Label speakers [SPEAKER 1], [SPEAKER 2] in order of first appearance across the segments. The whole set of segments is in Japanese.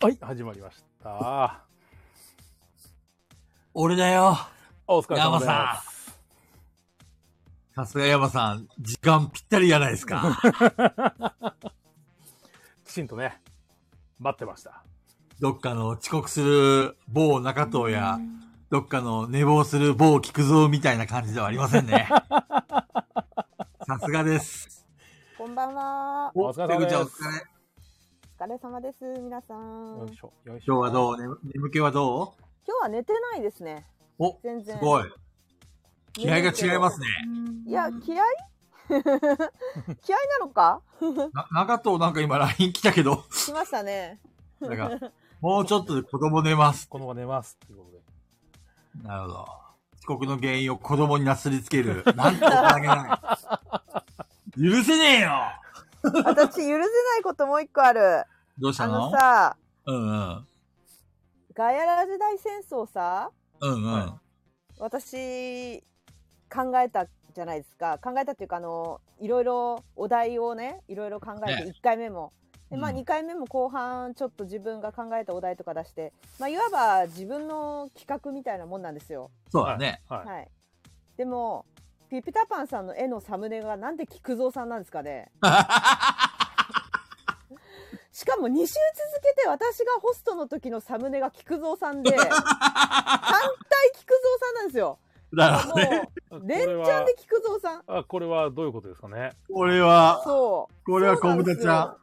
[SPEAKER 1] はい、始まりました。
[SPEAKER 2] 俺だよ。
[SPEAKER 1] お疲れ
[SPEAKER 2] 山
[SPEAKER 1] 様です。
[SPEAKER 2] さん。さすが山さん、時間ぴったりじゃないです か。
[SPEAKER 1] きちんとね、待ってました。
[SPEAKER 2] どっかの遅刻する某中藤や、どっかの寝坊する某菊蔵みたいな感じではありません ね。さすがです。
[SPEAKER 3] こんばんは。
[SPEAKER 1] お疲れ様です
[SPEAKER 2] ペグちゃんお疲れ。
[SPEAKER 3] お疲れ様です。皆さん。
[SPEAKER 1] よ
[SPEAKER 3] 今
[SPEAKER 1] いしょ、よいし
[SPEAKER 2] 今日
[SPEAKER 1] ょ。
[SPEAKER 2] はどう眠眠気はどう
[SPEAKER 3] 日は寝てないですね。
[SPEAKER 2] お、
[SPEAKER 3] 全然。
[SPEAKER 2] すごい。気合が違いますね。
[SPEAKER 3] い や、気合気合なのか
[SPEAKER 2] な中藤なんか今 LINE 来たけど、
[SPEAKER 3] 来ましたね。
[SPEAKER 2] なんか、もうちょっとで子供寝ます。
[SPEAKER 1] このまま寝ます。ということで。
[SPEAKER 2] なるほど。遅刻の原因を子供になすりつける。なんて大げない。許せねえよ
[SPEAKER 3] 私、許せないこともう一個ある。
[SPEAKER 2] どうした
[SPEAKER 3] あ
[SPEAKER 2] の
[SPEAKER 3] のさ、
[SPEAKER 2] うんうん。
[SPEAKER 3] ガヤラ時代戦争さ、
[SPEAKER 2] うんうん。
[SPEAKER 3] 私、考えたじゃないですか。考えたっていうか、あの、いろいろお題をね、いろいろ考えて、
[SPEAKER 2] ね
[SPEAKER 3] 1回目も。でまあ、
[SPEAKER 2] うん
[SPEAKER 3] 2回目も後半ちょっと自分が考えたお題とか出して、まあ、いわば自分の企画みたいなもんなんですよ。
[SPEAKER 2] そうだね。
[SPEAKER 1] はい。
[SPEAKER 3] はい。でも、ピピタパンさんの絵のサムネがなんで菊蔵さんなんですかねしかも2週続けて私がホストの時のサムネが菊蔵さんで、反対菊蔵さんなんですよ。
[SPEAKER 2] だから、
[SPEAKER 3] も
[SPEAKER 1] あ
[SPEAKER 3] う、連チャンで菊蔵さん。
[SPEAKER 1] あ、これはどういうことですかね。
[SPEAKER 2] これは、
[SPEAKER 3] そう。
[SPEAKER 2] これは小豚ちゃ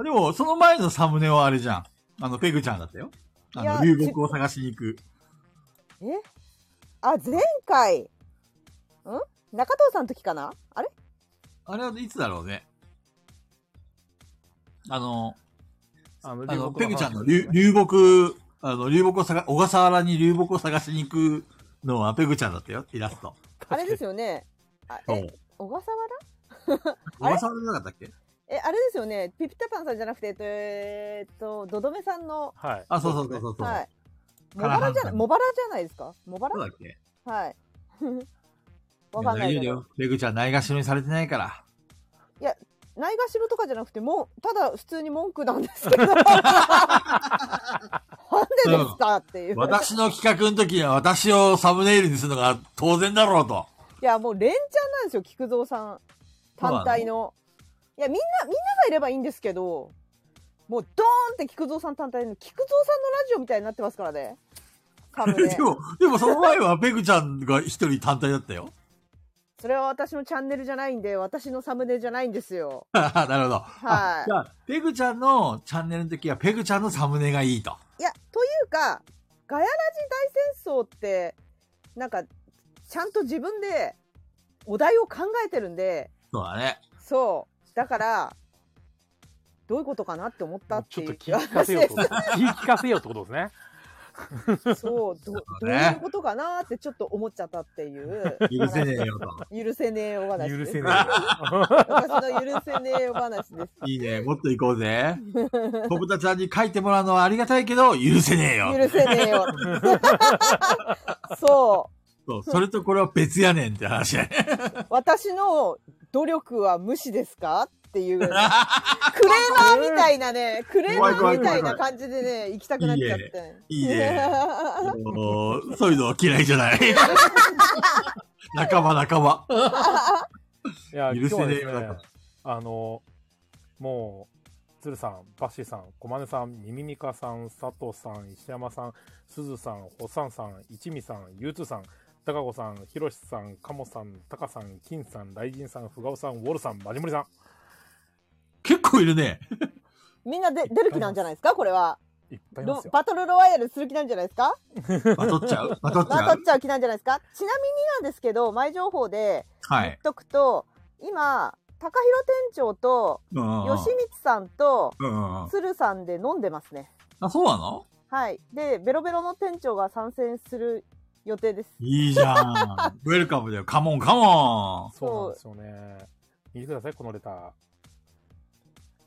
[SPEAKER 2] ん。でも、その前のサムネはあれじゃん。あの、ペグちゃんだったよ。あ
[SPEAKER 3] いや
[SPEAKER 2] の、流木を探しに行く。
[SPEAKER 3] えあ、前回、ん中藤さんの時かなあれ
[SPEAKER 2] あれはいつだろうね。あの、
[SPEAKER 1] あの
[SPEAKER 2] あの、ペグちゃんの
[SPEAKER 1] 流
[SPEAKER 2] 流流木、あの、流木を探、小笠原に流木を探しに行くのはペグちゃんだったよ、イラスト。
[SPEAKER 3] あれですよね。あえ、小笠
[SPEAKER 2] 小
[SPEAKER 3] 原
[SPEAKER 2] 笠原じゃなかったっけ
[SPEAKER 3] え、あれですよね。ピピタパンさんじゃなくて、えっとえーっと、ドドメさんの、
[SPEAKER 1] はい。
[SPEAKER 2] あ、そうそうそうそうそう。
[SPEAKER 3] はい。モ
[SPEAKER 2] カ
[SPEAKER 3] バ
[SPEAKER 2] ラハ
[SPEAKER 3] ラ
[SPEAKER 2] ン
[SPEAKER 3] じ
[SPEAKER 2] さ
[SPEAKER 3] ゃ
[SPEAKER 2] ん
[SPEAKER 3] ない、モバラじゃないですかモバ
[SPEAKER 2] そうだ
[SPEAKER 3] ラ
[SPEAKER 2] っけ
[SPEAKER 3] はい。 わかんない
[SPEAKER 2] や大
[SPEAKER 3] け
[SPEAKER 2] 丈夫だ
[SPEAKER 3] ど。
[SPEAKER 2] よ。ペグちゃんないがしろにされてないから。
[SPEAKER 3] ないがしろとかじゃなくて、もう、ただ普通に文句なんですけ ど。なんでですかっていう。
[SPEAKER 2] 私の企画の時には私をサムネイルにするのが当然だろうと。
[SPEAKER 3] いや、もう連チャンなんですよ、菊蔵さん。単体の。いや、みんな、みんながいればいいんですけど、もうドーンって菊蔵さん単体の、菊蔵さんのラジオみたいになってますからね。サム ネ
[SPEAKER 2] でも、でもその前はペグちゃんが一人単体だったよ。
[SPEAKER 3] それは私のチャンネルじゃないんで、私のサムネじゃないんですよ。
[SPEAKER 2] なるほど。
[SPEAKER 3] は
[SPEAKER 2] あ
[SPEAKER 3] い
[SPEAKER 2] じゃあ、ペグちゃんのチャンネルの時はペグちゃんのサムネがいいと。
[SPEAKER 3] いや、というか、ガヤラジ大戦争って、なんか、ちゃんと自分でお題を考えてるんで、
[SPEAKER 2] そうだね。
[SPEAKER 3] そう。だから、どういうことかなって思ったって
[SPEAKER 1] ちょっ
[SPEAKER 3] い
[SPEAKER 1] と
[SPEAKER 3] う
[SPEAKER 1] 聞き聞かせようってこと。
[SPEAKER 3] 話
[SPEAKER 1] 聞き聞かせようってことですね。
[SPEAKER 3] ですそうど、
[SPEAKER 2] う
[SPEAKER 3] どう
[SPEAKER 2] ね
[SPEAKER 3] いうことかなってちょっと思っちゃったっていう。
[SPEAKER 2] 許せねえよと。
[SPEAKER 3] 許せねえお話で
[SPEAKER 1] 許
[SPEAKER 3] す。
[SPEAKER 1] せ
[SPEAKER 3] え。
[SPEAKER 1] ない。
[SPEAKER 3] 私の許せねえお話です。
[SPEAKER 2] いいね、もっと行こうぜ。 コブタちゃんに書いてもらうのはありがたいけど、許せねえよ。
[SPEAKER 3] 許せねえよ。そ う。
[SPEAKER 2] そう、それとこれは別やねんって話だね。
[SPEAKER 3] 私の努力は無視ですかっていう、クレーマーみたいなね、クレーマーみたいな感じでね、行きたくなっちゃって。
[SPEAKER 2] いいね。もうそういうのは嫌いじゃ ない。仲間仲間。
[SPEAKER 1] いや、
[SPEAKER 2] 許
[SPEAKER 1] 今日
[SPEAKER 2] せ
[SPEAKER 1] は
[SPEAKER 2] ね
[SPEAKER 1] で
[SPEAKER 2] え
[SPEAKER 1] す
[SPEAKER 2] よだから
[SPEAKER 1] ね、あの、もう、鶴さん、バッシーさん、コマネさん、ミミミカさん、佐藤さん、石山さん、すずさん、ホサンさん、一味さん、ゆうつーさん、たかこさん、ひろしさん、かもさん、たかさん、金さん、大臣さん、ふがおさん、ウォルさん、まじもりさ
[SPEAKER 2] 結構いるね。
[SPEAKER 3] みんなで出る気なんじゃないですかこれは。
[SPEAKER 1] ん、いっぱいいます
[SPEAKER 3] ロ
[SPEAKER 1] よ。
[SPEAKER 3] バトルロワイヤルする気なんじゃないですか
[SPEAKER 2] まとっちゃうまとっちゃ
[SPEAKER 3] まと
[SPEAKER 2] う
[SPEAKER 3] っちゃう気なんじゃないですかちなみになんですけど、前情報で
[SPEAKER 2] は
[SPEAKER 3] 言っ
[SPEAKER 2] い。
[SPEAKER 3] とくと、今、高広店長と、
[SPEAKER 2] うんうんうん。
[SPEAKER 3] 吉光さんと、
[SPEAKER 2] うんうんうん。
[SPEAKER 3] 鶴さんで飲んでますね。
[SPEAKER 2] あ、そうなの
[SPEAKER 3] はい。で、ベロベロの店長が参戦する予定です。
[SPEAKER 2] いいじゃ ん。ウェルカムだよ。カモンカモン。
[SPEAKER 1] そうなんですよね。見てください、このレター。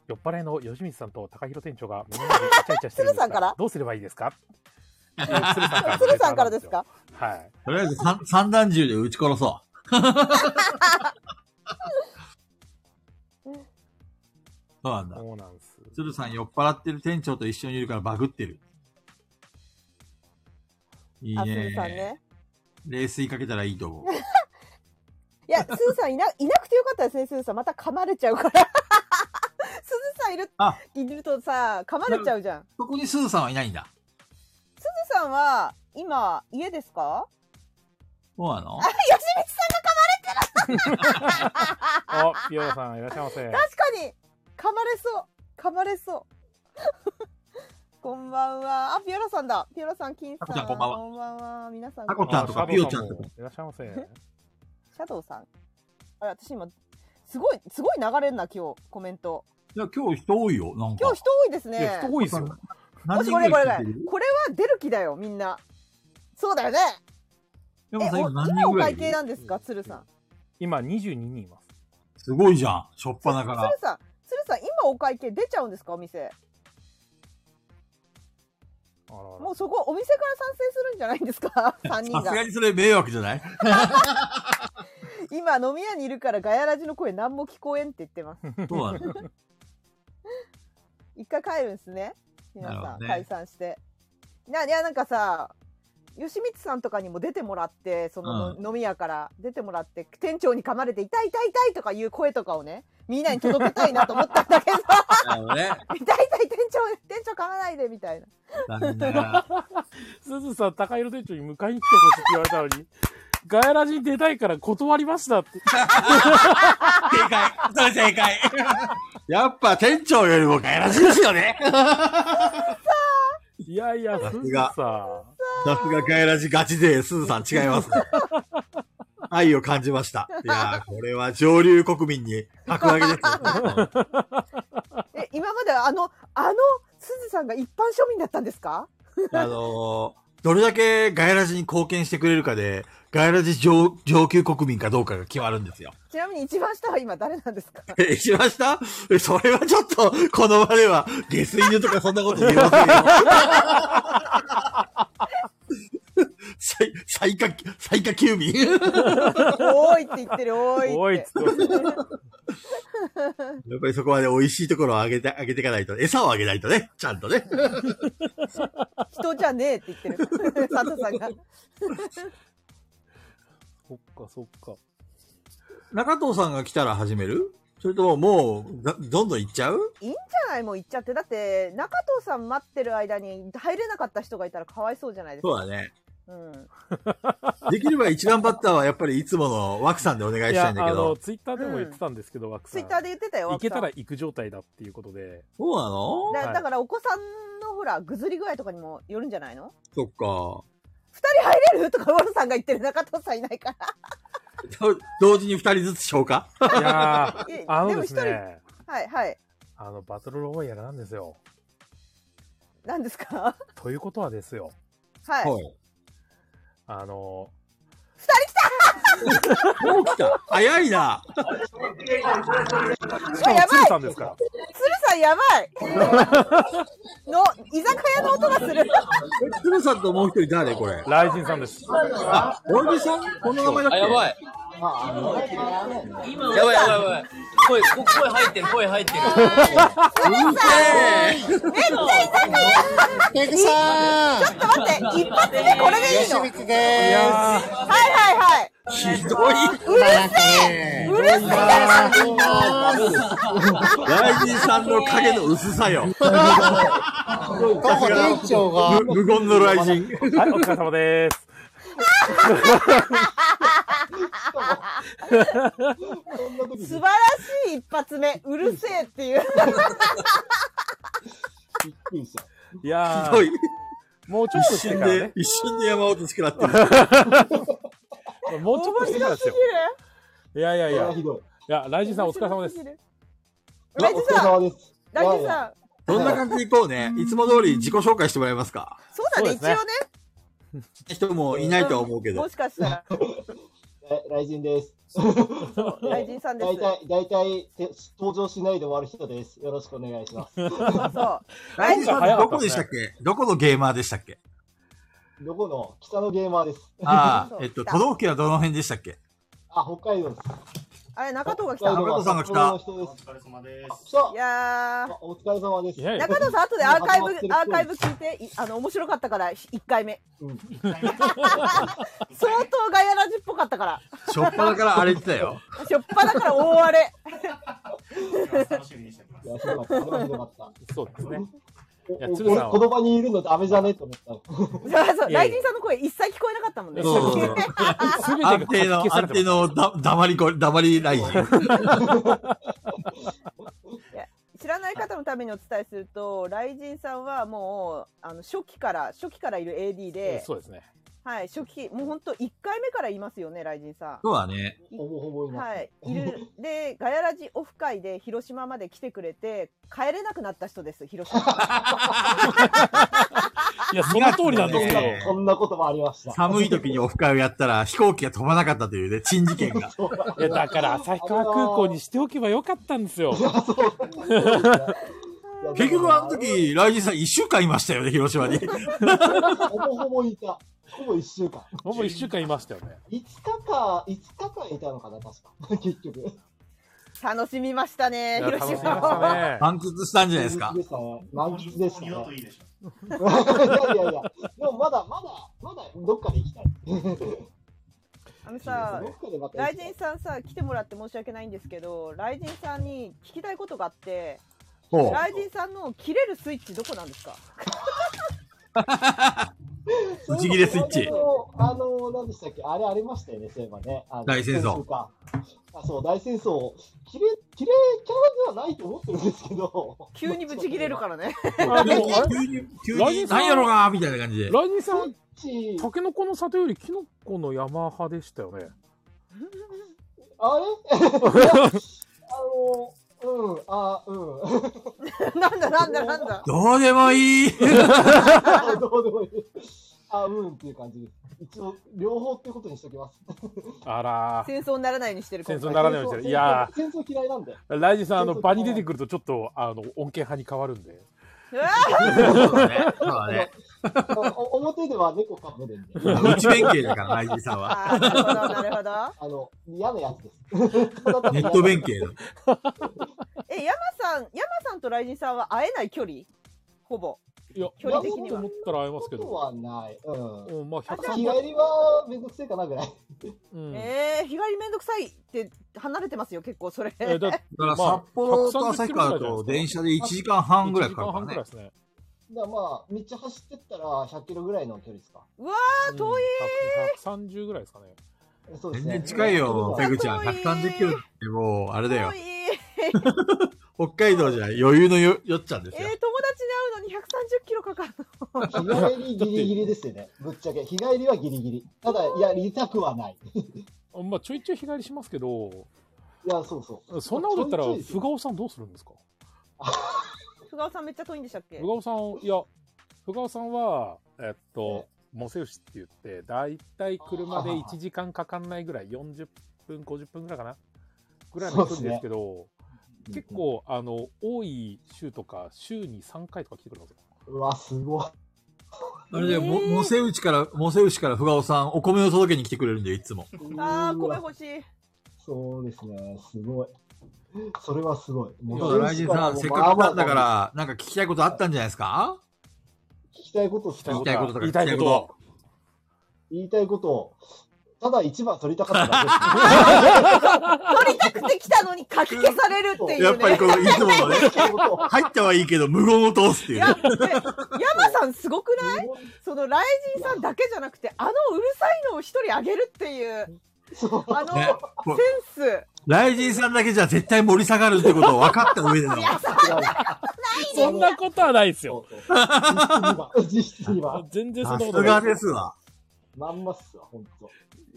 [SPEAKER 1] 酔っ払いの吉光さんと高弘店長が目の前でイチャイチャしてるんで
[SPEAKER 3] 鶴
[SPEAKER 1] す
[SPEAKER 3] さんから
[SPEAKER 1] どうすればいいです か鶴
[SPEAKER 3] 鶴さんからですか
[SPEAKER 1] はい。
[SPEAKER 2] とりあえず三三段銃で撃ち殺そそうなんだ。
[SPEAKER 1] そうなんです。
[SPEAKER 2] 鶴さん酔っ払ってる店長と一緒にいるからバグってる。いい
[SPEAKER 3] あ、す
[SPEAKER 2] ね
[SPEAKER 3] ーさんね。
[SPEAKER 2] 冷水かけたらいいと思う。
[SPEAKER 3] いや、すーさんいな、いなくてよかったですね、すーさん。また噛まれちゃうから。 すずさんいる
[SPEAKER 2] あ、
[SPEAKER 3] いるとさ、噛まれちゃうじゃん。
[SPEAKER 2] そこにスーさんはいないんだ。
[SPEAKER 3] すずさんは、今、家ですか
[SPEAKER 2] そうなの
[SPEAKER 3] あ、よしみ
[SPEAKER 1] あ、ピオラさん、いらっしゃいま せ。
[SPEAKER 3] 確かに噛まれそう噛まれそう こんばんはあピオラさんだピオラさん金さん
[SPEAKER 2] タコちゃんこんばんは
[SPEAKER 3] こんばんは皆さん
[SPEAKER 2] タコちゃんとか
[SPEAKER 1] あ
[SPEAKER 2] ピヨちゃんとか
[SPEAKER 1] シャドウさもいらっしゃいませ。
[SPEAKER 3] シャドウさんあれ私今すごいすごい流れんな今日コメント
[SPEAKER 2] いや、今日人多いよ、なんか。
[SPEAKER 3] 今日人多いです
[SPEAKER 1] いや、
[SPEAKER 3] ね
[SPEAKER 1] 人多いですよ。
[SPEAKER 3] も
[SPEAKER 2] 何
[SPEAKER 3] し
[SPEAKER 2] 人
[SPEAKER 3] こ
[SPEAKER 2] ぐら
[SPEAKER 3] れ
[SPEAKER 2] い
[SPEAKER 3] これこれ
[SPEAKER 2] 聞いてる
[SPEAKER 3] これは出る気だよみんなそうだよね
[SPEAKER 2] で
[SPEAKER 3] え
[SPEAKER 2] もさ、
[SPEAKER 3] お
[SPEAKER 2] 今何
[SPEAKER 3] 今
[SPEAKER 2] 人
[SPEAKER 3] お
[SPEAKER 2] ぐら
[SPEAKER 3] 会
[SPEAKER 2] い
[SPEAKER 3] 計なんですか鶴さん
[SPEAKER 1] 今、22人います。
[SPEAKER 2] すごいじゃん、しょっぱなか
[SPEAKER 3] 鶴
[SPEAKER 2] ら。
[SPEAKER 3] さん鶴さん今お会計出ちゃうんですかお店
[SPEAKER 1] あらあら
[SPEAKER 3] もうそこお店から参戦するんじゃないんで すか三人
[SPEAKER 2] さす
[SPEAKER 3] が
[SPEAKER 2] がにそれ迷惑じゃない
[SPEAKER 3] 今飲み屋にいるからガヤラジの声何も聞こえんって言ってます
[SPEAKER 2] そうなの。
[SPEAKER 3] 一回帰るんですね皆
[SPEAKER 2] なる
[SPEAKER 3] さ
[SPEAKER 2] ほ
[SPEAKER 3] ん、
[SPEAKER 2] どね
[SPEAKER 3] 解散してないやなんかさ吉光さんとかにも出てもらってその、飲み屋から出てもらって店長に噛まれて「痛い痛い痛い」とかいう声とかをねみんなに届けたいなと思ったんだけど「
[SPEAKER 2] なるほど ね。
[SPEAKER 3] 痛い痛い店長店長噛まないで」みたいな
[SPEAKER 2] 残念ながら。
[SPEAKER 1] すずさん、高色店長に迎えに来てほしいって言われたのに、ガヤラジに出たいから断りましたって。
[SPEAKER 2] 正解それ正解 やっぱ店長よりもガヤらしいですよね
[SPEAKER 1] いやいや、す
[SPEAKER 2] す
[SPEAKER 1] ず
[SPEAKER 2] が
[SPEAKER 1] さ
[SPEAKER 2] さすがガヤらしガチで、すずさん違います、ね。愛を感じました。いやー、これは上流国民に格上げですよ。
[SPEAKER 3] え今まであのあのすずさんが一般庶民だったんですか
[SPEAKER 2] あのーどれだけガヤラジに貢献してくれるかで、ガヤラジ上上級国民かどうかが決まるんですよ。
[SPEAKER 3] ちなみに一番下は今誰な んですか
[SPEAKER 2] え、しましたえそれはちょっと、この場では、下水犬とかそんなこと言えませんよ。 最、最下、最下級民やっ
[SPEAKER 3] 多いって言ってる多
[SPEAKER 1] ん。
[SPEAKER 3] いって
[SPEAKER 1] おいっつってます。
[SPEAKER 2] ぱりそこはね、美味しいところをあげて、あげていかないと、餌をあげないとね、ちゃんとね。
[SPEAKER 3] 人じゃねえって言ってる 佐藤 さんが
[SPEAKER 1] そっか、そっか。
[SPEAKER 2] 中藤さんが来たら始めるそれとも、もう、ざどんどん行っちゃう
[SPEAKER 3] いいんじゃないもう行っちゃってだって中藤さん待ってる間に入れなかった人がいたらかわいそうじゃないです
[SPEAKER 2] そ
[SPEAKER 3] か
[SPEAKER 2] うだね。
[SPEAKER 3] うん
[SPEAKER 2] できれば一番バッターはやっぱりいつもの枠さんでお願い
[SPEAKER 1] い
[SPEAKER 2] した
[SPEAKER 1] や、
[SPEAKER 2] い
[SPEAKER 1] あ
[SPEAKER 2] んだけ
[SPEAKER 1] の、
[SPEAKER 2] ど。
[SPEAKER 1] ツイッターでも言ってたんですけど、枠さ
[SPEAKER 3] ツ
[SPEAKER 1] ん。
[SPEAKER 3] イッターで言ってたよ
[SPEAKER 1] 行けたら
[SPEAKER 3] 奥
[SPEAKER 1] 行く状態だっていうことで。
[SPEAKER 2] そうなの
[SPEAKER 3] さんだ
[SPEAKER 1] はい
[SPEAKER 3] だからお子さんのほらぐずり具合とかにもよるんじゃないの
[SPEAKER 2] そっか。
[SPEAKER 3] 二人入れるとかウォルさんが言ってる中藤さんいないから
[SPEAKER 2] と同時に二人ずつ消化
[SPEAKER 1] いやー
[SPEAKER 3] え
[SPEAKER 1] あのです
[SPEAKER 3] でも
[SPEAKER 1] ね、
[SPEAKER 3] はいはい
[SPEAKER 1] あの、バトルロワイヤルなんですよ。
[SPEAKER 3] 何ですか
[SPEAKER 1] ということはですよ、
[SPEAKER 3] はい、
[SPEAKER 2] はい。
[SPEAKER 1] あの、
[SPEAKER 2] もう来た。早いな。
[SPEAKER 1] しかも
[SPEAKER 3] やばい
[SPEAKER 1] 鶴さんですから。
[SPEAKER 3] 鶴さんやばいの居酒屋の音がする
[SPEAKER 2] つるさんともう一人誰これ。
[SPEAKER 1] ライジンさんです。
[SPEAKER 2] あ、おやじさんこんな名前だっ
[SPEAKER 4] あ、
[SPEAKER 2] け
[SPEAKER 4] やばい。やばいやばいやばい。声、こ声入ってる、声入ってる。
[SPEAKER 5] ペグさん
[SPEAKER 3] ちょっと待って一発でこれでいい
[SPEAKER 5] 吉
[SPEAKER 3] のはい
[SPEAKER 5] 光で
[SPEAKER 3] はいはい
[SPEAKER 2] ひどい。
[SPEAKER 3] うる
[SPEAKER 5] す。ね
[SPEAKER 3] うるせえ
[SPEAKER 2] ライジンさんの影の薄さよ。
[SPEAKER 5] どこ店長が
[SPEAKER 2] 無無言のライジン。
[SPEAKER 1] はい、お疲れ 様です。
[SPEAKER 3] 素晴らしい一発目うるせえ っていう
[SPEAKER 1] いや
[SPEAKER 2] ひ
[SPEAKER 1] ー
[SPEAKER 2] どい。
[SPEAKER 1] もうちょっと
[SPEAKER 2] 一
[SPEAKER 1] して
[SPEAKER 2] 瞬
[SPEAKER 1] から
[SPEAKER 2] で
[SPEAKER 1] ね、。
[SPEAKER 2] 一瞬で山本しくなってる。
[SPEAKER 1] もうちょっとしてからですよ。いやいやいや、い
[SPEAKER 6] ひどい。
[SPEAKER 1] や、ライジンさんお疲れ様です。
[SPEAKER 3] ライ
[SPEAKER 6] お
[SPEAKER 3] ジ
[SPEAKER 6] 疲れ
[SPEAKER 3] さん
[SPEAKER 6] 様です。
[SPEAKER 3] ライジさん
[SPEAKER 2] どんな感じでいこうね。いつも通り自己紹介してもらえますか。
[SPEAKER 3] そうだ
[SPEAKER 1] そう
[SPEAKER 3] ね
[SPEAKER 1] です
[SPEAKER 3] 一
[SPEAKER 1] ね
[SPEAKER 3] 応ね
[SPEAKER 2] 人もいないとは思うけど
[SPEAKER 3] も。しかしたら
[SPEAKER 6] えライジンです。
[SPEAKER 3] ライジンさんです
[SPEAKER 6] 大体、大体、て登場しないで終わる人です。よろしくお願いします。
[SPEAKER 3] そう
[SPEAKER 2] ライジンさんど
[SPEAKER 1] 早かった
[SPEAKER 2] こ
[SPEAKER 1] です
[SPEAKER 2] でした
[SPEAKER 1] ね
[SPEAKER 2] っけどこのゲーマーでしたっけ
[SPEAKER 6] どこの北のゲーマーです。
[SPEAKER 2] あ
[SPEAKER 3] そう
[SPEAKER 2] あ、えっと、都道府県はどの辺でしたっけ
[SPEAKER 6] あ、北海道です。
[SPEAKER 3] あれ、中藤が来
[SPEAKER 2] あ
[SPEAKER 3] た。
[SPEAKER 2] 中藤さんが来た
[SPEAKER 6] この人です。
[SPEAKER 7] 疲れ様で
[SPEAKER 6] 来
[SPEAKER 7] す。
[SPEAKER 6] た
[SPEAKER 3] いやー
[SPEAKER 6] あお疲れ様です。
[SPEAKER 1] いやいや
[SPEAKER 3] 中藤さん、後でアーカイブ
[SPEAKER 6] 始まって、る
[SPEAKER 3] アーカイブ聞いて、いあの、面白かったから、ひ一回目。 相当ガヤラジっぽかったから。
[SPEAKER 2] しょっぱだから あれ言ってたよ。
[SPEAKER 3] しょっぱだから大荒れ。
[SPEAKER 7] 楽しみにしてま
[SPEAKER 6] い
[SPEAKER 7] す。
[SPEAKER 6] や、ひどかった。あれはひどかった。
[SPEAKER 1] そうですね。
[SPEAKER 6] お
[SPEAKER 1] いや
[SPEAKER 6] お
[SPEAKER 1] 鶴さんは
[SPEAKER 6] この場にいるのダメじゃねと思っ
[SPEAKER 3] そ
[SPEAKER 6] た。
[SPEAKER 3] うそう、
[SPEAKER 1] いやいや
[SPEAKER 3] 雷神さんの声一切聞こえなかったもんね。
[SPEAKER 2] そうそうそう
[SPEAKER 1] すべてが
[SPEAKER 2] 安定
[SPEAKER 1] 書
[SPEAKER 2] の
[SPEAKER 1] き消、さ
[SPEAKER 2] 安
[SPEAKER 1] れて
[SPEAKER 2] 定
[SPEAKER 1] ま
[SPEAKER 2] のだ黙りこ、黙りライン。
[SPEAKER 3] 知らない方のためにお伝えすると、雷神さんはもう、あの、初期から、初期からいる AD
[SPEAKER 1] す。
[SPEAKER 3] で、
[SPEAKER 1] そうですね。
[SPEAKER 3] はい、初期、もう本当一回目からいますよね、雷神さん。
[SPEAKER 2] そうだね。
[SPEAKER 6] ほぼほぼいます。
[SPEAKER 3] はい、いる。で、ガヤラジオフ会で広島まで来てくれて、帰れなくなった人です、広 島。
[SPEAKER 1] いや、その通りなんですけど。
[SPEAKER 6] そんなこともありました。
[SPEAKER 2] 寒い時にオフ会をやったら飛行機が飛ばなかったというね、珍事件が。
[SPEAKER 1] いや、だから旭川空港にしておけばよかったんですよ。
[SPEAKER 2] 結局あの時、ライジンさん一週間いましたよね、広島に。
[SPEAKER 6] ほぼほぼいた。ほぼ1週間。
[SPEAKER 1] ほぼ1週間いましたよね。
[SPEAKER 6] 5日か、5日間いたのかな、確か。 結局。
[SPEAKER 3] 楽しみましたね、
[SPEAKER 1] いや楽
[SPEAKER 3] 広
[SPEAKER 1] しみま
[SPEAKER 3] 島
[SPEAKER 1] し
[SPEAKER 3] を。
[SPEAKER 1] たね。
[SPEAKER 2] 満喫したんじゃないですか
[SPEAKER 6] 満。喫したね満喫でしたね。
[SPEAKER 7] もう二度といいでしょ。
[SPEAKER 6] いやいやいや。でもまだまだ、まだどっかで行きたい。
[SPEAKER 3] あのさ
[SPEAKER 6] ど、っかでまた行
[SPEAKER 3] 雷
[SPEAKER 6] きた
[SPEAKER 3] 神
[SPEAKER 6] い。
[SPEAKER 3] さんさ、来てもらって申し訳ないんですけど、雷神さんに聞きたいことがあって、
[SPEAKER 2] ほう。
[SPEAKER 3] 雷神さんの切れるスイッチどこなんですか
[SPEAKER 2] 打ち切れスイッチ
[SPEAKER 6] あの、あの何でしたっけあれありましたよね、そういえばね。あの
[SPEAKER 2] 大戦争
[SPEAKER 6] 先週かあ、そう、大戦争。キレ、キレキャラではないと思ってるんですけど。
[SPEAKER 3] 急にブチ切れるからね。
[SPEAKER 1] あでも、あれ
[SPEAKER 2] 急に、急
[SPEAKER 1] ライジ
[SPEAKER 2] に、
[SPEAKER 1] ンさん
[SPEAKER 2] 何やろうなみたいな感じ で。
[SPEAKER 1] ライジンさんは
[SPEAKER 6] スイ、ッチ、
[SPEAKER 1] タケノコの里よりキノコの山派でし たよね。
[SPEAKER 6] あれあの、うん、あ、うん。
[SPEAKER 3] なんだなんだなんだ。
[SPEAKER 2] どうでも いい。
[SPEAKER 6] あどうでもいい。あ、うんっていう感じです。一応、両方ってことにしときます。
[SPEAKER 1] あらー。
[SPEAKER 3] 戦争にならないようにしてる
[SPEAKER 1] 戦
[SPEAKER 3] 今
[SPEAKER 1] 争に
[SPEAKER 3] 回
[SPEAKER 1] ならないようにしてる。いや
[SPEAKER 6] 戦争嫌いなんで。
[SPEAKER 1] ー、ライジンさん、あの、
[SPEAKER 6] 戦争
[SPEAKER 1] 場に出てくるとちょっと、あの、恩恵派に変わるんで。
[SPEAKER 3] うわ
[SPEAKER 2] そうだね。そうだね。
[SPEAKER 6] おお表では猫かぶるんで。
[SPEAKER 2] 内弁慶だから、ライジンさんは。
[SPEAKER 3] ーあーなるほどなるほど。
[SPEAKER 6] あの、嫌なやつです。ただただ
[SPEAKER 2] ネ
[SPEAKER 6] 嫌な
[SPEAKER 2] ット弁慶だ。
[SPEAKER 3] え、山さん、山さんと雷神さんは会えない距離ほぼ。
[SPEAKER 1] いや、
[SPEAKER 3] 距離的に
[SPEAKER 1] と
[SPEAKER 3] は
[SPEAKER 1] 思ったら会えます
[SPEAKER 6] こ
[SPEAKER 1] け
[SPEAKER 6] と
[SPEAKER 1] ど。
[SPEAKER 6] はない。う
[SPEAKER 1] うん、まあ、
[SPEAKER 6] ん。日
[SPEAKER 1] 103
[SPEAKER 6] 帰りはめんどくせえかなぐらい。
[SPEAKER 1] うん。え
[SPEAKER 3] えー、日帰りめんどくさいって離れてますよ、結構それ。
[SPEAKER 1] ーだ
[SPEAKER 2] だから
[SPEAKER 1] まあ
[SPEAKER 2] 札幌と旭川と電車で1時間半ぐらい
[SPEAKER 1] 1時
[SPEAKER 2] かかる
[SPEAKER 1] 間
[SPEAKER 2] か
[SPEAKER 1] 半
[SPEAKER 2] らね
[SPEAKER 1] くらい。ですね。
[SPEAKER 6] だからまあ、道走ってったら100キロぐらいの距離ですか。
[SPEAKER 3] うわ
[SPEAKER 1] うん
[SPEAKER 3] 遠い
[SPEAKER 1] 100 130ぐらいですかね。
[SPEAKER 6] そうです
[SPEAKER 2] 全
[SPEAKER 6] ね。
[SPEAKER 2] 然近いよ、ペグちゃん。
[SPEAKER 3] 遠い
[SPEAKER 2] 130キロってもう、あれだ
[SPEAKER 3] ー、
[SPEAKER 2] よ
[SPEAKER 3] 遠い。。
[SPEAKER 2] 北海道じゃ余裕のよよっちゃんで
[SPEAKER 3] えー、友達
[SPEAKER 2] す
[SPEAKER 3] に
[SPEAKER 2] よ
[SPEAKER 3] 会。うのに130キロかかるの。
[SPEAKER 6] 日帰りギリギリですよね。ぶっちゃけ。日帰りはギリギリ。ただ、やりたくはない。い
[SPEAKER 1] あまあ、ちょいちょい日帰りしますけど、
[SPEAKER 6] や、そうそ
[SPEAKER 1] そんなこと言ったら
[SPEAKER 6] ちょいちょいです、よ
[SPEAKER 1] ふがおさんどうするんですか
[SPEAKER 3] ふがおさんめっちゃ遠いんでしたっけ
[SPEAKER 1] ふがおさん、いや、ふがおさんは、えっと、モセウシって言って、だいたい車で1時間かかんないぐらい、40分、50分ぐらいかなぐらいの距離ですけど、
[SPEAKER 6] う。
[SPEAKER 1] 結。構、あの、多い週とか、週に3回とか来てくれますよ。
[SPEAKER 6] うわ、すごい。
[SPEAKER 2] あれだよ、も
[SPEAKER 3] えー
[SPEAKER 2] モセウチから、モセウチからふがおさん、お米を届けに来てくれるんだよ、いつも。
[SPEAKER 3] あー、
[SPEAKER 6] うわ
[SPEAKER 3] 米欲しい。
[SPEAKER 6] そうですね、すごい。それはすごい。
[SPEAKER 2] そうだ、ライジンさん、せっかくなんだか。ら、なんか聞きたいことあったんじゃないですか
[SPEAKER 6] 聞きたいことした
[SPEAKER 2] 聞きたいこととか
[SPEAKER 1] 言いたいこと。
[SPEAKER 6] 言いたいことを、ただ一番取りたかっただ
[SPEAKER 3] 取りたくて来たのにかき消されるっていうね。
[SPEAKER 2] やっぱりこの、いつものね、
[SPEAKER 6] けです。聞きたいことを
[SPEAKER 2] 入ったはいいけど、無言を通すってい
[SPEAKER 3] いうや、
[SPEAKER 2] ね。
[SPEAKER 3] で山さんすごくないその雷神さんだけじゃなくて、あのうるさいのを一人あげるっていう、
[SPEAKER 6] そう
[SPEAKER 3] あの、
[SPEAKER 2] ね
[SPEAKER 3] センス。
[SPEAKER 2] ライジンさんだけじゃ絶対盛り下がるってことを分かった上での。
[SPEAKER 1] そ んなことはないですよ。
[SPEAKER 6] そうそう実質2番。
[SPEAKER 1] 全然そん
[SPEAKER 2] さ
[SPEAKER 1] なこ
[SPEAKER 2] す
[SPEAKER 1] とな
[SPEAKER 2] が
[SPEAKER 1] い。
[SPEAKER 2] ですわ。
[SPEAKER 6] まんまっすわ、ほんと。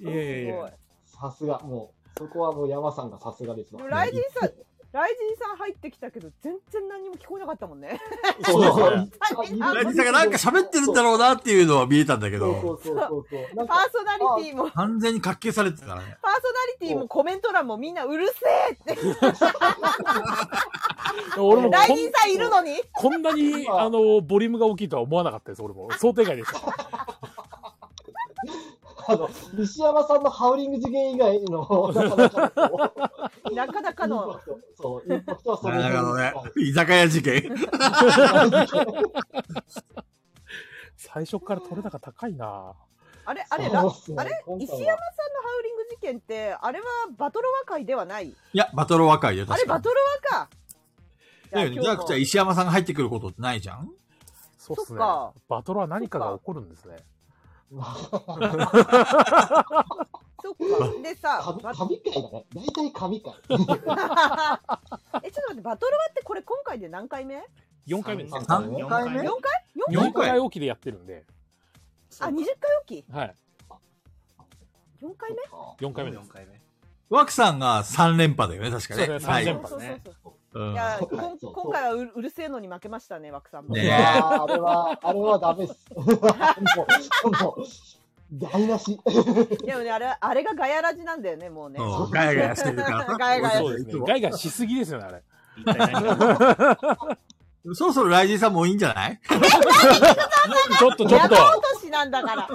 [SPEAKER 1] いやいやい
[SPEAKER 3] すご
[SPEAKER 1] や
[SPEAKER 3] い。
[SPEAKER 6] さすが、もう、そこはもう山さんがさすがです
[SPEAKER 3] で
[SPEAKER 6] わ
[SPEAKER 3] も。雷神さん、雷神さん入ってきたけど、全然何も聞こえなかったもんね。
[SPEAKER 1] そう ですね。
[SPEAKER 2] ライジンさんがなんか喋ってるんだろうなっていうのは見えたんだけ
[SPEAKER 6] そうそ
[SPEAKER 2] ど、
[SPEAKER 6] うそうそうそう。なん
[SPEAKER 3] パー
[SPEAKER 6] か、
[SPEAKER 3] ソナリティも、パー
[SPEAKER 2] 完全に活気されてたからね。
[SPEAKER 3] ソナリティもコメント欄もみんなうるせえって、
[SPEAKER 1] 俺もこ
[SPEAKER 3] 雷
[SPEAKER 1] ん
[SPEAKER 3] 神さんいるのに。
[SPEAKER 1] こんなに、あの、ボリュームが大きいとは思わなかったです、俺も。想定外でした。
[SPEAKER 6] あの、西山さんのハウリング事件以外の、なかなかのこう
[SPEAKER 3] なかなか
[SPEAKER 6] イン
[SPEAKER 3] の
[SPEAKER 6] パクトそう、インパクトはそれ
[SPEAKER 2] なるほどね
[SPEAKER 6] はい。
[SPEAKER 2] 居酒屋事件。
[SPEAKER 1] 最初から取れ高高いな
[SPEAKER 3] あれあれ
[SPEAKER 6] そう
[SPEAKER 3] ラあれ
[SPEAKER 6] っ
[SPEAKER 3] 石山
[SPEAKER 6] すね
[SPEAKER 3] さんのハ
[SPEAKER 6] 今
[SPEAKER 3] ウリン
[SPEAKER 6] 回は
[SPEAKER 3] グ事件ってあれはバトロワ会ではない
[SPEAKER 2] いや、バトル若いよ、
[SPEAKER 3] あれ
[SPEAKER 2] 確か
[SPEAKER 3] バ
[SPEAKER 2] に
[SPEAKER 3] ト。ロワか
[SPEAKER 2] だよね。じゃあ、じゃあ石山さんが入ってくることってないじゃん
[SPEAKER 1] そうっす
[SPEAKER 3] そ
[SPEAKER 1] ね
[SPEAKER 3] っか
[SPEAKER 1] バトルは何かが起こるんですね
[SPEAKER 3] そっかでさ
[SPEAKER 6] 神
[SPEAKER 3] バ
[SPEAKER 6] 神回だね。大体神回。
[SPEAKER 3] えちょっと待ってバトロワってこれ今回で何回目
[SPEAKER 1] 4回目ですね
[SPEAKER 2] 三
[SPEAKER 7] 四回目
[SPEAKER 3] 四
[SPEAKER 2] 四回
[SPEAKER 1] 4回おきでやってるんで
[SPEAKER 3] あ20回おき
[SPEAKER 1] はい
[SPEAKER 3] 4回目
[SPEAKER 1] 4回目です
[SPEAKER 7] 四回目。
[SPEAKER 2] 枠さんが3連覇だよね、確か
[SPEAKER 1] そう
[SPEAKER 2] ね。
[SPEAKER 1] です
[SPEAKER 2] は
[SPEAKER 1] 三
[SPEAKER 2] い
[SPEAKER 1] 連。
[SPEAKER 3] そうそうそうそう
[SPEAKER 2] うん
[SPEAKER 3] いや、
[SPEAKER 6] そう
[SPEAKER 3] こん
[SPEAKER 6] そう
[SPEAKER 3] 今回はううるせえのに負けましたね、枠さんも。
[SPEAKER 2] ね
[SPEAKER 6] いやーあれは、あれはダメっす。もう、もう台無し。
[SPEAKER 3] でもね、あれ、あれがガヤラジなんだよね、もうね。
[SPEAKER 2] そうガヤガヤしてるからさ。
[SPEAKER 3] ガヤガヤ
[SPEAKER 1] そうですね
[SPEAKER 2] いつも
[SPEAKER 1] ガイガイしすぎですよねあれ
[SPEAKER 7] 一体何が
[SPEAKER 2] そろそろライジンさんもういいんじゃない
[SPEAKER 1] ちょっとちょっ
[SPEAKER 3] 山
[SPEAKER 1] と
[SPEAKER 3] 落としなんだから。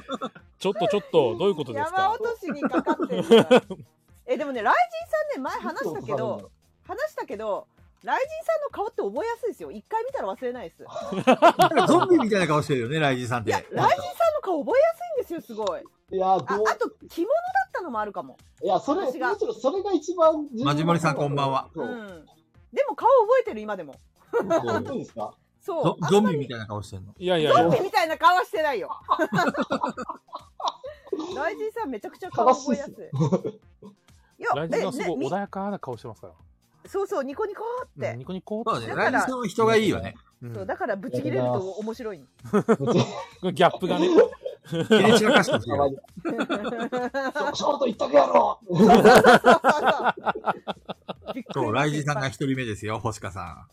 [SPEAKER 1] ちょっとちょっとどういうことで
[SPEAKER 3] 山
[SPEAKER 1] すか
[SPEAKER 3] 落としにかかってるから。え、でもね、ライジンさんね、前話したけど、話したけど、ライジンさんの顔って覚えやすいですよ。一回見たら忘れない です。い
[SPEAKER 2] なんかゾンビみたいな顔してるよね、ライジンさんって。
[SPEAKER 3] や、ライジンさんの顔覚えやすいんですよ、すごい。
[SPEAKER 6] いやー、
[SPEAKER 3] あ、
[SPEAKER 6] どう
[SPEAKER 3] あと、着物だったのもあるかも。
[SPEAKER 6] いや、それ、む
[SPEAKER 3] 私
[SPEAKER 6] し
[SPEAKER 3] が
[SPEAKER 6] ろそれが一番重要な
[SPEAKER 2] まじもりさんこんばんは
[SPEAKER 3] う
[SPEAKER 6] そ
[SPEAKER 3] ん
[SPEAKER 6] う。。
[SPEAKER 3] でも顔覚えてる、今でも。
[SPEAKER 6] 本当ですか
[SPEAKER 3] そう
[SPEAKER 2] ゾ。ゾンビみたいな顔してるの。
[SPEAKER 1] いやいやい
[SPEAKER 3] ゾン
[SPEAKER 1] や
[SPEAKER 3] ビみたいな顔はしてない よ。ライジンさんめちゃくちゃ顔覚えやすい。いや、
[SPEAKER 1] ライジンはす
[SPEAKER 3] え
[SPEAKER 1] ご
[SPEAKER 3] ね
[SPEAKER 1] い穏やかな顔してますか
[SPEAKER 3] みそうそう、ニコニコっ
[SPEAKER 1] ら
[SPEAKER 3] て。
[SPEAKER 1] うんニコニコ
[SPEAKER 2] そうだね。
[SPEAKER 3] だ
[SPEAKER 2] ラ
[SPEAKER 3] から
[SPEAKER 2] イジンさんは人がいいよね。
[SPEAKER 1] うん
[SPEAKER 3] そうだから、ブチ切れると面白い。
[SPEAKER 1] ギャップがね
[SPEAKER 2] 切れ散らかしてほしい
[SPEAKER 6] たま
[SPEAKER 2] よ
[SPEAKER 6] に。そショート一択やろ
[SPEAKER 3] びっくり
[SPEAKER 2] そう、ライジンさんが一人目ですよ、星香さ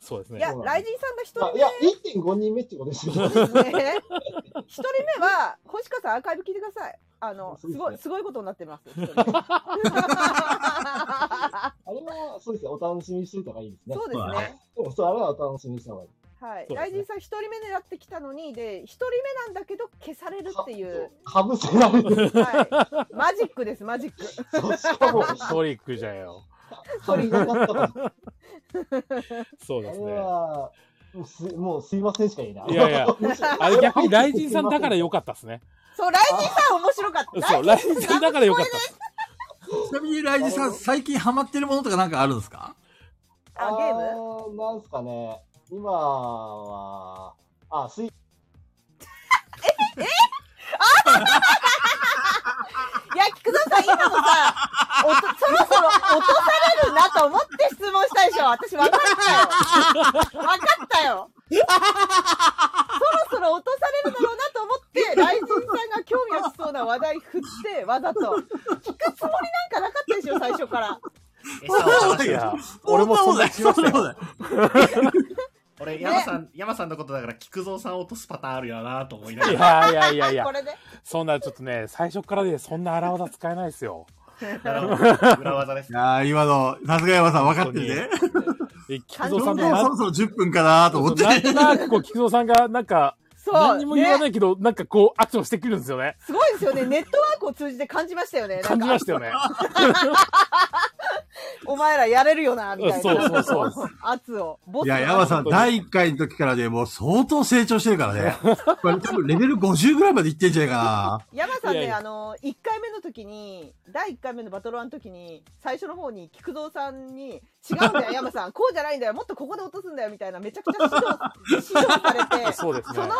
[SPEAKER 1] そうです
[SPEAKER 3] い
[SPEAKER 1] ね
[SPEAKER 3] や、ライジンさんが一
[SPEAKER 6] ま
[SPEAKER 3] 人
[SPEAKER 6] あいや、1.5人目ってことですよ。
[SPEAKER 3] 目ですね。 一人目は、星川さんアーカイブ聞いてください。あの、す
[SPEAKER 6] そうですね
[SPEAKER 3] ごい、すごいことになってます。 一人
[SPEAKER 6] あれは、そうですね、お楽しみにしといた方がいいですね。
[SPEAKER 3] そうですね。
[SPEAKER 6] そう、そうあれはお楽しみにした方がいい。
[SPEAKER 3] はい、
[SPEAKER 1] そうですね
[SPEAKER 3] ライジンさん一人目狙ってきたのに、で、一人目なんだけど消されるっていう、
[SPEAKER 6] かぶせられる。
[SPEAKER 3] はい、マジックです、マジック。
[SPEAKER 6] そうしかも、
[SPEAKER 1] トリックじゃよ
[SPEAKER 6] それなかったから。
[SPEAKER 1] そ
[SPEAKER 6] あ
[SPEAKER 1] うです
[SPEAKER 6] れ
[SPEAKER 1] ね
[SPEAKER 6] は、もうすもうすいませんしか言えない。
[SPEAKER 1] い やいやあれ逆にライジンさんだから良かったですね
[SPEAKER 3] そう、ライジンさん面白かった。
[SPEAKER 1] そうライジンさんだから良かったっす
[SPEAKER 2] ん。ちなみにライジンさん、最近ハマってるものとかなんかあるんですか
[SPEAKER 3] あ、ゲーム
[SPEAKER 6] ムなんすかね。今は、あ、 スイ
[SPEAKER 3] いや、菊蔵さん、今もさ、おとそろそろ落とされるなと思って質問したでしょ。私、分かったよ。分かったよ。そろそろ落とされるだろうなと思って、ライジンさんが興味がきそうな話題振って、わざと。聞くつもりなんかなかったでしょ、最初から。
[SPEAKER 7] 餌を探して
[SPEAKER 1] いや
[SPEAKER 2] 俺もそんな
[SPEAKER 1] 気がしたよ
[SPEAKER 2] よ。
[SPEAKER 7] 俺、山さん、山さんのことだから、菊蔵さんを落とすパターンあるよなと思いないがら。
[SPEAKER 1] やいやいやいや
[SPEAKER 3] これで。
[SPEAKER 1] そんなちょっとね最初からでそんな荒技使えないですよ
[SPEAKER 7] 裏技で
[SPEAKER 2] い。
[SPEAKER 7] す
[SPEAKER 2] やー、今の、さすが山さん分かってるね。
[SPEAKER 1] え菊
[SPEAKER 2] そ
[SPEAKER 1] 蔵さんのな
[SPEAKER 2] ろそろ10分かなと思って。
[SPEAKER 1] なんとなくこう、菊蔵さんが、なんか、
[SPEAKER 3] そう。
[SPEAKER 1] 何にも言わ
[SPEAKER 3] ね
[SPEAKER 1] ないけど、なんかこう、アクションしてくるんですよね。
[SPEAKER 3] すごいですよね。ネットワークを通じて感じましたよね。。
[SPEAKER 1] 感じましたたよね。
[SPEAKER 3] お前らやれるよな、みたいな。
[SPEAKER 1] そうそうそうそ
[SPEAKER 3] 圧を。ボス
[SPEAKER 2] い
[SPEAKER 3] の
[SPEAKER 2] や、
[SPEAKER 3] 圧
[SPEAKER 2] 山さん、第1回の時からね、もう相当成長してるからね。これ多分レベル50ぐらいまでいってんじゃないか
[SPEAKER 3] 山さん
[SPEAKER 1] いやい
[SPEAKER 3] ね、
[SPEAKER 1] や
[SPEAKER 3] あの、1回目の時に、第1回目のバトロワンの時に、最初の方に、菊蔵さんに、違うん だよ、山さん、こうじゃないんだよ、もっとここで落とすんだよ、みたいな、めちゃくちゃ指導、指導され て、
[SPEAKER 1] そうですね
[SPEAKER 3] その1回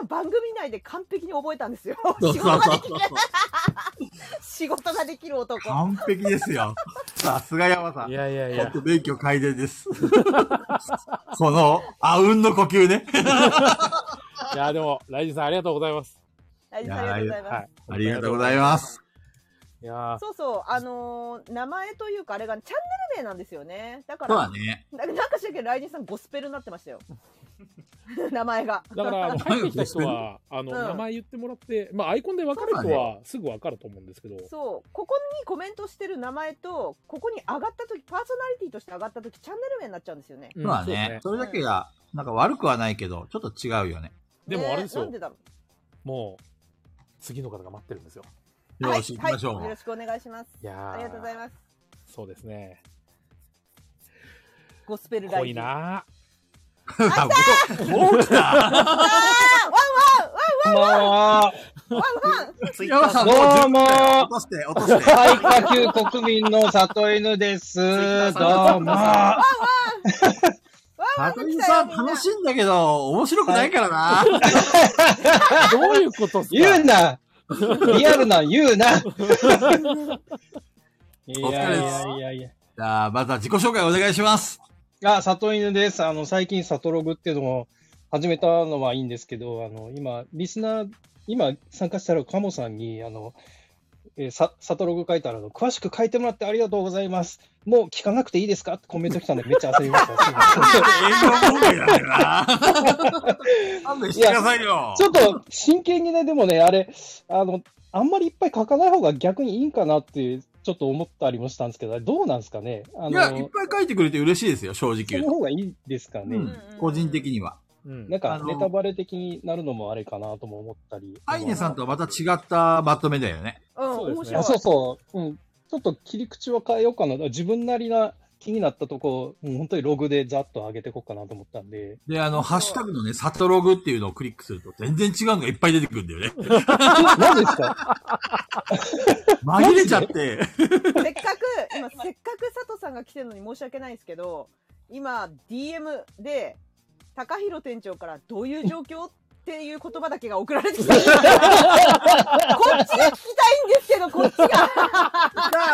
[SPEAKER 3] 目の番組内で完璧に覚えたんですよ。
[SPEAKER 2] そう
[SPEAKER 3] 仕
[SPEAKER 2] そ
[SPEAKER 3] 事
[SPEAKER 2] う
[SPEAKER 3] が
[SPEAKER 2] そう
[SPEAKER 3] できる、仕事ができる男。
[SPEAKER 2] な。完璧ですよ。さすが山さん。
[SPEAKER 1] いやいやい
[SPEAKER 2] ほん
[SPEAKER 1] や
[SPEAKER 2] と、。勉強改善です。 この、あうんの呼吸ね。
[SPEAKER 1] いや、でも、ライジンさんありがとうございます。
[SPEAKER 3] 大 事ありがとうございます。
[SPEAKER 1] はい。
[SPEAKER 2] ありがとうございます。
[SPEAKER 1] いや
[SPEAKER 3] そうそう、あのー名前というか、あれがチャンネル名なんですよね。だか
[SPEAKER 2] そう
[SPEAKER 3] ら、
[SPEAKER 2] だね。
[SPEAKER 3] ななんかしらんけど、ライジンさんゴスペルになって ましたよ。名前が。
[SPEAKER 1] ーだから、入ってきた人は、 あの、
[SPEAKER 3] うん
[SPEAKER 1] 名前言ってもらって、まあ、アイコンで分かる人は、すぐ分かると思うんですけど、
[SPEAKER 3] そうここにコメントしてる名前とここに上がった時パーソナリティとして上がった時チャンネル名になっちゃうんですよね。
[SPEAKER 1] うん
[SPEAKER 2] そうだ
[SPEAKER 1] そうです
[SPEAKER 2] ね。それだけが、なんか悪くはないけど、ちょっと違うよね。
[SPEAKER 1] でもあれです
[SPEAKER 3] ねな
[SPEAKER 1] よ
[SPEAKER 3] んでだろ
[SPEAKER 1] もう、次の方が待ってるんですよ。
[SPEAKER 2] よろし、行きましょう。
[SPEAKER 3] はい、よろしくお願いします。
[SPEAKER 1] いやー
[SPEAKER 3] ありがとうございます。
[SPEAKER 1] そうですね。
[SPEAKER 3] ゴスペルライブ。
[SPEAKER 1] 濃いな
[SPEAKER 2] あ、ごご来た
[SPEAKER 3] あー。
[SPEAKER 8] こんばん
[SPEAKER 3] ワンワンワ
[SPEAKER 8] は。
[SPEAKER 3] ンワン。
[SPEAKER 7] ツイッタ
[SPEAKER 2] 山
[SPEAKER 7] ー
[SPEAKER 2] さん、も
[SPEAKER 7] さん、
[SPEAKER 2] う
[SPEAKER 8] どうも
[SPEAKER 2] 10落として、落として。
[SPEAKER 8] 最下級国民の里犬です。どうも。
[SPEAKER 3] ワ
[SPEAKER 2] 里
[SPEAKER 3] ンワンの
[SPEAKER 2] 井さ
[SPEAKER 3] 来たよ
[SPEAKER 2] ん、
[SPEAKER 3] みんな
[SPEAKER 2] 楽しいんだけど、面白くないからな。
[SPEAKER 1] どういうことっすか
[SPEAKER 8] 言うな リアルな言うない
[SPEAKER 2] お疲
[SPEAKER 1] や
[SPEAKER 2] れ
[SPEAKER 1] い
[SPEAKER 2] です
[SPEAKER 1] やいやいや。
[SPEAKER 2] じゃあ、まずは自己紹介お願いします。
[SPEAKER 8] あ、里犬です。あの、最近里ログっていうのを始めたのはいいんですけど、あの、今、リスナー、今参加したらカモさんに、あの、えーさ、里ログ書いたら、あの詳しく書いてもらってありがとうございます。もう聞かなくていいですかってコメント来たんで、めっちゃ焦りました。すいません
[SPEAKER 2] 営業妨害だよな。勘弁してくださいよ。
[SPEAKER 8] ちょっと真剣にね、でもね、あれ、あの、あんまりいっぱい書かない方が逆にいいかなって、ちょっと思ったりもしたんですけど、どうなんですかねあ
[SPEAKER 2] い
[SPEAKER 8] の、
[SPEAKER 2] や、いっ
[SPEAKER 8] そ
[SPEAKER 2] ぱい書いてくれて嬉しいですよ、正直言う
[SPEAKER 8] の
[SPEAKER 2] と。
[SPEAKER 8] 方がいいですかね。
[SPEAKER 2] うん個人的には。
[SPEAKER 1] うん
[SPEAKER 8] なん
[SPEAKER 2] あ
[SPEAKER 8] か、
[SPEAKER 2] の
[SPEAKER 8] ネタバレ的になるのもあれかなとも思ったり。
[SPEAKER 2] アイネさんとはまた違ったまとめだよね。
[SPEAKER 3] うん、
[SPEAKER 1] そ
[SPEAKER 3] 面
[SPEAKER 1] うです
[SPEAKER 3] 白
[SPEAKER 1] ね
[SPEAKER 3] い。
[SPEAKER 8] あそうそう、うん。ちょっと切り口は変えようかな。自分なりな気になったとこ、もう本当にログでざっと上げていこうかなと思ったんで。
[SPEAKER 2] で、あの、ハッシュタグのね、サトログっていうのをクリックすると全然違うのがいっぱい出てくるんだよね。
[SPEAKER 8] マジですか
[SPEAKER 2] 紛れちゃって。
[SPEAKER 3] せっかく、今、せっかく佐藤さんが来てるのに申し訳ないんですけど、今、DM で、高弘店長からどういう状況っていう言葉だけが送られてきた。こっちが聞きたいんですけど、こっちが。
[SPEAKER 2] じゃ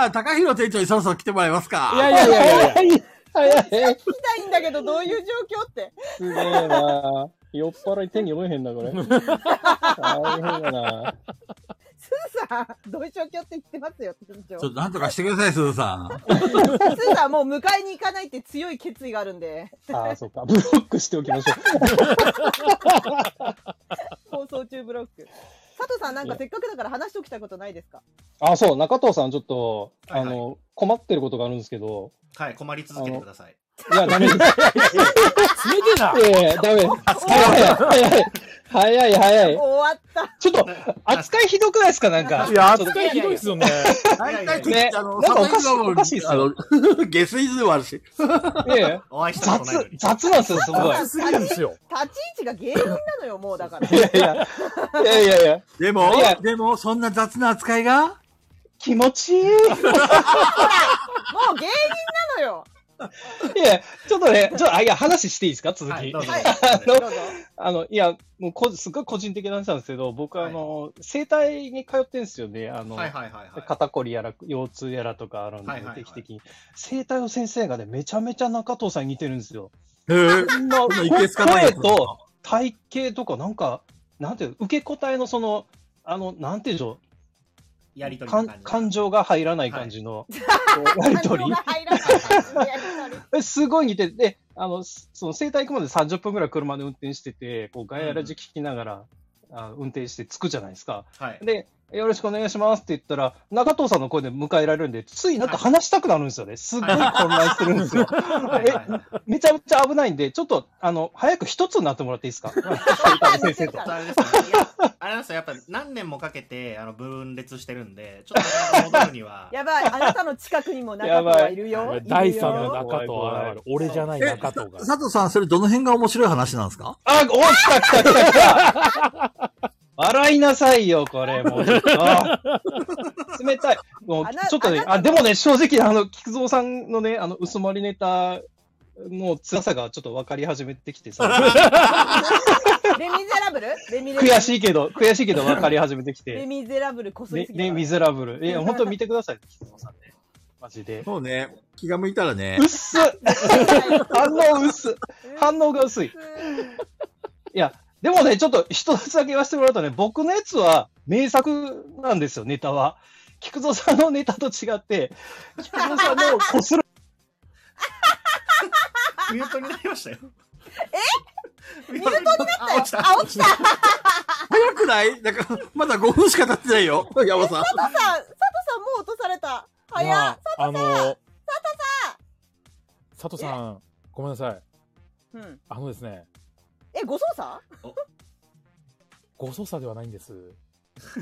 [SPEAKER 2] あ、高弘店長にそろそろ来てもらえますか。
[SPEAKER 1] いやいやいやいやいや。
[SPEAKER 8] 早い。
[SPEAKER 3] 聞きたいんだけど、どういう状況って。
[SPEAKER 8] すげえな酔っ払い手に負えへんな、これ。大変だな
[SPEAKER 3] すずさん、どういう状況って言ってますよ、店長
[SPEAKER 2] ちょ。っとなんとかしてください、すずさん。
[SPEAKER 3] すずさん、もう迎えに行かないって強い決意がある んで、
[SPEAKER 8] ああ、そうか。ブロックしておきましょう。
[SPEAKER 3] 放送中ブロック。佐藤さん、なんかせっかくだから話しておきたいことないですか
[SPEAKER 8] あそう、中藤さん、ちょっと、
[SPEAKER 7] はいはい
[SPEAKER 8] あの、困ってることがあるんですけど。
[SPEAKER 7] はい、困り続けてください。
[SPEAKER 8] いや、ダメです。
[SPEAKER 1] 冷てえな
[SPEAKER 8] ええダメです。早い、早い。早い、早い。
[SPEAKER 3] 終わった。
[SPEAKER 8] ちょっと、扱いひどくないですか、なんか。
[SPEAKER 1] いや、扱いひどいっすよね。
[SPEAKER 2] 大体、
[SPEAKER 8] ね
[SPEAKER 2] あの、
[SPEAKER 8] なんか
[SPEAKER 2] 里
[SPEAKER 8] おか
[SPEAKER 2] 井
[SPEAKER 8] しいおかしいです
[SPEAKER 2] さんも、あの、下水でもあるし。
[SPEAKER 8] ええ
[SPEAKER 7] お会いしたことないの
[SPEAKER 8] 雑
[SPEAKER 7] に、。
[SPEAKER 8] 雑なんですよ、すごい。
[SPEAKER 1] 雑すぎるんですよ。
[SPEAKER 3] 立ち位置が芸人なのよ、もうだから。
[SPEAKER 8] いやいや、いやいやいや、
[SPEAKER 2] でも
[SPEAKER 8] いや、
[SPEAKER 2] でも、そんな雑な扱いが
[SPEAKER 8] 気持ちいい。
[SPEAKER 3] もう芸人なのよ。
[SPEAKER 8] いや、ちょっとね、ちょっと、あ、いや、話していいですか、続き。
[SPEAKER 7] はい、どうぞ。
[SPEAKER 3] はい
[SPEAKER 8] ど
[SPEAKER 3] どうぞ。
[SPEAKER 8] あの、いや、もうこ、すっごい個人的な話なんですけど、僕、
[SPEAKER 7] はい
[SPEAKER 8] あの、整体に通ってんですよね。あの、
[SPEAKER 7] はいはいはいはい。
[SPEAKER 8] 肩こりやら、腰痛やらとかあるんで、
[SPEAKER 7] はいはいはい
[SPEAKER 8] 定期的に。整体の先生がね、めちゃめちゃ中藤さんに似てるんですよ。
[SPEAKER 2] へぇ。
[SPEAKER 8] まあ、
[SPEAKER 2] んないけすかないやつ
[SPEAKER 8] 声と体型とか、なんか、なんていう、受け答えのその、あの、なんていうんでしょ
[SPEAKER 7] やりと
[SPEAKER 8] う、
[SPEAKER 7] り
[SPEAKER 8] か
[SPEAKER 7] の
[SPEAKER 8] ん
[SPEAKER 7] 感じ。
[SPEAKER 8] 感情が入らない感じの、 やりとり
[SPEAKER 3] 感情が入らない感じのやりとり。
[SPEAKER 8] えすごい似てて、で、あの、すその生体行くまで30分ぐらい車で運転してて、こう、ガヤラジ聞きながら、あ運転して着くじゃないですか。
[SPEAKER 7] はい。
[SPEAKER 8] で、よろしくお願いしますって言ったら、中藤さんの声で迎えられるんで、ついなんか話したくなるんですよね。すっごい混乱するんですよ。
[SPEAKER 7] はいはいはい
[SPEAKER 8] え、めちゃめちゃ危ないんで、ちょっと、あの、早く一つになってもらっていいですか先生と。
[SPEAKER 7] あれですね。いやあれなんですよ。やっぱ何年もかけて、あの、分裂してるんで、ちょっと戻るに は。
[SPEAKER 3] やばい、あなたの近くにも中藤はいるよ。
[SPEAKER 1] 第
[SPEAKER 3] いる
[SPEAKER 1] 三の
[SPEAKER 3] よ
[SPEAKER 1] 中と現れる。俺じゃない中とが。
[SPEAKER 2] 佐藤さん、それどの辺が面白い話なんですか
[SPEAKER 8] あ、お来た来た来た来た笑いなさいよ、これ、もうちょっと。冷たい。も
[SPEAKER 3] あな
[SPEAKER 8] う、ちょっとね、
[SPEAKER 3] あなた
[SPEAKER 8] あ、でもね、正直、あの、菊蔵さんのね、あの、薄まりネタの辛さがちょっと分かり始めてきてさ、
[SPEAKER 3] レミゼラブルレミゼラブル
[SPEAKER 8] 悔しいけど、悔しいけど分かり始めてき
[SPEAKER 3] レ
[SPEAKER 8] て、
[SPEAKER 3] ミゼラブルこそり
[SPEAKER 8] ね
[SPEAKER 3] す、ぎ
[SPEAKER 8] ね、
[SPEAKER 3] だから
[SPEAKER 8] ミゼラブル。いや、本当見てください、菊蔵さんね。マジで。
[SPEAKER 2] そうね。気が向いたらね
[SPEAKER 8] うっ。す反応薄っ反応が薄い。いや、でもね、ちょっと一つだけ言わせてもらうとね、僕のやつは名作なんですよ、ネタは。菊蔵さんのネタと違って、菊蔵さんのこ する、
[SPEAKER 7] ミュートになりましたよ。えミュ
[SPEAKER 3] ートに な
[SPEAKER 7] ったよ。落ちた。
[SPEAKER 3] あ、落ちた佐藤
[SPEAKER 2] 早くないなんか、まだ5分しか経ってないよ。山さん。
[SPEAKER 3] さん、佐藤さんもう落とされた。
[SPEAKER 1] い
[SPEAKER 3] 早っ
[SPEAKER 1] や、あの、佐藤さんごめんなさい。
[SPEAKER 3] うん
[SPEAKER 1] あのですね、
[SPEAKER 3] え、ご操作
[SPEAKER 1] ご操作ではないんです。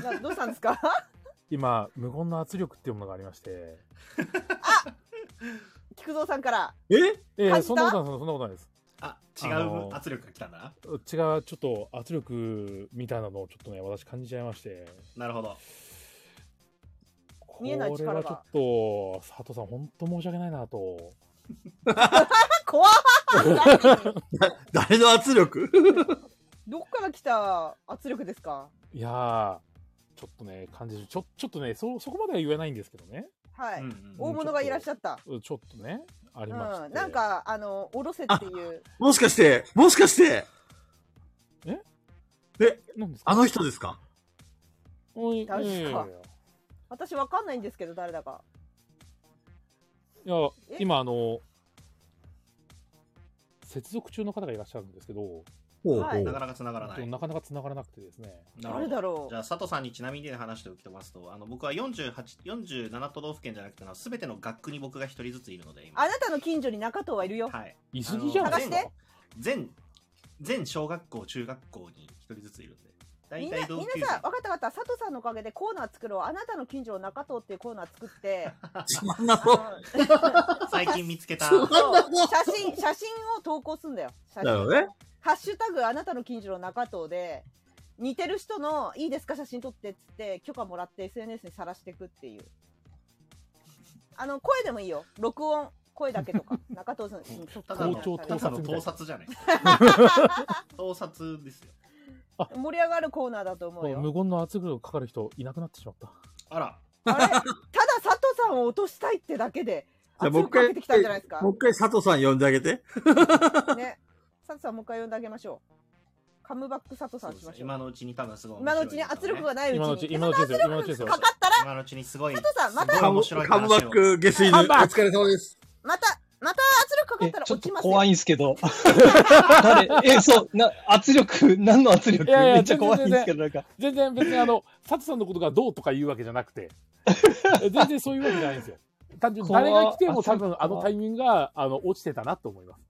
[SPEAKER 3] などうしたんですか
[SPEAKER 1] 今、無言の圧力っていうものがありまして。
[SPEAKER 3] 菊蔵さんから。
[SPEAKER 1] ええ
[SPEAKER 3] 感じた
[SPEAKER 1] そんなことない、そんなことないです。
[SPEAKER 7] あ、違
[SPEAKER 1] あの
[SPEAKER 7] う
[SPEAKER 1] ー
[SPEAKER 7] 圧力が来たんだな。
[SPEAKER 1] 違う、ちょっと圧力みたいなのをちょっとね、私感じちゃいまして。
[SPEAKER 7] なるほど。
[SPEAKER 3] 見えない力が
[SPEAKER 1] これはちょっと、佐藤さん、本当申し訳ないなと。
[SPEAKER 3] あ 怖っ 何
[SPEAKER 2] 誰の圧力
[SPEAKER 3] どこから来た圧力ですか
[SPEAKER 1] いやー、ちょっとね、感じる。ちょ、ちょっとね、そ、そこまでは言えないんですけどね。
[SPEAKER 3] はい、
[SPEAKER 7] うんうん
[SPEAKER 3] 大物がいらっしゃった。
[SPEAKER 1] うんちょっとね、ありまして。
[SPEAKER 3] うん、なん、かあの下ろせっていう
[SPEAKER 2] もしかして、もしかして、
[SPEAKER 1] なんですか
[SPEAKER 2] あの人ですか
[SPEAKER 1] おい、いや
[SPEAKER 3] 確
[SPEAKER 1] い
[SPEAKER 3] か
[SPEAKER 1] やいや
[SPEAKER 3] 私わかんないんですけど誰だか
[SPEAKER 1] いや
[SPEAKER 3] え
[SPEAKER 1] 今、あの、接続中の方がいらっしゃるんですけど、
[SPEAKER 2] ほ
[SPEAKER 3] はい
[SPEAKER 7] なかなか繋がらない。
[SPEAKER 1] なかなか繋がらなくてですね。
[SPEAKER 7] なるほ
[SPEAKER 3] 誰
[SPEAKER 7] ど
[SPEAKER 3] だろ
[SPEAKER 7] じ
[SPEAKER 3] う
[SPEAKER 7] ゃあ、佐藤さんにちなみに話しておきますと、あの僕は48 47都道府県じゃなくて、すべての学区に僕が一人ずついるので、今。
[SPEAKER 3] あなたの近所に中藤はいるよ、
[SPEAKER 7] はい。
[SPEAKER 1] いすぎじゃないです
[SPEAKER 3] あ
[SPEAKER 1] か
[SPEAKER 3] の
[SPEAKER 7] 全、全小学校、中学校に一人ずついるんで。大
[SPEAKER 3] みんな
[SPEAKER 7] 体同
[SPEAKER 3] み
[SPEAKER 7] 級
[SPEAKER 3] んなさ分かった分かった佐藤さんのおかげでコーナー作ろうあなたの近所の中藤っていうコーナー 作って、
[SPEAKER 2] あんな
[SPEAKER 3] うん
[SPEAKER 2] の。
[SPEAKER 7] 生。最近見つけた。
[SPEAKER 3] そう写真写真を投稿すんだよ写
[SPEAKER 2] なる
[SPEAKER 3] 真
[SPEAKER 2] ほどね。
[SPEAKER 3] ハッシュタグあなたの近所の中藤で、似てる人のいいですか写真撮ってっつって許可もらって SNS にさらしていくっていう。あの、声でもいいよ。録音、声だけとか。中藤さんに撮って
[SPEAKER 7] た
[SPEAKER 3] も
[SPEAKER 7] だ
[SPEAKER 3] ら
[SPEAKER 7] の
[SPEAKER 3] った
[SPEAKER 1] 盗聴
[SPEAKER 7] た
[SPEAKER 1] 盗
[SPEAKER 7] だ
[SPEAKER 1] 撮
[SPEAKER 7] の
[SPEAKER 1] みたい
[SPEAKER 7] 盗
[SPEAKER 1] な
[SPEAKER 7] 撮じ ゃない。盗撮ですよ。
[SPEAKER 3] 盛り上がるコーナーだと思う
[SPEAKER 1] もう無
[SPEAKER 3] よ。
[SPEAKER 1] 言の圧力かかる人いなくなってしまった。
[SPEAKER 7] あら、
[SPEAKER 3] あれただ佐藤さんを落としたいってだけで、
[SPEAKER 2] じゃあ
[SPEAKER 3] 圧
[SPEAKER 2] もう一
[SPEAKER 3] 力
[SPEAKER 2] 回
[SPEAKER 3] かけてきたんじゃないですか
[SPEAKER 2] もう。一回佐藤さん呼んであげて。
[SPEAKER 3] ね。佐藤さんもう一回呼んであげましょう。カムバック佐藤さんしましょう。
[SPEAKER 7] 今のうちに多分すごい面白い、
[SPEAKER 3] 今のうちに圧力がないう
[SPEAKER 1] 今のう
[SPEAKER 3] ち
[SPEAKER 1] ち、
[SPEAKER 3] に。
[SPEAKER 1] 今のうちですよ、今のうちですよ。
[SPEAKER 3] かかったら、
[SPEAKER 7] 今のうちにすごい。
[SPEAKER 3] 佐藤さんまた
[SPEAKER 7] すごい
[SPEAKER 2] カム
[SPEAKER 7] 面白い
[SPEAKER 2] カム
[SPEAKER 7] 話
[SPEAKER 2] バ
[SPEAKER 7] を
[SPEAKER 2] ック下水
[SPEAKER 5] お
[SPEAKER 2] 犬。
[SPEAKER 5] 疲れ様です。
[SPEAKER 3] また、また圧力かか
[SPEAKER 8] え
[SPEAKER 3] った、ら
[SPEAKER 8] ちょ
[SPEAKER 3] 落
[SPEAKER 8] っと
[SPEAKER 3] ちますよ
[SPEAKER 8] 怖。いんすけど。誰え、そう、な、圧力、何の圧力
[SPEAKER 1] いやいや
[SPEAKER 8] めっちゃ怖いんですけど、なんか。
[SPEAKER 1] 全然別にあの、サツさんのことがどうとか言うわけじゃなくて、全然そういうわけじゃないんですよ。単純に
[SPEAKER 8] 怖
[SPEAKER 1] 誰が来ても多
[SPEAKER 8] あそう
[SPEAKER 1] 分
[SPEAKER 8] か
[SPEAKER 1] あのタイミングが、あの、落ちてたなと思います。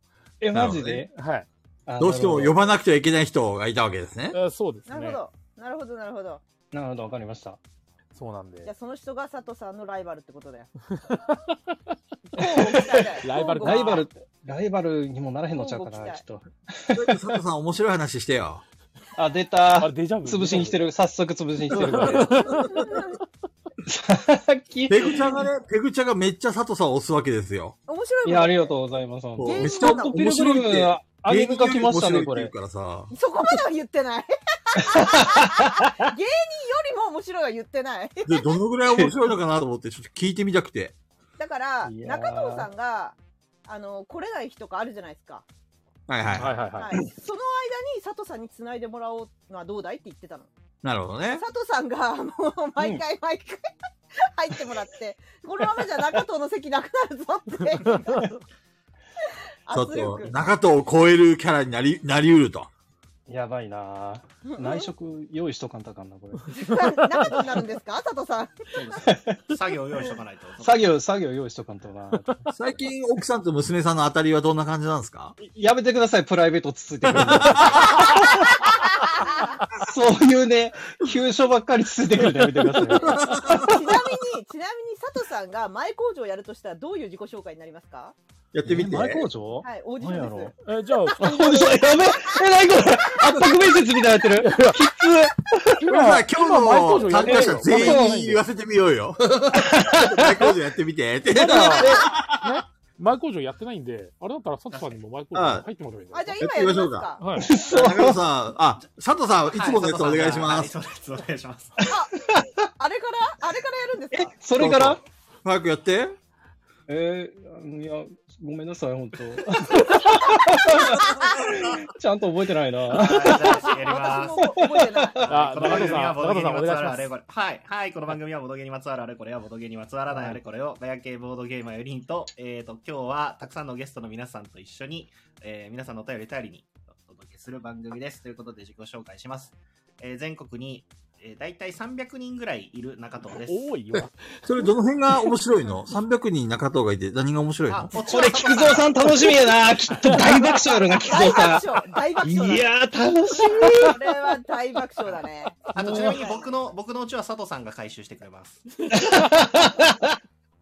[SPEAKER 8] え、マジで
[SPEAKER 1] はい。
[SPEAKER 8] あ
[SPEAKER 2] どうしても呼
[SPEAKER 8] ば
[SPEAKER 2] ばなくてはいけない人がいたわけですね
[SPEAKER 1] え。ーそうです
[SPEAKER 3] なる
[SPEAKER 1] ね
[SPEAKER 3] ほ。ど。なるほど、なるほど。
[SPEAKER 8] なるほど、わかりました。
[SPEAKER 1] そうなんで
[SPEAKER 3] じゃあ。その人が佐藤さんのライバルってことだよ。乞うご期待だよ
[SPEAKER 1] ライバル
[SPEAKER 3] 乞うご期待
[SPEAKER 8] ライバル、ライバルにもならへんのちゃうか
[SPEAKER 3] 乞うご
[SPEAKER 8] な、
[SPEAKER 3] 期
[SPEAKER 8] き
[SPEAKER 3] 待
[SPEAKER 8] っと。
[SPEAKER 2] 佐藤さん面白い話してよ。
[SPEAKER 8] あ、出
[SPEAKER 1] あ
[SPEAKER 8] た
[SPEAKER 1] れ、。デジャブ
[SPEAKER 8] 潰しに来て
[SPEAKER 1] る。
[SPEAKER 8] る。早速潰しに来てるこれ。さっき。い
[SPEAKER 2] ペグちゃんがね、ペグちゃんがめっちゃ佐藤さんを押すわけですよ。
[SPEAKER 3] 面白いもんね
[SPEAKER 8] や、ありがとうございます。
[SPEAKER 2] こう
[SPEAKER 3] 芸
[SPEAKER 2] めっ
[SPEAKER 3] 人
[SPEAKER 2] ち
[SPEAKER 3] な
[SPEAKER 2] ゃ
[SPEAKER 3] んだ
[SPEAKER 8] トピル
[SPEAKER 2] 面
[SPEAKER 8] グ
[SPEAKER 2] 白
[SPEAKER 8] ル
[SPEAKER 2] いって
[SPEAKER 8] ム、アニメが来ました
[SPEAKER 2] 芸人より面白いっ
[SPEAKER 8] ね、
[SPEAKER 2] て言
[SPEAKER 8] こ
[SPEAKER 2] う
[SPEAKER 8] れ。
[SPEAKER 2] からさ。
[SPEAKER 3] そこまでは言ってない。芸人よりも面白いは言ってない。
[SPEAKER 2] で、どのぐらい面白いのかなと思って、ちょっと聞いてみたくて。
[SPEAKER 3] だから、
[SPEAKER 8] いやー
[SPEAKER 3] 中藤さんが、あの、来れない日とかあるじゃないですか。
[SPEAKER 2] はいはい。
[SPEAKER 1] はいはい
[SPEAKER 3] は。
[SPEAKER 1] はい
[SPEAKER 3] その間
[SPEAKER 1] い。
[SPEAKER 3] に佐藤さんに繋いでもらおうのはどうだいって言ってたの。
[SPEAKER 2] なるほどね。
[SPEAKER 3] 佐藤さんが、もう、毎回毎回、入ってもらって、このままじゃ中藤の席なくなるぞって。
[SPEAKER 2] ちょっ
[SPEAKER 3] 圧
[SPEAKER 2] と
[SPEAKER 3] 力、。
[SPEAKER 2] 中藤を超えるキャラになり、なりうると。
[SPEAKER 8] やばいなぁ内職用意しとかんとあかんな、これ。
[SPEAKER 3] 中藤になるんですか佐藤さん。
[SPEAKER 7] そうです作業を用意しとかないと。
[SPEAKER 8] 作業、作業用意しとかんとな。
[SPEAKER 2] 最近、奥さんと娘さんの当たりはどんな感じなんですか
[SPEAKER 8] やめてください、プライベートつついてくるのそういうね、急所ばっかりつついてくるのやめてください。
[SPEAKER 3] ちなみに、ちなみに佐藤さんが前工場をやるとしたらどういう自己紹介になりますか
[SPEAKER 2] やってみて。
[SPEAKER 8] 前工場
[SPEAKER 3] はい、オーディション
[SPEAKER 8] 何や
[SPEAKER 3] で
[SPEAKER 8] ろ
[SPEAKER 3] す。
[SPEAKER 1] えーじゃあ、
[SPEAKER 8] あ、ほんとだやべえ何これ圧迫面接みたいになってる。き
[SPEAKER 2] まあ、
[SPEAKER 1] 今
[SPEAKER 2] 今日の参加者全員に言わ
[SPEAKER 1] せ
[SPEAKER 2] せてみようよ。前工場やってみて。って。
[SPEAKER 1] 前工場やってないんで、あれだったら佐藤さんにも前工場入ってもらえばいいんじゃな
[SPEAKER 3] あ、
[SPEAKER 1] い
[SPEAKER 3] じ
[SPEAKER 2] やってみまし
[SPEAKER 3] ゃあ今やります
[SPEAKER 1] です
[SPEAKER 2] ょうか
[SPEAKER 3] か。
[SPEAKER 1] かはい。
[SPEAKER 8] つそう。
[SPEAKER 2] 中野さん、あ、佐藤さん、いつものやつお願いし
[SPEAKER 7] は
[SPEAKER 2] ま
[SPEAKER 7] い
[SPEAKER 2] す。
[SPEAKER 7] 佐藤さんはいいつものやつお願いします。
[SPEAKER 3] あれから、あれからやるんですか
[SPEAKER 8] それから
[SPEAKER 2] 早くやって。
[SPEAKER 8] えー、いや、ごめんなさい、ほ んと。ちゃんと覚えてないな。
[SPEAKER 7] はいじゃあやりま
[SPEAKER 3] 私も
[SPEAKER 7] す。
[SPEAKER 3] 覚えてない。
[SPEAKER 1] あ、
[SPEAKER 7] この番
[SPEAKER 1] 中藤
[SPEAKER 7] 組
[SPEAKER 1] さ
[SPEAKER 7] は
[SPEAKER 1] ん、
[SPEAKER 7] ボドゲ
[SPEAKER 1] 中
[SPEAKER 7] に
[SPEAKER 1] 藤さん
[SPEAKER 7] ま
[SPEAKER 1] お
[SPEAKER 7] つわるあ
[SPEAKER 1] 願いし
[SPEAKER 7] れ
[SPEAKER 1] ま
[SPEAKER 7] これ。はい。はい。この番組はボドゲにまつわるあれこれやボドゲにまつわらないあれこれを、ガヤ系ボードゲーマー4人と、えっと、今日はたくさんのゲストの皆さんと一緒に、えー皆さんのお便り頼りにお届けする番組です。ということで自己紹介します。えー全国に、ええー、大体300人ぐらいいる中藤です。
[SPEAKER 1] 多いわ。
[SPEAKER 2] それどの辺が面白いの ?300 人中藤がいて何が面白いの
[SPEAKER 7] あ、こっち
[SPEAKER 8] これ、菊蔵さん楽しみや な。きっと大爆笑やろな、菊
[SPEAKER 3] 大
[SPEAKER 8] 蔵
[SPEAKER 3] 爆
[SPEAKER 8] さ
[SPEAKER 3] 笑大爆
[SPEAKER 8] ん。
[SPEAKER 3] 笑だ
[SPEAKER 8] い
[SPEAKER 3] ね
[SPEAKER 8] やー、楽し
[SPEAKER 3] これは大爆笑だね
[SPEAKER 7] あとちなみに僕の、僕のうちは佐藤さんが回収してくれ ます。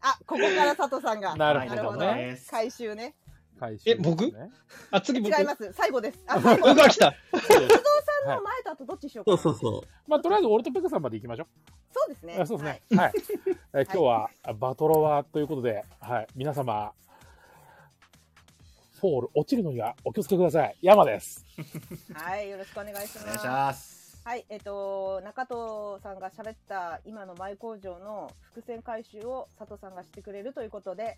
[SPEAKER 3] あここから佐藤さんが
[SPEAKER 1] な
[SPEAKER 7] はい
[SPEAKER 1] るほど
[SPEAKER 7] なるほど
[SPEAKER 1] ね。
[SPEAKER 7] ねです
[SPEAKER 3] 回収ね
[SPEAKER 1] 回収
[SPEAKER 8] え僕
[SPEAKER 1] ですね
[SPEAKER 8] み。あ、次
[SPEAKER 3] 違
[SPEAKER 8] 僕。
[SPEAKER 3] います最後ですあ最後
[SPEAKER 8] 僕が来た。
[SPEAKER 1] そうです
[SPEAKER 3] 前と後どっちにしようか
[SPEAKER 2] そ
[SPEAKER 3] な
[SPEAKER 2] うそうそう。
[SPEAKER 1] まあ、とりあえず俺とペグさんまで行きましょ
[SPEAKER 3] そうですね
[SPEAKER 1] う。あそうですね。はい。え今日はバトロワということで、はい。皆様、フォール落ちるのにはお気をつけください。山です。
[SPEAKER 3] はい、はいよろしくお願いし
[SPEAKER 7] お願
[SPEAKER 3] ま
[SPEAKER 7] いし
[SPEAKER 3] す
[SPEAKER 7] ます。
[SPEAKER 3] はい、えっと、中藤さんが喋った今の前工場の伏線回収を佐藤さんがしてくれるということで、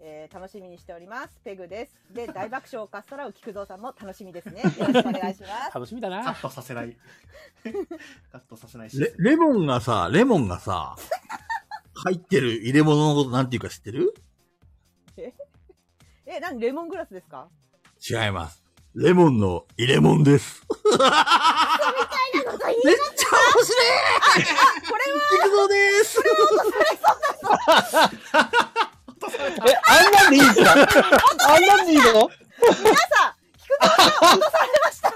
[SPEAKER 3] えー楽しみにしております。ペグです。 で、大爆笑をかっさらう菊蔵さんも楽しみですね。よろしくお願いします。
[SPEAKER 1] 楽しみだ
[SPEAKER 7] カ
[SPEAKER 1] な。
[SPEAKER 7] ットさせない。カットさせないし。
[SPEAKER 2] レ、レモンがさ、レモンがさ、入ってる入れ物のことなんていうか知ってる
[SPEAKER 3] え、なんレモングラスですか
[SPEAKER 2] 違います。レモンの入れ物です。
[SPEAKER 3] みたいなこと言い
[SPEAKER 2] めっちゃ面白い
[SPEAKER 3] これは
[SPEAKER 2] 行くぞです
[SPEAKER 8] え、あんなんでいいんすかあんなんでいいの
[SPEAKER 3] 皆さん、菊蔵さん落とされました。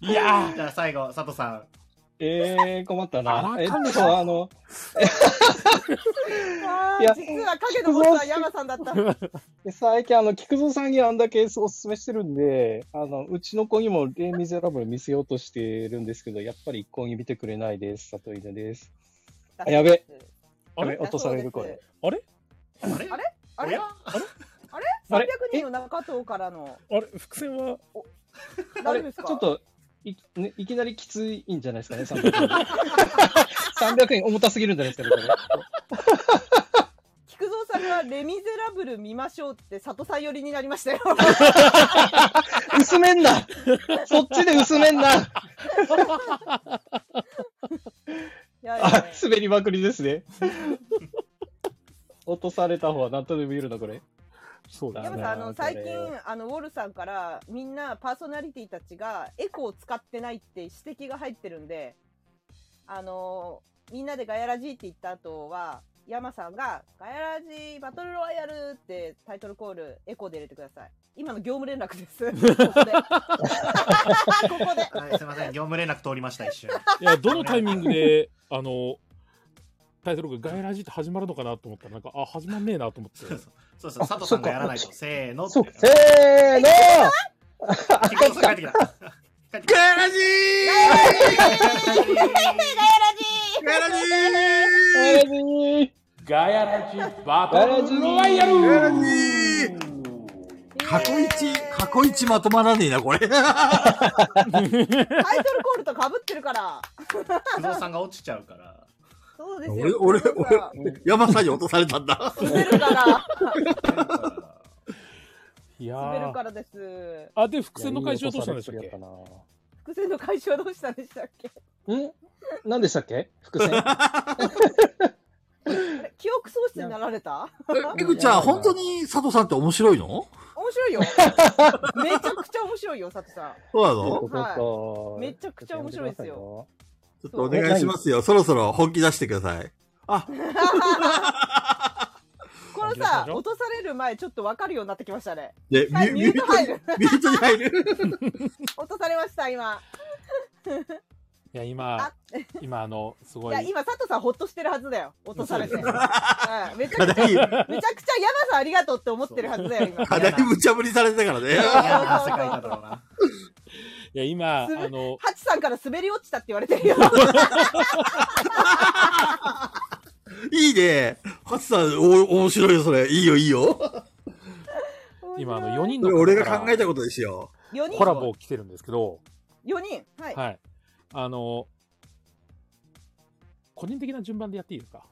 [SPEAKER 1] いやー
[SPEAKER 7] じゃあ最後、佐藤さん。
[SPEAKER 8] えー、困ったな。
[SPEAKER 1] あ
[SPEAKER 8] えっ
[SPEAKER 1] らかんでしょ
[SPEAKER 8] と、あの、
[SPEAKER 3] あ
[SPEAKER 8] いや
[SPEAKER 3] ー実は影のボスは山さんだった。
[SPEAKER 8] 最近、あの、菊蔵さんにあんだけお勧めしてるんで、あの、うちの子にもレイ・ミゼラブル見せようとしてるんですけど、やっぱり一向に見てくれないです。里犬です。あやべ。
[SPEAKER 1] あ
[SPEAKER 8] あ
[SPEAKER 1] れ
[SPEAKER 8] れ落とされる、これ。。
[SPEAKER 7] あれ
[SPEAKER 3] あれあ
[SPEAKER 7] お
[SPEAKER 3] れ
[SPEAKER 7] や
[SPEAKER 8] あ
[SPEAKER 3] 300
[SPEAKER 8] れ
[SPEAKER 3] 人の中藤からの。
[SPEAKER 1] あれ伏線は
[SPEAKER 8] あ
[SPEAKER 3] 大丈
[SPEAKER 8] れ、
[SPEAKER 3] 夫です
[SPEAKER 8] ち
[SPEAKER 3] か
[SPEAKER 8] ょっと、い,、ね、いきなりきついんじゃないですかね、300円。300円重たすぎるんじゃないですかね、これ。
[SPEAKER 3] 菊蔵さんが「レ・ミゼラブル見ましょう」って里さん寄りになりま したよ
[SPEAKER 8] 薄めんなそっちで薄めんない
[SPEAKER 3] やいや
[SPEAKER 8] あ、滑りまくりですね。落とされた方は何とでも言えるな、これ。
[SPEAKER 1] そうだ
[SPEAKER 3] 山
[SPEAKER 1] ね。
[SPEAKER 3] さんあの最
[SPEAKER 8] これ
[SPEAKER 3] 近あのウォルさんからみんなパーソナリティたちがエコを使ってないって指摘が入ってるんであのみんなでガヤラジーって言った後は山さんが「ガヤラジーバトルロワイヤル」ってタイトルコールエコーで入れてください今の業務連絡ですここで ここで
[SPEAKER 7] はい、すいません。業務連絡通りました、一瞬。
[SPEAKER 1] いや、どのタイミングで、あの、タイトルがガイラジって始まるのかなと思ったら、なんか、あ、始まんねえなと思って。
[SPEAKER 7] そうそう、佐藤さんがやらないと。せーのって。
[SPEAKER 8] そう、せーの
[SPEAKER 7] 結構帰ってきた。帰ってき
[SPEAKER 2] ガ
[SPEAKER 7] た。
[SPEAKER 2] ラジーガラジ
[SPEAKER 8] ガヤラジー
[SPEAKER 1] ガヤラジバ
[SPEAKER 8] ガヤラジー
[SPEAKER 1] ロワイヤル
[SPEAKER 2] ーガラジー過去一、過去一まとまらねえな、これ。
[SPEAKER 3] タイトルコールとかぶってるから
[SPEAKER 7] 不動産が落ちちゃうから。
[SPEAKER 3] そうです
[SPEAKER 2] 俺、
[SPEAKER 3] よ
[SPEAKER 2] 俺、
[SPEAKER 3] 菊蔵
[SPEAKER 2] 俺
[SPEAKER 3] さん、
[SPEAKER 2] 山さんに落とされたんだ。
[SPEAKER 3] 滑るから
[SPEAKER 1] いや
[SPEAKER 3] 滑る
[SPEAKER 1] ー
[SPEAKER 3] からです
[SPEAKER 1] あ、で、伏線の回収はどうしたんでしたっけ
[SPEAKER 3] 伏線の回収はどうしたんでしたっけ
[SPEAKER 8] ん何でしたっけ伏線。
[SPEAKER 3] あれ記憶喪失になられた
[SPEAKER 2] ペグちゃん、本当に佐藤さんって面白いの
[SPEAKER 3] 面白 いよめちゃくちゃ面白いよ佐藤さ
[SPEAKER 2] そうな
[SPEAKER 8] そう
[SPEAKER 2] の
[SPEAKER 8] そうそう
[SPEAKER 3] めちゃくちゃ面白いですよ。
[SPEAKER 2] ちょっとお願いしますよ。そろそろ本気出してください。
[SPEAKER 3] ん このさ落とされる前ちょっと分かるようになってきましたね
[SPEAKER 2] で、ミ
[SPEAKER 3] はい
[SPEAKER 2] ュ
[SPEAKER 3] ミ
[SPEAKER 2] ミ
[SPEAKER 3] ュ
[SPEAKER 2] ュ
[SPEAKER 3] ー
[SPEAKER 2] ー
[SPEAKER 3] ト
[SPEAKER 2] ト
[SPEAKER 3] 入る
[SPEAKER 2] ミュートに入る。
[SPEAKER 3] 落とされました今
[SPEAKER 1] いや、今
[SPEAKER 3] あ、
[SPEAKER 1] 今、あの、す
[SPEAKER 3] い
[SPEAKER 1] ごい
[SPEAKER 3] や。今佐藤さんほっとしてるはずだよ落とされて、うん、めちゃくち
[SPEAKER 2] 課
[SPEAKER 3] ゃめちゃくちゃ
[SPEAKER 2] 題、
[SPEAKER 3] 山さんありがとうって思ってるはずだよ今
[SPEAKER 2] 課題無茶ぶりされてたからね。
[SPEAKER 7] 嫌な世界だろうな。
[SPEAKER 1] いや、 今、あ
[SPEAKER 3] する
[SPEAKER 1] の、
[SPEAKER 3] ハチさんから滑り落ちたって言われてるよ
[SPEAKER 2] いいね。ハチさん、お、面白いよ、それ。いいよ、いいよ。
[SPEAKER 1] 今、あの、4人
[SPEAKER 2] そ
[SPEAKER 1] の
[SPEAKER 2] れ
[SPEAKER 1] 方
[SPEAKER 2] 俺
[SPEAKER 1] か
[SPEAKER 2] が
[SPEAKER 1] ら
[SPEAKER 2] 考えたことにしよ
[SPEAKER 3] 4人
[SPEAKER 1] コラボ来てるんですけど、
[SPEAKER 3] 4人はい、
[SPEAKER 1] はい。あの、個人的な順番でやっていいですか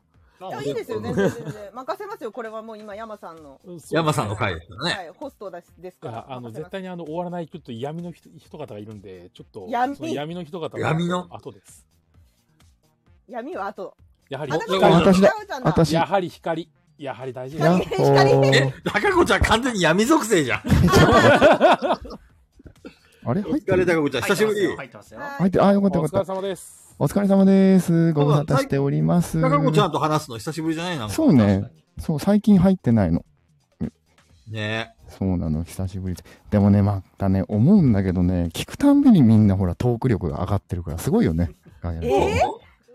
[SPEAKER 3] あいいですよね全然全然任せますよこれはもう今山さんの、
[SPEAKER 2] う。山さんの回ですからね。
[SPEAKER 3] はい、ホストだしです
[SPEAKER 1] い
[SPEAKER 3] か
[SPEAKER 1] や
[SPEAKER 3] ら
[SPEAKER 1] あの
[SPEAKER 3] 任せ
[SPEAKER 1] 絶
[SPEAKER 3] ます
[SPEAKER 1] 対にあの終わらないちょっと闇の人人方がいるんでちょっと
[SPEAKER 3] 闇
[SPEAKER 1] その闇の人方
[SPEAKER 2] 闇の
[SPEAKER 1] 後です
[SPEAKER 3] 闇は後
[SPEAKER 1] やはり
[SPEAKER 3] あ
[SPEAKER 2] だから
[SPEAKER 3] 中
[SPEAKER 2] 私
[SPEAKER 3] 藤さんだ
[SPEAKER 5] 私
[SPEAKER 1] やはり光やはり大事だ
[SPEAKER 3] や
[SPEAKER 1] な
[SPEAKER 3] っ光
[SPEAKER 2] え、中子ちゃん完全に闇属性じゃん。
[SPEAKER 5] あ
[SPEAKER 9] あれ入って
[SPEAKER 2] お疲れ高子ちゃん、久しぶり。
[SPEAKER 7] 入ってますよ。
[SPEAKER 9] 入って、あ、よかったよかった。
[SPEAKER 1] 様です。
[SPEAKER 9] お疲れ様です。ご無沙汰しております。
[SPEAKER 2] 高子ちゃんと話すの久しぶりじゃないな。
[SPEAKER 9] そうね。そう、最近入ってないの。
[SPEAKER 2] ね
[SPEAKER 9] そうなの、久しぶりで。でもね、またね、思うんだけどね、聞くたんびにみんなほら、トーク力が上がってるから、すごいよね。え
[SPEAKER 3] え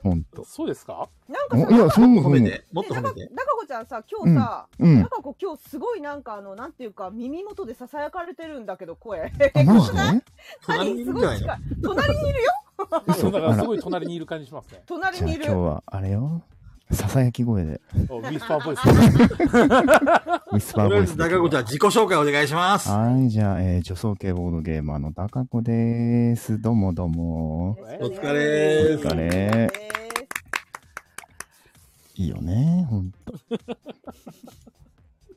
[SPEAKER 9] ほんと。
[SPEAKER 1] そうですか
[SPEAKER 3] なんか
[SPEAKER 9] お
[SPEAKER 3] さ
[SPEAKER 9] いや、そう
[SPEAKER 2] 褒
[SPEAKER 9] 思う
[SPEAKER 2] め
[SPEAKER 9] ん
[SPEAKER 2] て。もっと褒めて。
[SPEAKER 3] 中子ちゃんさ今日さ、
[SPEAKER 9] うんうん
[SPEAKER 3] 中子今日すごいなんかあのなんていうか耳元でささやかれてるんだけど声
[SPEAKER 9] あ、マ ジで
[SPEAKER 3] 何
[SPEAKER 2] 隣にい
[SPEAKER 3] す
[SPEAKER 2] るん
[SPEAKER 3] ご
[SPEAKER 2] じゃ
[SPEAKER 3] い
[SPEAKER 2] ないの
[SPEAKER 3] 近い隣にいるよ
[SPEAKER 9] 嘘
[SPEAKER 1] だからすごい隣にいる感じしますね。
[SPEAKER 3] 隣
[SPEAKER 9] じゃあ
[SPEAKER 3] にい
[SPEAKER 9] 今
[SPEAKER 3] る
[SPEAKER 9] 日は、あれよ。ささやき声で、
[SPEAKER 1] おウィスパーボイス。
[SPEAKER 9] ウィスパー
[SPEAKER 2] とりあ
[SPEAKER 9] ボ
[SPEAKER 2] え
[SPEAKER 9] イ
[SPEAKER 2] ず
[SPEAKER 9] スで。
[SPEAKER 2] 高子ちゃん、自己紹介お願いします。
[SPEAKER 9] はい、じゃあ、えー、女装系ボードゲーマーの高子です。どうもどうも。
[SPEAKER 2] お疲れ
[SPEAKER 9] お疲れいいよね、ほんと。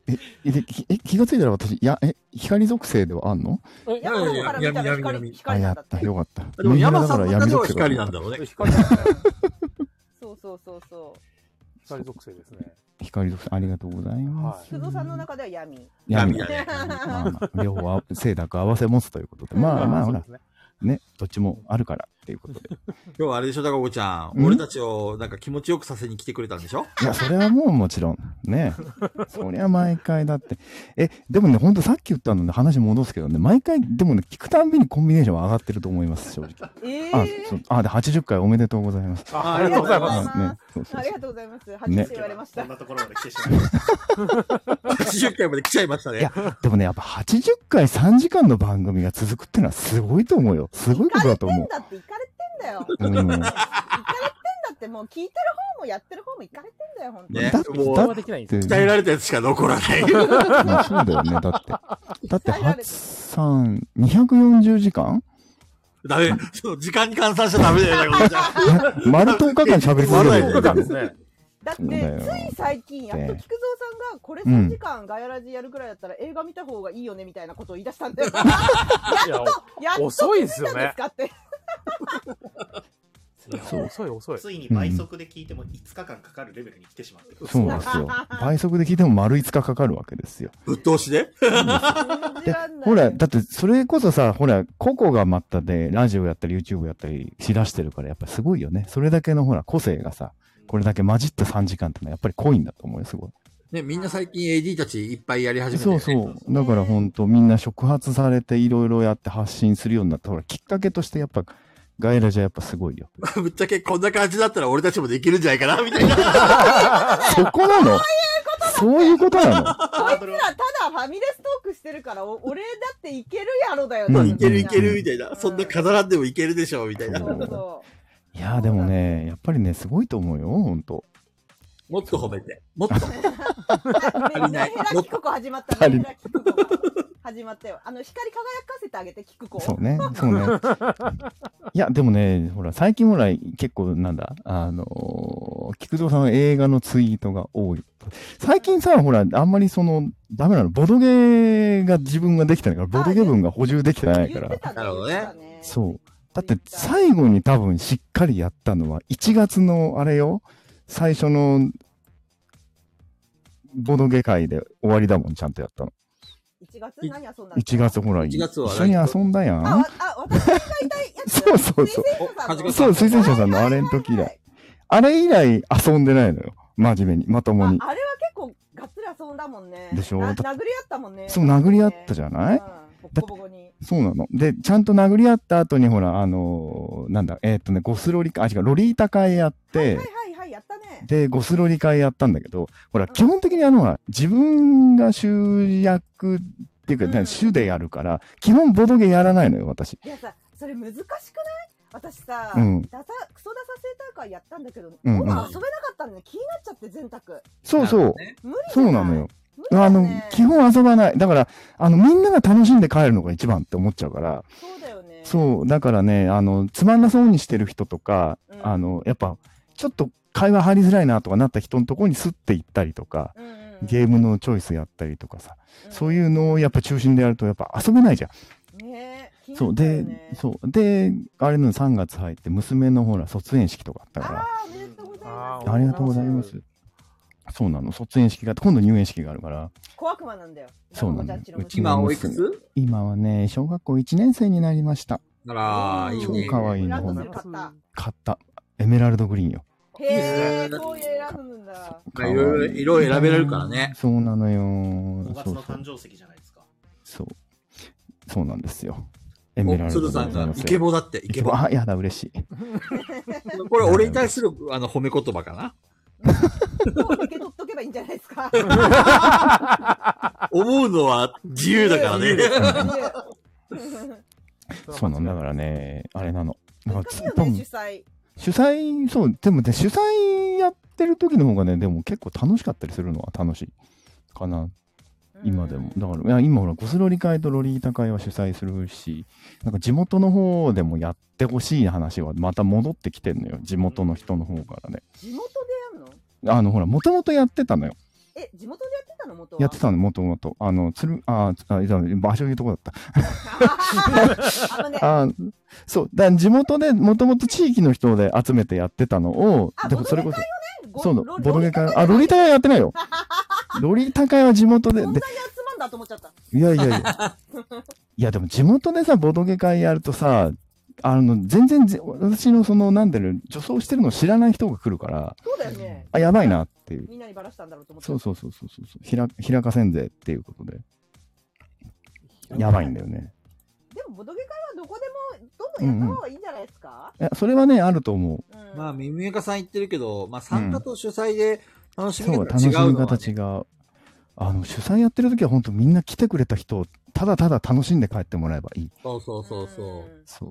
[SPEAKER 9] え、えできえ、気がついたら私、いや、え、光属性ではあんの
[SPEAKER 1] え
[SPEAKER 3] 山子から見た
[SPEAKER 2] 闇
[SPEAKER 3] ら
[SPEAKER 2] 闇
[SPEAKER 3] 光
[SPEAKER 2] 闇
[SPEAKER 9] あ、
[SPEAKER 3] 光な
[SPEAKER 9] や
[SPEAKER 3] ん
[SPEAKER 9] っ、
[SPEAKER 3] だったて
[SPEAKER 9] よかった。
[SPEAKER 2] でも、
[SPEAKER 9] みんな
[SPEAKER 2] 山
[SPEAKER 9] だ
[SPEAKER 2] さ
[SPEAKER 9] から
[SPEAKER 2] んの中
[SPEAKER 9] 闇
[SPEAKER 2] では
[SPEAKER 9] 属性
[SPEAKER 2] 光
[SPEAKER 9] だ
[SPEAKER 2] な
[SPEAKER 9] と
[SPEAKER 2] んだ
[SPEAKER 9] 思っ
[SPEAKER 2] ろうね。
[SPEAKER 1] 光属性
[SPEAKER 3] そうそうそうそ
[SPEAKER 1] 光属性ですね。
[SPEAKER 9] た光属性、ありがとうございま
[SPEAKER 1] はい
[SPEAKER 9] す。
[SPEAKER 3] う久保さんの中では闇
[SPEAKER 9] 闇
[SPEAKER 2] 闇だ ね。
[SPEAKER 9] まあまあ、両方あ、性高合わせ持つということで。まあまあ、ほら、
[SPEAKER 1] そうですね
[SPEAKER 9] ね、どっちもあるからっていうことで。
[SPEAKER 2] 今日はあれでしょ、高子ちゃん。
[SPEAKER 9] ん
[SPEAKER 2] 俺たちをなんか気持ちよくさせに来てくれたんでしょ
[SPEAKER 9] いや、それはもうもちろん。ね。そりゃ毎回だって。え、でもね、ほんとさっき言ったので話戻すけどね、毎回、でもね、聞くたんびにコンビネーションは上がってると思います、正直。
[SPEAKER 3] え
[SPEAKER 9] あ、
[SPEAKER 3] ー
[SPEAKER 9] そうあ、で、80回おめでとうございます。
[SPEAKER 1] あありがとうございます。
[SPEAKER 3] ありがとうございます
[SPEAKER 9] ね、そうそう
[SPEAKER 3] あ
[SPEAKER 9] そう
[SPEAKER 3] りがとうございます。初めて言われ ました。
[SPEAKER 7] こんなところまで来てしまいました。
[SPEAKER 2] ?80 回まで来ちゃいました
[SPEAKER 9] い
[SPEAKER 2] ね
[SPEAKER 9] や。、 でもね、やっぱ80回3時間の番組が続くってのはすごいと思うよ。すごいこ
[SPEAKER 3] 行か
[SPEAKER 9] と
[SPEAKER 3] れ
[SPEAKER 9] だ
[SPEAKER 3] て
[SPEAKER 9] と
[SPEAKER 3] ん
[SPEAKER 9] 思
[SPEAKER 3] だって行かれてんだよ。
[SPEAKER 9] う。うん。だ
[SPEAKER 3] 行かれてんだってもう聞いてる方もやってる方も行かれてんだよ本当に。
[SPEAKER 2] ね
[SPEAKER 9] だっ。
[SPEAKER 2] もう、
[SPEAKER 1] それはできないんです
[SPEAKER 9] っ
[SPEAKER 2] 鍛え
[SPEAKER 9] て、
[SPEAKER 2] られたやつしか残らない。
[SPEAKER 9] まあそうだよね、だって。だって、8、3、240時間
[SPEAKER 2] ダメ。そう、時間に換算しちゃダメだよ、高子ちゃん。
[SPEAKER 9] え丸10日間喋り続けて
[SPEAKER 1] そう
[SPEAKER 9] る
[SPEAKER 1] なん
[SPEAKER 9] だ
[SPEAKER 1] で
[SPEAKER 9] よ
[SPEAKER 1] す。ね。
[SPEAKER 3] だって
[SPEAKER 9] そうだよ
[SPEAKER 3] つい最近やっと菊蔵さんがこれ
[SPEAKER 9] うん
[SPEAKER 3] 3時間ガヤラジやるくらいだったら映画見た方がいいよねみたいなことを言い出したん だよ。
[SPEAKER 1] いや、
[SPEAKER 3] やっと
[SPEAKER 1] 遅いです
[SPEAKER 3] 見た
[SPEAKER 1] よ
[SPEAKER 3] んで
[SPEAKER 1] ね
[SPEAKER 3] す。かって。
[SPEAKER 1] そう遅い遅い。
[SPEAKER 7] ついに倍速で聞いても5日間かかるレベルに来てしまってる。
[SPEAKER 9] そうなんです よ。倍速で聞いても丸5日かかるわけですよ。
[SPEAKER 2] ぶっ通しで
[SPEAKER 3] 信じらんない
[SPEAKER 9] ほら、だってそれこそさ、ほら、個々がまたで、ラジオやったり YouTube やったりしだしてるから、やっぱりすごいよね。それだけのほら、個性がさ、これだけ混じった3時間ってのはやっぱり濃いんだと思うよ、すごい。
[SPEAKER 2] ね、みんな最近 AD たちいっぱいやり始めて、
[SPEAKER 9] そ
[SPEAKER 2] ね。
[SPEAKER 9] うそう。だからほんと、みんな触発されていろいろやって発信するようになった、ほら、きっかけとしてやっぱ、ガイラジはやっぱすごいよ。
[SPEAKER 2] ぶっちゃけこんな感じだったら俺たちもできるんじゃないかなみたいな。
[SPEAKER 9] そこなのそういうことなの
[SPEAKER 7] ハードルは
[SPEAKER 3] ただファミレストークしてるからお俺だっていけるやろだよ
[SPEAKER 9] うん
[SPEAKER 2] いけるいける
[SPEAKER 3] み
[SPEAKER 2] みたいな。そんな飾らんでもいけるでしょみたいな。
[SPEAKER 3] たいな
[SPEAKER 2] も
[SPEAKER 3] そうそ
[SPEAKER 9] いやーでもね、やっぱりね、すごいと思うよ、ほんと。
[SPEAKER 2] っと 褒めて。もっと。
[SPEAKER 3] う。
[SPEAKER 2] りない
[SPEAKER 3] ヘラキココ始まった
[SPEAKER 9] 足り
[SPEAKER 3] ね。ヘ
[SPEAKER 9] な
[SPEAKER 3] ラキココが始まったよ。あの光り輝かせてあげてキクコ。
[SPEAKER 9] そうね、そう ね。いや、でもね、ほら、最近ほら、結構なんだ、あのー菊蔵さんの映画のツイートが多い。最近さ、ほら、あんまりその、ダメなの、ボドゲーが自分ができてないから、ボドゲ文が補充できてないか
[SPEAKER 3] 言って
[SPEAKER 9] ら。
[SPEAKER 3] たね
[SPEAKER 2] なるほどね
[SPEAKER 3] 言ってたね
[SPEAKER 9] そう。だって、最後に多分しっかりやったのは、1月の、あれよ、最初の、ボドゲ会で終わりだもん、ちゃんとやったの。
[SPEAKER 3] 1月何遊んだの
[SPEAKER 9] 1月、ほら、
[SPEAKER 2] 1
[SPEAKER 9] 一
[SPEAKER 2] 月は
[SPEAKER 9] 緒に遊んだやん。
[SPEAKER 3] あ、わあ、私が大体やつ。
[SPEAKER 9] そうそうそう
[SPEAKER 3] 水星
[SPEAKER 2] お
[SPEAKER 3] 座さ
[SPEAKER 9] そう、水星者さ
[SPEAKER 3] んの
[SPEAKER 9] んのあれの時以来。あれ以来遊んでないのよ。真面目に、まともに。
[SPEAKER 3] ああれは結構がっつり遊んだもんね。
[SPEAKER 9] でしょ
[SPEAKER 3] な
[SPEAKER 9] だ
[SPEAKER 3] 殴り合ったもんね。
[SPEAKER 9] そう、殴り合ったじゃない、
[SPEAKER 3] うんボコボコに。
[SPEAKER 9] そうなの。で、ちゃんと殴り合った後に、ほら、あのーなんだ、えーっとね、ゴスロリか、あ、違う、ロリータ会やって、
[SPEAKER 3] はいはいはい、やったね。
[SPEAKER 9] で、ゴスロリ会やったんだけど、ほら、
[SPEAKER 3] ん
[SPEAKER 9] 基本的にあの、ほら自分が主役っていうか、
[SPEAKER 3] う
[SPEAKER 9] ね
[SPEAKER 3] ん
[SPEAKER 9] 主でやるから、基本ボドゲやらないのよ、私。
[SPEAKER 3] いやさ、それ難しくない私さ、
[SPEAKER 9] うん
[SPEAKER 3] ダサクソダサ生態会やったんだけど、
[SPEAKER 9] うん
[SPEAKER 3] 今遊べなかったんで、ね、気になっちゃって、全卓。
[SPEAKER 9] そうそう、
[SPEAKER 3] 無理じゃい
[SPEAKER 9] そうなのよ。。
[SPEAKER 3] 無理だ
[SPEAKER 9] あ
[SPEAKER 3] よ
[SPEAKER 9] の
[SPEAKER 3] ね、
[SPEAKER 9] 基本遊ばない。だから、あの、みんなが楽しんで帰るのが一番って思っちゃうから、
[SPEAKER 3] そうだよね。
[SPEAKER 9] そう、だからね、あの、つまんなそうにしてる人とか、
[SPEAKER 3] うん
[SPEAKER 9] あの、やっぱ、ちょっと会話入りづらいなとかなった人のところにスッて行ったりとか、
[SPEAKER 3] うんうんうん。
[SPEAKER 9] ゲームのチョイスやったりとかさ、
[SPEAKER 3] うん
[SPEAKER 9] そういうのをやっぱ中心でやるとやっぱ遊べないじゃん。
[SPEAKER 3] ねえ気
[SPEAKER 9] そう、
[SPEAKER 3] になっちゃうよ
[SPEAKER 9] で
[SPEAKER 3] ね、
[SPEAKER 9] そう、で、あれの3月入って娘のほら、卒園式とかあった
[SPEAKER 3] あ
[SPEAKER 9] か
[SPEAKER 3] あ、おめでとうござい
[SPEAKER 1] あ
[SPEAKER 3] ま
[SPEAKER 1] ー
[SPEAKER 3] す。
[SPEAKER 9] ら、ありがとうございます。そうなの。卒園式があって、今度入園式があるから。
[SPEAKER 3] 小悪魔なんだよ。
[SPEAKER 9] そうな
[SPEAKER 3] ダ
[SPEAKER 9] の。
[SPEAKER 3] ンゴちゃんちの娘
[SPEAKER 9] うちの
[SPEAKER 2] 今おいく
[SPEAKER 9] 娘
[SPEAKER 2] つ
[SPEAKER 9] 今はね、小学校1年生になりました。
[SPEAKER 2] あらーいいね
[SPEAKER 9] 超かわいい
[SPEAKER 3] ラ
[SPEAKER 9] の、
[SPEAKER 3] ンド
[SPEAKER 9] ほん
[SPEAKER 3] セ
[SPEAKER 9] と
[SPEAKER 3] ル。買った。
[SPEAKER 9] 買った。エメラルドグリーンよ。
[SPEAKER 3] へえ、そういう選ぶんだ。
[SPEAKER 2] まあいろいろ、色選べれるからね。
[SPEAKER 9] そうなのよ。
[SPEAKER 7] 5月
[SPEAKER 9] そう
[SPEAKER 7] の誕生石じゃないですか。
[SPEAKER 9] そう。そうなんですよ。エメラルドグリーンなんですよ。
[SPEAKER 2] お鶴さんがイケボだってイケボ
[SPEAKER 9] あ、やだ、嬉しい。
[SPEAKER 2] これ、俺に対する、あの、褒め言葉かな
[SPEAKER 3] もう受け取っとけばいいんじゃないですか。
[SPEAKER 2] 思うのは自由だからね。
[SPEAKER 9] そうなんだからね、あれなの。なんか
[SPEAKER 3] よね主催。
[SPEAKER 9] 主催、そう、でもね、主催やってる時の方がね、でも結構楽しかったりするのは楽しいかな。今でも。だから、いや、今ほら、ゴスロリ会とロリータ会は主催するし、なんか地元の方でもやってほしい話はまた戻ってきてんのよ。地元の人の方からね。
[SPEAKER 3] 地元でやるの
[SPEAKER 9] あの、ほら、もともとやってたのよ。
[SPEAKER 3] え、地元でやってたの元は
[SPEAKER 9] やってたの、もともと。あの、つる、あー、あ、いや場所言うとこだった。
[SPEAKER 3] あのね、
[SPEAKER 9] あーそう、だ地元で、もともと地域の人で集めてやってたのを、でもそれこそ、そうの、ボドゲ会、あ、ロリタ会はやって ないよ。ロリタ会は地元で、で、
[SPEAKER 3] つまんだと思っちゃった。
[SPEAKER 9] いやいやいや。いや、でも地元でさ、ボドゲ会やるとさ、あの、全然ぜ、私のその、なんだろう、女装してるのを知らない人が来るから、
[SPEAKER 3] そうだよね。
[SPEAKER 9] あ、やばいなっていう。
[SPEAKER 3] みんなにバラしたんだろうと思って。
[SPEAKER 9] そうそうそうそうそう。ひら、ひらかせんぜっていうことで。やばいんだよね。
[SPEAKER 3] でも、ボドゲ会はどこでも、どんどんやった方がいいんじゃないですか、
[SPEAKER 9] いや、それはね、あると思う。
[SPEAKER 2] まあ、ミミミカさん言ってるけど、まあ、参加と主催で楽しみ
[SPEAKER 9] そう、楽
[SPEAKER 2] 方が
[SPEAKER 9] し
[SPEAKER 2] 違
[SPEAKER 9] み
[SPEAKER 2] うのは、
[SPEAKER 9] 方
[SPEAKER 2] ね
[SPEAKER 9] 違う。あの、主催やってる時は本当みんな来てくれた人を、ただただ楽しんで帰ってもらえばいい。
[SPEAKER 2] そうそうそうそう。
[SPEAKER 9] そう。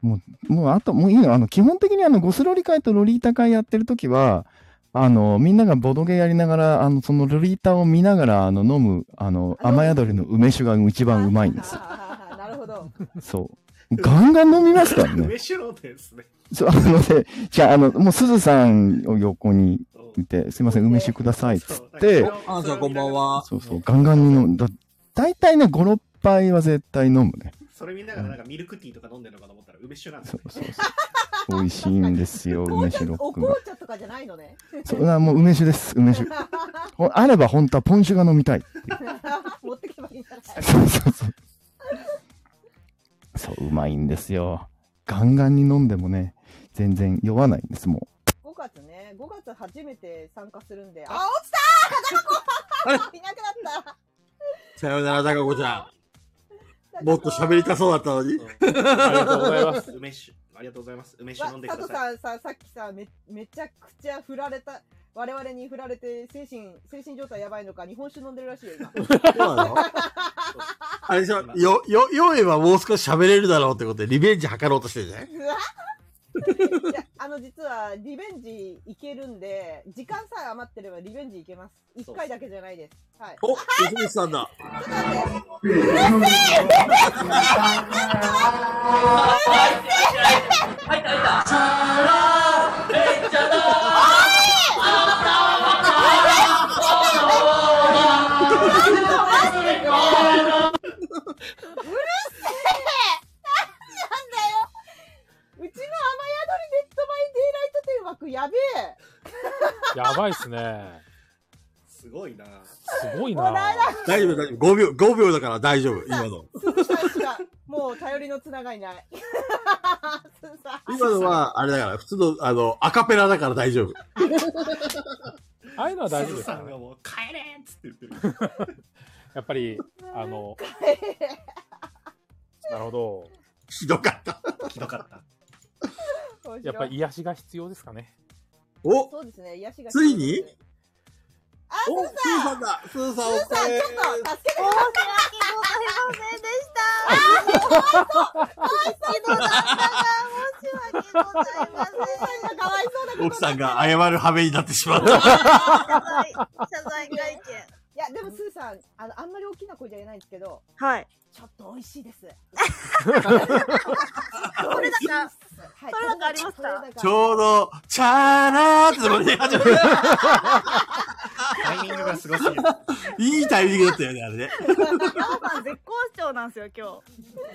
[SPEAKER 9] もう、もうあと、もういいの。あの、基本的にあの、ゴスロリ会とロリータ会やってる時は、あの、みんながボドゲやりながら、あの、そのロリータを見ながら、あの、飲む、あの、雨宿りの梅酒が一番うまいん ですよ。
[SPEAKER 3] ああ、なるほど。
[SPEAKER 9] そう。ガンガン飲みますからね。
[SPEAKER 7] 梅酒のですね。
[SPEAKER 9] そう、あのね、じゃあ、あの、もう、すずさんを横にいて、すいません、梅酒ください、っつって、
[SPEAKER 2] あんさんこんばんは。
[SPEAKER 9] そうそう、ガンガンに飲む。だ、大体ね、5、6杯は絶対飲むね。
[SPEAKER 7] それ見ながらなんかミルクティーとか飲んでるのかと思ったら梅酒なんですね。
[SPEAKER 9] 美味しいんですよ、梅酒ロ
[SPEAKER 3] お
[SPEAKER 9] ックが
[SPEAKER 3] 紅。茶とかじゃないのね。
[SPEAKER 9] そうあもう梅酒です、梅 酒。ほあれば本当はポン酒が飲みたい。
[SPEAKER 3] 持ってけばいいんじゃない
[SPEAKER 9] そうそうそう。そう、うまいんですよ。ガンガンに飲んでもね、全然酔わないんです、も
[SPEAKER 3] 5月ね、5月初めて参加するんで、あ、落ちたータカコいなくなった
[SPEAKER 2] さよなら、高子ちゃん。もっと喋りたそうだったのに。
[SPEAKER 7] あ
[SPEAKER 2] あ
[SPEAKER 7] りがとうございます。梅酒。ありがとうございます。梅酒飲んで
[SPEAKER 3] わ
[SPEAKER 7] く
[SPEAKER 3] 佐
[SPEAKER 7] だ
[SPEAKER 3] 藤
[SPEAKER 7] さい。
[SPEAKER 3] さんさ、さっきさ、め、めちゃくちゃ振られた、我々に振られて、精神、精神状態やばいのか、日本酒飲んでるらしいよ、今。
[SPEAKER 2] そう なのあれでしょ、よ、よ、酔えばもう少し喋れるだろうってことで、リベンジ図ろうとしてるじゃん。
[SPEAKER 3] うわいやあの実はリベンジいけるんで時間さえ余ってればリベンジいけます一回だけじゃないですはい
[SPEAKER 2] お、水口さんだ。
[SPEAKER 10] 入った入ったチャラめっちゃだ
[SPEAKER 3] うるせえなんだようちの雨宿りデッドバイデイライト天枠やべえ
[SPEAKER 1] やばいっすね。
[SPEAKER 7] すごいな。
[SPEAKER 1] すごいな。
[SPEAKER 2] 大丈夫、大丈夫。5秒、5秒だから大丈夫、今の。
[SPEAKER 3] 鈴さんしかもう頼りのつながりない鈴さん
[SPEAKER 2] 今のは、あれだから、普通の、あの、アカペラだから大丈夫。
[SPEAKER 1] ああいうのは大丈
[SPEAKER 7] 鈴
[SPEAKER 1] 夫です
[SPEAKER 7] さ
[SPEAKER 1] よ
[SPEAKER 7] ん
[SPEAKER 1] ね。
[SPEAKER 7] がもう帰れっつって言ってる。
[SPEAKER 1] やっぱり、あの、なるほど。
[SPEAKER 2] ひどかった。
[SPEAKER 7] ひどかった。
[SPEAKER 1] やっぱり癒しが必要ですかね。
[SPEAKER 2] お
[SPEAKER 3] そうですね癒しが
[SPEAKER 2] ついに
[SPEAKER 3] あ
[SPEAKER 2] お
[SPEAKER 3] 鈴
[SPEAKER 2] スーさんだスーさんお
[SPEAKER 3] 鈴さん
[SPEAKER 2] 疲
[SPEAKER 3] ち
[SPEAKER 2] れ
[SPEAKER 3] ょっと助けてくださいかわいそうだ
[SPEAKER 2] 奥さんが謝る羽目になってしまった。
[SPEAKER 3] いやでもスーさんあのあんまり大きな声じゃ言えないんですけど
[SPEAKER 11] はい。
[SPEAKER 3] ちょっと美味しいです
[SPEAKER 11] それだけ、そ
[SPEAKER 3] はい
[SPEAKER 11] れなんかありました
[SPEAKER 3] 豊高
[SPEAKER 2] ちょうど、チャーラーってとこで始めた。
[SPEAKER 7] タイミングがすごすぎる。
[SPEAKER 2] いいタイミングだったよね、あれね。
[SPEAKER 11] ヤマさん絶好調なんですよ、今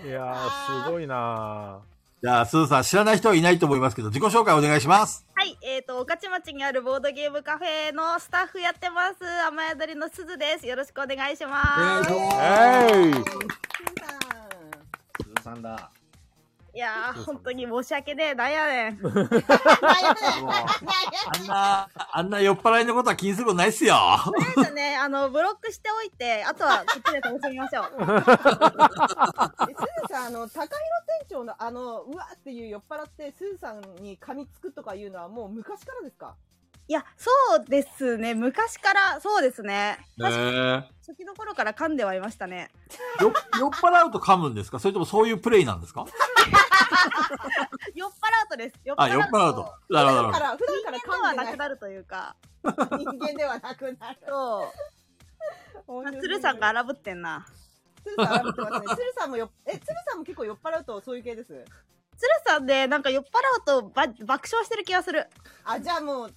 [SPEAKER 11] 日。
[SPEAKER 1] いやー、すごいな
[SPEAKER 2] じゃあ、すずさん、知らない人はいないと思いますけど、自己紹介お願いします。
[SPEAKER 11] はい、えっ、と、御徒町にあるボードゲームカフェのスタッフやってます。雨宿りのすずです。よろしくお願いします。
[SPEAKER 7] すずさんだ。
[SPEAKER 11] いやー、本当に申し訳ねえ、なんやねん。なんやねん。
[SPEAKER 2] あ んな、あんな酔っ払いのことは気にすることないっす よ。
[SPEAKER 11] とりあえずね、あの、ブロックしておいて、あとはこっちで楽しみましょう。
[SPEAKER 3] すずさん、あの、高弘店長のあの、うわっていう酔っ払って、すずさんに噛みつくとかいうのはもう昔からですか
[SPEAKER 11] いや、そうですね。昔から、そうですね。確か初期の頃から噛んではいましたね。
[SPEAKER 2] よ酔っ払うと噛むんですかそれともそういうプレイなん ですか
[SPEAKER 11] 酔っ払うとです。酔
[SPEAKER 2] あ、酔っ払うと。なるほど。なるほど
[SPEAKER 11] 普段から噛んではなくなるというか。人間ではなくなる。そう。まあ鶴さんが荒ぶってんな。
[SPEAKER 3] 鶴さん荒ぶってますね。鶴さんもよ、え、鶴さんも結構酔っ払うとそういう系です。
[SPEAKER 11] 鶴さんで、なんか酔っ払うとば爆笑してる気がする。
[SPEAKER 3] あ、じゃあもう、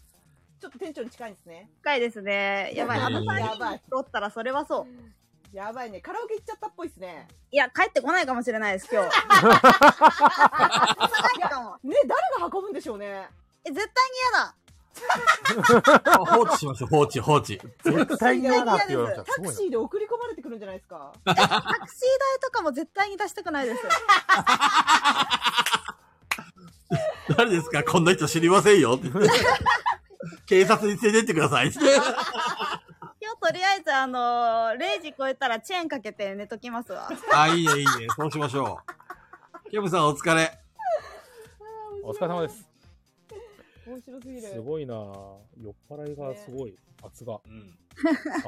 [SPEAKER 3] ちょっと店長に近いんですね。
[SPEAKER 11] 深いですね。やばい。
[SPEAKER 3] や
[SPEAKER 11] あ
[SPEAKER 3] ばい
[SPEAKER 11] の3
[SPEAKER 3] やば
[SPEAKER 11] 人取ったらそれはそう。
[SPEAKER 3] やばいね。カラオケ行っちゃったっぽいですね。
[SPEAKER 11] いや、帰ってこないかもしれないです、今日。
[SPEAKER 3] いや、ね、誰が運ぶんでしょうね。
[SPEAKER 11] え、絶対
[SPEAKER 2] 放置しましょう、放置、放置。
[SPEAKER 1] 絶対に嫌だって言われま
[SPEAKER 3] タ
[SPEAKER 1] した。すご
[SPEAKER 3] ク
[SPEAKER 1] い
[SPEAKER 3] シーで送り込まれてくるんじゃないですか。
[SPEAKER 11] 嫌だ。タクシー代とかも絶対に出したくないです。
[SPEAKER 2] 誰ですかこんな人知りません よって言って。警察に連れてってくださいって。
[SPEAKER 11] 今日とりあえず、あのー、0時超えたらチェーンかけて寝ときますわ。
[SPEAKER 2] あ、いいね、いいね。そうしましょう。ケムさん、お疲れ。
[SPEAKER 1] お疲れ様です。
[SPEAKER 3] 面白すぎる。
[SPEAKER 1] すごいなぁ酔っ 払いがすごい。圧が。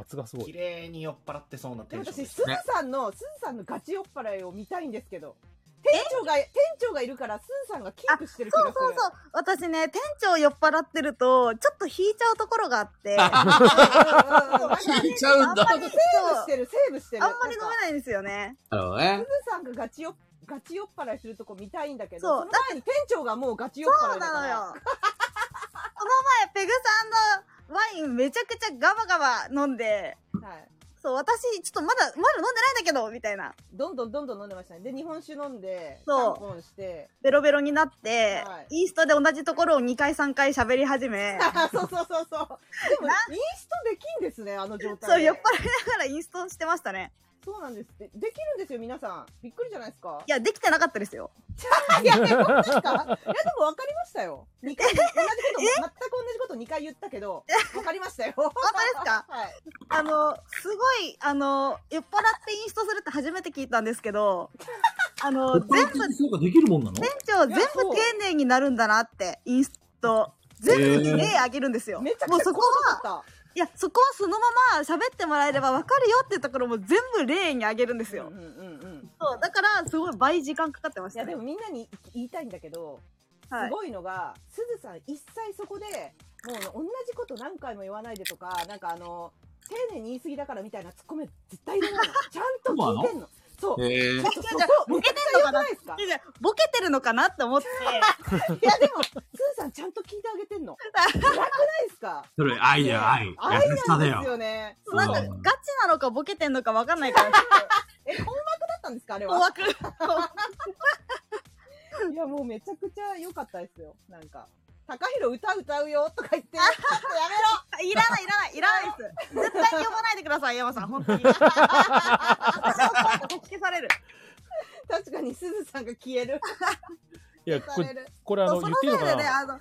[SPEAKER 1] 圧がすご
[SPEAKER 7] 綺
[SPEAKER 1] い。
[SPEAKER 7] 麗に酔っ払ってそうなテ
[SPEAKER 3] でも
[SPEAKER 7] ンション
[SPEAKER 3] 私、
[SPEAKER 7] ですす
[SPEAKER 3] ず
[SPEAKER 7] ね。
[SPEAKER 3] さんの、すずさんのガチ酔っ払いを見たいんですけど。店長が、店長がいるから、すずさんがキープしてる気
[SPEAKER 11] そ
[SPEAKER 3] が
[SPEAKER 11] う
[SPEAKER 3] す
[SPEAKER 11] そう
[SPEAKER 3] る。
[SPEAKER 11] そう。私ね、店長酔っ払ってると、ちょっと引いちゃうところがあって。
[SPEAKER 3] 引
[SPEAKER 11] いちゃうんだ
[SPEAKER 3] あんまりセーブしてる、セーブしてる。
[SPEAKER 11] あんまり飲めないんですよね。
[SPEAKER 2] なるほど
[SPEAKER 3] すず
[SPEAKER 2] ね。
[SPEAKER 3] さんがガチ酔っガチ酔っ払いするとこ見たいんだけど、
[SPEAKER 11] そう
[SPEAKER 3] その前に店長がもうガチ酔っ払いだから。
[SPEAKER 11] そうなのよこの前、ペグさんのワインめちゃくちゃガバガバ飲んで、
[SPEAKER 3] はい。
[SPEAKER 11] そう、私、ちょっとまだ、まだ飲んでないんだけど、みたいな。
[SPEAKER 3] どんどんどんどん飲んでましたね。で、日本酒飲んで、
[SPEAKER 11] そう
[SPEAKER 3] ちゃんぽんして。
[SPEAKER 11] ベロベロになって、インストで同じところを2回3回喋り始め、
[SPEAKER 3] そうそうそうそう。でも、インストできんですね、あの状態で。
[SPEAKER 11] そう、酔っ払いながらインストしてましたね。
[SPEAKER 3] そうなんです。で、できるんですよ、皆さん。びっくりじゃないですか。
[SPEAKER 11] いや、できてなかったですよ。
[SPEAKER 3] いや、でもなんかいや、でも分かりましたよ。二回、同じこと、全く同じこと2回言ったけど、分かりまし たよ。本当
[SPEAKER 11] ですか
[SPEAKER 3] はい。
[SPEAKER 11] あの、すごい、あの、酔っ払ってインストするって初めて聞いたんですけど、あの、 全部、店
[SPEAKER 2] そうか、できるもんなの
[SPEAKER 11] 長全部丁寧になるんだなって、インスト。全部例あげるんですよ。
[SPEAKER 3] めちゃくちゃ
[SPEAKER 11] もうそこ
[SPEAKER 3] 怖
[SPEAKER 11] は、いや、そこはそのまま喋ってもらえればわかるよっていうところも全部例にあげるんですよ。そう、だから、すごい倍時間かかってまし
[SPEAKER 3] い
[SPEAKER 11] た
[SPEAKER 3] や、
[SPEAKER 11] ね。
[SPEAKER 3] でもみんなに言いたいんだけど、
[SPEAKER 11] はい
[SPEAKER 3] すごいのが、すずさん一切そこで、もう同じこと何回も言わないでとか、なんかあの、丁寧に言い過ぎだからみたいなツッコミは絶対入れないの。ちゃんと聞いてんの。そう。
[SPEAKER 2] へー
[SPEAKER 3] ちょっとそ
[SPEAKER 11] じゃあ
[SPEAKER 3] こ、
[SPEAKER 11] ボ
[SPEAKER 3] め
[SPEAKER 11] ケ
[SPEAKER 3] ち
[SPEAKER 11] て
[SPEAKER 3] ゃ
[SPEAKER 11] ん
[SPEAKER 3] く
[SPEAKER 11] のか
[SPEAKER 3] ちゃ良く
[SPEAKER 11] な
[SPEAKER 3] ないですか
[SPEAKER 11] いやボケてるのかなって思って。
[SPEAKER 3] いや、でも、すずさんちゃんと聞いてあげてんの。偉くないですか
[SPEAKER 2] それ、愛だよ、愛。優
[SPEAKER 3] 愛なんで
[SPEAKER 2] し
[SPEAKER 3] す
[SPEAKER 2] さだ
[SPEAKER 3] よ
[SPEAKER 2] よ。
[SPEAKER 3] ね。
[SPEAKER 11] そうなんか、ガチなのかボケてんのかわかんない から。
[SPEAKER 3] え、困惑だったんですかあれは。
[SPEAKER 11] 困惑。
[SPEAKER 3] いや、もうめちゃくちゃ良かったですよ。なんか。高弘歌歌うよとか言って、ちょっとやめろ
[SPEAKER 11] いらない、いらない、いらないです。絶対に呼ばないでください、山さん、本当に。私の声がかき消される。
[SPEAKER 3] 確かに、すずさんが消える。
[SPEAKER 1] いや、これ、これあ
[SPEAKER 11] そ
[SPEAKER 1] の、
[SPEAKER 11] うそ
[SPEAKER 1] 言っ
[SPEAKER 11] の
[SPEAKER 1] ていい
[SPEAKER 11] せい
[SPEAKER 1] のか
[SPEAKER 11] でね、
[SPEAKER 1] な
[SPEAKER 11] あの、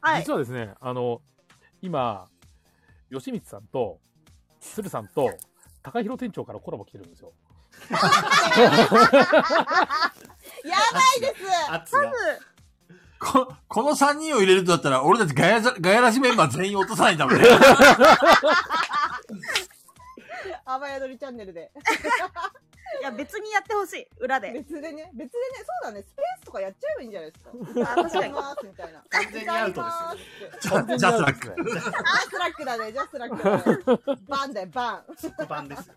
[SPEAKER 11] はい
[SPEAKER 1] 実。はですね、あの、今、吉光さんと、鶴さんと、高弘店長からコラボ来てるんですよ。
[SPEAKER 3] やばいです
[SPEAKER 7] 圧が
[SPEAKER 2] ここの3人を入れるとだったら、俺たちガヤじゃガヤラシメンバー全員落とさないんだもん ね。
[SPEAKER 3] あばやどりチャンネルで。
[SPEAKER 11] いや、別にやってほしい、裏で。
[SPEAKER 3] 別でね、別でね、そうだね、スペースとかやっちゃえばいいんじゃないですか。
[SPEAKER 11] あ確かに
[SPEAKER 3] ますみたいな。
[SPEAKER 7] 完全にアウト
[SPEAKER 2] ジャジャスラック。
[SPEAKER 3] ジャスラックだね、ジャスラックだね。バンだよ、バン。
[SPEAKER 7] バンですよ。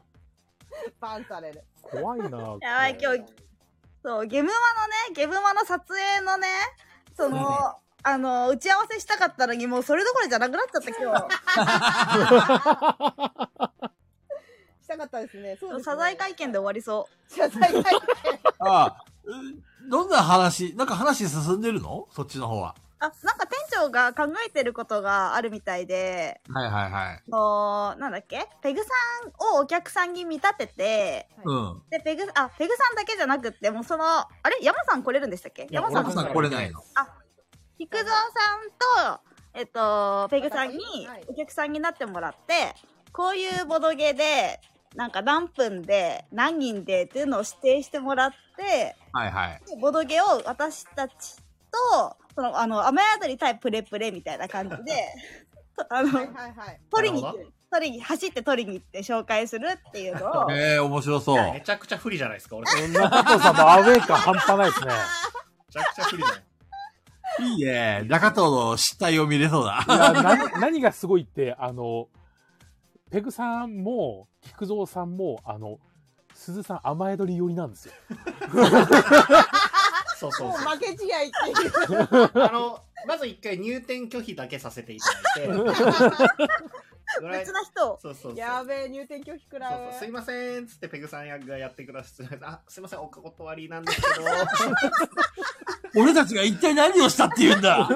[SPEAKER 3] バンされる。
[SPEAKER 1] 怖いなぁ。
[SPEAKER 11] やばい、今日、そう、ゲムマのね、ゲムマの撮影のね、その、あの、打ち合わせしたかったのに、もうそれどころじゃなくなっちゃった、今日。
[SPEAKER 3] したかったですね。そうですね
[SPEAKER 11] 謝罪会見で終わりそう。
[SPEAKER 3] 謝罪会見。
[SPEAKER 2] ああ、どんな話、なんか話進んでるのそっちの方は。
[SPEAKER 11] あ、なんか店長が考えてることがあるみたいで、
[SPEAKER 2] はいはいはい。
[SPEAKER 11] そのなんだっけペグさんをお客さんに見立てて、
[SPEAKER 2] うん。
[SPEAKER 11] で、ペグ、あ、ペグさんだけじゃなくって、もうその、あれ山さん来れるんでしたっけ山さん
[SPEAKER 2] 俺もさ来れないの。
[SPEAKER 11] 菊蔵さんと、えっと、ペグさんに、お客さんになってもらって、こういうボドゲで、なんか何分で、何人でっていうのを指定してもらって、
[SPEAKER 2] はいはい。
[SPEAKER 11] でボドゲを私たちと、その、あの、雨宿り対プレプレみたいな感 じで、あの、取りに行く。取りに、走って取りに行って紹介するっていう のを、
[SPEAKER 2] えー、面白そう。
[SPEAKER 7] めちゃくちゃ不利じゃないですか、俺。
[SPEAKER 1] そんな加藤さんのアウェイ感半端ないですね。
[SPEAKER 7] めちゃくちゃ不利じゃない。
[SPEAKER 2] いいね。中藤の失態を見れそうだ。
[SPEAKER 1] いや何何がすごいってあのペグさんも菊蔵さんもあの鈴さん甘えどり寄りなんですよ。
[SPEAKER 7] そうそう
[SPEAKER 3] もう
[SPEAKER 7] そう。
[SPEAKER 3] 負け試合っていう。
[SPEAKER 7] あの、まず一回入店拒否だけさせていた だいて。別
[SPEAKER 11] な人
[SPEAKER 7] そうそうそう。
[SPEAKER 3] やべえ、入店拒否くら
[SPEAKER 7] そうそうすいませんっつってペグさんがやってくださって、あ、すいません、お断りなんですけど。
[SPEAKER 2] 俺たちが一体何をしたって言うんだ
[SPEAKER 7] っ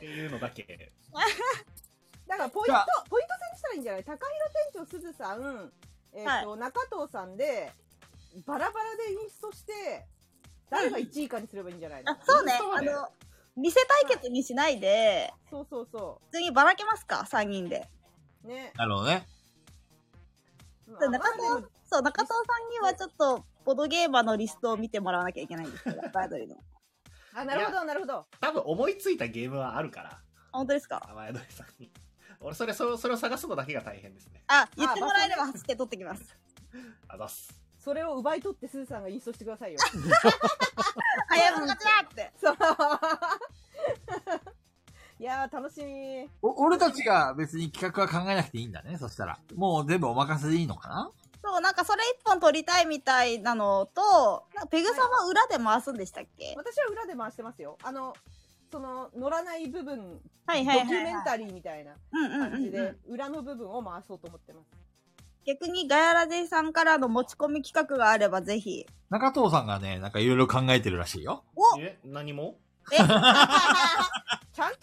[SPEAKER 7] ていうのだけ。
[SPEAKER 3] だからポイント、ポイント制にしたらいいんじゃない高弘店長すずさん、えっ、と、中藤さんで、バラバラでインストして、誰が1位かにすればいいんじゃないの、
[SPEAKER 11] あそうね、あ
[SPEAKER 3] インスト
[SPEAKER 11] の、見せ対決にしないで、
[SPEAKER 3] そうそうそ
[SPEAKER 11] 普通にばらけますか、3人で。
[SPEAKER 3] う。ね。
[SPEAKER 2] なるほどね。
[SPEAKER 11] そう中藤そう中藤さんにはちょっとボードゲーマーのリストを見てもらわなきゃいけないんですけど、バイドリの。
[SPEAKER 3] あ、なるほど、なるほど。
[SPEAKER 7] 多分思いついたゲームはあるから、
[SPEAKER 11] 本当ですか
[SPEAKER 7] 甘えどりさんに。俺、それ、それそれを探すのだけが大変ですね。
[SPEAKER 11] あ、言ってもらえれば走って取ってきます。
[SPEAKER 7] あざっす。
[SPEAKER 3] それを奪い取ってすずさんがインストしてくださいよ。
[SPEAKER 11] 早いもん勝ちだって。
[SPEAKER 3] そう。 いやー、楽しみ。
[SPEAKER 2] お俺たちが別に企画は考えなくていいんだね、そしたら。もう全部お任せでいいのかな
[SPEAKER 11] そう、なんかそれ一本取りたいみたいなのと、なんかペグさんは裏で回すんでしたっけ、
[SPEAKER 3] 私は裏で回してますよ。あの、その、乗らない部分、
[SPEAKER 11] はいはいはいはい
[SPEAKER 3] ドキュメンタリーみたいな感じ
[SPEAKER 11] うんうんうん
[SPEAKER 3] で、裏の部分を回そうと思ってます。
[SPEAKER 11] 逆にガヤラジさんからの持ち込み企画があればぜひ。
[SPEAKER 2] 中藤さんがね、なんかいろいろ考えてるらしいよ。
[SPEAKER 11] お
[SPEAKER 7] え、何も
[SPEAKER 3] ちゃんとやってくださいよ。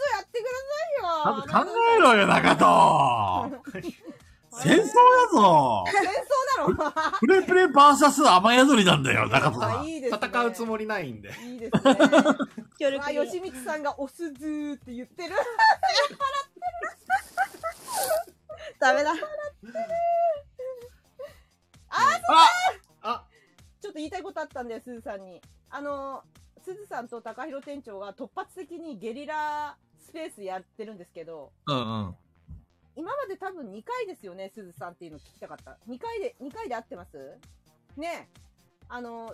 [SPEAKER 2] 考えろよ、中 藤戦争だぞ
[SPEAKER 3] 戦争 だろ
[SPEAKER 2] プレプレバーサス雨宿りなんだよ、中藤さん。
[SPEAKER 3] あいいですね。
[SPEAKER 7] 戦うつもりないんで。
[SPEAKER 3] いいですね。
[SPEAKER 11] 協
[SPEAKER 3] 力。あ、吉光さんがおすずーって言ってる。
[SPEAKER 11] ダメだ。
[SPEAKER 3] あ、そう
[SPEAKER 7] あ
[SPEAKER 3] ちょっと言いたいことあったんだよ、すずさんに。あの、すずさんと高弘店長が突発的にゲリラスペースやってるんですけど、
[SPEAKER 2] うんうん。
[SPEAKER 3] 今まで多分2回ですよね、すずさんっていうの聞きたかった。2回で、2回で合ってますねえあの、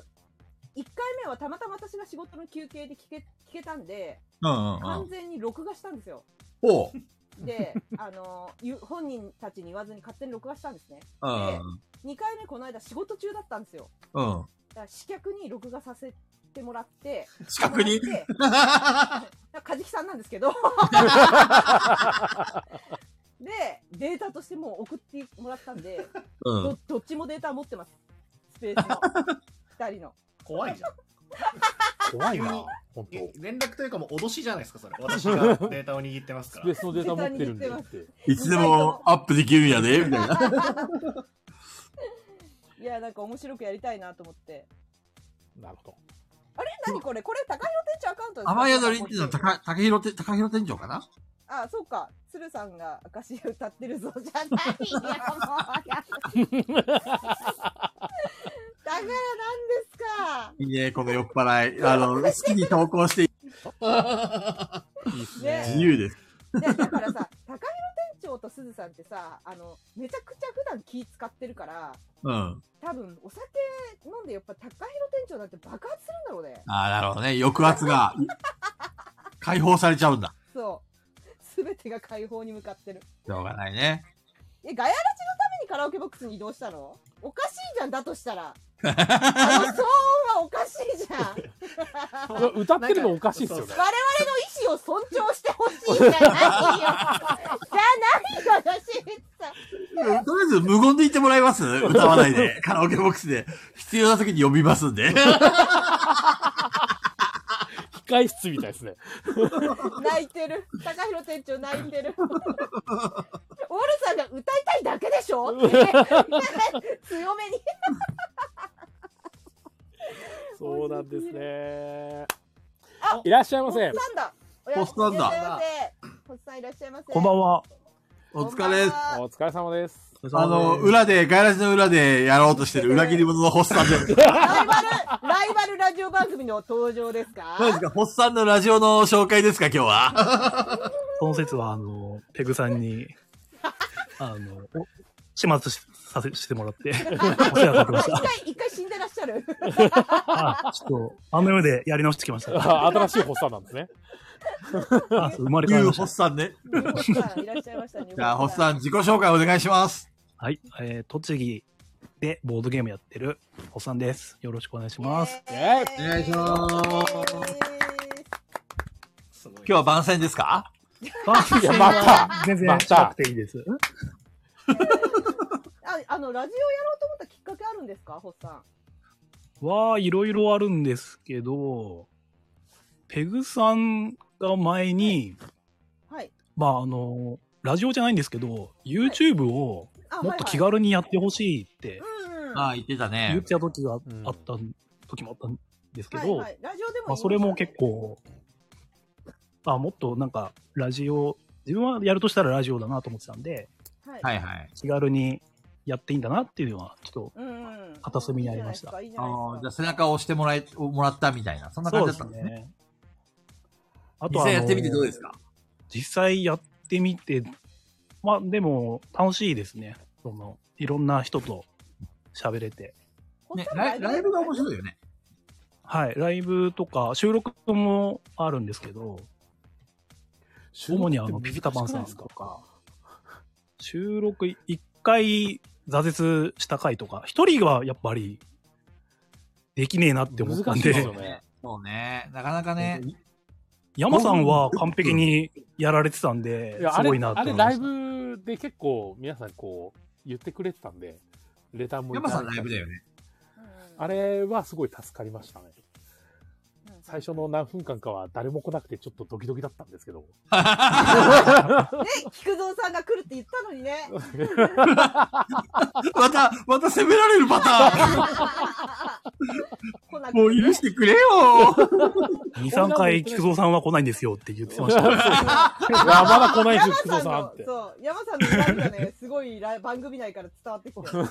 [SPEAKER 3] 1回目はたまたま私が仕事の休憩で聞け、聞けたんで、
[SPEAKER 2] うんうんう
[SPEAKER 3] 完
[SPEAKER 2] ん。
[SPEAKER 3] 全に録画した んですよ。
[SPEAKER 2] おう。
[SPEAKER 3] で、あの、ゆ本人たちに言わずに勝手に録画したんですね。
[SPEAKER 2] うんうん
[SPEAKER 3] 2回目この間仕事中だったんですよ。
[SPEAKER 2] うん。うん。
[SPEAKER 3] だから視客に録画させてもらって。
[SPEAKER 2] 視覚 に
[SPEAKER 3] もらってカジキさんなんです けど。で、データとしてもう送ってもらったんで、
[SPEAKER 2] うん
[SPEAKER 3] どどっちもデータ持ってます。スペー スの。二人の。
[SPEAKER 7] 怖いじゃん。
[SPEAKER 1] 怖いな
[SPEAKER 7] 急 に
[SPEAKER 1] 本
[SPEAKER 7] え連絡というかもう脅しじゃないですか、 それ。私がデータを握ってますから。
[SPEAKER 1] スペースのデータ持ってるんでって。
[SPEAKER 2] いつでもアップできるんやで、みた いな。
[SPEAKER 3] いや、なんか面白くやりたいなと思って。
[SPEAKER 1] なるほど。
[SPEAKER 3] あれ何これこれ高広店長アカウントですか
[SPEAKER 2] 雨宿りっていうのは高、高広て、高広店長かな
[SPEAKER 3] あ、そうか。鶴さんが証歌ってるぞじゃない よ、もう。だからなんですか。
[SPEAKER 2] いいね、この酔っ払い。あの、好きに投稿していい、
[SPEAKER 3] ね
[SPEAKER 2] 自由です。
[SPEAKER 3] ねだからさ、高弘店長とすずさんってさ、あの、めちゃくちゃ普段気使ってるから、
[SPEAKER 2] うん。あ
[SPEAKER 3] 多分お酒飲んでやっぱ高弘店長なんて爆発するんだろうね。
[SPEAKER 2] あ、なるほどね。抑圧が、解放されちゃうんだ。
[SPEAKER 3] そう。 すべてが解放に向かってる。
[SPEAKER 2] しょうがないね。
[SPEAKER 3] え、ガヤラジのためにカラオケボックスに移動したのおかしいじゃん、だとしたら。あの騒音はおかしいじゃん。
[SPEAKER 1] いや歌ってるのおかしいっすよ ね
[SPEAKER 3] 我々の意思を尊重してほしいじゃないよ。じゃないよ、私。
[SPEAKER 2] とりあえず無言で言ってもらいます歌わないで。カラオケボックスで。一必要な時に呼びますんで。
[SPEAKER 1] 控室みたいですね。
[SPEAKER 3] 泣いてる。高弘店長泣いてる。ウォルさんが歌いたいだけでし ょって 強めに。
[SPEAKER 1] そうなんですね。
[SPEAKER 3] あ
[SPEAKER 1] いらっしゃいませ
[SPEAKER 3] ホッサンだ。
[SPEAKER 1] ホッサンだ
[SPEAKER 3] いらっしゃいませ。ホッサンいらっしゃいませ。
[SPEAKER 1] んばんは。
[SPEAKER 2] お疲れ。
[SPEAKER 1] お疲れ様です。
[SPEAKER 2] あの、裏で、ガイラジの裏でやろうとしてる裏切り者のホッサン です。
[SPEAKER 3] ライバル、ライバルラジオ番組の登場です か
[SPEAKER 2] 何です か、ホッサンのラジオの紹介ですか、今日は。
[SPEAKER 12] その説は、あの、ペグさ んに、あの、お始末しさせしてもらって、お世話になってまし
[SPEAKER 3] 一
[SPEAKER 12] た。
[SPEAKER 3] 回、一回死んでらっしゃる。
[SPEAKER 12] あちょっと、あの世でやり直してきま した。
[SPEAKER 1] あ 新しい発作なんですね。
[SPEAKER 12] あ生まれ変わりまし
[SPEAKER 2] ホ
[SPEAKER 12] た。
[SPEAKER 2] ッサンね。
[SPEAKER 3] いらっしゃいましたね。
[SPEAKER 2] じゃあ、ホッサン自己紹介お願いします。
[SPEAKER 12] はい、えー、栃木でボードゲームやってるホッサンです。よろしくお願いします。
[SPEAKER 1] お
[SPEAKER 2] 願いします。今日は番宣ですか
[SPEAKER 12] いやまた全然しなくていいです。
[SPEAKER 3] あ、あの、ラジオやろうと思ったきっかけあるんですかホッサン。
[SPEAKER 12] は、いろいろあるんですけど、ペグさんが前に、
[SPEAKER 3] はい。
[SPEAKER 12] まあ、あの、ラジオじゃないんですけど、YouTube を
[SPEAKER 3] あ
[SPEAKER 12] もっと気軽にやってほしいって
[SPEAKER 2] ああ、言ってた
[SPEAKER 12] 言っ
[SPEAKER 2] ね。
[SPEAKER 12] てた時があった、時もあったんですけ
[SPEAKER 3] はい
[SPEAKER 12] ど、
[SPEAKER 3] はい。ラジオでもいいんですよね
[SPEAKER 12] まあ、それも結構、あ、もっとなんか、ラジオ、自分はやるとしたらラジオだなと思ってたんで、
[SPEAKER 3] はい
[SPEAKER 2] はいはい。
[SPEAKER 12] 気軽にやっていいんだなっていうのは、ちょっ
[SPEAKER 3] と、うん。
[SPEAKER 12] 片隅にありました。
[SPEAKER 2] ああ、じゃあ背中を押してもらえ、もらったみたいな、そんな感じだったんです
[SPEAKER 12] そうです
[SPEAKER 2] ね。
[SPEAKER 12] あと
[SPEAKER 2] 実
[SPEAKER 12] は
[SPEAKER 2] 際やってみてどうですか
[SPEAKER 12] 実際やってみて、まあでも、楽しいですね。その、いろんな人と喋れて。
[SPEAKER 2] ね、ライライブが面白いよね。
[SPEAKER 12] はい、ライブとか、収録もあるんですけど、主にあの、ピピタパンさんとか、収録1回挫折した回とか、1人はやっぱり、できねえなって思ったんで、
[SPEAKER 2] そうね。なかなかね。
[SPEAKER 12] 山さんは完璧にやられてたんで、
[SPEAKER 1] いや
[SPEAKER 12] す
[SPEAKER 1] あれ
[SPEAKER 12] ごいなと
[SPEAKER 1] あ
[SPEAKER 12] 思
[SPEAKER 1] れ
[SPEAKER 12] い
[SPEAKER 1] ラ
[SPEAKER 12] ま
[SPEAKER 1] イ
[SPEAKER 12] し
[SPEAKER 1] ブで結構皆さんこう言ってくれてたんで、レターもいただいた
[SPEAKER 2] 山さんライブだよね。
[SPEAKER 1] あれはすごい助かりましたね。最初の何分間かは誰も来なくてちょっとドキドキだったんですけど。
[SPEAKER 3] ね、菊蔵さんが来るって言ったのにね。
[SPEAKER 2] また、また責められるパタ
[SPEAKER 3] ーン。
[SPEAKER 2] もう許してくれよ。
[SPEAKER 12] た。2、3回、菊蔵さんは来ないんですよって言っ てました。
[SPEAKER 1] そうそうそういやまだ来ないぞ菊蔵さんって
[SPEAKER 3] そう、山さんのライブがね、すごいライ番組内から伝わってきて。
[SPEAKER 2] そうね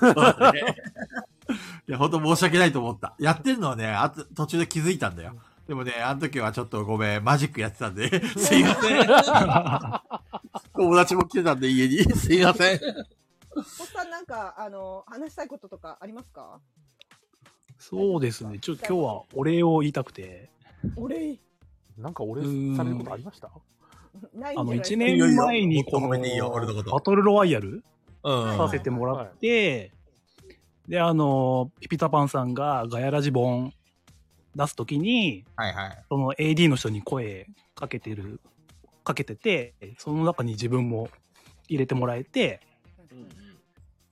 [SPEAKER 2] いや、ほんと申し訳ないと思った。やってるのはね、あと途中で気づいたんだよ。でもね、あの時はちょっとごめん、マジックやってたんで、 すいません。友達も来てたんで、家に。 すいません。
[SPEAKER 3] おっさんなんか、あの、話したいこととかありますか
[SPEAKER 12] そうですね。ちょ、今日はお礼を言いたくて。
[SPEAKER 3] お礼
[SPEAKER 1] なんかお礼されることありました
[SPEAKER 3] ない
[SPEAKER 12] あ
[SPEAKER 3] ん
[SPEAKER 12] の、
[SPEAKER 3] じゃない
[SPEAKER 12] 1年前にこの、バトルロワイヤル
[SPEAKER 2] うん
[SPEAKER 12] させてもらって、で、あの、ピピタパンさんがガヤラジ本出すときに、
[SPEAKER 2] はいはい。
[SPEAKER 12] その AD の人に声かけてる、かけてて、その中に自分も入れてもらえて、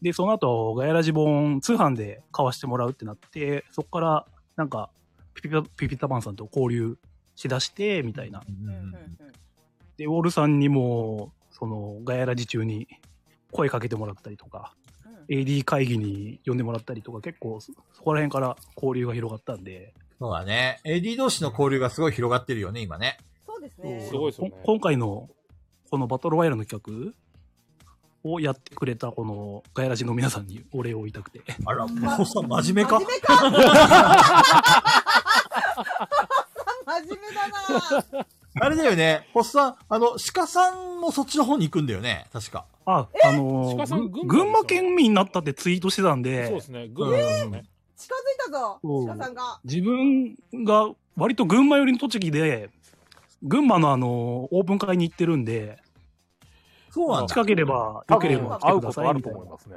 [SPEAKER 12] で、その後、ガヤラジ本通販で買わしてもらうってなって、そこから、なんか、ピピタ、ピピタパンさんと交流しだして、みたいな。で、ウォールさんにも、その、ガヤラジ中に声かけてもらったりとか、AD 会議に呼んでもらったりとか、結構、そそこら辺から交流が広がったんで、
[SPEAKER 2] そうだね。AD 同士の交流がすごい広がってるよね、今ね。
[SPEAKER 3] そうです
[SPEAKER 12] ね
[SPEAKER 1] すごいですよ
[SPEAKER 12] こ今回の、このバトルワイヤルの企画をやってくれた、この、ガヤラジの皆さんにお礼を言いたくて。
[SPEAKER 2] あら、もうさ、真面目か
[SPEAKER 3] 真面目か真面目だな
[SPEAKER 2] あれだよね、ホッサン、あの、鹿さんもそっちの方に行くんだよね、確か。
[SPEAKER 12] あ、あの
[SPEAKER 2] 鹿さん
[SPEAKER 12] ー、
[SPEAKER 2] 群馬ですよ
[SPEAKER 12] ぐ
[SPEAKER 2] ね
[SPEAKER 12] 群馬県民になったってツイートしてたんで、
[SPEAKER 1] そうですね。
[SPEAKER 12] 群馬
[SPEAKER 1] 群馬
[SPEAKER 12] です
[SPEAKER 1] ね。
[SPEAKER 3] 近づいたぞ
[SPEAKER 12] そう
[SPEAKER 3] 鹿さんが。
[SPEAKER 12] 自分が割と群馬寄りの栃木で、群馬のあの、オープン会に行ってるんで、
[SPEAKER 2] そうなんだ
[SPEAKER 12] 近ければ、良ければ来てくださいみたいな。
[SPEAKER 1] ますね。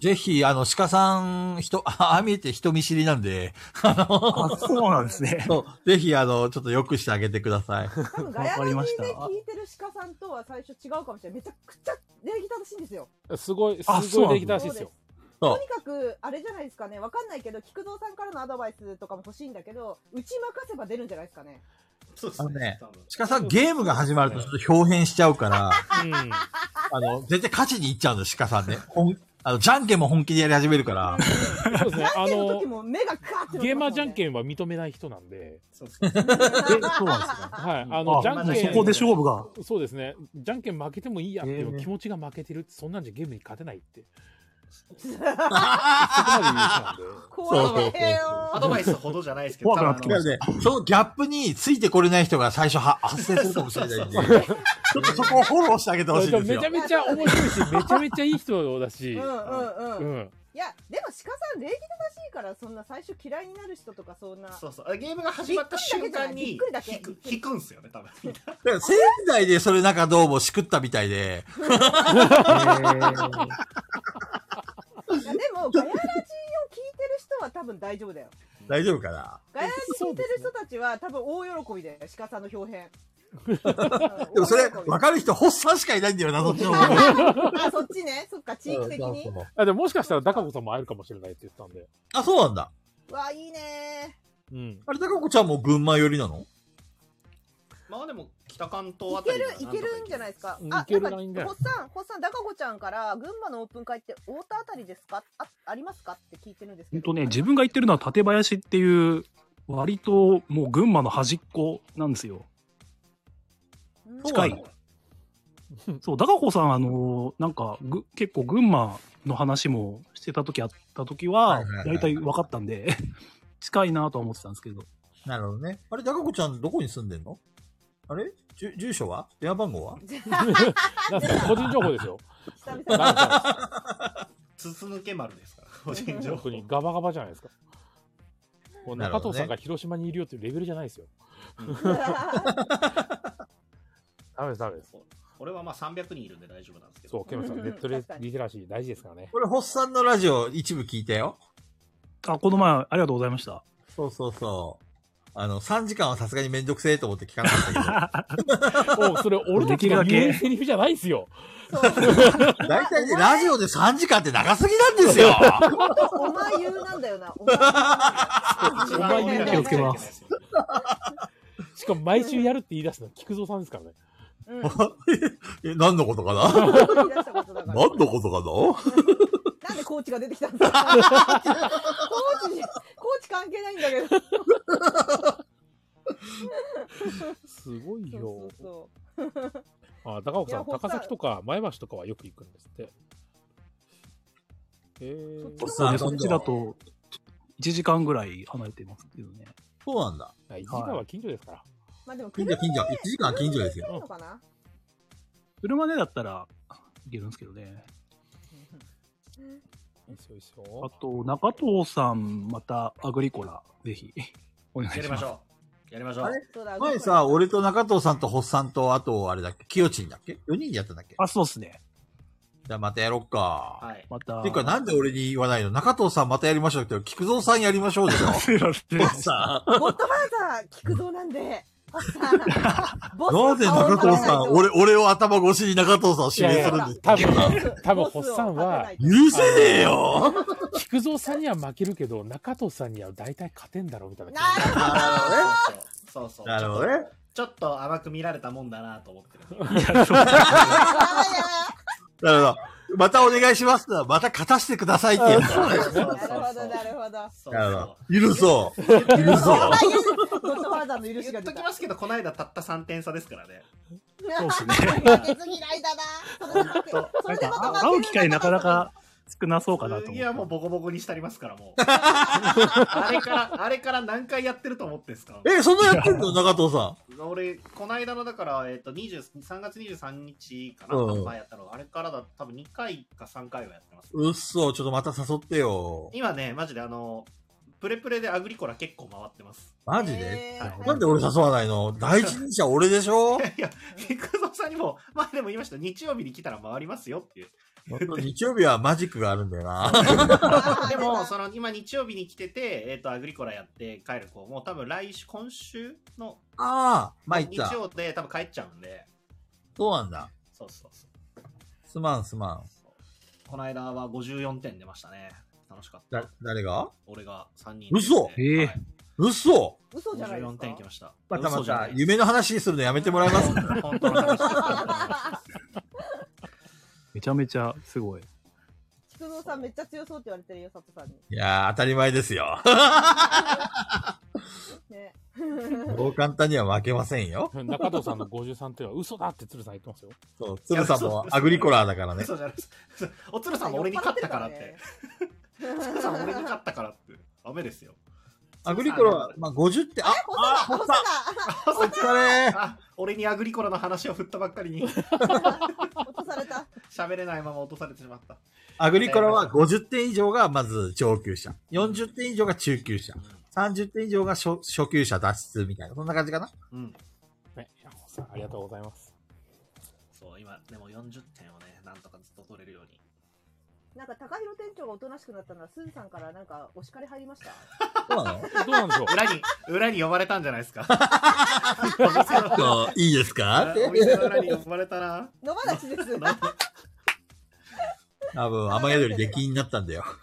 [SPEAKER 2] ぜひ、あの、鹿さん、人、 ああ、見えて人見知りなんで、あの、
[SPEAKER 12] そうなんで すね。
[SPEAKER 2] ぜひ、あの、ちょっと良くしてあげてください。
[SPEAKER 3] 多分ガヤラジで聞いてる鹿さんとは最初違うかもしれない。めちゃくちゃ礼儀正しいんですよ。
[SPEAKER 1] すごい、
[SPEAKER 2] あ
[SPEAKER 1] すごい出来たらしいですよ。
[SPEAKER 2] そう
[SPEAKER 3] とにかく、あれじゃないですかね、わかんないけど、菊蔵さんからのアドバイスとかも欲しいんだけど、うち任せば出るんじゃないですかね。
[SPEAKER 7] そうです
[SPEAKER 2] ね。鹿さん、ゲームが始まるとちょっと表変しちゃうから、あの、絶対勝ちに行っちゃうんです、鹿さんね。ほんあの、じゃんけんも本気でやり始めるから。
[SPEAKER 1] そうですね。あの、
[SPEAKER 3] 目がカーってなってますもんね
[SPEAKER 1] ゲーマーじゃんけんは認めない人なんで。
[SPEAKER 7] そうです
[SPEAKER 1] ね。
[SPEAKER 12] そうなんですね
[SPEAKER 1] はい。あの、
[SPEAKER 12] あ
[SPEAKER 1] じゃんけん。
[SPEAKER 12] そこで勝負が。
[SPEAKER 1] そうですね。じゃんけん負けてもいいやっていう
[SPEAKER 12] えー
[SPEAKER 1] 気持ちが負けてるって、そんなんじゃゲームに勝てな いって。
[SPEAKER 7] 怖いよアドバイスほどじゃないですけど
[SPEAKER 2] 怖くなってきましただからねそのギャップについてこれない人が最初は発生するかもしれないんで、ちょっとそこをフォローしてあげてほしいんですよ。
[SPEAKER 1] めちゃめちゃ面 白いし、めちゃめちゃいい人だし。
[SPEAKER 3] うんうんうん
[SPEAKER 1] うん
[SPEAKER 3] いや、でも鹿さん、礼儀正しいから、そんな最初嫌いになる人とか、そんな。
[SPEAKER 7] そうそう。ゲームが始まった瞬間に
[SPEAKER 3] びっくりだけじゃないびっくりだけ。
[SPEAKER 7] 引くんすよね、多分。
[SPEAKER 2] だから仙台でそれなんかどうもしくったみたいで。
[SPEAKER 3] いやでも、ガヤラジを聞いてる人は多分大丈夫だよ。
[SPEAKER 2] 大丈夫かな
[SPEAKER 3] ガヤラジ聞いてる人たちは多分大喜びで、鹿さんの表現。
[SPEAKER 2] でもそれ、わかる人、ホッサンしかいないんだよな、そっちの方が。
[SPEAKER 3] あ、そっちね。そっか、地域的に。
[SPEAKER 1] あでももしかしたら、ダカ子さんも会えるかもしれないって言ってたんで。
[SPEAKER 2] あ、そうなんだ。
[SPEAKER 3] わ、いいね
[SPEAKER 1] うん。
[SPEAKER 2] あれ、高子ちゃんも群馬寄りなの
[SPEAKER 7] まあでも、北関東あた
[SPEAKER 3] いけ
[SPEAKER 7] り
[SPEAKER 3] る
[SPEAKER 7] なら、
[SPEAKER 3] いけるんじゃないですか。あ、なん
[SPEAKER 2] い
[SPEAKER 3] か、
[SPEAKER 2] けるラインだよ
[SPEAKER 3] ほっさん、ほっさん、だかこちゃんから、群馬のオープン会って、太田あたりですかあ、ありますかって聞いてるんですけ
[SPEAKER 12] 本
[SPEAKER 3] ど。
[SPEAKER 12] 当ね、自分が言ってるのは館林っていう、割ともう群馬の端っこなんですよ。近い。そう、ダガホさん、あのーなんかぐ、結構群馬の話もしてた時あった時は、大体分かったんで、 近いなとは思ってたんですけど。
[SPEAKER 2] なるほどね。あれ、高子ちゃんどこに住んでんのあれじゅ住所は電話番号は
[SPEAKER 1] なんすか個人情報ですよ。
[SPEAKER 7] つつ抜け丸ですから、個人情
[SPEAKER 1] 本当
[SPEAKER 7] 報。
[SPEAKER 1] にガバガバじゃないですか。もう
[SPEAKER 7] なるほ
[SPEAKER 1] 中
[SPEAKER 7] どね
[SPEAKER 1] 藤さんが広島にいるよっていうレベルじゃないですよ。ダメです、ダメです。
[SPEAKER 7] 俺はまあ300人いるんで大丈夫なんですけど。
[SPEAKER 1] そう、ケムさん、ネットレリテラシー大事ですからね。
[SPEAKER 2] これ、ホッサンのラジオ一部聞いたよ。
[SPEAKER 12] あ、この前、ありがとうございました。
[SPEAKER 2] そうそうそう。あの、3時間はさすがにめんどくせえと思って聞かなかったけど。
[SPEAKER 1] おそれ、俺たちが言うセリフじゃないですよ。
[SPEAKER 2] 大体ね、ラジオで3時間って長すぎなんです よ
[SPEAKER 3] お前言うなんだよな。お
[SPEAKER 1] お
[SPEAKER 3] 前
[SPEAKER 1] 前
[SPEAKER 3] 言う
[SPEAKER 1] 言
[SPEAKER 3] な
[SPEAKER 1] うんな
[SPEAKER 3] だよ
[SPEAKER 1] よ
[SPEAKER 12] す。
[SPEAKER 1] しかも毎週やるって言い出すのは菊蔵さんですからね。
[SPEAKER 2] え何のことかな何のことかな
[SPEAKER 3] なんでコーチが出てきたんですかコーチ、 コーチ関係ないんだけど。
[SPEAKER 1] すごいよ。
[SPEAKER 3] そうそうそう。
[SPEAKER 1] あ、高岡さ
[SPEAKER 3] いや
[SPEAKER 1] ん、
[SPEAKER 3] ほっさ
[SPEAKER 1] 高
[SPEAKER 3] ん
[SPEAKER 1] 崎とか前橋とかはよく行くんですって。えー、
[SPEAKER 12] そうね、そっちだと、1時間ぐらい離れてますけどね。
[SPEAKER 2] そうなんだ。
[SPEAKER 1] 1時間は近所ですから。
[SPEAKER 3] まあでも
[SPEAKER 2] 近所近所。1時間は近所です
[SPEAKER 3] いい
[SPEAKER 2] よ。
[SPEAKER 3] のかな
[SPEAKER 12] 車でだったら、いけるんですけどね。
[SPEAKER 1] いいっすよいいっすよ
[SPEAKER 12] あと、中藤さん、また、アグリコラ、ぜひ、お願
[SPEAKER 7] や
[SPEAKER 12] いします。
[SPEAKER 7] りましょう。やりましょう。
[SPEAKER 2] あれ前さ、俺と中藤さんとホッサンと、あと、あれだっけ、清地んだっけ ?4 人でやったんだっけ
[SPEAKER 12] あ、そうっすね。
[SPEAKER 2] じゃあまたやろっか。
[SPEAKER 7] はい。
[SPEAKER 12] また
[SPEAKER 2] ていうか、なんで俺に言わないの中藤さんまたやりましょうって、菊蔵さんやりましょうでしょ
[SPEAKER 12] すいません
[SPEAKER 2] ホッサ
[SPEAKER 3] ゴッドファーザー、菊蔵なんで。おっさんボ
[SPEAKER 2] ン。
[SPEAKER 3] ス
[SPEAKER 2] な
[SPEAKER 3] の
[SPEAKER 2] ぜ
[SPEAKER 3] 顔
[SPEAKER 2] 中
[SPEAKER 3] を食べ
[SPEAKER 2] 藤
[SPEAKER 3] ない
[SPEAKER 2] さん、俺、俺を頭越しに中藤さんを指名するんですか
[SPEAKER 1] 多分、多分、ホッサンは、
[SPEAKER 2] 許せねえよ
[SPEAKER 1] あの菊蔵さんには負けるけど、中藤さんには大体勝てんだろうみたいな。
[SPEAKER 7] そうそう。
[SPEAKER 1] なるほど
[SPEAKER 7] ち
[SPEAKER 1] ね
[SPEAKER 7] ょっと。ちょっと甘く見られたもんだなと思ってる。
[SPEAKER 2] なるほど。またお願いしますなまた勝たせてくださいって言うんだ。
[SPEAKER 3] なるほど、なるほど。
[SPEAKER 2] なるほど。許そう。許そう。
[SPEAKER 3] ゴッドファーザーの許し
[SPEAKER 7] 言
[SPEAKER 3] が
[SPEAKER 7] っときますけど、この間たった3点差ですからね。
[SPEAKER 3] そう
[SPEAKER 12] っすね
[SPEAKER 3] 負けず嫌いだな。
[SPEAKER 12] なんか、あ会う機会なかなか少なそうかなと思
[SPEAKER 7] 次
[SPEAKER 12] って。
[SPEAKER 7] はもうボコボコにしたりますから、もう。あれから、あれから何回やってると思ってんすか
[SPEAKER 2] え、そんなやってんの 中藤さ
[SPEAKER 7] 俺、この間のだから、えっ、と、20 3月23日かな、
[SPEAKER 2] うん
[SPEAKER 7] 前やったの。あれからだ、多分2回か3回はやってます。
[SPEAKER 2] ん。うっそ、ちょっとまた誘ってよ。
[SPEAKER 7] 今ね、マジであの、プレプレでアグリコラ結構回ってます。
[SPEAKER 2] マジでなんで俺誘わないの第一人者俺でしょ
[SPEAKER 7] 菊蔵さんにも、前でも言いました、日曜日に来たら回りますよっていう。
[SPEAKER 2] ほんと 日曜日はマジックがあるんだよ な。
[SPEAKER 7] でも、その、今日曜日に来てて、えっ、と、アグリコラやって帰る子、もう多分来週、今週の
[SPEAKER 2] ああ、参っ
[SPEAKER 7] 日
[SPEAKER 2] た。
[SPEAKER 7] 曜で多分帰っちゃうんで、
[SPEAKER 2] そうなんだ。
[SPEAKER 7] そうそうそう。
[SPEAKER 2] すまんすまん。
[SPEAKER 7] この間は54点出ましたね。楽しかった。
[SPEAKER 2] だ誰が
[SPEAKER 7] 俺が3人。
[SPEAKER 2] 嘘ええ嘘
[SPEAKER 3] 嘘じゃないです
[SPEAKER 7] 54点きました。
[SPEAKER 2] またま
[SPEAKER 7] 嘘じゃな
[SPEAKER 2] た
[SPEAKER 7] い、
[SPEAKER 2] 夢の話にするのやめてもらえます
[SPEAKER 7] 本当の話
[SPEAKER 13] めちゃめちゃすごい。
[SPEAKER 3] 菊蔵さんめっちゃ強そうって言われてるよ、佐藤さんに。
[SPEAKER 2] いやー、当たり前ですよ。
[SPEAKER 3] ね。
[SPEAKER 2] そう簡単には負けませんよ。
[SPEAKER 1] 中藤さんの53点は嘘だって鶴さん言ってますよ。
[SPEAKER 2] そう、鶴さんもアグリコラーだからね。
[SPEAKER 7] 嘘じゃないです。おつるさんも俺に勝ったからって。おつるさんも俺に勝ったからって。ダメですよ。
[SPEAKER 2] アグリコラは、まあ、50点、あ、
[SPEAKER 3] あ、
[SPEAKER 7] ほさだ
[SPEAKER 2] お疲れ
[SPEAKER 7] 俺にアグリコラの話を振ったばっかりに。 落とされた。喋れないまま落とされてしまった。
[SPEAKER 2] アグリコラは50点以上がまず上級者。40点以上が中級者。30点以上が初初級者脱出みたいな。そんな感じかな
[SPEAKER 7] うん。
[SPEAKER 1] ね、いや、さんありがとうございます。
[SPEAKER 7] そう、今、でも40点をね、なんとかずっと取れるように。
[SPEAKER 3] なんか高弘店長がおとなしくなったのは、すずさんからなんかお叱り入りました。
[SPEAKER 2] そうなの
[SPEAKER 1] どうなんでしょう
[SPEAKER 7] 裏に、裏に呼ばれたんじゃないですか。
[SPEAKER 2] そういいですか
[SPEAKER 7] お店の裏に呼ばれたな。
[SPEAKER 3] 野放しです。
[SPEAKER 2] 多分、雨宿り出禁になったんだよ。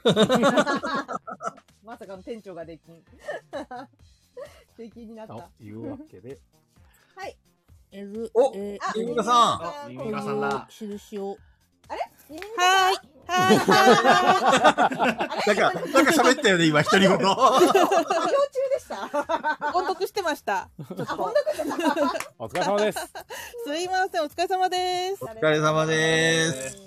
[SPEAKER 3] まさかの店長が出禁。 出禁になった。
[SPEAKER 1] というわけで、
[SPEAKER 3] はい。
[SPEAKER 14] えず、
[SPEAKER 2] お
[SPEAKER 14] え
[SPEAKER 3] あ
[SPEAKER 14] ー、
[SPEAKER 3] ミミカさん
[SPEAKER 14] ミミ
[SPEAKER 3] あミミ
[SPEAKER 14] カ
[SPEAKER 3] カ
[SPEAKER 14] さ
[SPEAKER 3] さ
[SPEAKER 14] ん
[SPEAKER 3] ん
[SPEAKER 14] だ
[SPEAKER 3] だ
[SPEAKER 14] この印を。
[SPEAKER 3] あれ耳の
[SPEAKER 14] はーい。は
[SPEAKER 2] なんか、なんか喋ったよね、今、一人ごと。
[SPEAKER 3] 授業中でした。
[SPEAKER 14] 音読してました。ちょっと
[SPEAKER 1] お疲れ様です。
[SPEAKER 14] すいません、お疲れ様です。お
[SPEAKER 2] お疲れ様です。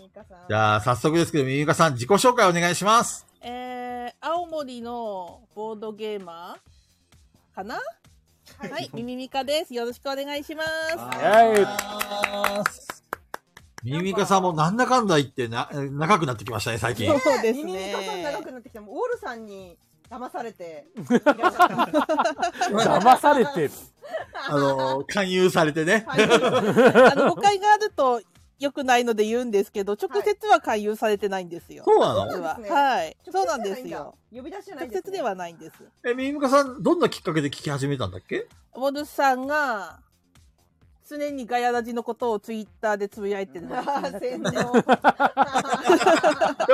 [SPEAKER 2] じゃあ、早速ですけど、ミミカさん、自己紹介お願いします。
[SPEAKER 14] えー、青森のボードゲーマーかなはい、ミミミカです。よろしくお願いします。
[SPEAKER 2] ミミカさんもなんだかんだ言ってな、長くなってきましたね、最近。
[SPEAKER 14] そうですね
[SPEAKER 3] 耳にかさん長くなってきた。もうウォールさんに騙されて。
[SPEAKER 1] 騙されて、
[SPEAKER 2] あの、勧誘されてね。
[SPEAKER 14] あの、誤解があると良くないので言うんですけど、直接は勧誘されてないんですよ。
[SPEAKER 2] そうなの
[SPEAKER 14] 実は
[SPEAKER 3] そうなんですね
[SPEAKER 14] はい。そうなんで
[SPEAKER 3] 直接
[SPEAKER 14] す
[SPEAKER 3] じゃないん
[SPEAKER 14] よ。
[SPEAKER 3] 呼び出しじゃない
[SPEAKER 14] 直
[SPEAKER 3] です。
[SPEAKER 14] 接ではないんです。
[SPEAKER 2] え、ミミカさん、どんなきっかけで聞き始めたんだっけ
[SPEAKER 14] モルさんが、常にガヤラジのことをツイッターでつぶやいてるのが気 になってます
[SPEAKER 2] やっ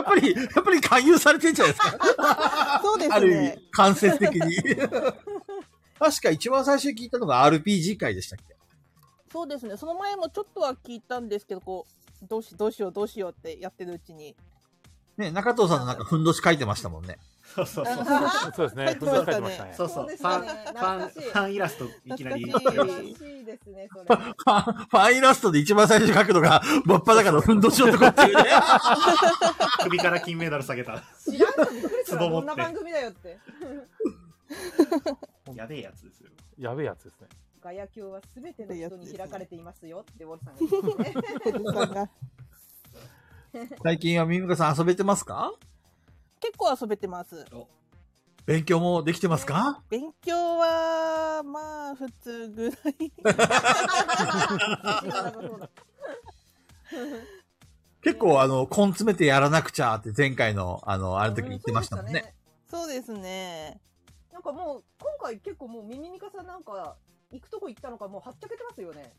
[SPEAKER 2] ぱり、やっぱり勧誘されてんじゃないですか。
[SPEAKER 14] そうですね。
[SPEAKER 2] ある意味、間接的に。 確か一番最初に聞いたのが RPG 会でしたっけ
[SPEAKER 14] そうですね。その前もちょっとは聞いたんですけど、こう、どうし、どうしよう、どうしようってやってるうちに。
[SPEAKER 2] ね、中藤さんのなんかふんどし書いてましたもんね。
[SPEAKER 7] そうそう
[SPEAKER 14] そう
[SPEAKER 1] そうですね
[SPEAKER 14] 書いてましたね
[SPEAKER 7] そうそう。
[SPEAKER 14] そう
[SPEAKER 7] フ
[SPEAKER 14] ですね
[SPEAKER 7] ァン、フ
[SPEAKER 14] 懐
[SPEAKER 7] ァン、
[SPEAKER 14] かしい
[SPEAKER 7] ファンイラストいきなり。
[SPEAKER 14] 懐かしい
[SPEAKER 3] いいですね、それ。
[SPEAKER 2] ファンファンイラストで一番最初に書くのが、 真っ裸のふんどし男っていうね。
[SPEAKER 7] 首から金メダル下げた。
[SPEAKER 3] 知らん人びっくりするわ
[SPEAKER 7] 壺持って
[SPEAKER 3] こんな番組だよって。
[SPEAKER 7] やべえやつですよ。
[SPEAKER 1] やべえやつですね。
[SPEAKER 3] ガヤ教はすべての人に開かれていますよってウォルさん が言ってね。
[SPEAKER 2] 最近はミミカさん遊べてますか
[SPEAKER 14] 結構遊べてます。
[SPEAKER 2] 勉強もできてますか
[SPEAKER 14] 勉強は、まあ、普通ぐらい。
[SPEAKER 2] 結構あの、根詰めてやらなくちゃって前回の、あの、あの時言ってましたもんね。
[SPEAKER 14] そうですね。
[SPEAKER 3] なんかもう、今回結構もうミミミカさんなんか、行くとこ行ったのかもうはっちゃけてますよ ね。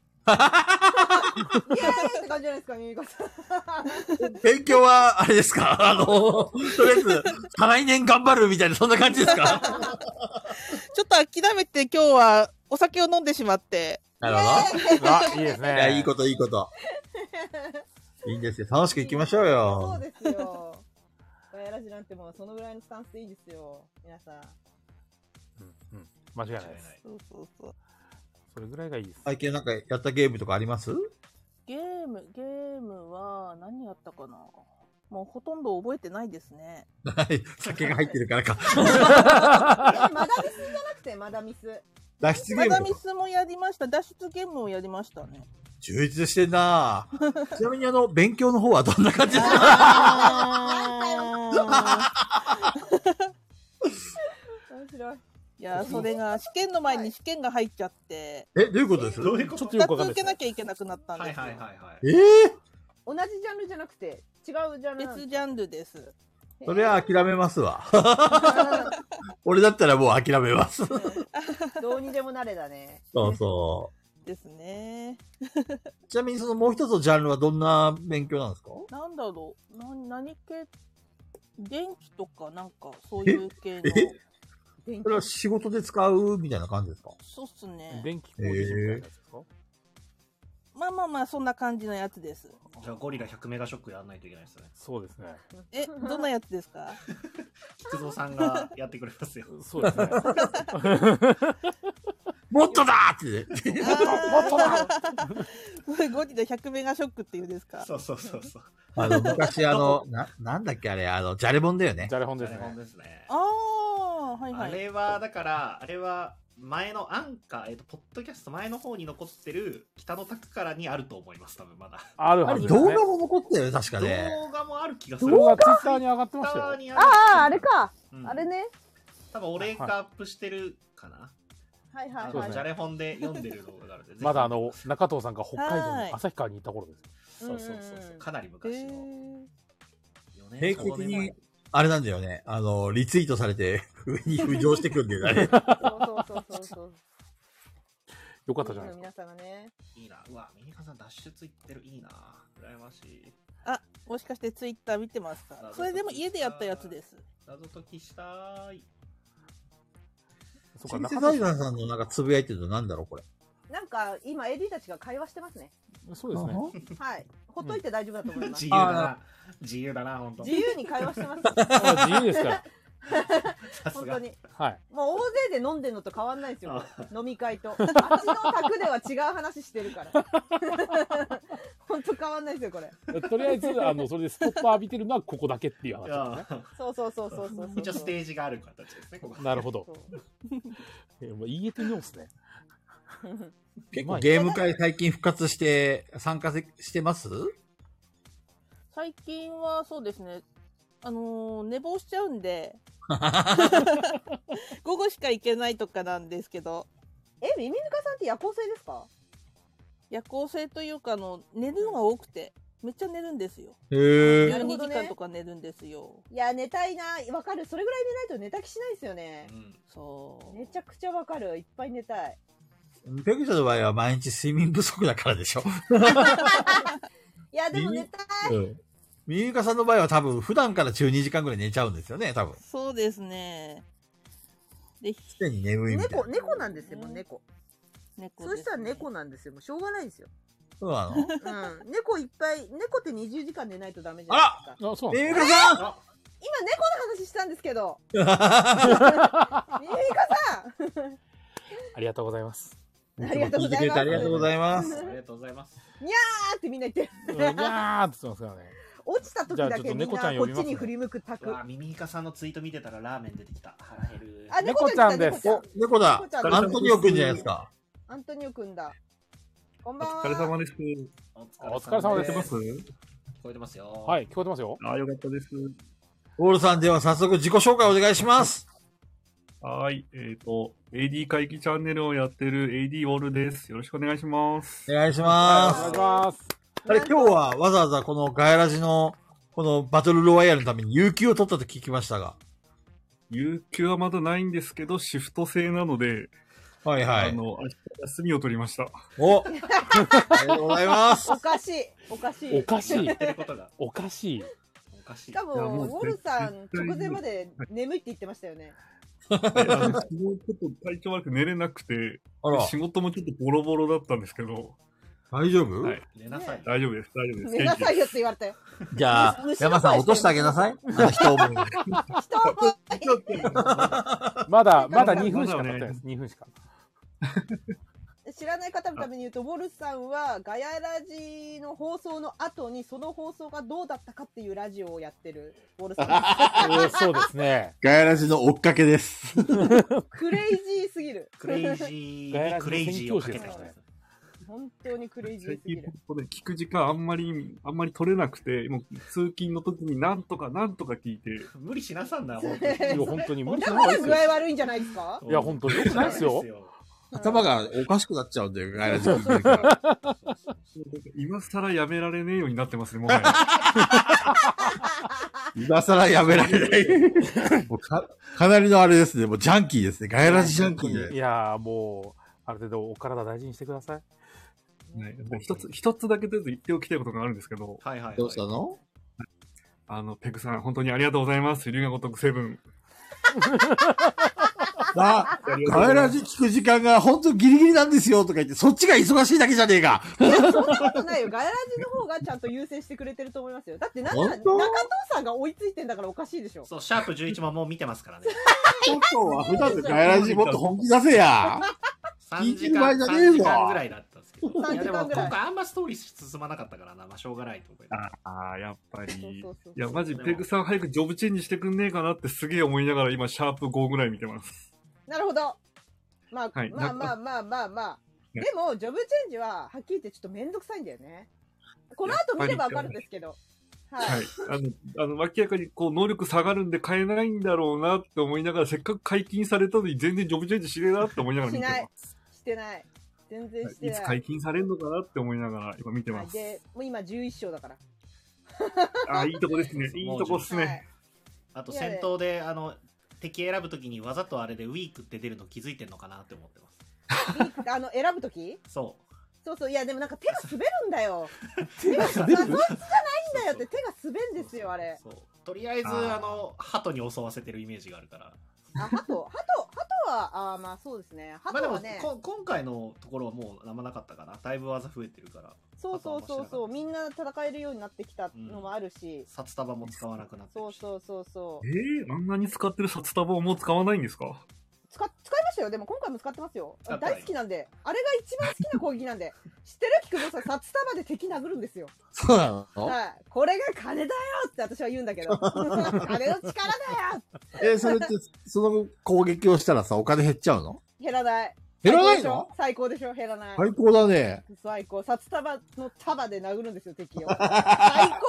[SPEAKER 3] イエーイって感じじゃないですか、ミミミカさん。
[SPEAKER 2] 勉強は、あれですかあの、とりあえず、再来年頑張るみたいな、そんな感じです か
[SPEAKER 14] ちょっと諦めて今日はお酒を飲んでしまって。
[SPEAKER 2] なるほど。
[SPEAKER 14] あ
[SPEAKER 2] いいですね。いや、いいこと、いいこと。いいんですよ。楽しく行きましょう
[SPEAKER 3] そう
[SPEAKER 2] よ。
[SPEAKER 3] ですよ。ガヤラジなんてもうそのぐらいのスタンスでいいですよ、皆さん。
[SPEAKER 1] うん、間違いないです。
[SPEAKER 14] そうそうそう。
[SPEAKER 1] それぐらいがいいです。
[SPEAKER 2] 最近なんかやったゲームとかあります
[SPEAKER 14] ゲーム、ゲームは何やったかなもうほとんど覚えてないですね。
[SPEAKER 2] はい酒が入ってるから か。
[SPEAKER 14] え
[SPEAKER 3] マダミスじゃなくて、マダミス。
[SPEAKER 2] 脱出ゲ
[SPEAKER 14] マ
[SPEAKER 2] ー
[SPEAKER 14] ダ
[SPEAKER 2] ム
[SPEAKER 14] ミスもやりました。脱出ゲームをやりましたね。
[SPEAKER 2] 充実してんな ちなみにあの、勉強の方はどんな感じですか
[SPEAKER 3] 面白い。
[SPEAKER 14] いや、それが試験の前に試験が入っちゃって、
[SPEAKER 2] え、どういうことですどういうこと
[SPEAKER 14] 2つ受けなきゃいけなくなったんですよ。
[SPEAKER 2] え
[SPEAKER 3] 同じジャンルじゃなくて、違うジャンル。別
[SPEAKER 14] ジャンルです。
[SPEAKER 2] ー、それは諦めます わ。俺だったらもう諦めます。
[SPEAKER 3] どうにでもなれだね。
[SPEAKER 2] そうそ
[SPEAKER 14] ですね。
[SPEAKER 2] ちなみにそのもう一つのジャンルはどんな勉強なんですか
[SPEAKER 14] なんだろう。な何系電気とかなんかそういう系 の。電
[SPEAKER 2] それは仕事で使うみたいな感じですか
[SPEAKER 14] そうっすね。
[SPEAKER 1] 電気
[SPEAKER 2] 工事士みたいなやつです
[SPEAKER 1] か、
[SPEAKER 14] まあまあまあ、そんな感じのやつです。
[SPEAKER 7] じゃあゴリラ100メガショックやらないといけないですね。
[SPEAKER 1] そうですね。
[SPEAKER 14] え、どんなやつですか
[SPEAKER 7] 菊蔵さんがやってくれますよ。
[SPEAKER 1] そう ですね
[SPEAKER 2] もっとだーって
[SPEAKER 14] あーゴリラ100メガショックっていうんですか
[SPEAKER 7] そうそうそうそう。
[SPEAKER 2] あの、昔あ の、な、なんだっけあれ、あの、ジャレボンだよね。ジ
[SPEAKER 1] ャレボンです
[SPEAKER 7] ね。ですね。
[SPEAKER 14] ああ、はいは
[SPEAKER 7] あ
[SPEAKER 14] い。
[SPEAKER 7] れは、だから、あれは、前のアンカー、えっと、ポッドキャスト前の方に残ってる北の拓からにあると思います、多分まだ。
[SPEAKER 1] あるはずですね
[SPEAKER 2] 動画も残ってるよね、確かね。
[SPEAKER 7] 動画もある気がする。
[SPEAKER 1] 動画ツイッターに上がってましたよ。
[SPEAKER 7] に
[SPEAKER 3] ああ、あれか。あれね。
[SPEAKER 7] 多分俺がアップしてるかな。
[SPEAKER 3] はい
[SPEAKER 7] あ
[SPEAKER 3] はい
[SPEAKER 7] の
[SPEAKER 3] はい。
[SPEAKER 7] じゃれ本で読んでる動画があるんで、ぜひ
[SPEAKER 1] まだあの、中藤さんが北海道
[SPEAKER 7] は
[SPEAKER 1] に
[SPEAKER 7] い
[SPEAKER 1] 旭川に行った頃です。
[SPEAKER 7] そうそうそうそう、かなり昔の。
[SPEAKER 2] 定
[SPEAKER 7] 4年
[SPEAKER 2] 期
[SPEAKER 7] ほど
[SPEAKER 2] 的
[SPEAKER 7] 前
[SPEAKER 2] に、あれなんだよね。あの、リツイートされて、 上に浮上してくるんだよね。
[SPEAKER 3] そうそうそうそう。
[SPEAKER 1] よかったじゃないです
[SPEAKER 3] 皆さんがね。
[SPEAKER 7] いいな。うわ、ミニカさん脱出いってる。いいな。羨ましい。
[SPEAKER 14] あ、もしかしてツイッター見てますかそれでも家でやったやつです。
[SPEAKER 7] 謎解きしたーい。
[SPEAKER 2] そっか、中田さんのなんかつぶやいてるのなんだろう、これ。
[SPEAKER 3] なんか今 AD たちが会話してますね。
[SPEAKER 1] そう
[SPEAKER 2] ですね
[SPEAKER 3] はい。ほっといて大丈夫だと思います。
[SPEAKER 7] 自由だな。自由だな、本当。
[SPEAKER 3] 自由に会話してます。
[SPEAKER 7] あ自由です か。さす
[SPEAKER 3] 本
[SPEAKER 7] が
[SPEAKER 3] 当に。
[SPEAKER 1] はい。
[SPEAKER 3] もう大勢で飲んでんのと変わんないですよ。飲み会と。あっちの宅では違う話してるから。 本当変わんないですよ、これ。
[SPEAKER 1] か。とりあえず、あの、それでストッパー浴びてるのはここだけっていう話ですね。
[SPEAKER 3] そうそうそうそうそうそう。
[SPEAKER 7] 一応ステージがある形ですね、ここ。
[SPEAKER 1] なるほど。えもう言えてみようっすね。
[SPEAKER 2] 結構ゲーム会最近復活して、参加せしてます
[SPEAKER 14] 最近はそうですね、あのー寝坊しちゃうんで、 午後しか行けないとかなんですけど。
[SPEAKER 3] え、ミミヌカさんって夜行性ですか
[SPEAKER 14] 夜行性というか、あの、寝るのが多くて、めっちゃ寝るんですよ。
[SPEAKER 2] へえ。
[SPEAKER 14] 12時間とか寝るんですよ。
[SPEAKER 3] いや、寝たいな。わかる。それぐらい寝ないと寝た気しないですよね。
[SPEAKER 14] そう。
[SPEAKER 3] めちゃくちゃわかる。いっぱい寝たい。
[SPEAKER 2] ペグちゃんの場合は毎日睡眠不足だからでし ょ。
[SPEAKER 3] いや、でも寝たい。
[SPEAKER 2] うん。みゆかさんの場合は多分普段から12時間ぐらい寝ちゃうんですよね、多分。
[SPEAKER 14] そうですね。
[SPEAKER 2] すでに眠いみたいな。
[SPEAKER 3] 猫、猫なんですよ、もう猫。
[SPEAKER 14] 猫
[SPEAKER 3] そうしたら猫なんですよ。もうしょうがないんですよ。
[SPEAKER 2] そうなの
[SPEAKER 3] うん。猫いっぱい、猫って20時間寝ないとダメじゃない
[SPEAKER 2] あ
[SPEAKER 3] です
[SPEAKER 1] ら
[SPEAKER 3] か。
[SPEAKER 1] あそう
[SPEAKER 2] みゆか
[SPEAKER 3] あれ
[SPEAKER 2] さ
[SPEAKER 3] 今猫の話したんですけど。
[SPEAKER 2] ん
[SPEAKER 3] ミミカさん
[SPEAKER 1] ありがとうございます。
[SPEAKER 3] ありがとうございます聞いてくれてありがとうございます
[SPEAKER 7] ありがとうございます。
[SPEAKER 3] にゃーってみんな言って
[SPEAKER 1] うん、い
[SPEAKER 3] る。
[SPEAKER 1] やーって言ってますからね。
[SPEAKER 3] 落ちた時だけみんなこっちに振り向くタ
[SPEAKER 7] う
[SPEAKER 3] ク
[SPEAKER 7] わ。ミミイカさんのツイート見てたらラーメン出てきた。腹減る。
[SPEAKER 3] あ猫ちゃんです
[SPEAKER 2] お猫だ
[SPEAKER 3] 猫ちゃん。です
[SPEAKER 2] アントニオくんじゃないですか。
[SPEAKER 3] アントニオくんだ。こんばんは。
[SPEAKER 2] です。
[SPEAKER 7] お
[SPEAKER 1] お疲れ様です。
[SPEAKER 7] 聞こえてますよ。
[SPEAKER 1] はい、聞こえてますよ。
[SPEAKER 15] ああ、よかったです。
[SPEAKER 2] オールさんでは早速自己紹介お願いします。
[SPEAKER 15] はーい。えっ、と、AD 会議チャンネルをやってる AD オールです。よろしくお願いします。
[SPEAKER 2] お願いします。
[SPEAKER 1] お願いします。
[SPEAKER 2] あれ、今日はわざわざこのガヤラジの、このバトルロワイヤルのために有給を取ったと聞きましたが。
[SPEAKER 15] 有給はまだないんですけど、シフト制なので、
[SPEAKER 2] はいはい。
[SPEAKER 15] あの、明日休みを取りました。
[SPEAKER 2] お
[SPEAKER 15] ありがとうございます
[SPEAKER 3] おかしい。おかしい。
[SPEAKER 1] おかしい
[SPEAKER 7] やってることが。
[SPEAKER 1] おかしい。
[SPEAKER 7] おかし
[SPEAKER 3] しか
[SPEAKER 15] いや
[SPEAKER 3] も、
[SPEAKER 15] もう
[SPEAKER 3] ウォルさん
[SPEAKER 15] 絶対に
[SPEAKER 3] 直前まで眠いって言ってましたよね。
[SPEAKER 15] あ の昨日ちょっと体調悪く寝れなくて
[SPEAKER 2] あら、
[SPEAKER 15] 仕事もちょっとボロボロだったんですけど。
[SPEAKER 2] 大丈夫、
[SPEAKER 15] はい、
[SPEAKER 7] 寝なさい。
[SPEAKER 15] 大丈夫です。大丈夫です。
[SPEAKER 3] 寝なさいよって言われたよ。
[SPEAKER 2] じゃあ、山さん落としてあげなさい。あの人を思い。
[SPEAKER 1] まだ、まだ2分しか経ってないです。2分しか。
[SPEAKER 3] 知らない方のために言うと、ウォルさんはガヤラジの放送の後に、その放送がどうだったかっていうラジオをやってるウォルさ んです。
[SPEAKER 1] そうですね。
[SPEAKER 2] ガヤラジの追っかけです。
[SPEAKER 3] クレイジーすぎる。
[SPEAKER 7] クレイジーにクレイジーをかけてきた。
[SPEAKER 3] 本当にクレイジー
[SPEAKER 15] 最
[SPEAKER 3] すぎ
[SPEAKER 15] 近
[SPEAKER 3] る。
[SPEAKER 15] これ聞く時間あんまり、あんまり取れなくて、もう通勤の時になんとかなんとか聞いて。
[SPEAKER 7] 無理しなさんな、
[SPEAKER 3] 本当にいや
[SPEAKER 1] 本当に無
[SPEAKER 3] だ
[SPEAKER 1] 理し
[SPEAKER 3] か
[SPEAKER 1] な
[SPEAKER 3] ら
[SPEAKER 1] い方がいいです
[SPEAKER 3] 具
[SPEAKER 1] よ
[SPEAKER 3] 合。悪いんじゃないですか
[SPEAKER 1] いや、本当に良くないですよ。
[SPEAKER 2] 頭がおかしくなっちゃうんだよ、ガヤラジ聞いてる
[SPEAKER 15] 今更やめられねえようになってますね、もは や。
[SPEAKER 2] 今更やめられない。もうかかなりのあれですね、もうジャンキーですね。ガヤラジジャンキーで。
[SPEAKER 1] いやーもう、ある程度お体大事にしてください。
[SPEAKER 15] ね、で一つ、一つだけずつ言っておきたいことがあるんですけど。
[SPEAKER 7] はいはいはい
[SPEAKER 15] どうしたのあの、ペグさん、本当にありがとうございます。龍が如くセブン。
[SPEAKER 16] あ、カメラジ聞く時間が本当ギリギリなんですよとか言って、そっちが忙しいだけじゃねえか。
[SPEAKER 3] そんなことないよ。ガヤラジの方がちゃんと優先してくれてると思いますよ。だってなんなら
[SPEAKER 7] 本
[SPEAKER 3] 中
[SPEAKER 7] 当
[SPEAKER 3] 藤さんが追いついてんだからおかしいでしょ。
[SPEAKER 7] そう、シャープ11ももう見てますからね。
[SPEAKER 16] そうは普段のガヤラジもっと本気出せや。
[SPEAKER 7] 3時
[SPEAKER 16] 聞いてる場
[SPEAKER 7] 間、
[SPEAKER 16] 合じゃねえぞ
[SPEAKER 7] 3時間ぐらいだったんですけど。
[SPEAKER 3] 3
[SPEAKER 7] いやでも
[SPEAKER 3] 時間ぐらい
[SPEAKER 7] 今回あんまストーリー進まなかったからな、まあしょうがないと思います。
[SPEAKER 15] ああ、やっぱり。
[SPEAKER 7] そうそうそう
[SPEAKER 15] いや、マジ、ペグさん早くジョブチェンジしてくんねえかなってすげえ思いながら今、シャープ5ぐらい見てます。
[SPEAKER 3] なるほど。まあ、
[SPEAKER 15] はい
[SPEAKER 3] まあ
[SPEAKER 15] なん
[SPEAKER 3] まあ
[SPEAKER 15] か
[SPEAKER 3] まあまあまあ。
[SPEAKER 15] ね
[SPEAKER 3] でも、ジョブチェンジは、はっきり言ってちょっとめんどくさいんだよね。この後見ればわかるんですけど。
[SPEAKER 15] はい。あの、あの、明らかにこう、能力下がるんで買えないんだろうなって思いながら、せっかく解禁されたのに全然ジョブチェンジしねえなって思いながら
[SPEAKER 3] し
[SPEAKER 15] 見てま
[SPEAKER 3] な
[SPEAKER 15] す
[SPEAKER 3] い。。してない。全然して
[SPEAKER 15] い
[SPEAKER 3] ない
[SPEAKER 15] つ。解禁されるのかなって思いながら今見て
[SPEAKER 3] は
[SPEAKER 15] ま
[SPEAKER 3] い、
[SPEAKER 15] す。
[SPEAKER 3] で、もう今11章だから。
[SPEAKER 15] あーいいとこですね。いいとこっすね。
[SPEAKER 7] あと戦闘で、あの、敵選ぶときにわざとあれでウィークって出るの気づいてんのかなって思ってます。
[SPEAKER 3] あの、選ぶとき
[SPEAKER 7] そ
[SPEAKER 3] そうそう。いや、でもなんか手が滑るんだ よ。手が滑るそいつじゃないんだよって手が滑るんですよ、あれ。
[SPEAKER 7] う。とりあえず、
[SPEAKER 3] あー
[SPEAKER 7] あの、鳩に襲わせてるイメージがあるから。
[SPEAKER 3] あ、ハト、ハト、ハトは、あーまあそうですね。ハ
[SPEAKER 7] まあで
[SPEAKER 3] ト
[SPEAKER 7] も
[SPEAKER 3] はね、
[SPEAKER 7] こ、今回のところはもうあんまなかったかな。だいぶ技増えてるから。
[SPEAKER 3] そうそうそうそう、みんな戦えるようになってきたのもあるし。
[SPEAKER 7] 札束も使わなくなって。
[SPEAKER 3] そうそうそうそう。
[SPEAKER 15] えー、あんなに使ってる札束をもう使わないんですか
[SPEAKER 3] 使っ使いましたよ。でも今回も使ってますよ
[SPEAKER 15] 使っ。た
[SPEAKER 3] 大好きなんで。あれが一番好きな攻撃な んで。知ってる菊蔵さん、札束で敵殴るんですよ。
[SPEAKER 16] そうなの
[SPEAKER 3] はい。これが金だよって私は言うんだけ ど。金の力だよ
[SPEAKER 16] え、それって、その攻撃をしたらさ、お金減っちゃうの
[SPEAKER 3] 減らない。
[SPEAKER 16] 減らないの
[SPEAKER 3] 最高でしょ最高でしょ減らない。
[SPEAKER 16] 最高だね。
[SPEAKER 3] 最高。札束の束で殴るんですよ、敵を。最高の攻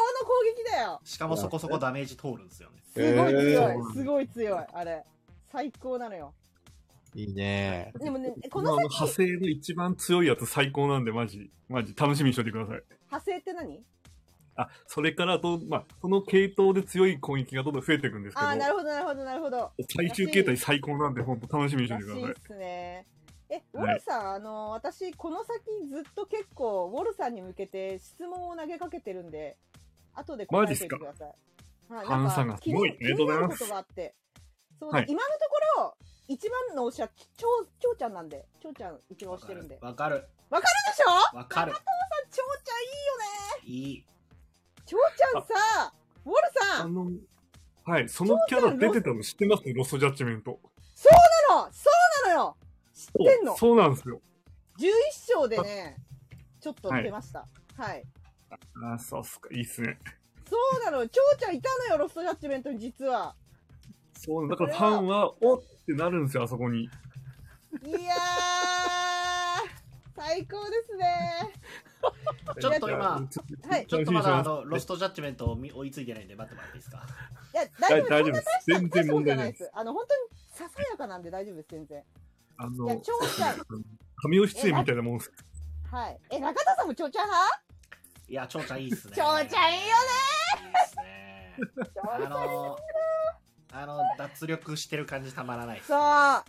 [SPEAKER 3] 撃だよ。
[SPEAKER 7] しかもそこそこダメージ通るんですよね。
[SPEAKER 3] すごい強い。す
[SPEAKER 7] い。
[SPEAKER 3] ごい強い。あれ。最高なのよ。
[SPEAKER 16] いいね
[SPEAKER 3] で もね、こ
[SPEAKER 15] こ
[SPEAKER 3] の
[SPEAKER 15] のあの派
[SPEAKER 3] 先、
[SPEAKER 15] 生の一番強いやつ最高なんで、マジ、マジ、楽しみにしといてください。
[SPEAKER 3] 派生って何
[SPEAKER 15] あ、それからあと、まあ、その系統で強い攻撃がどんどん増えていくんですけど
[SPEAKER 3] あ、あ、なるほど、なるほど、なるほど。
[SPEAKER 15] 最終形態最高なんで、本当楽しみにしとい
[SPEAKER 3] ら
[SPEAKER 15] て
[SPEAKER 3] し
[SPEAKER 15] くだ
[SPEAKER 3] い
[SPEAKER 15] さ
[SPEAKER 3] っ
[SPEAKER 15] い。
[SPEAKER 3] すね。え、ウォ
[SPEAKER 15] はい
[SPEAKER 3] ルさん、あの、私、この先ずっと結構、ウォルさんに向けて質問を投げかけてるんで、後で答えておいてください。はい
[SPEAKER 15] ハンさんがすごい
[SPEAKER 3] 気に
[SPEAKER 15] ありがとうございます
[SPEAKER 3] 気になることがあって。そう、
[SPEAKER 15] はい
[SPEAKER 3] 今のところ、一番の推しは、ちょう、ちょうちゃんなんで、ちょうちゃん一番推してるんで。
[SPEAKER 7] わかる。
[SPEAKER 3] わかるでしょ
[SPEAKER 7] わかる
[SPEAKER 3] 中藤さん、ちょうちゃんいいよ
[SPEAKER 7] い
[SPEAKER 3] ね
[SPEAKER 7] い。
[SPEAKER 3] ちょうちゃんさ、ウォルさん
[SPEAKER 15] あの、はい、そのキャラ出てたの知ってますロストジャッジメント。
[SPEAKER 3] そうなのそうなのよ知ってんの
[SPEAKER 15] そうなんですよ。
[SPEAKER 3] 11章でね、ちょっと出ました。はい
[SPEAKER 15] あ、そうっすか、いいっすね。
[SPEAKER 3] そうなのよ、蝶ちゃんいたのよ、ロストジャッジメントに実は。
[SPEAKER 15] そう、だからファンは、おっってなるんですよ、あそこに。
[SPEAKER 3] いやー、最高ですね。
[SPEAKER 7] ちょっと今、
[SPEAKER 3] はい
[SPEAKER 7] ちょっとまだあの、ロストジャッジメントを見追いついてないんで、待ってもらっていいですか。
[SPEAKER 3] いや、大丈夫
[SPEAKER 7] 大丈夫で
[SPEAKER 3] そんな大
[SPEAKER 7] す
[SPEAKER 3] した
[SPEAKER 7] 全
[SPEAKER 3] 大
[SPEAKER 7] 然
[SPEAKER 3] したこと
[SPEAKER 7] 問
[SPEAKER 3] じゃ
[SPEAKER 7] 題ない
[SPEAKER 3] な
[SPEAKER 7] い
[SPEAKER 3] で
[SPEAKER 7] です
[SPEAKER 3] す。あの、本当にささやかなんで大丈夫です、全然。い
[SPEAKER 15] あ
[SPEAKER 3] や、
[SPEAKER 15] の、
[SPEAKER 3] 蝶ちゃん、
[SPEAKER 15] 神尾出演みたいなもんっす。
[SPEAKER 3] はい。え、中田さんも蝶ちゃん派
[SPEAKER 7] いや、蝶ちゃんいいっすね。
[SPEAKER 3] 蝶ちゃんいいよね蝶
[SPEAKER 7] あ
[SPEAKER 3] ちゃんいい
[SPEAKER 7] の、あの、脱力してる感じたまらないっす。
[SPEAKER 3] そう、さ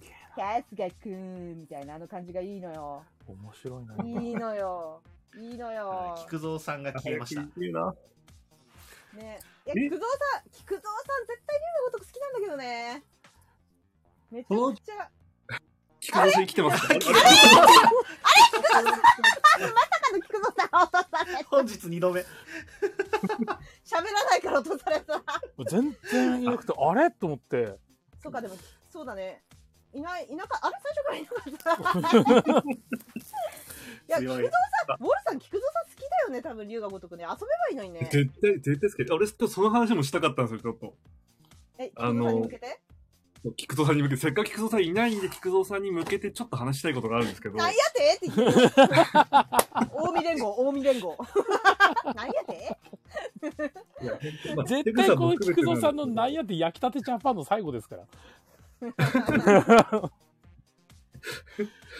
[SPEAKER 3] すがくんみたいなあの感じがいいのよ。
[SPEAKER 1] 面白いな。
[SPEAKER 3] いいのよ。いいのよ。
[SPEAKER 7] 菊蔵さんが消えました。
[SPEAKER 3] ねえ、いや、菊蔵さん、菊蔵さん絶対龍のごとく好きなんだけどね。めちゃくちゃ。
[SPEAKER 15] 菊蔵さん生きてますか
[SPEAKER 3] あれ、菊蔵さん、まさかの菊蔵さん、落とされ
[SPEAKER 7] 本日二 度目。
[SPEAKER 3] 喋らないから落とされた。
[SPEAKER 1] 全然いなくて、あれと思って。
[SPEAKER 3] そうか、でも、そうだね。いない、いなか、あれ、最初からいな かった。いや、菊
[SPEAKER 15] 強い
[SPEAKER 3] 蔵さん、ウォルさん、菊蔵さん好きだよね、多分龍がごとくね、遊べばいいのにね。
[SPEAKER 15] 絶対、絶対ですけど、俺、その話もしたかったんですよ、ちょっ
[SPEAKER 3] え、菊
[SPEAKER 15] あの
[SPEAKER 3] 蔵さんに向けて。
[SPEAKER 15] と。菊蔵さんに向けて、せっかく菊蔵さんいないんで、菊蔵さんに向けてちょっと話したいことがあるんですけど。
[SPEAKER 3] なんやてって言ってる。近江連合、近江連合。なんやて。
[SPEAKER 1] 絶対この菊蔵さんのなんやって焼きたてジャパンの最後ですから。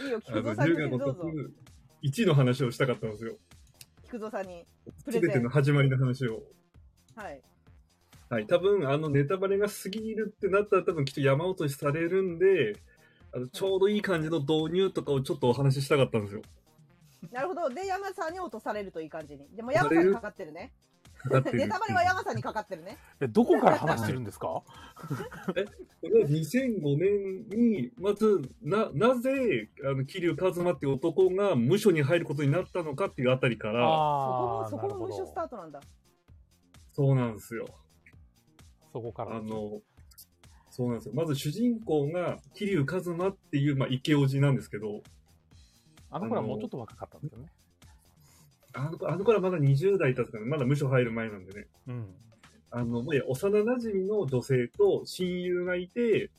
[SPEAKER 3] いいよ、
[SPEAKER 15] あ
[SPEAKER 3] 菊蔵
[SPEAKER 15] の
[SPEAKER 3] さん
[SPEAKER 15] 龍
[SPEAKER 3] に
[SPEAKER 15] が
[SPEAKER 3] ど
[SPEAKER 15] 如
[SPEAKER 3] うぞ。
[SPEAKER 15] く1の話をしたかったんですよ。
[SPEAKER 3] 菊蔵さんに。プレ
[SPEAKER 15] すべ
[SPEAKER 3] ゼ
[SPEAKER 15] て
[SPEAKER 3] ン
[SPEAKER 15] の。始まりの話を。
[SPEAKER 3] はい。
[SPEAKER 15] はい、多分あのネタバレが過ぎるってなったら多分きっと山落としされるんで、あのちょうどいい感じの導入とかをちょっとお話ししたかったんですよ。
[SPEAKER 3] なるほど。で、山さんに落とされるといい感じに。でも山さんにかかってるね。
[SPEAKER 15] だって
[SPEAKER 3] ネタバレは山さんにかかってる ね。
[SPEAKER 1] え、どこから話してるんですか
[SPEAKER 15] え、これは2005年に、まず、な、なぜ、あの、桐生一馬っていう男が無所に入ることになったのかっていうあたりから、
[SPEAKER 3] そこも、そこも無償スタートなんだ。
[SPEAKER 15] そうなんですよ。
[SPEAKER 1] そこから。
[SPEAKER 15] あの、そうなんですよ。まず主人公が、桐生一馬っていう、まあ、池おじなんですけど、
[SPEAKER 1] あの頃はもうちょっと若かったんですよね。
[SPEAKER 15] あの子、あの子らまだ20代だったから、まだ無所入る前なんでね。
[SPEAKER 1] うん。
[SPEAKER 15] あの、もういや幼馴染の女性と親友がいて、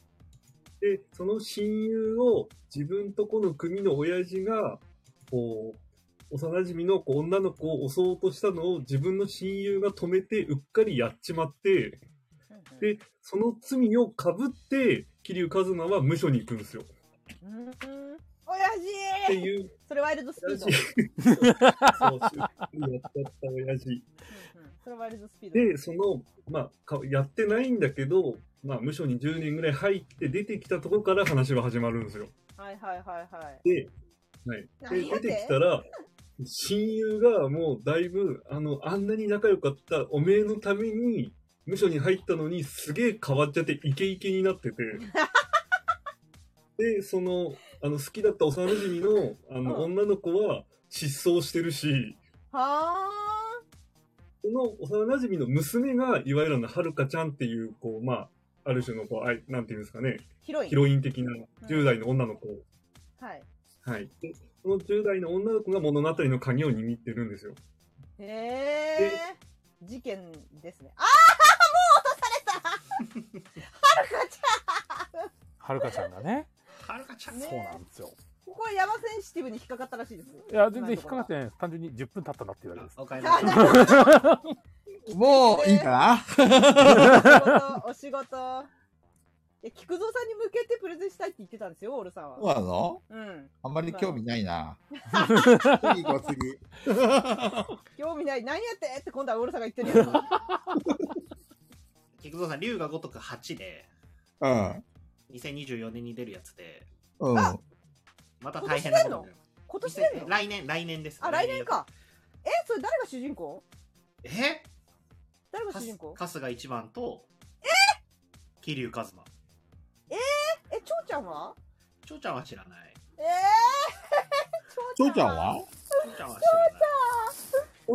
[SPEAKER 15] で、その親友を自分とこの組の親父が、こう、幼馴染のこう女の子を襲おうとしたのを自分の親友が止めて、うっかりやっちまって、で、その罪を被って、桐生一馬は無所に行くんですよ。
[SPEAKER 3] うん。親父
[SPEAKER 15] っていう
[SPEAKER 3] それワイルドスピー ド。
[SPEAKER 15] そう、やっちゃった親父。
[SPEAKER 3] それワイルドスピード。
[SPEAKER 15] で、その、まあ、かやってないんだけど、まあ、無所に10年ぐらい入って出てきたとこから話が始まるんですよ。
[SPEAKER 3] はいはいはいはい。
[SPEAKER 15] で、はい。で、
[SPEAKER 3] 何や
[SPEAKER 15] 出
[SPEAKER 3] って
[SPEAKER 15] てきたら、親友がもうだいぶ、あの、あんなに仲良かったおめえのために、無所に入ったのにすげえ変わっちゃってイケイケになってて。で、その、あの、好きだった幼馴染の、あの、女の子は失踪してるし、
[SPEAKER 3] は
[SPEAKER 15] その幼馴染の娘が、いわゆるあの、はるかちゃんっていう、こう、まあ、ある種の、こう、あいなんていうんですかね、
[SPEAKER 3] ヒロイン
[SPEAKER 15] 的な10代の女の子。
[SPEAKER 3] ーん。はい。
[SPEAKER 15] はい。で、その10代の女の子が物語の鍵を握ってるんですよ。
[SPEAKER 3] へえ。事件ですね。ああもう落とされたはるかちゃん
[SPEAKER 1] はるかちゃんがね。
[SPEAKER 7] はるかちゃ
[SPEAKER 3] んね
[SPEAKER 1] そうなんですよ。
[SPEAKER 3] ここは山センシティブに引っかかったらしいです。
[SPEAKER 1] いや、全然引っかかってないです。単純に10分経ったなっていうだけです。
[SPEAKER 7] おかえ
[SPEAKER 3] り もういいかなお仕事、お仕事。いや、菊蔵さんに向けてプレゼンしたいって言ってたんですよ、オールさんは。
[SPEAKER 5] そうなの
[SPEAKER 3] うん。
[SPEAKER 5] あんまり興味
[SPEAKER 3] い。
[SPEAKER 5] ないな。次行こう、次。
[SPEAKER 3] 興味ない。何やってって今度はオールさんが言って るやつ。
[SPEAKER 7] 菊蔵さん、竜が如く8で、
[SPEAKER 5] うん。
[SPEAKER 7] 2024年に出るやつで、
[SPEAKER 5] うん。
[SPEAKER 7] また大変なことになる。
[SPEAKER 3] 今年出んの
[SPEAKER 7] 来年、来年です。
[SPEAKER 3] あ、来年か。え、それ誰が主人公
[SPEAKER 7] え
[SPEAKER 3] 誰が主人公
[SPEAKER 7] 春日一番と、え桐生一馬。
[SPEAKER 3] えー、え、ちょうちゃんは
[SPEAKER 7] ちょうちゃんは知らない。
[SPEAKER 3] え
[SPEAKER 5] ちょうちゃんは
[SPEAKER 7] ちょうちゃんは
[SPEAKER 5] ちょ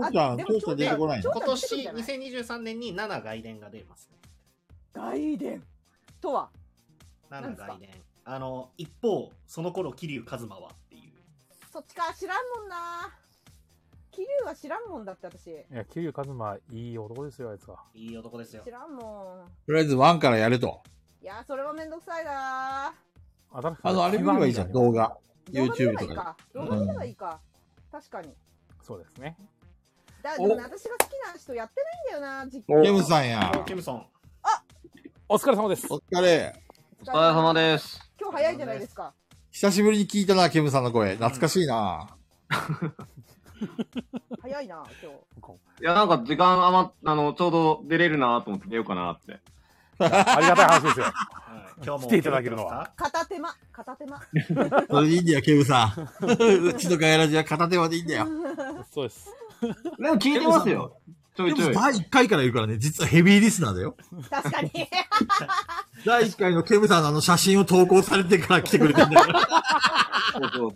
[SPEAKER 5] うちゃん、ちょうちゃん出てこないの
[SPEAKER 7] 今年、2023年に7外伝が出ますね。
[SPEAKER 3] ー、外伝とは
[SPEAKER 7] 7外伝。あの、一方、その頃、桐生一馬はっていう。
[SPEAKER 3] そっちか、知らんもんな。桐生は知らんもんだって私。
[SPEAKER 1] いや、桐生一馬、いい男ですよ、あいつは。
[SPEAKER 7] いい男ですよ
[SPEAKER 3] 知。らんも
[SPEAKER 5] とりあえずワンからやると。
[SPEAKER 3] ん。いや、それはめんどくさいな。
[SPEAKER 5] あの、あれ見ればいいじゃん、動画。YouTube と
[SPEAKER 3] いいか
[SPEAKER 5] か。。
[SPEAKER 3] 動画見れば
[SPEAKER 5] うん
[SPEAKER 3] いいか。確かに。
[SPEAKER 1] そうですね。
[SPEAKER 3] だ、で
[SPEAKER 5] お
[SPEAKER 3] も私が好きな人やってないんだよな、実
[SPEAKER 5] おケムさんや
[SPEAKER 7] ケムさん。あ
[SPEAKER 1] お疲れ様です。
[SPEAKER 5] お疲れ。
[SPEAKER 3] お疲れ様
[SPEAKER 5] です。
[SPEAKER 3] 今日早いじゃないですか。
[SPEAKER 5] 久しぶりに聞いたな、ケムさんの声。懐かしいな。
[SPEAKER 3] 早いな、今日。
[SPEAKER 17] いや、なんか時間余っ、あの、ちょうど出れるなと思って出ようかなって。
[SPEAKER 1] ありがたい話ですよ。
[SPEAKER 7] 今日
[SPEAKER 1] 来ていただけるのは。
[SPEAKER 3] 片手間、片手間。
[SPEAKER 2] それでいいんだよ、ケムさん。うちのガヤラジは片手間でいいんだよ。
[SPEAKER 1] そうです。
[SPEAKER 2] でも聞
[SPEAKER 17] いてますよ。
[SPEAKER 2] ち
[SPEAKER 17] ょいちょい
[SPEAKER 2] 第1回からいるからね、実はヘビーリスナーだよ。
[SPEAKER 3] 確かに。
[SPEAKER 2] 第1回のケムさんのあの写真を投稿されてから来てくれてんだよ。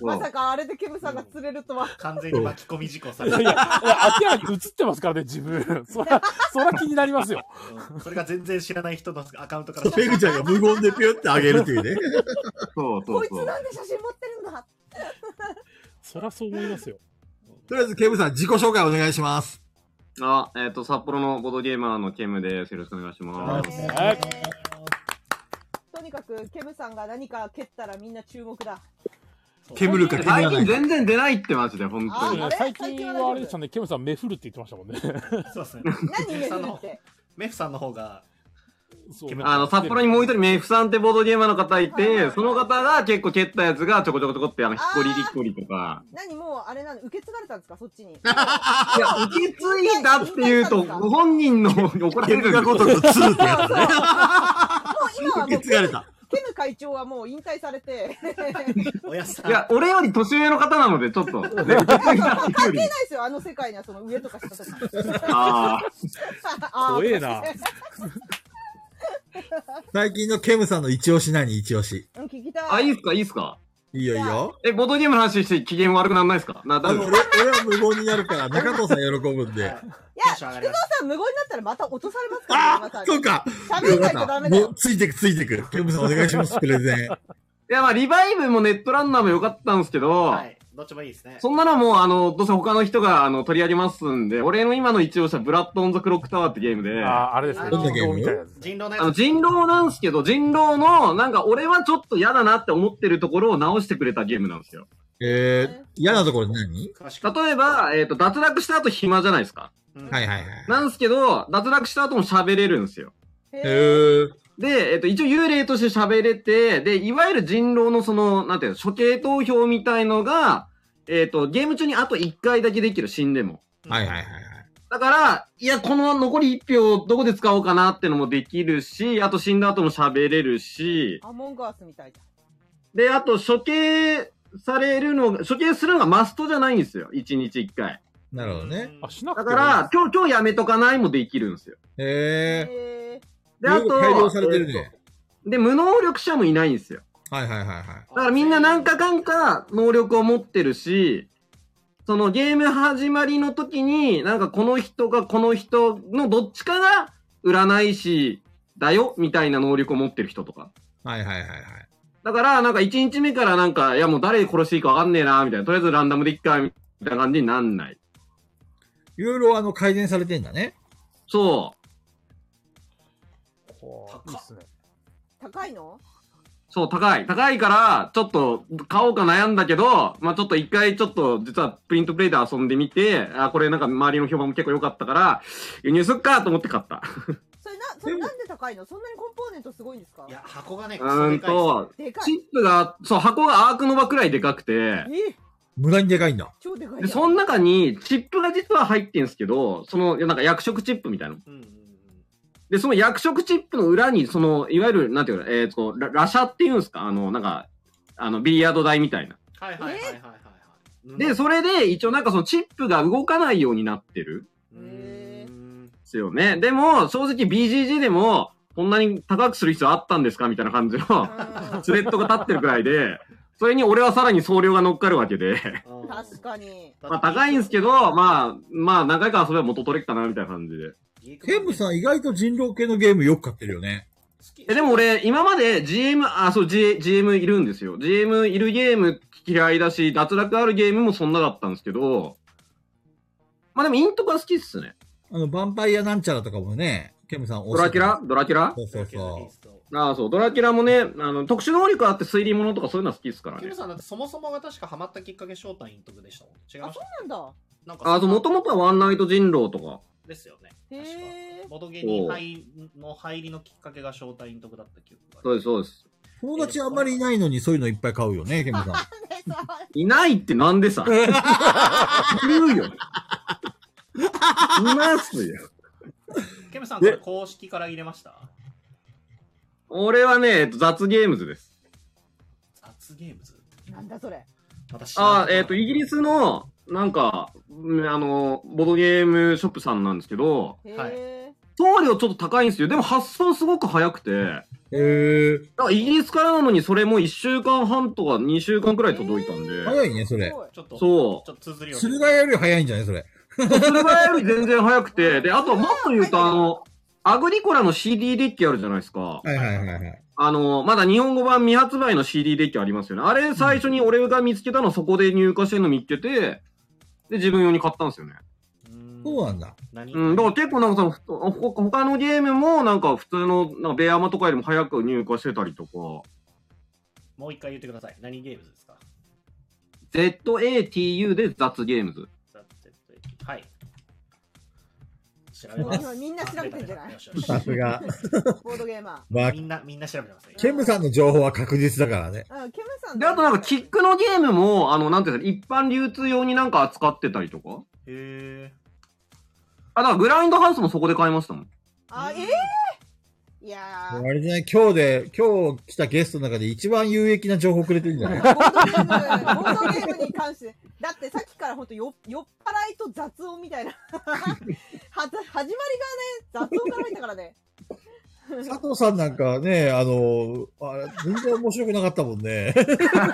[SPEAKER 3] まさかあれでケムさんが釣れるとは。
[SPEAKER 7] 完全に巻き込み事故さ
[SPEAKER 1] い
[SPEAKER 7] れ
[SPEAKER 1] や、いや
[SPEAKER 7] た。
[SPEAKER 1] 明らかに映ってますからね、自分。そら、そら気になりますよ。
[SPEAKER 7] うんそれが全然知らない人のアカウントから。
[SPEAKER 2] ペグちゃんが無言でピュってあげるというね。
[SPEAKER 17] そう
[SPEAKER 3] こいつなんで写真持ってるんだ。
[SPEAKER 1] そらそう思いますよ。
[SPEAKER 2] とりあえず、ケムさん、自己紹介お願いします。
[SPEAKER 17] あ、えっ、と、札幌のボードゲーマーのケムです。よろしくお願いします。
[SPEAKER 3] とにかくケムさんが何か蹴ったらみんな注目だ。
[SPEAKER 2] 煙るか煙ら
[SPEAKER 17] 最
[SPEAKER 2] ない
[SPEAKER 17] 近
[SPEAKER 2] か
[SPEAKER 17] 全然出ないってマジで、本当に。
[SPEAKER 1] 最近はあれでしたね、ケムさん、目振るって言ってましたもんね。
[SPEAKER 7] そうですね。
[SPEAKER 3] 何
[SPEAKER 7] メフさんの方メフさんの方が、
[SPEAKER 17] あの、札幌にもう一人メイフさんってボードゲーマーの方いて、その方が結構蹴ったやつがちょこちょこちょこって、あの、ひっこりりっこりと か。
[SPEAKER 3] 何もうあれなの受け継がれたんですかそっ ちに。
[SPEAKER 17] いや、受け継いだっていうと、ご本人の怒られる。
[SPEAKER 2] ケムがごとく2ってやつね。
[SPEAKER 3] もう今はもう
[SPEAKER 2] 受け継がれた。
[SPEAKER 3] ケヌ会長はもう引退されて。
[SPEAKER 7] おやさ
[SPEAKER 17] いや、俺より年上の方なので、ちょっと。ね、
[SPEAKER 3] 関係ないですよ、あの世界にはその上とか下とか。
[SPEAKER 17] あ
[SPEAKER 3] あー
[SPEAKER 1] 怖えな。
[SPEAKER 2] 最近のケムさんの一押し何一押し。
[SPEAKER 3] うん聞きたい。
[SPEAKER 17] あ、いいっすか、いいっすか。
[SPEAKER 2] いいよいいよ。
[SPEAKER 17] え、ボードゲームの話して機嫌悪くなんないですかな、だ
[SPEAKER 2] 俺、俺は無言になるから、中藤さん喜ぶんで。
[SPEAKER 3] いや、菊蔵さん無言になったらまた落とされますから、ね、また。
[SPEAKER 2] そうか。
[SPEAKER 3] 喋んないとダメだ
[SPEAKER 2] も
[SPEAKER 3] よ
[SPEAKER 2] う。ついてくついてく。ケムさんお願いします、プレゼン。
[SPEAKER 17] いや、まあ、リバイブもネットランナーも良かったんですけど、
[SPEAKER 7] どっちもいいですね。
[SPEAKER 17] そんなのもう、あの、どうせ他の人が、あの、取り上げますんで、俺の今の一押しは、ブラッドオンズ・クロックタワーってゲームで、
[SPEAKER 1] あー、あれですね。
[SPEAKER 2] どんなゲーム
[SPEAKER 1] みたいなやつ
[SPEAKER 7] 人狼の
[SPEAKER 17] あの、人狼なんですけど、人狼の、なんか俺はちょっと嫌だなって思ってるところを直してくれたゲームなんですよ。
[SPEAKER 2] えー、嫌なところ何
[SPEAKER 17] 例えば、えっ、と、脱落した後暇じゃないですか。
[SPEAKER 2] はいはいはい。
[SPEAKER 17] なんですけど、脱落した後も喋れるんですよ。
[SPEAKER 2] えー、
[SPEAKER 17] で、えっと、一応幽霊として喋れて、で、いわゆる人狼のその、なんていうの、処刑投票みたいのが、えっと、ゲーム中にあと1回だけできる、死んでも。
[SPEAKER 2] はいはいはい。
[SPEAKER 17] だから、いや、この残り1票をどこで使おうかなってのもできるし、あと死んだ後も喋れるし、
[SPEAKER 3] アモンガースみたいだ。
[SPEAKER 17] で、あと処刑されるのが、処刑するのがマストじゃないんですよ。1日1回。
[SPEAKER 2] なるほどね。
[SPEAKER 1] あ、しな
[SPEAKER 17] だから、今日、今日やめとかないもできるんですよ。
[SPEAKER 2] えー。
[SPEAKER 17] で、あ
[SPEAKER 2] よ
[SPEAKER 17] と、
[SPEAKER 2] く改良されてるね。
[SPEAKER 17] で、無能力者もいないんですよ。
[SPEAKER 2] はいはいはいはい。
[SPEAKER 17] だからみんな何かかんか能力を持ってるし、そのゲーム始まりの時に、なんかこの人がこの人のどっちかが占い師だよ、みたいな能力を持ってる人とか。
[SPEAKER 2] はいはいはいはい。
[SPEAKER 17] だから、なんか1日目からなんか、いやもう誰殺していいかわかんねえな、みたいな。とりあえずランダムで一回、みたいな感じになんない。
[SPEAKER 2] いろいろあの改善されてんだね。
[SPEAKER 17] そう。
[SPEAKER 1] いいっすね。
[SPEAKER 3] 高いの
[SPEAKER 17] そう、高い。高いから、ちょっと買おうか悩んだけど、まあちょっと一回ちょっと実はプリントプレイで遊んでみて、あ、これなんか周りの評判も結構良かったから、輸入すっかと思って買った。
[SPEAKER 3] それな、それなんで高いのそんなにコンポーネントすごい んですかいや、
[SPEAKER 7] 箱がね
[SPEAKER 17] うーんと、チ
[SPEAKER 3] で
[SPEAKER 17] ッ
[SPEAKER 3] かい。
[SPEAKER 17] プが、そう、箱がアークノバくらいでかくて、
[SPEAKER 3] え
[SPEAKER 2] 無駄にでかいんだ。
[SPEAKER 3] 超でかい
[SPEAKER 17] で、
[SPEAKER 3] やん。
[SPEAKER 17] その中にチップが実は入ってんすけど、その、なんか役職チップみたいなの。で、その役職チップの裏に、その、いわゆる、なんていうの、えっ、と、ララシャっていうんですかあの、なんか、あの、ビリヤード台みたいな。
[SPEAKER 7] はいはいはいはいはい。
[SPEAKER 17] で、それで一応なんかそのチップが動かないようになってる。ですよね。でも、正直 BGG でも、こんなに高くする必要あったんですかみたいな感 じの、スレッドが立ってるくらいで、それに俺はさらに総量が乗っかるわけで、
[SPEAKER 3] 確かに。
[SPEAKER 17] まあ高いんですけど、まあ、まあ何回か遊べば元取れっかな、みたいな感じで。
[SPEAKER 2] ケムさん意外と人狼系のゲームよく買ってるよね。
[SPEAKER 17] え、でも俺、今まで GM、あ、そう、G、GM いるんですよ。GM いるゲーム嫌いだし、脱落あるゲームもそんなだったんですけど、まあでもイントコは好きっすね。
[SPEAKER 2] あの、ヴァンパイアなんちゃらとかもね、ケムさん
[SPEAKER 17] ドラキュラドラキュラ
[SPEAKER 2] そうそうそう。
[SPEAKER 17] ああ、そう、ドラキュラもね、あの、特殊能力あって推理物とかそういうのは好きですから
[SPEAKER 7] キ
[SPEAKER 17] ね
[SPEAKER 7] ム。さんだってそもそもが確かハマったきっかけ正体隠匿でしたもん。違いました
[SPEAKER 3] なんだ。
[SPEAKER 7] なんか
[SPEAKER 17] ああ、そう、もともとはワンナイト人狼 とか。
[SPEAKER 7] ですよね。確か。ボドゲに入の入りのきっかけが正体隠匿だった記憶がある。
[SPEAKER 17] そうです、そうです。
[SPEAKER 2] 友達あんまりいないのにそういうのいっぱい買うよね、ケムさん。
[SPEAKER 17] いないってなんでさ。いるよ。いますよ。
[SPEAKER 7] ケムさん、これ公式から入れました
[SPEAKER 17] 俺はね、えっと、雑ゲームズです。
[SPEAKER 7] 雑ゲームズ
[SPEAKER 3] なんだそれ。
[SPEAKER 7] 私
[SPEAKER 17] ああ、えっと、イギリスの、なんか、うんあの、ボードゲームショップさんなんですけど、
[SPEAKER 3] へ
[SPEAKER 17] 送料ちょっと高いんですよ。でも発送すごく早くて。
[SPEAKER 2] へえ。
[SPEAKER 17] だからイギリスからなのにそれも1週間半とか2週間くらい届いたんで。
[SPEAKER 2] 早いね、それ。
[SPEAKER 7] ちょっと、
[SPEAKER 17] そう。
[SPEAKER 7] ちょっと綴りを。
[SPEAKER 2] 駿河屋より早いんじゃないそれ。
[SPEAKER 17] それがより全然早くて、で、あとはもっと言うと、あの、アグリコラの CD デッキあるじゃないですか。
[SPEAKER 2] はいはいはいはい。
[SPEAKER 17] あの、まだ日本語版未発売の CD デッキありますよね。あれ最初に俺が見つけたのそこで入荷してるの見つけて、で、自分用に買ったんですよね。
[SPEAKER 2] そうなんだ。
[SPEAKER 17] うん、だから結構なんかそのふと、ほ他のゲームもなんか普通の、なんかベアマとかよりも早く入荷してたりとか、
[SPEAKER 7] もう一回言ってください。何ゲームズですか
[SPEAKER 17] ZATU で雑ゲームズ。
[SPEAKER 7] はい。調べ
[SPEAKER 3] もう
[SPEAKER 7] ます。
[SPEAKER 3] 今みんな調べてんじゃない
[SPEAKER 2] さすが。
[SPEAKER 3] ボードゲーマ
[SPEAKER 2] まあ、
[SPEAKER 7] みんな、みんな調べてますね。
[SPEAKER 2] ケムさんの情報は確実だからね。
[SPEAKER 3] ー。うん、ケムさん
[SPEAKER 17] で、あとなんかキックのゲームも、あの、なんていうんですか、一般流通用になんか扱ってたりとか。
[SPEAKER 7] へえ。
[SPEAKER 17] あ、だからグラインドハウスもそこで買いましたもん。
[SPEAKER 3] あ、ええいや
[SPEAKER 2] あれじゃない、今日で、今日来たゲストの中で一番有益な情報くれてるんじゃ ない
[SPEAKER 3] ボードゲームに関して、だってさっきから本当よ酔っ払いと雑音みたいな。は始まりがね、雑音から入ったからね。
[SPEAKER 2] 佐藤さんなんかね、あの、あれ全然面白くなかったもんね。
[SPEAKER 3] だけど、菊蔵さんも落と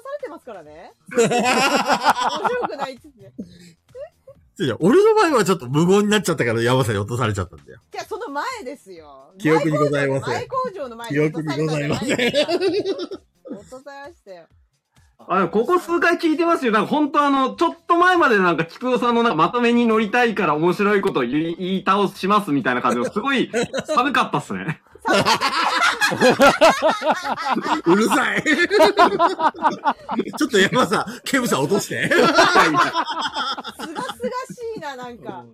[SPEAKER 3] されてますからね。面白くないっつって。
[SPEAKER 2] いや俺の場合はちょっと無言になっちゃったから山さんに落とされちゃったん だよ。
[SPEAKER 3] じゃあ、その前ですよ。
[SPEAKER 2] 記憶にございません
[SPEAKER 3] 前工場の前
[SPEAKER 2] 記憶にございません
[SPEAKER 3] 落とされましたよ。
[SPEAKER 17] あでもここ数回聞いてますよ。なんか本当あの、ちょっと前までなんか、菊尾さんのなんかまとめに乗りたいから面白いことを言い言い倒しますみたいな感じの、すごい寒かったっす ね。
[SPEAKER 2] うるさい ちょっと山さん、ケムさん落と して。
[SPEAKER 3] すがすがしいな、なんか。はっ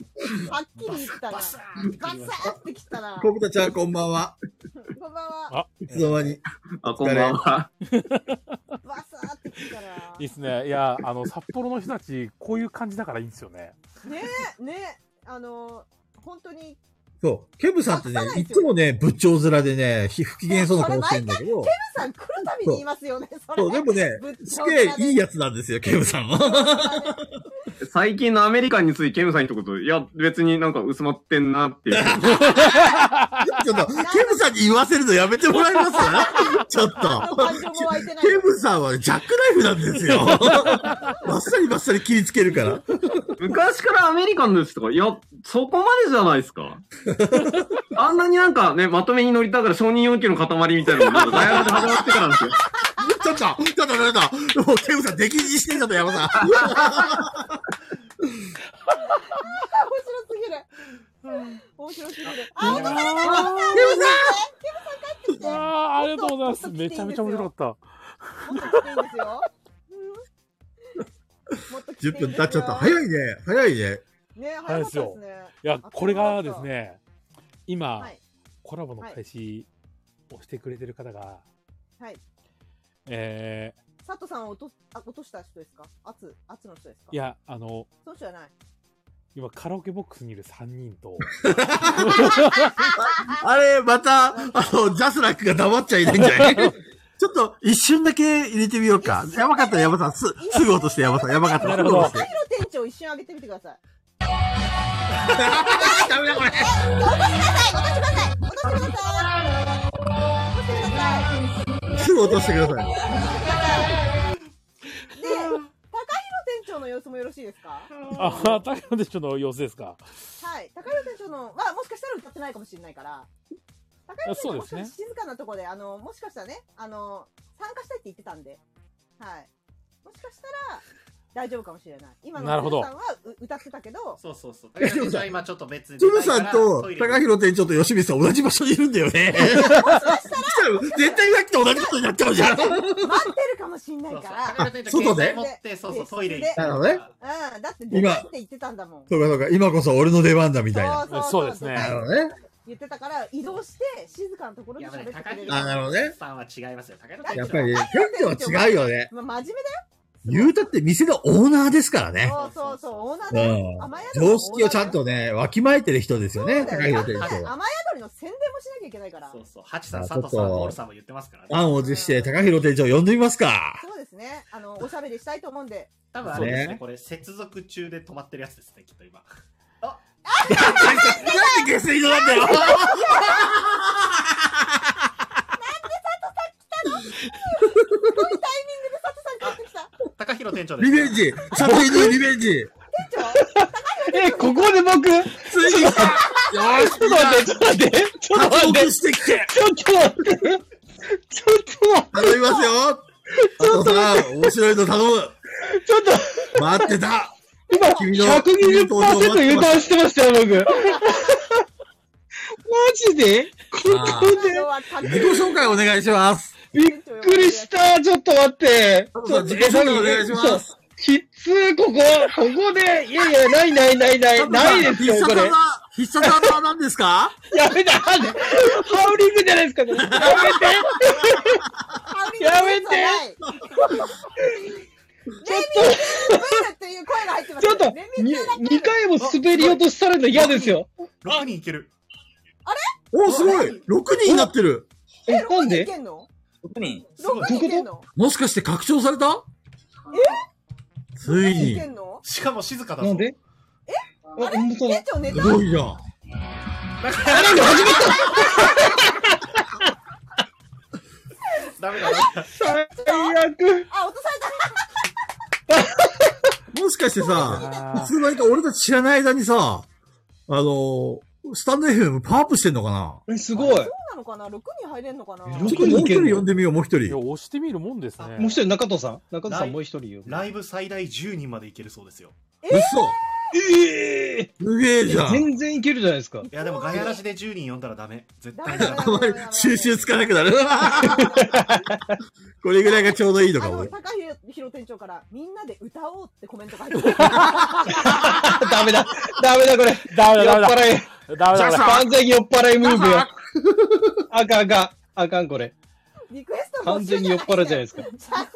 [SPEAKER 3] きり言ったな。バサーってきたな。
[SPEAKER 2] コブタちゃんこんばんは。
[SPEAKER 3] こんばんは。
[SPEAKER 2] あ、いつの間に。
[SPEAKER 17] あ、こんば んは。
[SPEAKER 1] いいっすね。いや、あの、札幌の人たち、こういう感じだからいいんですよね。
[SPEAKER 3] ねえ、ねえ、あのー、本当に、
[SPEAKER 2] そう。ケムさんってね、いつもね、仏頂面でね、ひ不機嫌そうな顔してるんだけど
[SPEAKER 3] ケム、さん来るたびに言いますよね、それ。
[SPEAKER 2] そう、でもね
[SPEAKER 3] ぶっち、
[SPEAKER 2] す
[SPEAKER 3] ゃ
[SPEAKER 2] げ
[SPEAKER 3] け
[SPEAKER 2] えいいやつなんですよ、ケムさんは。
[SPEAKER 17] 最近のアメリカンについてケムさんに一言、いや、別になんか薄まってんな っていう。
[SPEAKER 2] ちょっと、ケムさんに言わせるのやめてもらえます ちょっと。ケムさんはねジャックナイフなんですよ。バッサリバッサリ切りつけるから。
[SPEAKER 17] 昔からアメリカンですとか、いや、そこまでじゃないです か。あんなになんかね、まとめに乗りたがる承認要求の塊みたいなのが、大学で始まってからなん ですよ。
[SPEAKER 2] ちょっと、ちょっと、ちょっと、もうケムさん、出禁止してんだと、山さん。
[SPEAKER 3] 面白すぎる。面白すぎる。あ、落とされたケムさんケムさん帰ってきて
[SPEAKER 1] あーありがとうございます。めちゃめちゃ面白かっ
[SPEAKER 3] もっと来ていいんで すよ。
[SPEAKER 2] 10分経っちゃった。早いね。早いね。
[SPEAKER 3] ね、
[SPEAKER 1] た。は
[SPEAKER 3] 早かっ
[SPEAKER 1] いです
[SPEAKER 3] たで
[SPEAKER 1] よ
[SPEAKER 3] すね。。
[SPEAKER 1] いや、これがですね、今、
[SPEAKER 3] はい
[SPEAKER 1] コラボの開始をしてくれてる方が、
[SPEAKER 3] はい。
[SPEAKER 1] え
[SPEAKER 3] 佐藤さんを落とあ落とした人ですか圧、圧の人ですか
[SPEAKER 1] ー、い。や、あの、
[SPEAKER 3] そうじゃない。
[SPEAKER 1] 今カラオケボックスにいる3人と、
[SPEAKER 2] あれ、また、あの、ジャスラックが黙っちゃいないんじゃないちょっと、一瞬だけ入れてみようか。やばかったら山さん、す、すぐ落として山さん、やばかったらすぐ落と
[SPEAKER 3] 高
[SPEAKER 2] して。
[SPEAKER 3] 弘店長一瞬上げてみてください。
[SPEAKER 2] ダメだこれ。すぐ落としてください。
[SPEAKER 3] で、高弘店長の様子もよろしいですか
[SPEAKER 1] あ、高野でちょっと様子ですか。
[SPEAKER 3] はい。高弘店長の、まあ、もしかしたら歌ってないかもしれないから。高弘店長
[SPEAKER 1] そうで
[SPEAKER 3] もしか
[SPEAKER 1] すね
[SPEAKER 3] したら静かなところで、あの、もしかしたらね、あの、参加したいって言ってたんで。はい。もしかしたら、大丈夫かもしれない。今の
[SPEAKER 2] なるほど
[SPEAKER 3] 鶴さんはう歌ってたけど。
[SPEAKER 7] そうそうそう。
[SPEAKER 2] 高弘さん
[SPEAKER 7] 今ちょっと別に。
[SPEAKER 2] 鶴さんと、高弘店長と吉光さん同じ場所にいるんだよね。そしたら、絶対さっきと同じことになっちゃうじゃん。
[SPEAKER 3] 待ってるかもしんないから。
[SPEAKER 2] 外で
[SPEAKER 7] 持って、そうそう、トイレ行って。
[SPEAKER 2] なるほどね。
[SPEAKER 3] うん、だって出たって言ってたんだもん。
[SPEAKER 2] そうかそうか、今こそ俺の出番だみたい
[SPEAKER 3] そ
[SPEAKER 2] な
[SPEAKER 3] うそう。
[SPEAKER 1] そうですね
[SPEAKER 2] なるほどね。
[SPEAKER 3] 言ってたから、移動して、静かなところで
[SPEAKER 7] やば
[SPEAKER 3] 喋
[SPEAKER 7] い
[SPEAKER 3] ってくれる。
[SPEAKER 2] あ、なるほどね。
[SPEAKER 7] さんは違いますよ。高弘
[SPEAKER 2] やっぱり、店長は違うよね。
[SPEAKER 3] まあ、真面目
[SPEAKER 2] 言うたって店のオーナーですから
[SPEAKER 3] だ
[SPEAKER 2] ね。
[SPEAKER 3] よ。そうそうそう、オーナー
[SPEAKER 2] う
[SPEAKER 3] だよ
[SPEAKER 2] ん
[SPEAKER 3] 雨。宿りの
[SPEAKER 2] 常識をちゃんとね、わきまえてる人ですよね、
[SPEAKER 3] そうだ
[SPEAKER 2] 高
[SPEAKER 3] よ
[SPEAKER 2] 広店
[SPEAKER 3] だって雨
[SPEAKER 2] 長は。
[SPEAKER 3] 宿りの宣伝もしなきゃいけないから。
[SPEAKER 7] そうそう、ハチさ
[SPEAKER 2] あ
[SPEAKER 7] ん、
[SPEAKER 2] ち
[SPEAKER 7] 佐
[SPEAKER 2] ょっと
[SPEAKER 7] 藤さん、ゴールさんも言ってますからね。
[SPEAKER 2] 案を辞して、高広店長呼んでみますか。
[SPEAKER 3] ですね。あの、おしゃべりしたいと思うんで。
[SPEAKER 7] 多分あれですね、これ、接続中で止まってるやつですね、きっと今。
[SPEAKER 2] なんで下水道なんだよ
[SPEAKER 7] なんで高弘店長です。
[SPEAKER 2] リベンジ撮影のリベンジ
[SPEAKER 8] え、ここで僕
[SPEAKER 2] ついに来たよし
[SPEAKER 8] ちょっと待って、ちょっと待って、ちょっと待って。
[SPEAKER 2] してきて
[SPEAKER 8] ちょっと待って。ちょっと
[SPEAKER 2] 頼みますよちょっとさん、面白いの頼む
[SPEAKER 8] ちょっ
[SPEAKER 2] と待ってた
[SPEAKER 8] 今、120%油断してました よ、僕。マジでここで
[SPEAKER 2] 自己紹介お願いします。
[SPEAKER 8] びっくりした。ちょっと待って。ちょっと
[SPEAKER 2] 自己紹介お願いしま。す
[SPEAKER 8] きつー、ここ、ここで、いやいや、ないないないない、ないですよ、これ。
[SPEAKER 2] 必殺技は何ですか
[SPEAKER 8] やめて、ハウリングじゃないですか、これ。やめて。やめて。
[SPEAKER 3] ちょっと。っていう声が入ってます。
[SPEAKER 8] ちょっと、に2回も滑り落とされるの嫌ですよ。
[SPEAKER 7] ラーニーいける。
[SPEAKER 3] あれ
[SPEAKER 2] おすごい !6 人になってる
[SPEAKER 3] え、なんでんの
[SPEAKER 2] !6 人
[SPEAKER 3] ?6 人いけんの
[SPEAKER 2] もしかして拡張されたついに。
[SPEAKER 7] しかも静かだ
[SPEAKER 8] なんで
[SPEAKER 3] えあれ店長寝
[SPEAKER 2] す
[SPEAKER 3] た
[SPEAKER 2] ごいじゃん。
[SPEAKER 7] ダメだ
[SPEAKER 18] 最悪。
[SPEAKER 3] あ、落とされ た
[SPEAKER 2] もしかしてさ、いつの間にか俺たち知らない間にさ、あのー、スタンド FM パワーアップしてんのかな
[SPEAKER 8] え、すごい。
[SPEAKER 3] そうなのかな ?6 人入れんのかな
[SPEAKER 2] ちょっともう一人呼んでみよう、もう一
[SPEAKER 1] い
[SPEAKER 2] 人
[SPEAKER 1] や、。押してみるもんですね。
[SPEAKER 8] もう一人、中戸さん。中戸さ
[SPEAKER 7] ライ
[SPEAKER 8] んもう一人よ。
[SPEAKER 7] ライブ最大10人までいけるそうですよ。
[SPEAKER 2] 嘘
[SPEAKER 8] ええ
[SPEAKER 2] すげえじゃん
[SPEAKER 8] 全然いけるじゃないですか。
[SPEAKER 7] いやでもガヤラジで10人呼んだらダメ。絶対に
[SPEAKER 2] あまり収集つかなくなる。これぐらいがちょうどいいのかも。
[SPEAKER 3] 高弘店長からみんなで歌おうってコメントが入ってる。
[SPEAKER 8] ダメだダメだこれ
[SPEAKER 1] ダメだダメだ
[SPEAKER 8] 酔っ払い
[SPEAKER 1] ダメだダメだ
[SPEAKER 8] 完全に酔っ払いムーブよあかんあかんあかんこれ
[SPEAKER 3] リクエスト
[SPEAKER 8] 完全に酔っ払うじゃないですか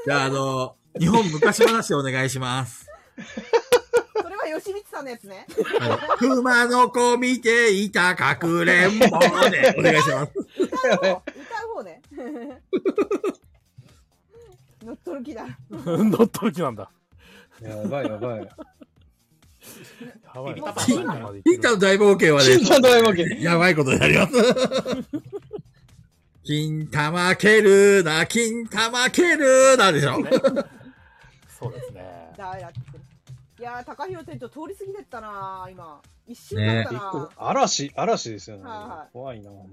[SPEAKER 2] じゃあ、あのー、日本昔話お願いします。
[SPEAKER 3] それは吉光さんのやつね。
[SPEAKER 2] 熊の子見ていたかくれんぼでお願いします。
[SPEAKER 3] 歌う方ね。乗っ取る気だ。
[SPEAKER 1] 乗っ取る気なんだ。
[SPEAKER 8] やばいやばい。
[SPEAKER 1] やばい。
[SPEAKER 2] ヒンヒンタの大冒険 はね、
[SPEAKER 1] ヒンタの
[SPEAKER 2] 大冒険。やばいことになります。金玉蹴るな、金玉蹴るなでしょ。
[SPEAKER 1] そうですね。
[SPEAKER 3] だやってる。いやー、高弘店長通り過ぎてったなー、今。一瞬だっ
[SPEAKER 8] ね
[SPEAKER 3] た
[SPEAKER 8] え
[SPEAKER 3] なー。
[SPEAKER 8] 嵐嵐ですよね
[SPEAKER 3] はいは
[SPEAKER 8] 怖いなほん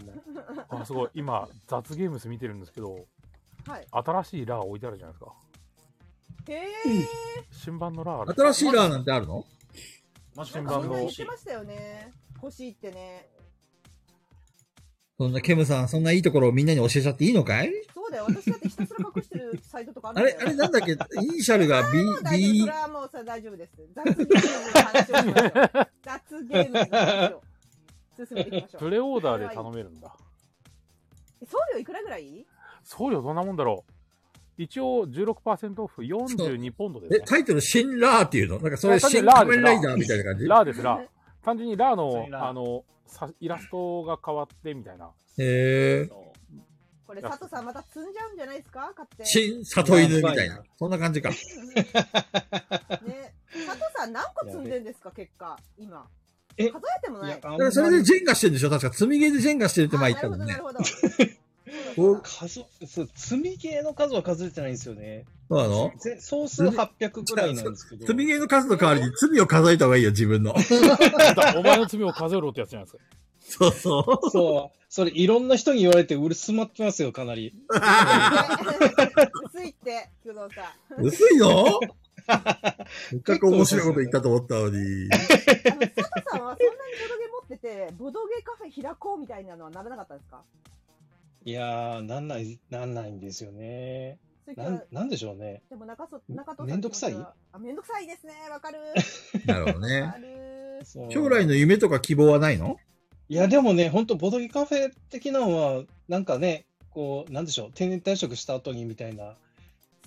[SPEAKER 8] ま
[SPEAKER 1] あすごい今雑ゲームス見てるんですけど、
[SPEAKER 3] はい
[SPEAKER 1] 新しいラー置いてあるじゃないですか
[SPEAKER 3] へ
[SPEAKER 1] 新版のラーある
[SPEAKER 2] 新しいラーなんてあるの
[SPEAKER 3] ー。
[SPEAKER 1] 新
[SPEAKER 3] み
[SPEAKER 1] 版
[SPEAKER 3] んな
[SPEAKER 1] の
[SPEAKER 3] 言ってましたよね。欲しいってね。
[SPEAKER 2] そんな、ケムさん、そんないいところをみんなに教えちゃっていいのかい
[SPEAKER 3] そうだよ、私だってひたすら隠してるサイトとかある
[SPEAKER 2] あ
[SPEAKER 3] んだ
[SPEAKER 2] れ
[SPEAKER 3] よ、
[SPEAKER 2] あれなんだっけイニシャルが B
[SPEAKER 3] もう、大丈夫、そ
[SPEAKER 2] B
[SPEAKER 3] れ、はもうさ大丈夫です。雑ゲームの話をしまし ょう。雑ゲームの話を進めていきましょう。
[SPEAKER 1] プレオーダーで頼めるんだ
[SPEAKER 3] え送料いくらぐらい
[SPEAKER 1] 送料どんなもんだろう一応16%オフ42ポンドです、
[SPEAKER 2] え
[SPEAKER 1] ね、、
[SPEAKER 2] タイトル、新ラーっていうのなんかそれ、
[SPEAKER 1] あ単
[SPEAKER 2] 新
[SPEAKER 1] 純にラー
[SPEAKER 2] 仮
[SPEAKER 1] です
[SPEAKER 2] 面ライダーみたいな感じ
[SPEAKER 1] ラーですラー 単純にラー
[SPEAKER 2] 単純
[SPEAKER 1] の
[SPEAKER 2] にラー
[SPEAKER 1] あのさイラストが変わってみたい な
[SPEAKER 2] へえ。
[SPEAKER 3] これ、佐藤さんまた積んじゃうんじゃないですか買って。
[SPEAKER 2] 新里犬みたいな。そんな感じか。
[SPEAKER 3] ね、佐藤さん何個積んでんですか結果、今。
[SPEAKER 8] え
[SPEAKER 3] 数えてもな
[SPEAKER 2] だ
[SPEAKER 3] い。
[SPEAKER 2] からそれでジェンガしてるんでしょ確か。積みゲーでジェンガしてるって前言ったもんね。
[SPEAKER 8] 数そう積みゲーの数は数えてないんですよね
[SPEAKER 2] そうなの
[SPEAKER 8] ぜ総数800ぐらいなんですけど
[SPEAKER 2] 積みゲーの数の代わりに罪を数えた方がいいよ、自分の。
[SPEAKER 1] お前の罪を数えろってやつじゃないですか
[SPEAKER 2] そうそう。
[SPEAKER 8] そう。それいろんな人に言われて、うるすまってますよ、かなり。
[SPEAKER 3] 薄いって、工藤さん。
[SPEAKER 2] 薄いのせっかく面白いこと言ったと思ったのに。
[SPEAKER 3] 佐藤さんはそんなにボドゲ持ってて、ボドゲカフェ開こうみたいなのはならなかったですか
[SPEAKER 8] いやー、なんない、なんないんですよね。
[SPEAKER 3] それか
[SPEAKER 8] な
[SPEAKER 3] ら
[SPEAKER 8] ん、なんでしょうね。
[SPEAKER 3] でも中そ中藤さん
[SPEAKER 8] めんどくさい
[SPEAKER 3] あ、めんどくさいですね、わかる。
[SPEAKER 2] なるほどね。
[SPEAKER 8] そう
[SPEAKER 2] 将来の夢とか希望はないの
[SPEAKER 8] いや、でもね、ほんと、ボドゲカフェ的なのは、なんかね、こう、なんでしょう、定年退職した後にみたいな、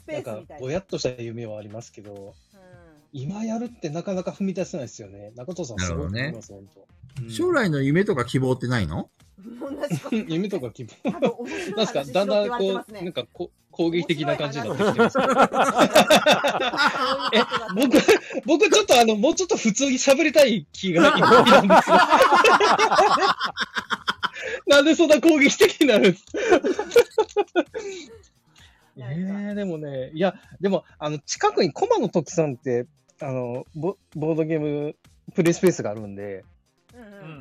[SPEAKER 3] スペー
[SPEAKER 8] なん
[SPEAKER 3] ス
[SPEAKER 8] か
[SPEAKER 3] みた、い
[SPEAKER 8] ぼ
[SPEAKER 3] な。
[SPEAKER 8] やっとした夢はありますけど、今やるってなかなか踏み出せないですよね。中藤さん、すごいと思います、本当。
[SPEAKER 2] 将来の夢とか希望ってないの
[SPEAKER 8] 夢とか希望。
[SPEAKER 3] なん
[SPEAKER 8] ですか、だんだんこう、なんかこ攻撃的な感じになってきてます。え、僕、僕ちょっとあの、もうちょっと普通に喋りたい気が今起きたんですよ。なんでそんな攻撃的になるんですえー、でもね、いや、でも、あの、近くにコマの特産って、あの、ボボードゲームプレイスペースがあるんで、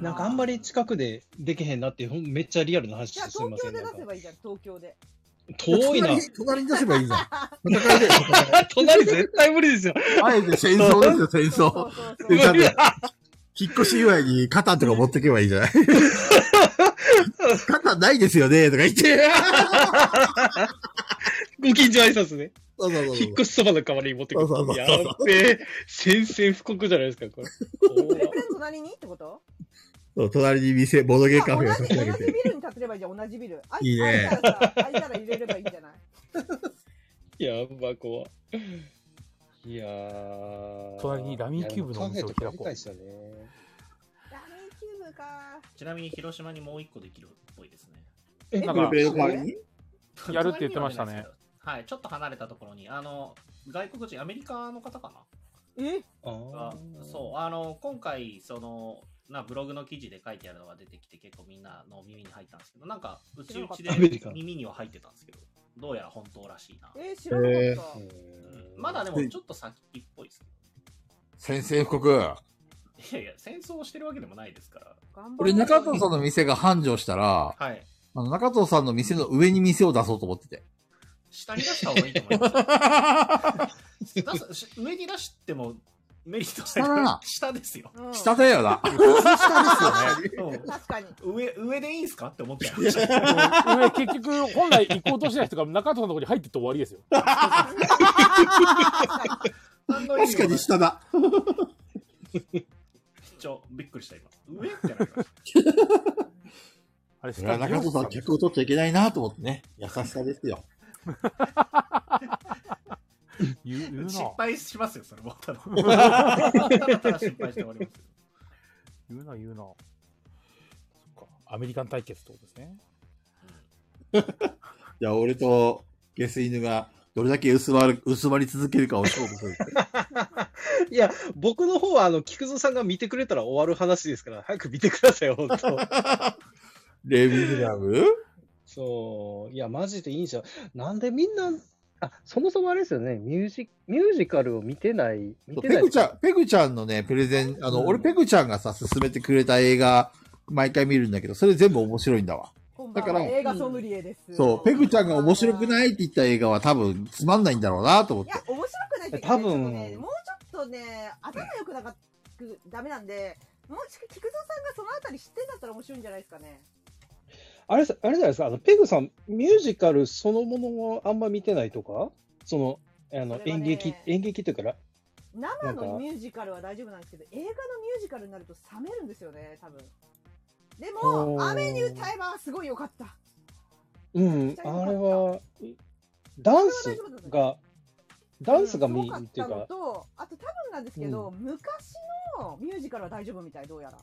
[SPEAKER 8] なんかあんまり近くでできへんなって、ほんめっちゃリアルな話
[SPEAKER 3] じゃあ
[SPEAKER 8] すみま
[SPEAKER 3] 東京
[SPEAKER 8] せん。
[SPEAKER 3] で
[SPEAKER 8] なんか
[SPEAKER 3] 出せばいいじゃん、東京で。
[SPEAKER 8] 遠いな。
[SPEAKER 2] 隣隣に出せばいい じゃん。
[SPEAKER 8] 隣絶対無理ですよ。
[SPEAKER 2] あえて戦争ですよ、戦争。で、なんか、引っ越し祝いにカタンとか持ってけばいいじゃないカタンないですよねとか言って。
[SPEAKER 8] ご近所挨拶ね。
[SPEAKER 2] 引っ
[SPEAKER 8] 越しそばの代わりに持ってくる。
[SPEAKER 2] そうそうそう
[SPEAKER 8] や
[SPEAKER 2] そう
[SPEAKER 8] っべえ。宣戦布告じゃないですか、これ。
[SPEAKER 3] 隣にってこと
[SPEAKER 2] そう隣に店、ボドゲカフェを
[SPEAKER 3] 同
[SPEAKER 2] 差
[SPEAKER 3] じ
[SPEAKER 2] し上げ
[SPEAKER 3] 同じビ
[SPEAKER 2] て。
[SPEAKER 3] ルに建てればいいじゃん、同じビル。あ
[SPEAKER 2] いいね
[SPEAKER 3] あいたらさ、あいたら入れればいいんじゃない
[SPEAKER 8] やば、怖い。いやー。
[SPEAKER 1] 隣にラミーキューブのお店を開こう
[SPEAKER 8] いやでもカフェとかやりたいですよね。
[SPEAKER 3] ラミーキューブか。
[SPEAKER 7] ちなみに広島にもう一個できるっぽいですね。
[SPEAKER 1] えなんかプレプレの代わりにやるって言ってましたね。
[SPEAKER 7] はい、ちょっと離れたところに、あの、外国人、アメリカの方かな
[SPEAKER 3] え
[SPEAKER 7] あそう、あの、今回、その、なブログの記事で書いてあるのが出てきて、結構みんなの耳に入ったんですけど、なんか、うちうちで
[SPEAKER 3] アメリカ
[SPEAKER 7] 耳には入ってたんですけど、どうやら本当らしいな。
[SPEAKER 3] えー知らなかった
[SPEAKER 7] うんまだでもちょっと先っぽいです
[SPEAKER 2] 先制布告。
[SPEAKER 7] けど。いやいや、戦争をしてるわけでもないですから。
[SPEAKER 2] 俺、中藤さんの店が繁盛したら、
[SPEAKER 7] はい
[SPEAKER 2] あの中藤さんの店の上に店を出そうと思ってて。
[SPEAKER 7] 下に出した方がいいと思い ますよ出すし上に出してもメリットない
[SPEAKER 2] 下だな
[SPEAKER 7] 下ですよ。
[SPEAKER 2] 下だよな
[SPEAKER 7] 下ですよね。
[SPEAKER 3] 確かに。
[SPEAKER 7] 上、上でいいんすかって思っちゃう。
[SPEAKER 1] 上結局、本来行こうとしてない人が中藤のところに入ってって終わ りですよ。
[SPEAKER 2] 確かに下だ。
[SPEAKER 7] ちょ、びっくりした今。上ってなる。
[SPEAKER 1] あれ、
[SPEAKER 2] それは中藤さん、客を取っちゃいけないなと思ってね。優しさですよ。
[SPEAKER 1] 言う
[SPEAKER 7] 失
[SPEAKER 1] な。
[SPEAKER 7] 敗しますよ、それも。 ただ、ただただ失敗して終わりますよ。
[SPEAKER 1] 言うな、言うな。そっか。アメリカン対決ってことですね。
[SPEAKER 2] いや、俺とゲス犬がどれだけ薄まる、薄まり続けるかを勝負する。
[SPEAKER 8] いや、僕の方は、あの、菊蔵さんが見てくれたら終わる話ですから、早く見てください、本当
[SPEAKER 2] レミラム
[SPEAKER 8] そう、いや、マジでいいんじゃん。なんでみんな、あ、そもそもあれですよね、ミュージ、ミュージカルを見てない、見て
[SPEAKER 2] ペ
[SPEAKER 8] ない
[SPEAKER 2] グちゃん、ペグちゃんのね、プレゼン、あの、
[SPEAKER 8] うん
[SPEAKER 2] 俺ペグちゃんがさ、勧めてくれた映画、毎回見るんだけど、それ全部面白いんだわ。
[SPEAKER 3] だから、映画ソムリエです。
[SPEAKER 2] そう、ペグちゃんが面白くないって言った映画は多分つまんないんだろうなと思っ
[SPEAKER 3] いや
[SPEAKER 2] て。、
[SPEAKER 3] 面白くないって言
[SPEAKER 2] 多
[SPEAKER 3] って
[SPEAKER 2] 分
[SPEAKER 3] ね、もうちょっとね、頭良くなかくダメなんで、もうちょっと菊蔵さんがそのあたり知ってんだったら面白いんじゃないですかね。
[SPEAKER 8] あれさ、あれじゃないですか、あの、ペグさん、ミュージカルそのものをあんま見てないとかその、あの、演劇、演劇というから、
[SPEAKER 3] 生
[SPEAKER 8] なん
[SPEAKER 3] の
[SPEAKER 8] か
[SPEAKER 3] ミュージカルは大丈夫なんですけど、映画のミュージカルになると冷めるんですよね、多分。で
[SPEAKER 8] お
[SPEAKER 3] も、
[SPEAKER 8] ー
[SPEAKER 3] 雨に歌えばすごい良かった。
[SPEAKER 8] うん、あれは、ダンスが、ダンスが見っていう
[SPEAKER 3] あの
[SPEAKER 8] か、
[SPEAKER 3] と、あと多分なんですけど、昔のミュージカルは大丈夫みたい、どうやら。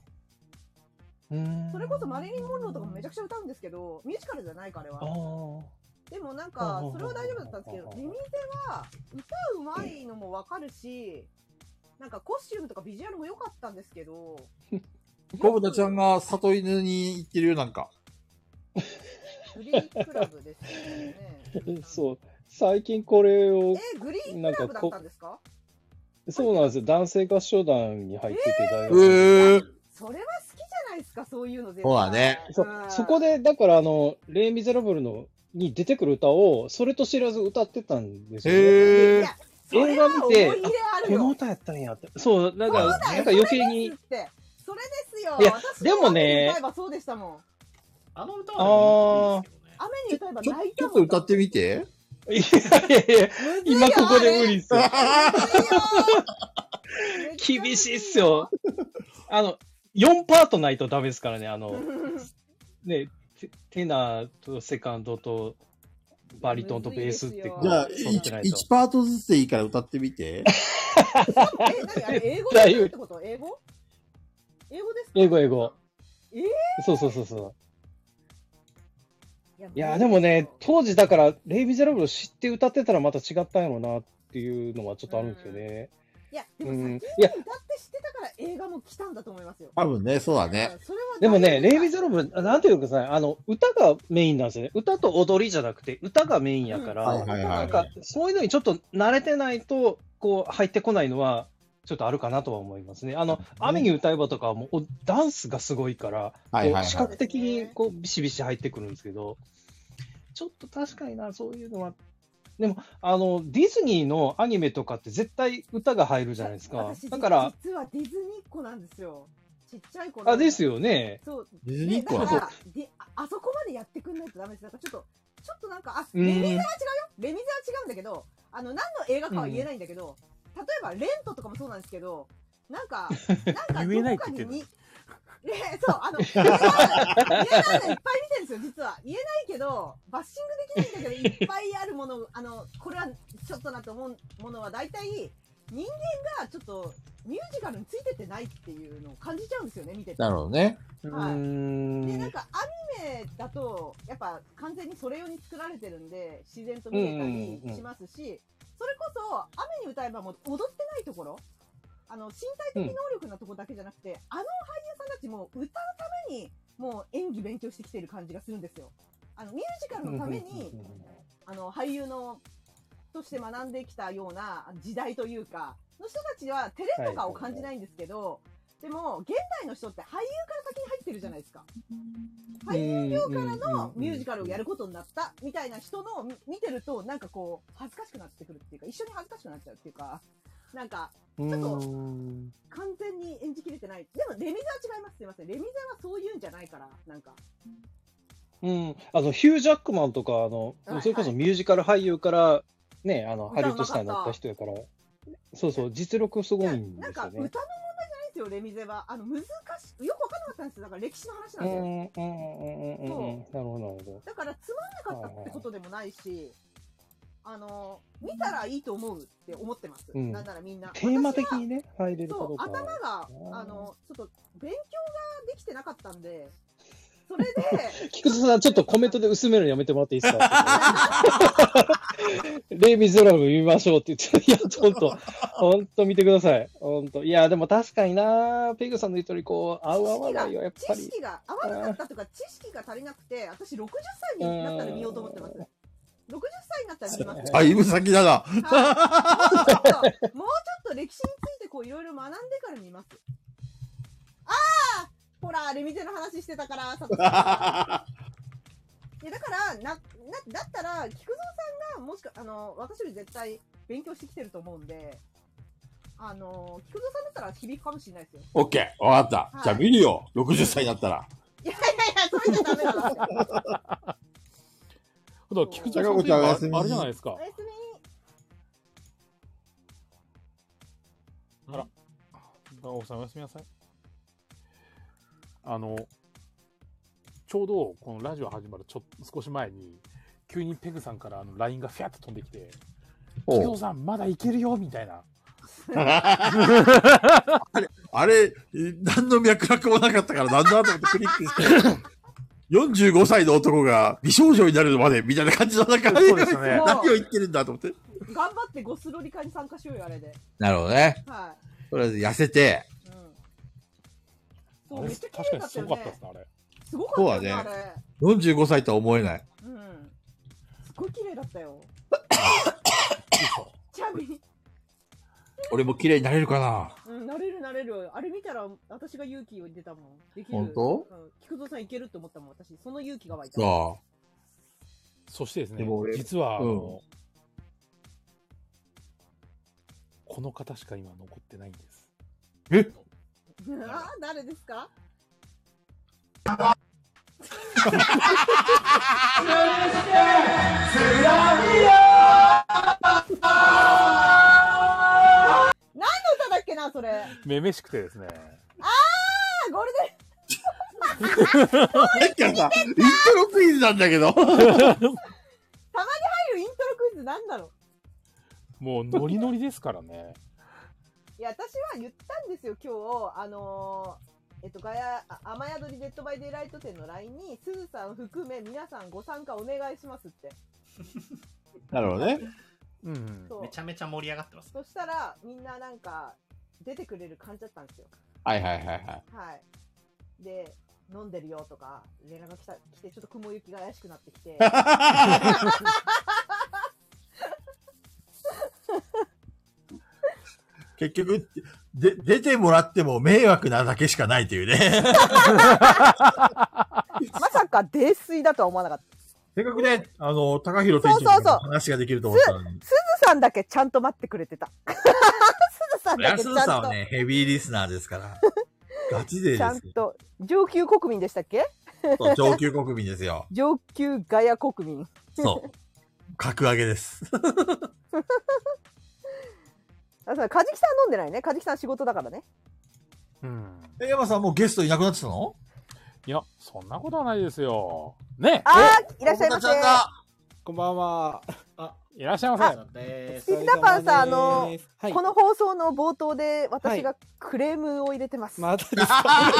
[SPEAKER 8] うん
[SPEAKER 3] それこそマリリン・モンローとかもめちゃくちゃ歌うんですけど、ミュージカルじゃないからは。でもなんか
[SPEAKER 8] うん、
[SPEAKER 3] それは大丈夫だったんですけど、
[SPEAKER 8] うん
[SPEAKER 3] レミゼは歌うまいのもわかるし、なんかコスチュームとかビジュアルも良かったんですけど、
[SPEAKER 2] コブタちゃんが里犬に行ってるよ、なんか。
[SPEAKER 3] グリーンクラブですよね。
[SPEAKER 8] そう、最近これを、
[SPEAKER 3] え、グリーン
[SPEAKER 8] なん
[SPEAKER 3] クラブ
[SPEAKER 8] か
[SPEAKER 3] だ
[SPEAKER 8] こ
[SPEAKER 3] ったんですか
[SPEAKER 8] そうなんですよ、男性合唱団に入ってて、大
[SPEAKER 2] 学。
[SPEAKER 3] それは好きじゃないですか、そういうの全
[SPEAKER 8] そうだ
[SPEAKER 2] ね。
[SPEAKER 8] そこで、だから、あの、レイ・ミゼラブルの、に出てくる歌を、それと知らず歌ってたんですよ、ね。
[SPEAKER 2] へ
[SPEAKER 3] それ
[SPEAKER 8] 映画
[SPEAKER 3] は
[SPEAKER 8] 見
[SPEAKER 3] 思い
[SPEAKER 8] て
[SPEAKER 3] 入れあ、
[SPEAKER 8] あ
[SPEAKER 3] る
[SPEAKER 8] こ
[SPEAKER 3] よ
[SPEAKER 8] の歌やったんやって。そう、なんか、
[SPEAKER 3] そうだ
[SPEAKER 8] なん
[SPEAKER 3] よ
[SPEAKER 8] か余計に。
[SPEAKER 3] それですってそれですよ。
[SPEAKER 8] いや
[SPEAKER 3] 私
[SPEAKER 8] でも
[SPEAKER 3] 雨に
[SPEAKER 8] ね
[SPEAKER 3] 歌えばそうでしたもん。
[SPEAKER 7] あの歌
[SPEAKER 8] ああ。
[SPEAKER 3] 雨に歌えば泣い
[SPEAKER 2] ちょっと歌ってみて。
[SPEAKER 8] いやいやいや、今ここで無理っすよ。厳しいっすよ。あの、4パートないとダメですからね、あの、ね、テテナーとセカンドとバリトンとベースってこう、
[SPEAKER 2] じゃあ、
[SPEAKER 8] 揃ってないと。
[SPEAKER 2] 1パートずつでいいから歌ってみ て。
[SPEAKER 3] え、何あれ英語で歌うってこと英語英語ですか
[SPEAKER 8] 英語英語。
[SPEAKER 3] えー
[SPEAKER 8] そうそうそうそう。
[SPEAKER 3] いや
[SPEAKER 8] いや、でもね、当時だから、レイ・ミゼラブルを知って歌ってたらまた違ったんやろうなっていうのはちょっとあるんですよね。
[SPEAKER 3] いや、で
[SPEAKER 8] う
[SPEAKER 3] も
[SPEAKER 8] ん。い
[SPEAKER 3] だ
[SPEAKER 8] や
[SPEAKER 3] っ、て知ってたから映画も来たんだと思いますよ。
[SPEAKER 2] 多分ね、そうだね。
[SPEAKER 3] それは
[SPEAKER 8] でもね、レイ・ミゼラブル、なんていうかさ、あの、歌がメインなんですよね。歌と踊りじゃなくて、歌がメインやから、
[SPEAKER 2] うんはいはいはい
[SPEAKER 8] なんか、そういうのにちょっと慣れてないと、こう、入ってこないのは、ちょっとあるかなとは思いますね。あの、雨に歌えばとかはもう、おダンスがすごいから、
[SPEAKER 2] はいはいはい
[SPEAKER 8] こう視覚的に、こう、ビシビシ入ってくるんですけど、ちょっと確かにな、そういうのは、でも、あの、ディズニーのアニメとかって絶対歌が入るじゃないですか
[SPEAKER 3] 私。
[SPEAKER 8] だから、
[SPEAKER 3] 実はディズニーっ子なんですよ。ちっちゃい頃。
[SPEAKER 8] あ、ですよね。
[SPEAKER 3] そう。
[SPEAKER 8] ディズニーっ
[SPEAKER 3] ね
[SPEAKER 8] 子
[SPEAKER 3] だからでああそこまでやってくんないとダメです。なんかちょっと、ちょっとなんか、あ、
[SPEAKER 8] うん
[SPEAKER 3] レミゼは違うよ。レミゼは違うんだけど、あの、何の映画かは言えないんだけど、例えば、レントとかもそうなんですけど、なん か、なんか、
[SPEAKER 1] 言えない
[SPEAKER 3] どこか
[SPEAKER 1] って言って
[SPEAKER 3] に
[SPEAKER 1] んの
[SPEAKER 3] に、ね、そう、あの、言えないのいっぱい見てるんですよ、実は。言えないけど、バッシングできないんだけど、いっぱいあるもの、あの、これはちょっとなと思うものは、大体、人間がちょっとミュージカルについてってないっていうのを感じちゃうんですよね見てて
[SPEAKER 2] なるほどね。
[SPEAKER 3] はい
[SPEAKER 2] ー
[SPEAKER 3] う
[SPEAKER 2] ん
[SPEAKER 3] でなんかアニメだとやっぱ完全にそれ用に作られてるんで自然と見えたりしますし、それこそ雨に歌えばもう踊ってないところあの身体的能力なとこだけじゃなくて、あの俳優さんたちもう歌うためにもう演技勉強してきてる感じがするんですよ。あのミュージカルのために、あの俳優のとして学んできたような時代というかの人たちは照れとかを感じないんですけど、でも現代の人って俳優から先に入ってるじゃないですか俳優業からのミュージカルをやることになったみたいな人のみ見てるとなんかこう恥ずかしくなってくるっていうか一緒に恥ずかしくなっちゃうっていうかなんかちょっと完全に演じきれてないでもレミゼは違いますすいませんレミゼはそういうんじゃないからなんか
[SPEAKER 8] うん、あのヒュー・ジャックマンとか、あの、それこそミュージカル俳優から、ね、あの、ハ
[SPEAKER 3] 歌うまかった
[SPEAKER 8] リウッドスターになった人やから、そうそう、実力すごいんで
[SPEAKER 3] なん
[SPEAKER 8] す
[SPEAKER 3] か
[SPEAKER 8] よ
[SPEAKER 3] 歌の問題
[SPEAKER 8] ね
[SPEAKER 3] じ。ゃないですよレミゼはあの難しいよく分かんなかったんですよだから歴史の話な
[SPEAKER 8] うん
[SPEAKER 3] ですよ、
[SPEAKER 8] ん、うん、うん、うん、うんうん、なるほど、なるほ
[SPEAKER 3] だからつまんなかったってことでもないし、あの、見たらいいと思うって思ってます。
[SPEAKER 8] うん
[SPEAKER 3] なんならみん
[SPEAKER 8] ど
[SPEAKER 3] な。。
[SPEAKER 8] テーマ的にね、入れるか
[SPEAKER 3] そう
[SPEAKER 8] どう、か。
[SPEAKER 3] 頭が、あの、ちょっと勉強ができてなかったんで、それで、
[SPEAKER 8] 菊池さん、ちょっとコメントで薄めるのやめてもらっていいですかレイ・ミゼラブル見ましょうって言って、いや、ちょっ と、ほんと見てください。ほんと。いや、でも確かになペグさんの言う通り、こう、合う合わないよ、やっ
[SPEAKER 3] 知
[SPEAKER 8] ぱり。
[SPEAKER 3] 識が合わなかったとか、知識が足りなくて、私60歳になったら見ようと思ってます。60歳になったら見ます。
[SPEAKER 2] だいぶ先だな。
[SPEAKER 3] はいもうちょっともうちょっと歴史についてこういろいろ学んでから見ます。ああほら、レミゼの話してたから、佐藤さ んいや、だから、な、な、だったら、菊蔵さんが、もしか、あの、私より絶対勉強してきてると思うんで、あの、菊蔵さんだったら響くかもしれない ですよ。
[SPEAKER 2] オッケー、わかった。じゃあ見るよ。60歳になったら。
[SPEAKER 3] いやいやいや、それじゃダメなんですよ。
[SPEAKER 1] ほど、菊
[SPEAKER 2] 池さ
[SPEAKER 1] 池さ
[SPEAKER 2] ん
[SPEAKER 1] ん
[SPEAKER 2] と
[SPEAKER 1] と
[SPEAKER 2] いえ
[SPEAKER 1] いえ
[SPEAKER 2] ばお
[SPEAKER 1] ばあ
[SPEAKER 2] やすみ
[SPEAKER 1] あれじゃないですか。あら、バオさんおやすみなさい。あの、ちょうどこのラジオ始まるちょ少し前に、急にペグさんからあの LINE がフィャッと飛んできて、
[SPEAKER 2] おう
[SPEAKER 1] 菊蔵さんまだいけるよみたいな。
[SPEAKER 2] あれ、あれ、え何の脈絡もなかったから、なんだと思ってクリック して。45歳の男が美少女になるまでみたいな感じの中で、
[SPEAKER 3] そうですね
[SPEAKER 2] 何を言ってるんだと思って。
[SPEAKER 3] 頑張ってゴスロリ会に参加しようよ、あれで。
[SPEAKER 2] なるほどね。
[SPEAKER 3] は
[SPEAKER 2] とりあえず痩せて、
[SPEAKER 3] い。そう、
[SPEAKER 1] あれ
[SPEAKER 3] めっちゃ綺麗だったよ
[SPEAKER 1] 確かにすごかったっ
[SPEAKER 3] ね
[SPEAKER 1] す。ねあれ
[SPEAKER 3] すごか
[SPEAKER 2] そう
[SPEAKER 3] った
[SPEAKER 2] だ
[SPEAKER 3] よ
[SPEAKER 2] ね
[SPEAKER 3] ね、あれ。。
[SPEAKER 2] 45歳とは思えない。
[SPEAKER 3] うん。すごい綺麗だったよ。チャビ。
[SPEAKER 2] 俺も綺麗になれるかな
[SPEAKER 3] うん、なれるなれる。あれ見たら私が勇気を出たもん。できる。
[SPEAKER 2] 本当
[SPEAKER 3] うん、菊蔵さんいけると思ったもん、私。その勇気が湧いた。
[SPEAKER 2] そ
[SPEAKER 1] そしてですね
[SPEAKER 2] でも俺、
[SPEAKER 1] 実は、あの
[SPEAKER 2] うん
[SPEAKER 1] この方しか今残ってないんです。
[SPEAKER 2] え
[SPEAKER 3] あー誰です か何の歌だっけな、それ。あ
[SPEAKER 1] めめしくてですね。
[SPEAKER 3] ー、ゴールデン。
[SPEAKER 2] さっきはさ、イントロクイズなんだけど。
[SPEAKER 3] たまに入るイントロクイズなんだろう
[SPEAKER 1] もうノリノリですからね。
[SPEAKER 3] いや、私は言ったんですよ、今日、あのーえっと、ガヤ、あ雨宿りデッドバイデイライト店の LINE に、すずさん含め皆さんご参加お願いしますって。
[SPEAKER 2] なるほどね。
[SPEAKER 1] うん
[SPEAKER 3] そう
[SPEAKER 7] めちゃめちゃ盛り上がってます。
[SPEAKER 3] そしたら、みんななんか、出てくれる感じだったんですよ。
[SPEAKER 2] はいはいはいはい。
[SPEAKER 3] はい。で、飲んでるよとか、連絡が来た、来て、ちょっと雲行きが怪しくなってきて。
[SPEAKER 19] 結局、で、出てもらっても迷惑なだけしかないというね。
[SPEAKER 3] まさか泥酔だとは思わなかった。
[SPEAKER 19] せっかくね、あの、高弘店
[SPEAKER 3] そうそ
[SPEAKER 19] 長
[SPEAKER 3] うそう
[SPEAKER 19] の話ができると
[SPEAKER 3] す
[SPEAKER 19] 思ったのに。
[SPEAKER 3] ずさんだけちゃんと待ってくれてた。 すずさんだ
[SPEAKER 19] 安
[SPEAKER 3] けちゃん
[SPEAKER 19] 田さん
[SPEAKER 3] と、
[SPEAKER 19] はね、ヘビーリスナーです から。ガチ勢
[SPEAKER 3] ち
[SPEAKER 19] で
[SPEAKER 3] ゃ
[SPEAKER 19] す
[SPEAKER 3] ん。と、上級国民でしたっけ
[SPEAKER 19] そう上級国民ですよ。
[SPEAKER 3] 上級ガヤ国民。
[SPEAKER 19] そう。格上げです。
[SPEAKER 3] あそうカジキさん飲んでないね。カジキさん仕事だからね。
[SPEAKER 1] うん。
[SPEAKER 19] え、山さんもうゲストいなくなってたの
[SPEAKER 1] いや、そんなことはないですよ。ね
[SPEAKER 3] あーいらっしゃいませ。
[SPEAKER 1] こんばんは。
[SPEAKER 20] あ、
[SPEAKER 1] いらっしゃいま
[SPEAKER 3] あ
[SPEAKER 1] せ。
[SPEAKER 3] ピピタパンさん、あの、
[SPEAKER 20] はい
[SPEAKER 3] この放送の冒頭で私がクレームを入れてます。
[SPEAKER 20] またで すか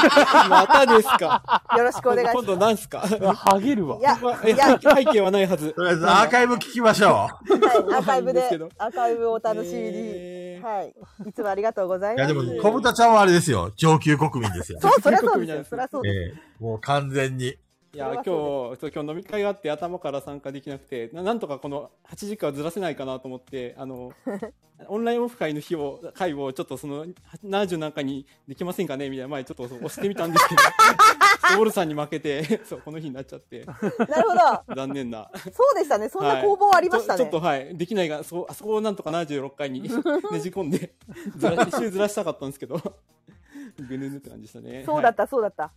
[SPEAKER 20] またですか
[SPEAKER 3] よろしくお願いします
[SPEAKER 20] 今度何すかハゲるわ
[SPEAKER 3] いや
[SPEAKER 20] い
[SPEAKER 3] い
[SPEAKER 20] や
[SPEAKER 3] や
[SPEAKER 20] 背景はないはず。とりあえずアーカイブ聞きましょ
[SPEAKER 3] はい、アーカイブ
[SPEAKER 20] そうなんですけ
[SPEAKER 3] で
[SPEAKER 20] ど、
[SPEAKER 3] アーカイブをお楽しみに。はい。いつもありがとうござい
[SPEAKER 2] い
[SPEAKER 3] ま
[SPEAKER 2] や、
[SPEAKER 3] す。
[SPEAKER 2] でも、小豚ちゃんはあれですよ。上級国民ですよ。
[SPEAKER 3] そう、そりゃそうですよ。そりゃそうです。
[SPEAKER 2] ええもう完全に。
[SPEAKER 20] う。いや、今日、そう今日飲み会があって頭から参加できなくて、ななんとかこの8時間はずらせないかなと思って、あの、オンラインオフ会の日を、会をちょっとその、70なんかにできませんかねみたいな前ちょっと押してみたんですけ ど、オールさんに負けて、 そう、この日になっちゃっ て。
[SPEAKER 3] なるほど。
[SPEAKER 20] 残念な。
[SPEAKER 3] そうでしたね。そんな攻防ありましたね。
[SPEAKER 20] はいちょちょっとはい、できないが、そうあそこをなんとか76 回にねじ込んで、ずら一周ずらしたかったんですけど、 ぐぬぬって感じでしたね。
[SPEAKER 3] そうだった、そうだった。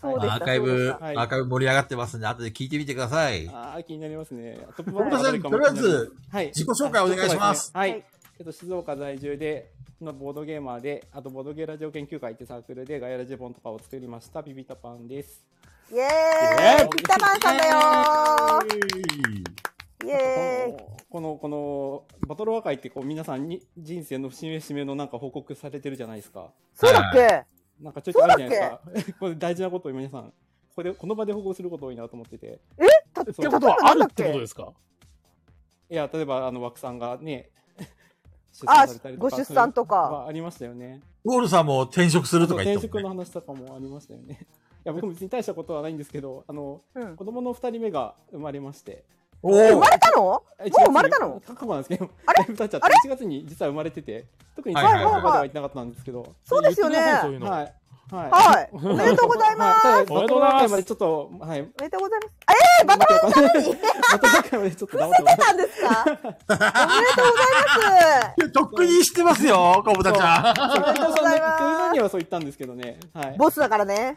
[SPEAKER 3] そうでした。
[SPEAKER 2] アーカイ
[SPEAKER 3] そうで
[SPEAKER 2] ブ
[SPEAKER 3] し、た
[SPEAKER 2] アーカイブ盛り上がってますんで、後で聞いてみてください。
[SPEAKER 20] ああ、気になりますね。トップ
[SPEAKER 2] 小豚さん、とりあえず、自己紹介お願いします。
[SPEAKER 20] はい。はいえっと、静岡在住で、のボードゲーマーで、あとボードゲーラジオ研究会ってサークルでガヤラジ本とかを作りました、ビビタパンです。
[SPEAKER 3] イエーイピタパンさんだよーイエーイ
[SPEAKER 20] この、この、バトル和解ってこう皆さんに人生の節目節目のなんか報告されてるじゃないですか。
[SPEAKER 3] そうだっけ
[SPEAKER 20] なんかちょいちょいあるじゃないです か。これ大事なことを皆さん、これ、この場で報告すること多いなと思ってて。
[SPEAKER 3] えた
[SPEAKER 20] って
[SPEAKER 1] ことはあるってことですか
[SPEAKER 20] いや、例えば、あの、枠さんがね、出
[SPEAKER 3] あ
[SPEAKER 20] されたり
[SPEAKER 3] ご出産と
[SPEAKER 20] ま
[SPEAKER 3] か。
[SPEAKER 20] あありましたよね。
[SPEAKER 2] ウォールさんも転職するとか言って
[SPEAKER 20] 転職の話とかもありましたよね。 いや、僕も別に大したことはないんですけど、あの、子供の二人目が生まれまして。
[SPEAKER 2] おーえ生まれ
[SPEAKER 3] たのも
[SPEAKER 20] う
[SPEAKER 3] 生まれたの
[SPEAKER 20] 過去なんですけど、あれ ?1 月に実は生まれてて、特に
[SPEAKER 3] は
[SPEAKER 20] 最
[SPEAKER 3] いはいはい
[SPEAKER 20] 後までは行ってなかったんですけど。
[SPEAKER 3] そうですよね
[SPEAKER 20] 言ってくださいそういうのはい。 はい
[SPEAKER 3] はいおめでとうございます
[SPEAKER 20] はただ
[SPEAKER 3] おめでとうございます
[SPEAKER 20] バトル大会までちょっと、はい。
[SPEAKER 3] おめでとうございます。えー、バトルのために
[SPEAKER 20] バトル大 会までちょっと
[SPEAKER 3] 伏せてたんですかおめでとうご ざいます
[SPEAKER 2] とっくにしてますよ、小豚ちゃん。
[SPEAKER 20] そう
[SPEAKER 3] おめでとうございます
[SPEAKER 20] そういうのにはそう言ったんですけどね。はい。
[SPEAKER 3] ボスだからね。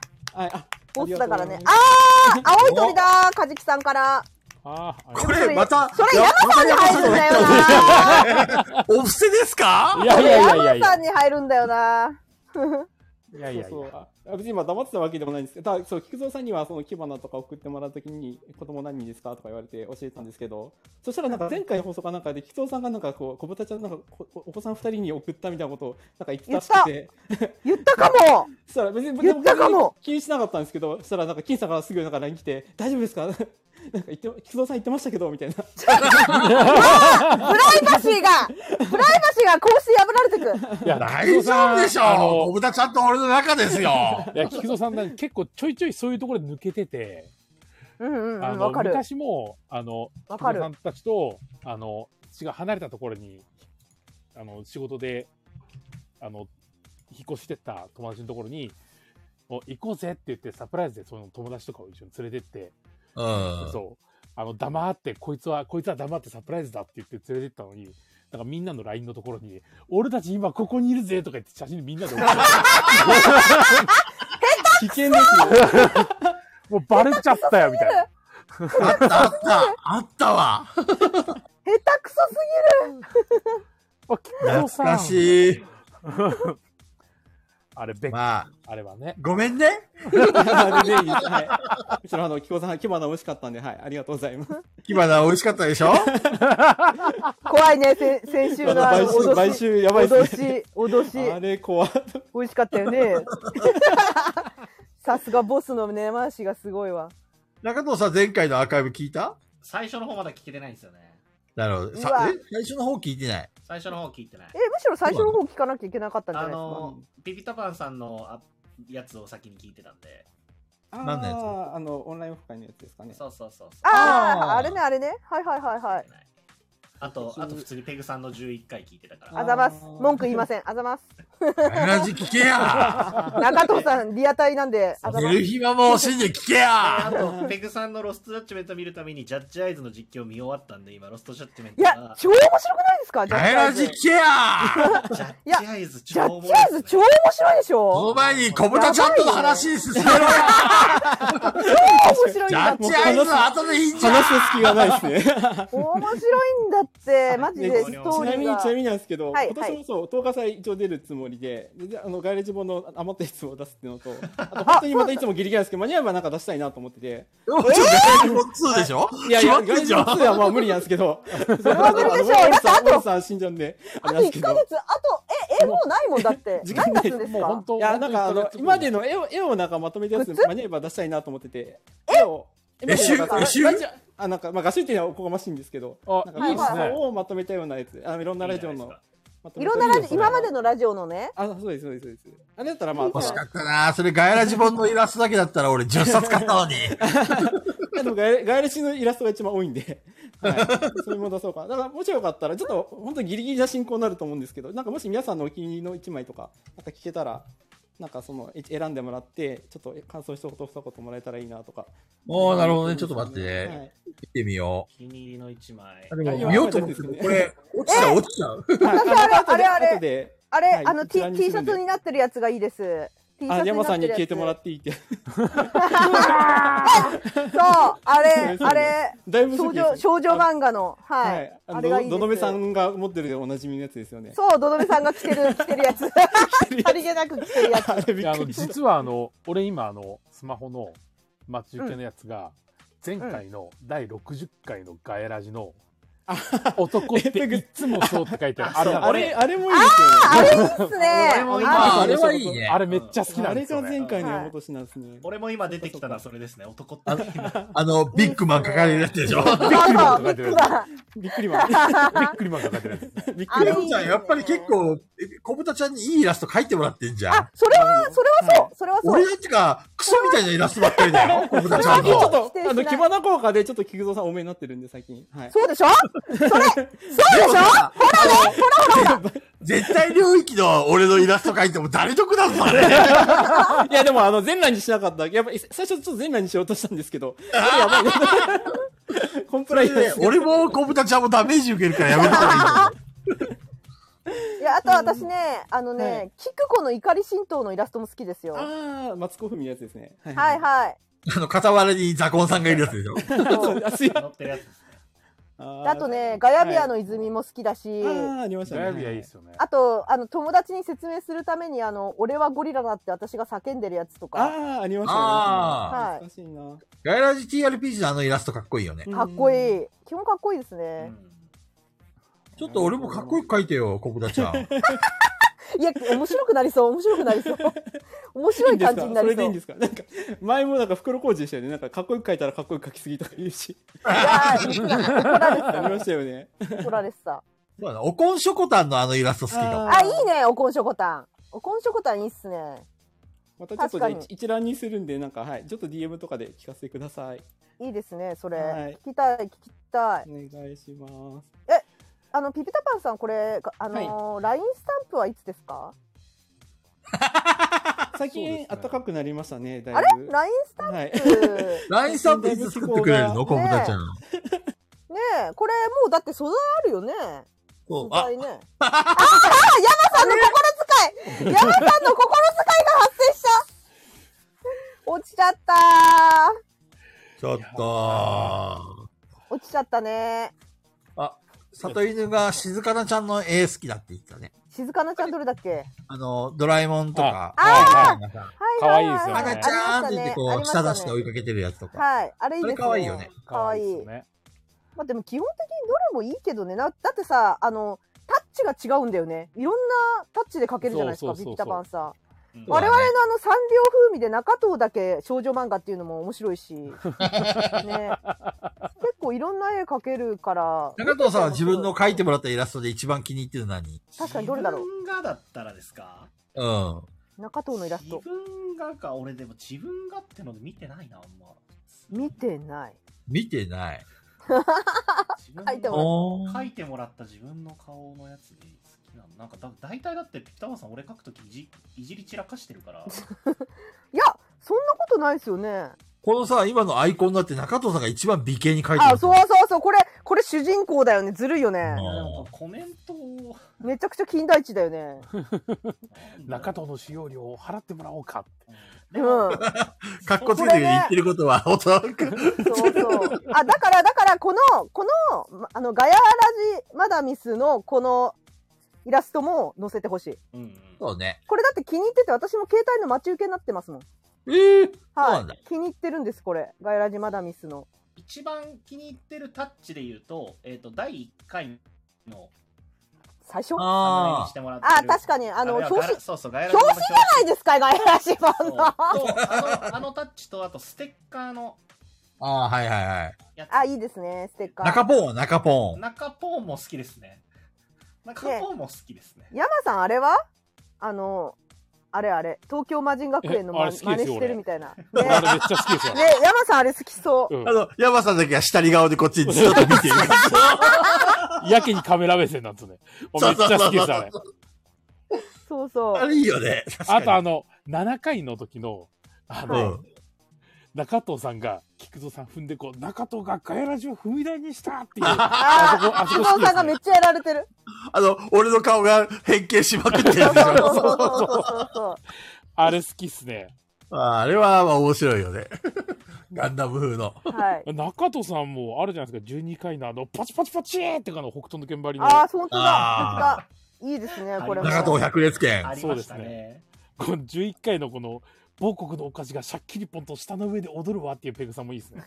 [SPEAKER 3] ボスだからね。あー青い鳥だカジキさんから。
[SPEAKER 1] あ
[SPEAKER 2] これ、また、
[SPEAKER 3] それ山さんに入るんだよ
[SPEAKER 2] お布施ですか
[SPEAKER 1] いやいやいやい
[SPEAKER 3] な
[SPEAKER 1] やい
[SPEAKER 3] 山
[SPEAKER 1] や
[SPEAKER 3] さんに入るんだよな
[SPEAKER 20] い
[SPEAKER 1] やいやいや
[SPEAKER 20] そうそうあ別に今黙ってたわけでもないんですけど、ただ、そう、菊蔵さんには、その、キバナとか送ってもらうときに、子供何人ですかとか言われて教えたんですけど、そしたらなんか前回の放送かなんかで、菊蔵さんがなんかこう、小豚ちゃんなんかこお、お子さん二人に送ったみたいなことを、なんか言ってたらしくて。
[SPEAKER 3] 言ったかも
[SPEAKER 20] そしたら別に、
[SPEAKER 3] 言ったかも
[SPEAKER 20] 気にしなかったんですけど、そしたらなんか、金さんからすぐなんか LINE 来て、大丈夫ですか なんか言って、菊蔵さん言ってましたけど、みたいな。
[SPEAKER 3] プライバシーがプライバシーがこうして破られてく
[SPEAKER 1] いや、
[SPEAKER 2] 大丈夫でしょ
[SPEAKER 1] あの
[SPEAKER 2] 小豚ちゃんと俺の中ですよ。
[SPEAKER 1] いや、菊蔵さんね、結構ちょいちょいそういうところで抜けてて、
[SPEAKER 3] うんうん
[SPEAKER 1] あ
[SPEAKER 3] うん、
[SPEAKER 1] の
[SPEAKER 3] わかる。
[SPEAKER 1] 昔も、あの、
[SPEAKER 3] わ
[SPEAKER 1] 菊
[SPEAKER 3] かる
[SPEAKER 1] 蔵さんたちと、あの、私が離れたところに、あの、仕事で、あの、引っ越してった友達のところに、お行こうぜって言って、サプライズでその友達とかを一緒に連れてって、
[SPEAKER 2] うん
[SPEAKER 1] そう。あの、黙って、こいつは、こいつは黙ってサプライズだって言って連れてったのに、なんかみんなの LINE のところに、俺たち今ここにいるぜとか言って写真みんなで送って
[SPEAKER 20] 危険ですよ。
[SPEAKER 1] もうバレちゃったよ、みたいな。
[SPEAKER 2] あったあったあったわ
[SPEAKER 3] 下手くそすぎる
[SPEAKER 2] 懐かしい。
[SPEAKER 1] あれ、べっ
[SPEAKER 2] ま
[SPEAKER 1] あれはね。
[SPEAKER 2] ごめんね。
[SPEAKER 20] あれねはい。むしろあの、菊蔵さん、キバナ美味しかったんで、はい、ありがとうございます。
[SPEAKER 2] キバナ美味しかったでしょ
[SPEAKER 3] 怖いね、せ先週のあの
[SPEAKER 20] 買収、買収やばい
[SPEAKER 3] 脅
[SPEAKER 20] っす
[SPEAKER 3] し、
[SPEAKER 20] ね
[SPEAKER 3] 脅し、
[SPEAKER 20] あれ怖い。
[SPEAKER 3] 美味しかったよね。さすがボスの根回しがすごいわ。
[SPEAKER 2] 中藤さん、前回のアーカイブ聞いた
[SPEAKER 7] 最初の方まだ聞けてないんですよね。
[SPEAKER 2] なるほど。
[SPEAKER 3] うわ
[SPEAKER 2] さえ最初の方聞いてない。
[SPEAKER 7] 最初の方聞いてない
[SPEAKER 3] え、。むしろ最初の方聞かなきゃいけなかったんじゃ
[SPEAKER 7] あ
[SPEAKER 3] ないですか。
[SPEAKER 7] の、ピピタパンさんのあやつを先に聞いてたんで。
[SPEAKER 20] 何のやつあの、オンラインオフ会のやつですかね。
[SPEAKER 7] そうそうそうそう。
[SPEAKER 3] ああ、あれね、あれね。はいはいはいはい。
[SPEAKER 7] あと、あと普通にペグさんの11回聞いてたから。
[SPEAKER 3] あざます。文句言いません。あざます。
[SPEAKER 2] ラジ聞け や
[SPEAKER 3] 中藤さん、リアタイなんで、あざ
[SPEAKER 2] 寝
[SPEAKER 3] ます
[SPEAKER 2] る。暇も惜しんで聞けや
[SPEAKER 7] であと、ペグさんのロストジャッジメント見るために、ジャッジアイズの実況見終わったんで、今、ロストジャッジメン
[SPEAKER 3] い
[SPEAKER 7] ト
[SPEAKER 3] や
[SPEAKER 7] が、。
[SPEAKER 3] 超面白くないですかジャッジアイズ。
[SPEAKER 2] けや
[SPEAKER 7] ジャッ
[SPEAKER 3] いや、
[SPEAKER 7] ジアイズ
[SPEAKER 3] ジャ
[SPEAKER 7] 超面
[SPEAKER 3] ッジ
[SPEAKER 7] 白い
[SPEAKER 3] アイズ超面白いでしょ
[SPEAKER 2] その前に小豚ちゃんとの話進めろや
[SPEAKER 3] 超面白いん
[SPEAKER 2] ジ
[SPEAKER 3] だ
[SPEAKER 2] ャ
[SPEAKER 3] っ
[SPEAKER 2] ッジアイズは後でいいんじゃん
[SPEAKER 20] 話す隙がないですね。
[SPEAKER 3] 面白いんだっって、マジで
[SPEAKER 20] ね
[SPEAKER 3] ス
[SPEAKER 20] ち
[SPEAKER 3] トー
[SPEAKER 20] なみ
[SPEAKER 3] リー
[SPEAKER 20] に、
[SPEAKER 3] が。
[SPEAKER 20] ちなみになんですけど、
[SPEAKER 3] はい
[SPEAKER 20] 今年もそう、10日祭一応出るつもりで、であの、ガイレージ本の余ったやつを出すっていうの と、あと、本当にまたいつもギリギリなんですけど、間に合えばなんか出したいなと思ってて。
[SPEAKER 2] ちょっとガイレージ本2でしょ
[SPEAKER 20] いやいや、ガ
[SPEAKER 2] 決ま
[SPEAKER 20] イ
[SPEAKER 2] っ
[SPEAKER 20] レ
[SPEAKER 2] て
[SPEAKER 20] ー
[SPEAKER 2] ん
[SPEAKER 20] ジ
[SPEAKER 2] じゃん
[SPEAKER 20] 本2はまあ無理なんですけど。それ
[SPEAKER 3] は無理でし ょうだってあと
[SPEAKER 20] と、さん死んじゃうんで。あ
[SPEAKER 3] あ
[SPEAKER 20] れ
[SPEAKER 3] と
[SPEAKER 20] なんです
[SPEAKER 3] 1
[SPEAKER 20] け
[SPEAKER 3] ヶ
[SPEAKER 20] ど
[SPEAKER 3] 月、あと、え、え、もうないもんだって。
[SPEAKER 20] 時間
[SPEAKER 3] 何出
[SPEAKER 20] ない
[SPEAKER 3] すんです
[SPEAKER 20] もう
[SPEAKER 3] か
[SPEAKER 20] 本当いや、なんかあの、今までの絵を、絵をなんかまとめたやつ、間に合えば出したいなと思ってて。絵を、
[SPEAKER 2] えしゅ
[SPEAKER 20] なんか
[SPEAKER 2] えしゅ
[SPEAKER 20] ラジオあ、なんか、まあ、画集っていうのはおこがましいんですけど、なんか
[SPEAKER 3] いいですね
[SPEAKER 20] 画像をまとめたようなやつ、あのいろんなラジオの。まと
[SPEAKER 3] い
[SPEAKER 20] めた
[SPEAKER 3] ろんなラ
[SPEAKER 20] やつ
[SPEAKER 3] ジ、今までのラジオのね。
[SPEAKER 20] あ、そうです、そうです、そうです。あれだったらまあ、
[SPEAKER 2] 欲しかったなあそれガイラジ本のイラストだけだったら俺10冊買ったの に。
[SPEAKER 20] でもガイガイレシのイラストが一番多い んで、はい、それも出そうか。だから、もしよかったら、ちょっと、本当ギリギリな進行になると思うんですけど、なんかもし皆さんのお気に入りの一枚とか、なんか聞けたら、なんかその、え選んでもらって、ちょっと感想一言二言もらえたらいいなとか。
[SPEAKER 2] おー、なるほどね。ちょっと待って。
[SPEAKER 20] はい
[SPEAKER 2] 見てみよ
[SPEAKER 7] お気に入りの一枚。
[SPEAKER 2] う。でも見ようと思ってたけど、これ、落ちちゃう、落ちちゃう。
[SPEAKER 3] 私あれ、あれ、あ
[SPEAKER 20] 後
[SPEAKER 3] れ
[SPEAKER 20] で、
[SPEAKER 3] あれ、
[SPEAKER 20] はい
[SPEAKER 3] あの、T
[SPEAKER 20] こちらに
[SPEAKER 3] T シ
[SPEAKER 20] する
[SPEAKER 3] ャ
[SPEAKER 20] んで
[SPEAKER 3] ツになってるやつがいいです。T シャ
[SPEAKER 20] あ、
[SPEAKER 3] ツにな
[SPEAKER 20] 山さ
[SPEAKER 3] っ
[SPEAKER 20] ん
[SPEAKER 3] て
[SPEAKER 20] に
[SPEAKER 3] る
[SPEAKER 20] 消
[SPEAKER 3] や
[SPEAKER 20] えて
[SPEAKER 3] つ。
[SPEAKER 20] もらっていいって。
[SPEAKER 3] そう、あ れ、あれ、
[SPEAKER 20] だいぶ好
[SPEAKER 3] 少
[SPEAKER 20] きです
[SPEAKER 3] 女、少女漫画の、は
[SPEAKER 20] はいい。。
[SPEAKER 3] あ
[SPEAKER 20] あ
[SPEAKER 3] れ
[SPEAKER 20] の
[SPEAKER 3] がいい
[SPEAKER 20] どどめ
[SPEAKER 3] で
[SPEAKER 20] さ
[SPEAKER 3] す。
[SPEAKER 20] んが持ってるおなじみのやつですよね。
[SPEAKER 3] そう、どどめさんが着て る、着てるやつ。さりげなく着てるやつ。
[SPEAKER 1] いやあの実はあの俺今あのスマホの待ち受けのやつが、前回の第60回のガエラジの「男っていつもそう」って書いてある
[SPEAKER 20] あそうあれあれもいいです
[SPEAKER 3] よねあれいいっすね
[SPEAKER 20] あ
[SPEAKER 1] あ
[SPEAKER 20] れ
[SPEAKER 1] れ
[SPEAKER 20] は
[SPEAKER 1] はいい
[SPEAKER 20] い
[SPEAKER 1] い
[SPEAKER 20] ね
[SPEAKER 1] ねあれめっちゃ好きな
[SPEAKER 20] あ
[SPEAKER 1] ん
[SPEAKER 20] れ
[SPEAKER 1] ですよ、
[SPEAKER 20] が
[SPEAKER 1] ね、
[SPEAKER 20] 前回の山本氏なんですね。
[SPEAKER 7] 俺も今出てきたのはそれですね、男って。
[SPEAKER 2] あの、ビッグマン書かれるやつでしょ。
[SPEAKER 1] ビックリマンと書いてるや
[SPEAKER 20] つ。ビックリ
[SPEAKER 1] マン。ビックリマンと書いてるやつ。
[SPEAKER 20] びっ
[SPEAKER 2] くりちゃん、やっぱり結構、え小豚ちゃんにいいイラスト描いてもらってんじゃん。
[SPEAKER 3] それは、それはそう、それはそう。
[SPEAKER 2] 俺だってか、クソみたいなイラストばっかりだ よ、小豚ちゃん
[SPEAKER 20] ちょ
[SPEAKER 2] の
[SPEAKER 20] っ。と、あの、キバナ効果でちょっと菊蔵さん多めになってるんで、最近。はい。
[SPEAKER 3] そうでしょそれ、そうでしょほらね、ほらほら。
[SPEAKER 2] 絶対領域の俺のイラスト描いても誰得だぞ、あれ。
[SPEAKER 20] いや、でも、あの、全裸にしなかった。やっぱり、最初ちょっと全裸にしようとしたんです けど、それやばいな。コンプライアンス。
[SPEAKER 2] 俺も小豚ちゃんもダメージ受けるからやめたらいいよ。
[SPEAKER 3] いや、あと私ね、あのね、キクコの怒り神道のイラストも好きですよ。は
[SPEAKER 20] あーマツコフミのやつですね。はい
[SPEAKER 3] はい。
[SPEAKER 2] あの、傍らにザコンさんがいるやつでし ょ。
[SPEAKER 20] 安い。乗ってるやつ。
[SPEAKER 3] であとね、ガヤビアの泉も好きだし、
[SPEAKER 20] ああ、ありましたね。
[SPEAKER 1] ガヤビアいいっすよね。
[SPEAKER 3] あと、あの、友達に説明するために、あの、俺はゴリラだって私が叫んでるやつとか。
[SPEAKER 20] ああ、ありま
[SPEAKER 2] したねあ
[SPEAKER 3] はい。
[SPEAKER 20] しいな。
[SPEAKER 2] ガイラジ TRPG のあのイラストかっこいいよね。
[SPEAKER 3] かっこいい。基本かっこいいですね。
[SPEAKER 2] ちょっと俺もかっこよ く描いてよ、小豚ちゃ ん。
[SPEAKER 3] いや、面白くなりそう、面白くなりそう。面白い感じになりそう。
[SPEAKER 20] それでいいんですかなんか、前もなんか袋小路でしたよね。なんか、かっこよく書いたらかっこよく書きすぎとか言うし。
[SPEAKER 3] あー怒られてた
[SPEAKER 20] ありましたよね。
[SPEAKER 3] 怒られてた。
[SPEAKER 2] そうだなおこんしょこたんのあのイラスト好きかも。
[SPEAKER 3] あ、いいね、おこんしょこたん。おこんしょこたんいいっすね。
[SPEAKER 20] またちょっとじゃあ
[SPEAKER 3] 確かに
[SPEAKER 20] 一覧にするんで、なんか、はい。ちょっと DM とかで聞かせてください。
[SPEAKER 3] いいですね、それ。
[SPEAKER 20] はい
[SPEAKER 3] 聞きたい、聞きたい。
[SPEAKER 20] お願いします。
[SPEAKER 3] え、あの、ピピタパンさん、これ、あのー、ラインスタンプはいつですか
[SPEAKER 20] 最近、暖かくなりましたね、だい
[SPEAKER 3] あれ
[SPEAKER 20] ぶ。
[SPEAKER 3] ラインスタン プ、
[SPEAKER 20] はい。
[SPEAKER 2] ラインスタンプいつ作ってくれるの小豚ちゃん。
[SPEAKER 3] ねえ、これもうだって素材あるよね。
[SPEAKER 2] そう
[SPEAKER 3] 素材ね。ああ山さんの心遣い山さんの心遣いが発生した落ちちゃった
[SPEAKER 2] ちょっと。
[SPEAKER 3] ー落ちちゃったね
[SPEAKER 2] あ、里犬が静かなちゃんの絵好きだって言ってたね。
[SPEAKER 3] 静かなちゃんどれだっけ
[SPEAKER 2] あの、ドラえもんとか。
[SPEAKER 3] あ
[SPEAKER 2] はいはい
[SPEAKER 3] かわいいです
[SPEAKER 1] よね
[SPEAKER 2] 赤ちゃんって言って
[SPEAKER 3] あ
[SPEAKER 2] こ
[SPEAKER 3] り
[SPEAKER 2] う、
[SPEAKER 3] まし
[SPEAKER 2] 舌
[SPEAKER 3] たね
[SPEAKER 2] 出して追いかけてるやつとか。
[SPEAKER 3] はい。あれいいですね。
[SPEAKER 2] あれ可愛いよね。
[SPEAKER 3] 可愛いまあでも基本的にどれもいいけどね。なだってさ、あの、タッチが違うんだよね。いろんなタッチで描けるじゃないです
[SPEAKER 2] そ
[SPEAKER 3] か、
[SPEAKER 2] うそう
[SPEAKER 3] ビ
[SPEAKER 2] そうそう
[SPEAKER 3] ッタパンさん。
[SPEAKER 2] ん
[SPEAKER 3] 我々のあの三両風味で中藤だけ少女漫画っていうのも面白 いし、ね、結構いろんな絵描けるから、
[SPEAKER 2] 中藤さんは自分の描いてもらったイラストで一番気に入ってるのは何
[SPEAKER 3] 確かにどれだろ う
[SPEAKER 7] 自分がだったらですか
[SPEAKER 2] うん。
[SPEAKER 3] 中藤のイラスト。
[SPEAKER 7] 自分がか、俺でも自分がってので見てないな、あんま。
[SPEAKER 3] 見てない。
[SPEAKER 2] 見てない。
[SPEAKER 3] 書いてもら
[SPEAKER 7] 書いてもらった自分の顔のやつで好きなの。なんかだ、大体だって、ピタマさん俺書くときいじ、いじり散らかしてる から。
[SPEAKER 3] いや、そんなことないですよね。
[SPEAKER 2] このさ、今のアイコンだって中藤さんが一番美形に描いて
[SPEAKER 3] あ、
[SPEAKER 2] る。
[SPEAKER 3] そうそうそう、これ、これ主人公だよね。ずるいよね。
[SPEAKER 7] コメントを。
[SPEAKER 3] めちゃくちゃ金田一だよね。
[SPEAKER 1] 中藤の使用料を払ってもらおうかって。
[SPEAKER 3] うん。
[SPEAKER 2] かっこついて言ってることは、本当
[SPEAKER 3] そうそう。あ、だから、だから、この、この、まあの、ガヤラジマダミスの、この、イラストも載せてほしい。
[SPEAKER 2] そうね。
[SPEAKER 3] これだって気に入ってて、私も携帯の待ち受けになってますもん。
[SPEAKER 2] ええ
[SPEAKER 3] はい、気に入ってるんです、これ。ガヤラジマダミスの。
[SPEAKER 7] 一番気に入ってるタッチで言うと、えっ、と、第1回の
[SPEAKER 3] 最初
[SPEAKER 7] あーにしてもらってる
[SPEAKER 3] あー確かに。あの、
[SPEAKER 7] あれは
[SPEAKER 3] 表紙、
[SPEAKER 7] ガラそうそうガヤラ
[SPEAKER 3] 表
[SPEAKER 7] ジの
[SPEAKER 3] 紙じゃないですか、ガヤラジ版の。
[SPEAKER 7] あのあのタッチと、あとステッカーの、
[SPEAKER 2] ああ、はいはいはい。
[SPEAKER 3] あ、いいですね、ステッカー。
[SPEAKER 2] 中ポンは中ポン。
[SPEAKER 7] 中ポーも好きですね。中ポーも好きですね。
[SPEAKER 3] 山さん、あれはあの、あれあれ、東京魔人学園の
[SPEAKER 2] え
[SPEAKER 3] ま
[SPEAKER 2] あれ
[SPEAKER 3] 真
[SPEAKER 2] 好き
[SPEAKER 3] 似
[SPEAKER 2] ですよ
[SPEAKER 3] してるみた いな。ね、
[SPEAKER 2] 俺あれめっちゃ好きですよ
[SPEAKER 3] ね、山さん、あれ好きそう。
[SPEAKER 2] あの、山さんだけは下り顔でこっちにずっと見てる。
[SPEAKER 1] やけにカメラ目線なんですね。めっちゃ好きです、あれ。
[SPEAKER 3] そうそう。
[SPEAKER 2] あれいいよね。
[SPEAKER 1] あとあの、7回の時の、あの、
[SPEAKER 2] う
[SPEAKER 1] 中藤さんが、菊蔵さん踏んでこう、中藤がガヤラジを踏み台にしたっていう。あそこ、あそ
[SPEAKER 3] 菊
[SPEAKER 1] こ
[SPEAKER 3] 蔵
[SPEAKER 1] 好きで
[SPEAKER 3] さん
[SPEAKER 1] す
[SPEAKER 3] がめっちゃやられてる。
[SPEAKER 2] あの、俺の顔が変形しまくってるでしょ。
[SPEAKER 3] そうそうそうそうそう。
[SPEAKER 1] あれ好きっすね。
[SPEAKER 2] あれは、まあ面白いよね。 ガンダム風の。
[SPEAKER 3] はい。
[SPEAKER 1] 中藤さんもあるじゃないですか、12回のあの、パチパチパチーってかの北斗の剣張りの。
[SPEAKER 3] ああ、本当だ
[SPEAKER 2] あ。
[SPEAKER 3] 本当だいいですね、これも。
[SPEAKER 2] 中藤百裂拳あり
[SPEAKER 1] そう
[SPEAKER 2] ま
[SPEAKER 1] で
[SPEAKER 2] し
[SPEAKER 1] す
[SPEAKER 2] たね
[SPEAKER 1] ね。この11回のこの、某国のお菓子がシャッキリポンと舌の上で踊るわっていうペグさんもいいで すね。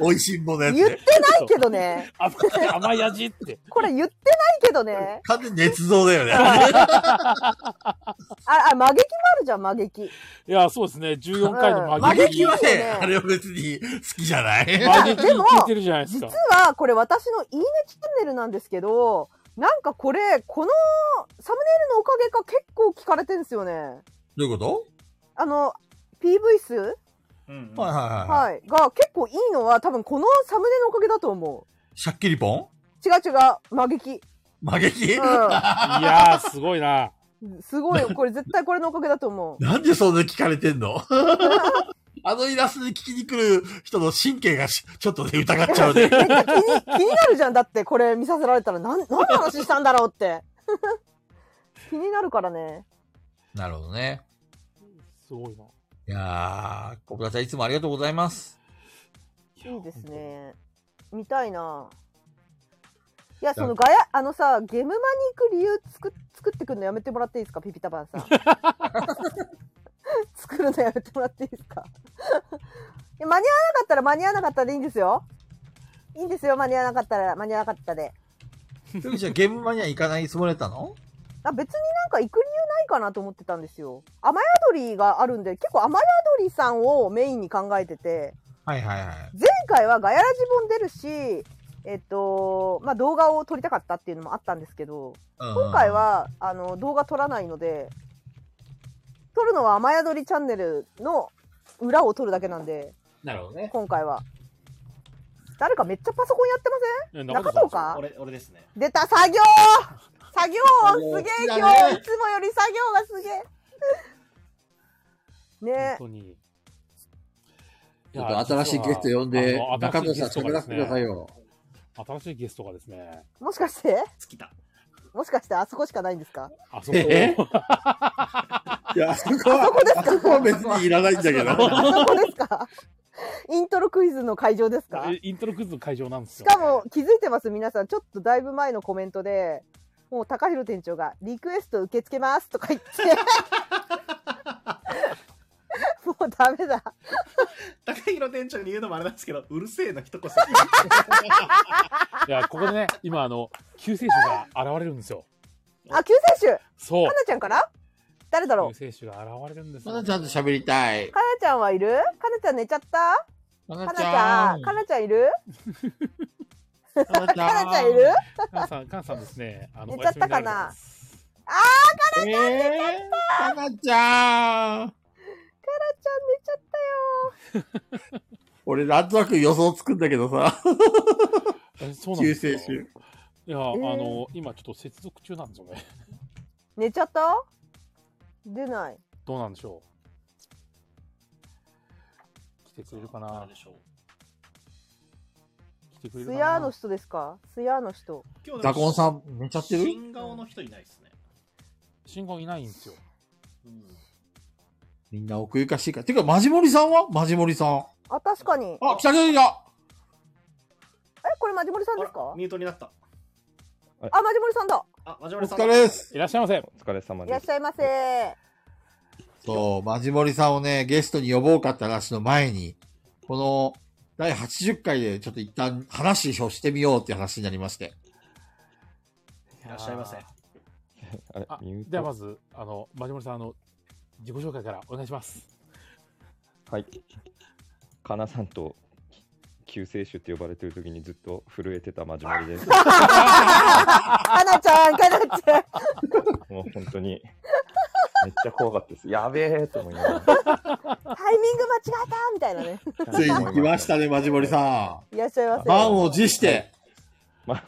[SPEAKER 2] 美味しんぼのやつ
[SPEAKER 3] 言って
[SPEAKER 2] ね。
[SPEAKER 3] ないけどね。
[SPEAKER 1] 甘い甘い味って。
[SPEAKER 3] これ言ってないけ どね。
[SPEAKER 2] 完全に捏造だよね。
[SPEAKER 3] あ、あ、魔劇もあるじゃん、魔劇。
[SPEAKER 1] いや、そうですね。14回の
[SPEAKER 3] うん
[SPEAKER 1] 曲げ
[SPEAKER 3] 曲げはねあ
[SPEAKER 2] れは別に好きじゃない
[SPEAKER 1] 曲げ
[SPEAKER 3] でも
[SPEAKER 1] 聞いてるじゃないです
[SPEAKER 3] 実
[SPEAKER 1] か。
[SPEAKER 3] はこれ私のいいねチャンネルなんですけど、なんかこれ、このサムネイルのおかげか結構聞かれてんですよね。
[SPEAKER 2] どういうこと
[SPEAKER 3] あの、PV 数
[SPEAKER 2] はいはいはいはい。
[SPEAKER 3] はい。が結構いいのは多分このサムネのおかげだと思
[SPEAKER 2] シャッキリポン
[SPEAKER 3] う。違う違う、魔劇。
[SPEAKER 2] 魔劇、
[SPEAKER 3] うん
[SPEAKER 1] いやー、すごいな。
[SPEAKER 3] すごい よ。これ絶対これのおかげだと思う。
[SPEAKER 2] なんでそんな聞かれてんのあのイラストで聞きに来る人の神経がしちょっとね、疑っちゃうね。
[SPEAKER 3] 気になるじゃん。だってこれ見させられたら何、何の話したんだろうって。 気になるからね。
[SPEAKER 2] なるほどね。
[SPEAKER 1] すごいな。
[SPEAKER 2] いやー、小倉さんいつもありがとうございます。
[SPEAKER 3] いいですね。見たいな。いや、そのガヤ、あのさ、ゲームマに行く理由作っ作ってくるのやめてもらっていいですか、ピピタパンさん。作るのやめてもらっていいですか。いや間に合わなかったら間に合わなかったでいいんですよ。いいんですよ、間に合わなかったら間に合わなかったで。
[SPEAKER 2] ふみちゃん、ゲームマには行かないつもりだったの
[SPEAKER 3] あ別になんか行く理由ないかなと思ってたんですよ。雨宿りがあるんで、結構雨宿りさんをメインに考えてて。
[SPEAKER 2] はいはいはい。
[SPEAKER 3] 前回はガヤラジ本出るし、えっと、まあ、動画を撮りたかったっていうのもあったんですけど、
[SPEAKER 2] うん
[SPEAKER 3] 今回は、あの、動画撮らないので、撮るのは雨宿りチャンネルの裏を撮るだけなんで、
[SPEAKER 2] なるほどね。
[SPEAKER 3] 今回は。誰かめっちゃパソコンやってません中藤か
[SPEAKER 7] 俺、俺ですね。
[SPEAKER 3] 出た作業作
[SPEAKER 7] 作
[SPEAKER 3] 業
[SPEAKER 7] 業
[SPEAKER 3] すげえ
[SPEAKER 7] 好
[SPEAKER 3] 今
[SPEAKER 7] き
[SPEAKER 3] 日、
[SPEAKER 7] だね
[SPEAKER 3] いつもより作業がすげえね
[SPEAKER 1] 本当に。
[SPEAKER 5] ちょっと新しいゲスト呼んで
[SPEAKER 1] 実はあの
[SPEAKER 5] 中藤さん
[SPEAKER 1] 新しいゲストが
[SPEAKER 5] 喋ら
[SPEAKER 1] ですね
[SPEAKER 5] せてくださいよ。
[SPEAKER 1] 新しいゲストがですね、
[SPEAKER 3] え、もしかして
[SPEAKER 7] 好きだ。
[SPEAKER 3] もしかしてあそこしかないんですか
[SPEAKER 1] あそこ。
[SPEAKER 5] いや、あそこは、あそこは別にいらないんだけど。
[SPEAKER 3] あそこですかイントロクイズの会場ですか
[SPEAKER 1] えイントロクイズの会場なんです
[SPEAKER 3] し
[SPEAKER 1] よ。
[SPEAKER 3] かも気づいてます皆さんちょっとだいぶ前のコメントでもう高弘店長が「リクエスト受け付けます」とか言ってもうダメだ
[SPEAKER 7] 高弘店長に言うのもあれなんですけど、うるせえな一言。
[SPEAKER 1] いや、ここでね、今、あの、救世主が現れるんですよ。
[SPEAKER 3] あ救世主
[SPEAKER 1] そう
[SPEAKER 3] かなちゃんから誰だろう
[SPEAKER 1] 救世主が現れるんですよ。
[SPEAKER 2] まだちゃんと喋りたい。
[SPEAKER 3] かなちゃんはいるかなちゃん寝ちゃった
[SPEAKER 2] か
[SPEAKER 3] かな
[SPEAKER 2] な
[SPEAKER 3] ちゃんかなちゃんいるかなちゃんいる
[SPEAKER 1] カンさん、カンさんですね。あ
[SPEAKER 3] 寝ちゃったかなあーかなちゃん寝ちゃった、
[SPEAKER 2] かなちゃん
[SPEAKER 3] かなちゃん寝ちゃったよ
[SPEAKER 5] 俺、なんとなく予想つくんだけどさ。
[SPEAKER 1] そうなん
[SPEAKER 5] 救
[SPEAKER 1] ですよ
[SPEAKER 5] 世主。
[SPEAKER 1] いや、
[SPEAKER 3] ー
[SPEAKER 1] あの、今ちょっと接続中なんですよね。
[SPEAKER 3] 寝ちゃった出ない
[SPEAKER 1] どうなんでしょう。来てくれるかな。来てくれる
[SPEAKER 3] ス
[SPEAKER 1] か
[SPEAKER 3] ヤー
[SPEAKER 1] な
[SPEAKER 3] の。人ですかスヤーの人
[SPEAKER 2] ザコンさん寝ちゃってる
[SPEAKER 7] 新顔の人いないですね。
[SPEAKER 1] 信号いないんですよ。
[SPEAKER 2] みんな奥ゆかしいから。てか、マジモリさんはマジモリさん。
[SPEAKER 3] あ、確かに。
[SPEAKER 2] あ、来た来た来た
[SPEAKER 3] え、これマジモリさんですか
[SPEAKER 7] ミュートになった。
[SPEAKER 3] あ、マジモリさんだ。
[SPEAKER 7] あ、マジモリさん。
[SPEAKER 2] す。
[SPEAKER 1] いらっしゃいませ。
[SPEAKER 16] お疲れ様
[SPEAKER 3] いらっしゃいませ。
[SPEAKER 2] そう、マジモリさんをね、ゲストに呼ぼうかって話の前に、この、第80回でちょっと一旦話をしてみようっていう話になりまして。
[SPEAKER 7] いらっしゃいませ。
[SPEAKER 16] あれ、ミュート
[SPEAKER 1] ではまず、あの、マジモリさん、あの、自己紹介からお願いします。
[SPEAKER 16] はい。かなさんと救世主って呼ばれてる時にずっと震えてたマジモリ です。
[SPEAKER 3] かなちゃん、かなちゃん。
[SPEAKER 16] もう本当に、めっちゃ怖かったです。やべえと思いながら。
[SPEAKER 3] タイミング間違えたみたいなね。
[SPEAKER 2] ついに来ましたね、マジモリさ
[SPEAKER 3] いらっしゃいま
[SPEAKER 2] ん。
[SPEAKER 3] せ。
[SPEAKER 2] 満を持して、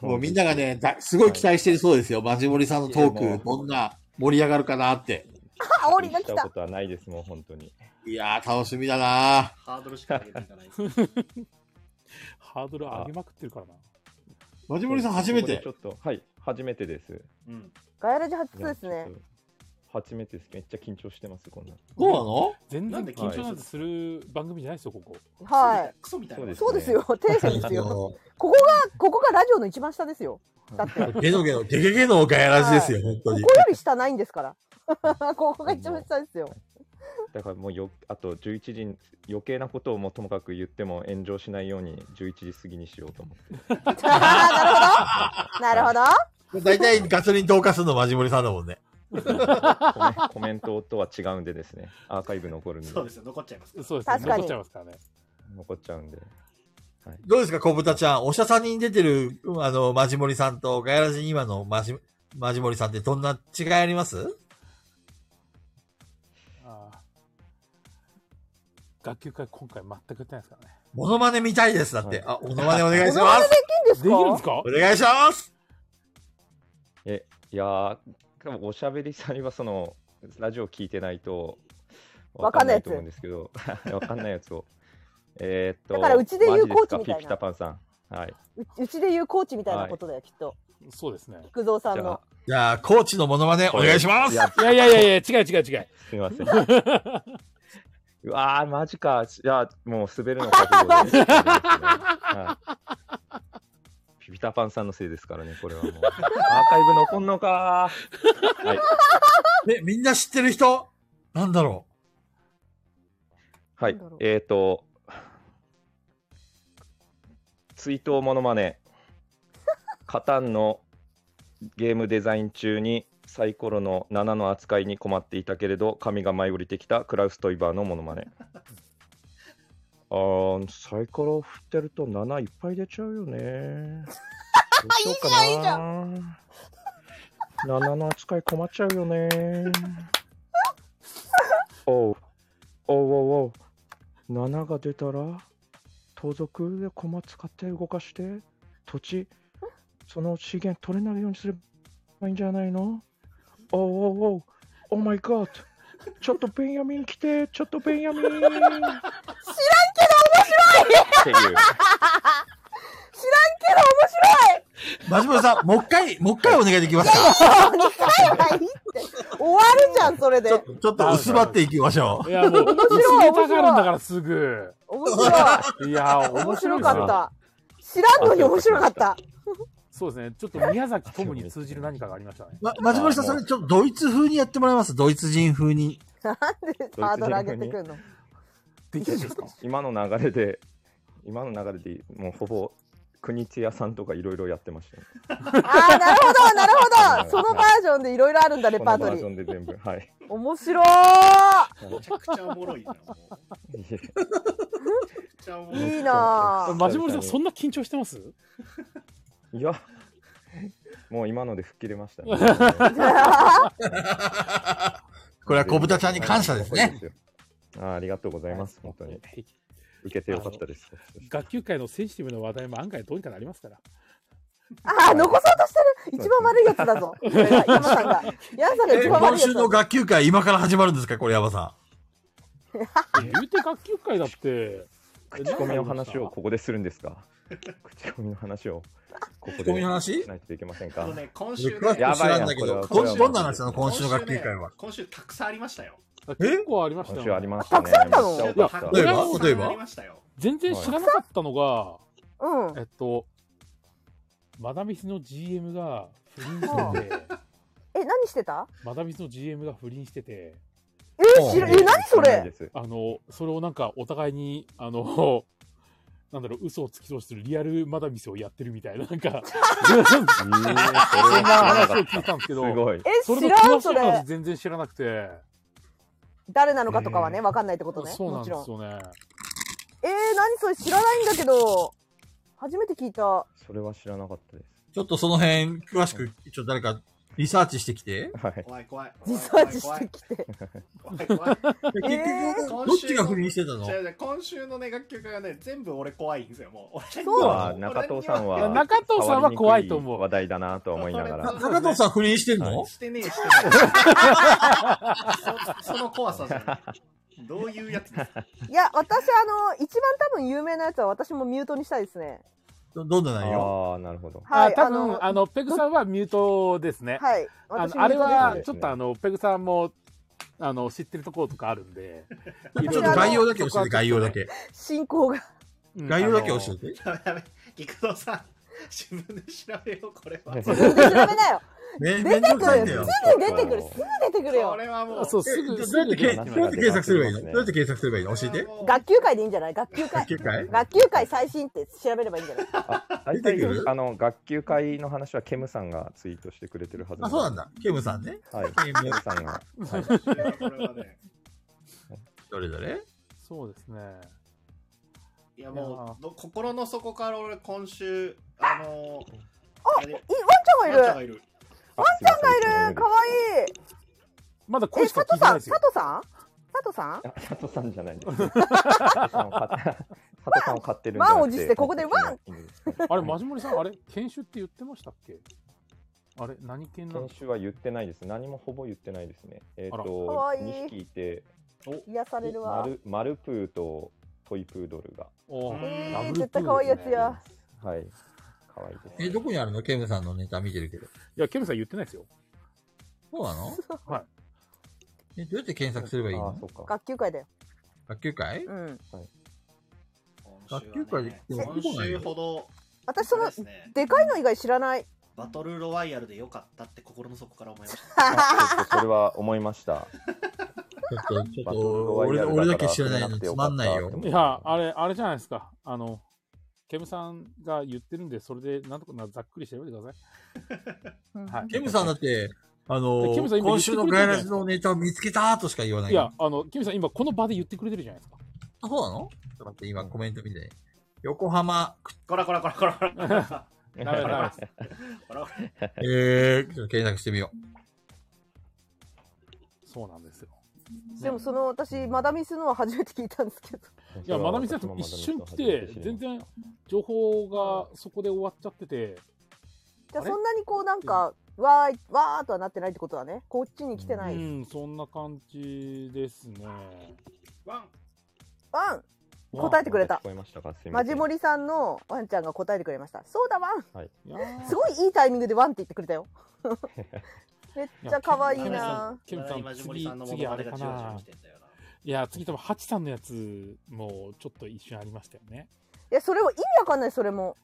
[SPEAKER 16] も
[SPEAKER 2] うみんながね、だすごい期待してるそうですよ。マジモリさんのトーク、どんな盛り上がるかなって。
[SPEAKER 3] あ、オリが
[SPEAKER 16] 来
[SPEAKER 3] 来
[SPEAKER 16] た
[SPEAKER 3] た
[SPEAKER 16] こ。とはないです、もう本当に。
[SPEAKER 2] いやー、楽しみだな
[SPEAKER 7] ハードルしか上げていかないです。
[SPEAKER 1] ハードル上げまくってるからな。
[SPEAKER 2] マジモリさん初めて
[SPEAKER 16] ここでちょっと、はい、初めてです。
[SPEAKER 3] ガヤラジ初ですね。
[SPEAKER 16] 初めてです。めっちゃ緊張してます、こんな。
[SPEAKER 2] そうなの
[SPEAKER 1] 全然
[SPEAKER 16] なんで
[SPEAKER 1] 緊張なんてする番組じゃないですよ、ここ。
[SPEAKER 3] はい。
[SPEAKER 7] クソみ
[SPEAKER 16] たいな
[SPEAKER 3] そうですよ。底辺ですよ。ここが、ここがラジオの一番下ですよ。だって。こ
[SPEAKER 2] ゲノゲノ、ゲゲゲのガヤラジですよ、本当
[SPEAKER 3] こ
[SPEAKER 2] に
[SPEAKER 3] よ。り下ないんですから。 ここが一番下ですよ。
[SPEAKER 16] だからもうよ、あと11時に、余計なことをもうともかく言っても炎上しないように11時過ぎにしようと思って。
[SPEAKER 3] なるほど。
[SPEAKER 2] 大体ガソリン投下するのマジモリさんだもんね。
[SPEAKER 16] コメコメントとは違うんでですね、アーカイブ残るんで。
[SPEAKER 7] そうですよ、残っちゃいます。
[SPEAKER 1] そう
[SPEAKER 3] ですね確かに残っちゃい
[SPEAKER 1] ますからね。
[SPEAKER 16] 残っちゃうんで。
[SPEAKER 2] どうですか、小豚ちゃん。おしゃさんに出てる、あの、マジモリさんと、ガヤラジに今のマジ、マジモリさんってどんな違いあります
[SPEAKER 1] ああ学級会、今回全くやってないですからね。
[SPEAKER 2] モノマネ見たいです。だって。あ、モノマネお願いし
[SPEAKER 1] モノ
[SPEAKER 2] ま
[SPEAKER 1] マネ
[SPEAKER 2] す。
[SPEAKER 1] できんですかできるんですか
[SPEAKER 2] お願いします。
[SPEAKER 16] え、いやー、多分おしゃべりさんにはその、ラジオ聞いてないと、
[SPEAKER 3] わかんないやつ
[SPEAKER 16] と思うんですけど、わかんないやつを。えーっと、
[SPEAKER 3] だからうちで言う
[SPEAKER 16] マジすか
[SPEAKER 3] コーチみたいな
[SPEAKER 16] ピピタパンさん。はい。
[SPEAKER 3] ううちで言うコーチみたいなことだよ、きっと。
[SPEAKER 1] そうですね。
[SPEAKER 3] 菊蔵さん
[SPEAKER 16] じゃ
[SPEAKER 3] の
[SPEAKER 16] あ。
[SPEAKER 2] じゃあ、コーチのモノマネお願いします。
[SPEAKER 16] い
[SPEAKER 2] や
[SPEAKER 1] いやいやいやいや、違う違う違う。
[SPEAKER 16] すみません。 うわー、マジか。いや、もう滑るの覚悟で。はいピピタパンさんのせいですからね、これはもう。アーカイブ残んのかー。はい。
[SPEAKER 2] え、みんな知ってる人なんだろ
[SPEAKER 16] はい。えっ、ー、と、追悼モノマネ。カタンのゲームデザイン中にサイコロの7の扱いに困っていたけれど、神が舞い降りてきたクラウス・トイバーのモノ マネ。あー、サイコロ振ってると7いっぱい出ちゃうよね。どうしようか な。いいじゃん、いいじゃん。7の扱い困っちゃうよね。おう。おうおうおう7が出たら盗賊で駒使って動かして土地その資源取れないようにすればいいんじゃないのおうおうおうオーマイガーちょっとベンヤミン来てちょっとベンヤミンっていう
[SPEAKER 3] 知らんけど面白い知らん
[SPEAKER 2] うマジモリさん、もう一回、もう一回お願いできます
[SPEAKER 3] けど
[SPEAKER 2] か
[SPEAKER 3] 面白いいやいやも う2回はいいって。終わるじゃん、それで。
[SPEAKER 2] ちょっと薄まっていきましょう。
[SPEAKER 1] いや、もう、
[SPEAKER 3] 面
[SPEAKER 1] 薄
[SPEAKER 3] 白い
[SPEAKER 1] めたがるんだから、すぐ。
[SPEAKER 3] 面白
[SPEAKER 1] いや
[SPEAKER 3] い。
[SPEAKER 1] ー、
[SPEAKER 3] 面
[SPEAKER 1] 面白
[SPEAKER 3] 白
[SPEAKER 1] い
[SPEAKER 3] かった。知らんのに面白かった。
[SPEAKER 1] そうですね。ちょっと宮崎トムに通じる何かがありましたね。
[SPEAKER 2] ま、マジモリさん、それちょっとドイツ風にやってもらえますドイツ人風に。
[SPEAKER 3] なんでハードル上げてくんの
[SPEAKER 16] 今の流れで今の流れでもうほぼ国津屋さんとかいろいろやってましたね
[SPEAKER 3] ああ、なるほど、なるほど。そのバージョンでいろいろあるんだ、レ
[SPEAKER 16] こ
[SPEAKER 3] パ
[SPEAKER 16] のバー
[SPEAKER 3] ート リ
[SPEAKER 16] ジョン
[SPEAKER 3] ー。
[SPEAKER 16] で全部はい
[SPEAKER 3] 面白ー
[SPEAKER 7] めちゃくちゃおも ろいな。
[SPEAKER 3] いいなぁ
[SPEAKER 1] マジモリさん、そんな緊張してます
[SPEAKER 16] いやもう今ので吹っ切れました ね
[SPEAKER 2] これは小豚ちゃんに感謝ですね。
[SPEAKER 16] あーありがとうございます、本当に。受けてよかったです。
[SPEAKER 1] 学級会のセンシティブな話題も案外どうにかなりますから。
[SPEAKER 3] ああ、残そうとしてる一番悪いやつだぞ。これが山さんが。山さんが
[SPEAKER 2] え
[SPEAKER 3] 一番悪
[SPEAKER 2] 今
[SPEAKER 3] いや
[SPEAKER 2] 週
[SPEAKER 3] つ
[SPEAKER 2] の
[SPEAKER 3] だ。
[SPEAKER 2] 学級会、今から始まるんですかこれ、ヤバさ
[SPEAKER 1] 言うて学級会だって。
[SPEAKER 16] 口コミの話をここでするんですか口コミの話をここ
[SPEAKER 2] 口コミ
[SPEAKER 16] で
[SPEAKER 2] の話
[SPEAKER 16] しないといけませんか
[SPEAKER 7] あのね今週ね
[SPEAKER 16] やばいな、これは。これは
[SPEAKER 2] 今週どんな話なの今週の学級
[SPEAKER 7] 今週
[SPEAKER 2] 会
[SPEAKER 7] ね
[SPEAKER 2] は。
[SPEAKER 7] 今週たくさんありましたよ。
[SPEAKER 1] 結構ありましたよ。
[SPEAKER 21] 今週ありましたねたくさんあったのめっちゃ多かった例
[SPEAKER 1] いや
[SPEAKER 21] えば例えば
[SPEAKER 1] 俺全然知らなかったのが、えっと、マダミスの GM が不倫してて、
[SPEAKER 3] え、何してた
[SPEAKER 1] マダミスの GM が不倫してて、
[SPEAKER 3] え知らえ何それ
[SPEAKER 1] あの、それをなんかお互いに、あの、 なんだろう、嘘をつき通してるリアルマダミスをやってるみたいな、なんか、そんな話を聞いたんですけど、
[SPEAKER 21] すごいえ
[SPEAKER 1] それ
[SPEAKER 3] 知
[SPEAKER 1] の
[SPEAKER 3] らん
[SPEAKER 1] 詳しい
[SPEAKER 3] それ
[SPEAKER 1] 話全然知らなくて、
[SPEAKER 3] 誰なのかとかはね、わかんないってことね。
[SPEAKER 1] そうなん
[SPEAKER 3] も
[SPEAKER 1] で
[SPEAKER 3] ち
[SPEAKER 1] す
[SPEAKER 3] ろん。
[SPEAKER 1] よね。
[SPEAKER 3] えー、何それ知らないんだけど、初めて聞いた。
[SPEAKER 21] それは知らなかったです。
[SPEAKER 2] ちょっとその辺、詳しく、ちょっと誰かリサーチしてきて。
[SPEAKER 21] はい。
[SPEAKER 7] 怖い怖い。
[SPEAKER 3] リサーチしてきて。
[SPEAKER 2] 結局、どっちが不倫してたの
[SPEAKER 7] 違う違う今週のね、楽曲がね、全部俺怖いんですよ、もう。俺
[SPEAKER 21] 今日は中藤さん
[SPEAKER 7] いや
[SPEAKER 21] は、
[SPEAKER 7] 中藤さんは怖い
[SPEAKER 21] と思う。話題だなと思いながら。
[SPEAKER 2] 中藤さん不倫してんの
[SPEAKER 7] してねえ、してねえ そ。その怖さじゃない。どういうやつですか
[SPEAKER 3] いや、私、あの、一番多分有名なやつは私もミュートにしたいですね。
[SPEAKER 2] ど、どんな
[SPEAKER 21] 内容ああ、なるほど。
[SPEAKER 1] あ
[SPEAKER 3] はい
[SPEAKER 1] 多
[SPEAKER 3] あ
[SPEAKER 1] 分
[SPEAKER 3] の
[SPEAKER 1] あのペグさんはミュートですね。
[SPEAKER 3] はい
[SPEAKER 1] あ
[SPEAKER 3] 私
[SPEAKER 1] のあれ
[SPEAKER 3] ミュート
[SPEAKER 1] は
[SPEAKER 3] です
[SPEAKER 1] ちょっとあのペグさんもあの知ってるところとかあるんで。
[SPEAKER 2] ちょっと概要だけ教えて、概要だけ。
[SPEAKER 3] 進行が。
[SPEAKER 2] 概要だけ教えて。
[SPEAKER 7] やべやべ、菊蔵さん、自分で調べよう、これは。
[SPEAKER 2] 自分で調べな
[SPEAKER 3] よ
[SPEAKER 2] ね
[SPEAKER 3] 出て
[SPEAKER 2] めんどく
[SPEAKER 3] く
[SPEAKER 2] さいん
[SPEAKER 3] る
[SPEAKER 2] だ
[SPEAKER 3] よ
[SPEAKER 2] よ
[SPEAKER 3] すぐ出てくるすぐ出てくるよ
[SPEAKER 7] これはもう
[SPEAKER 1] そうす
[SPEAKER 2] えど
[SPEAKER 1] ぐ
[SPEAKER 2] どうやってけどうやって検索すればいいのどうやって検索すればいいの教えて。
[SPEAKER 3] 学級会でいいんじゃない学級会。
[SPEAKER 2] 学級会
[SPEAKER 3] 学級会最新って調べればいいんじゃない
[SPEAKER 21] 大体、あの、学級会の話はケムさんがツイートしてくれてるはず
[SPEAKER 2] あそうなんだケムさんね
[SPEAKER 21] はい。ケ
[SPEAKER 2] ケム
[SPEAKER 21] ムさん が。はい
[SPEAKER 2] どれどれ
[SPEAKER 1] そうですね。
[SPEAKER 7] いやもうど心の底から俺今週あのー、あれ
[SPEAKER 3] ワンちゃんがいる。
[SPEAKER 7] る
[SPEAKER 3] ワンちゃんがいる。可愛いい。
[SPEAKER 1] まだ
[SPEAKER 3] え、
[SPEAKER 21] 声し
[SPEAKER 3] 佐
[SPEAKER 21] か聞
[SPEAKER 3] 藤
[SPEAKER 21] いてないで
[SPEAKER 3] さん、
[SPEAKER 21] す
[SPEAKER 3] 佐
[SPEAKER 21] よ
[SPEAKER 3] 藤さん。佐藤
[SPEAKER 21] あ
[SPEAKER 3] さん。
[SPEAKER 21] 佐藤さんじゃない です。佐藤さんを買って佐藤さんを買ってるんじ
[SPEAKER 3] ワ
[SPEAKER 21] ゃ
[SPEAKER 3] ン
[SPEAKER 21] な
[SPEAKER 3] を
[SPEAKER 21] く
[SPEAKER 3] 辞
[SPEAKER 21] て。
[SPEAKER 3] して、ここでワン。
[SPEAKER 1] あれマジモリさんあれ研修って言ってましたっけ？あれ何研なの
[SPEAKER 21] 研？修は言ってないです。何もほぼ言ってないですね。えっ、と、
[SPEAKER 3] あらかわいい
[SPEAKER 21] 2匹いて、
[SPEAKER 3] 癒される
[SPEAKER 21] マ
[SPEAKER 3] わ。
[SPEAKER 21] ルマルプーとトイプードルが。
[SPEAKER 3] えー、絶対可愛いやつや。
[SPEAKER 21] はい。可愛いで す。
[SPEAKER 2] え、どこにあるのケムさんのネタ見てるけど。
[SPEAKER 1] いや、ケムさん言ってないですよ。
[SPEAKER 2] そうなの。
[SPEAKER 1] はい
[SPEAKER 2] え、どうやって検索すればいいの
[SPEAKER 3] 学級会だよ。
[SPEAKER 2] 学級会
[SPEAKER 3] うん。
[SPEAKER 2] 学級会で来ても来
[SPEAKER 7] 今
[SPEAKER 2] ない
[SPEAKER 7] 週
[SPEAKER 2] よ
[SPEAKER 7] ほど
[SPEAKER 3] 私、その、でかいの以外知らない。
[SPEAKER 7] バトルロワイヤルで良かったって心の底から思いました
[SPEAKER 21] ちょっとそれは思いました。
[SPEAKER 2] ちょっと、ちょ
[SPEAKER 21] っ
[SPEAKER 2] 俺俺だけ知らないのつまんないよ。
[SPEAKER 1] いや、あれ、あれじゃないですか。あの、ケムさんが言ってるんで、それで、なんとかなざっくりしてみてください。はい。
[SPEAKER 2] ケムさんだって、あの
[SPEAKER 1] ケムさん
[SPEAKER 2] ー、
[SPEAKER 1] 今
[SPEAKER 2] 今週の
[SPEAKER 1] 言ってくれ
[SPEAKER 2] ガイ
[SPEAKER 1] てるじゃない
[SPEAKER 2] ラジのネタを見つけたーとしか言わない
[SPEAKER 1] いや、あの、ケムさん、今、この場で言ってくれてるじゃないですか。
[SPEAKER 2] あ、そうなのちょっと待って、今コメント見て。横浜。
[SPEAKER 7] こらこらこらこら こら
[SPEAKER 1] ダメダ
[SPEAKER 7] こらこら
[SPEAKER 2] えー、ちょっと検索してみよ
[SPEAKER 1] そうなんですよ。
[SPEAKER 3] でも、その、私、マダミスのは初めて聞いたんですけど。
[SPEAKER 1] いや、マダミ先生も一瞬来て、全然、情報がそこで終わっちゃってて、
[SPEAKER 3] じゃあ、
[SPEAKER 1] あれ
[SPEAKER 3] そんなに、こう、なんか、わーい、わーとはなってないってことはね。こっちに来てな
[SPEAKER 1] う
[SPEAKER 3] い。
[SPEAKER 1] ん、そんな感じですね。
[SPEAKER 3] ワン。答えてくれた
[SPEAKER 21] 聞こえましたかすいま
[SPEAKER 3] マ
[SPEAKER 21] せ
[SPEAKER 3] ジ
[SPEAKER 21] ん。
[SPEAKER 3] モリさんのワンちゃんが答えてくれました。そうだワン。
[SPEAKER 21] はい。
[SPEAKER 3] すごいいいタイミングでワンって言ってくれた よ。めっちゃ可愛いな。
[SPEAKER 1] ケムさん、次、
[SPEAKER 7] のモ
[SPEAKER 1] 次
[SPEAKER 7] ノ
[SPEAKER 1] あ
[SPEAKER 7] マネが
[SPEAKER 1] れか
[SPEAKER 7] じわじわ
[SPEAKER 1] な
[SPEAKER 7] 来。てんだよ
[SPEAKER 1] いや、次多分、ハチさんのやつも、ちょっと一瞬ありましたよね。
[SPEAKER 3] いやそれを意味わかんないそれも。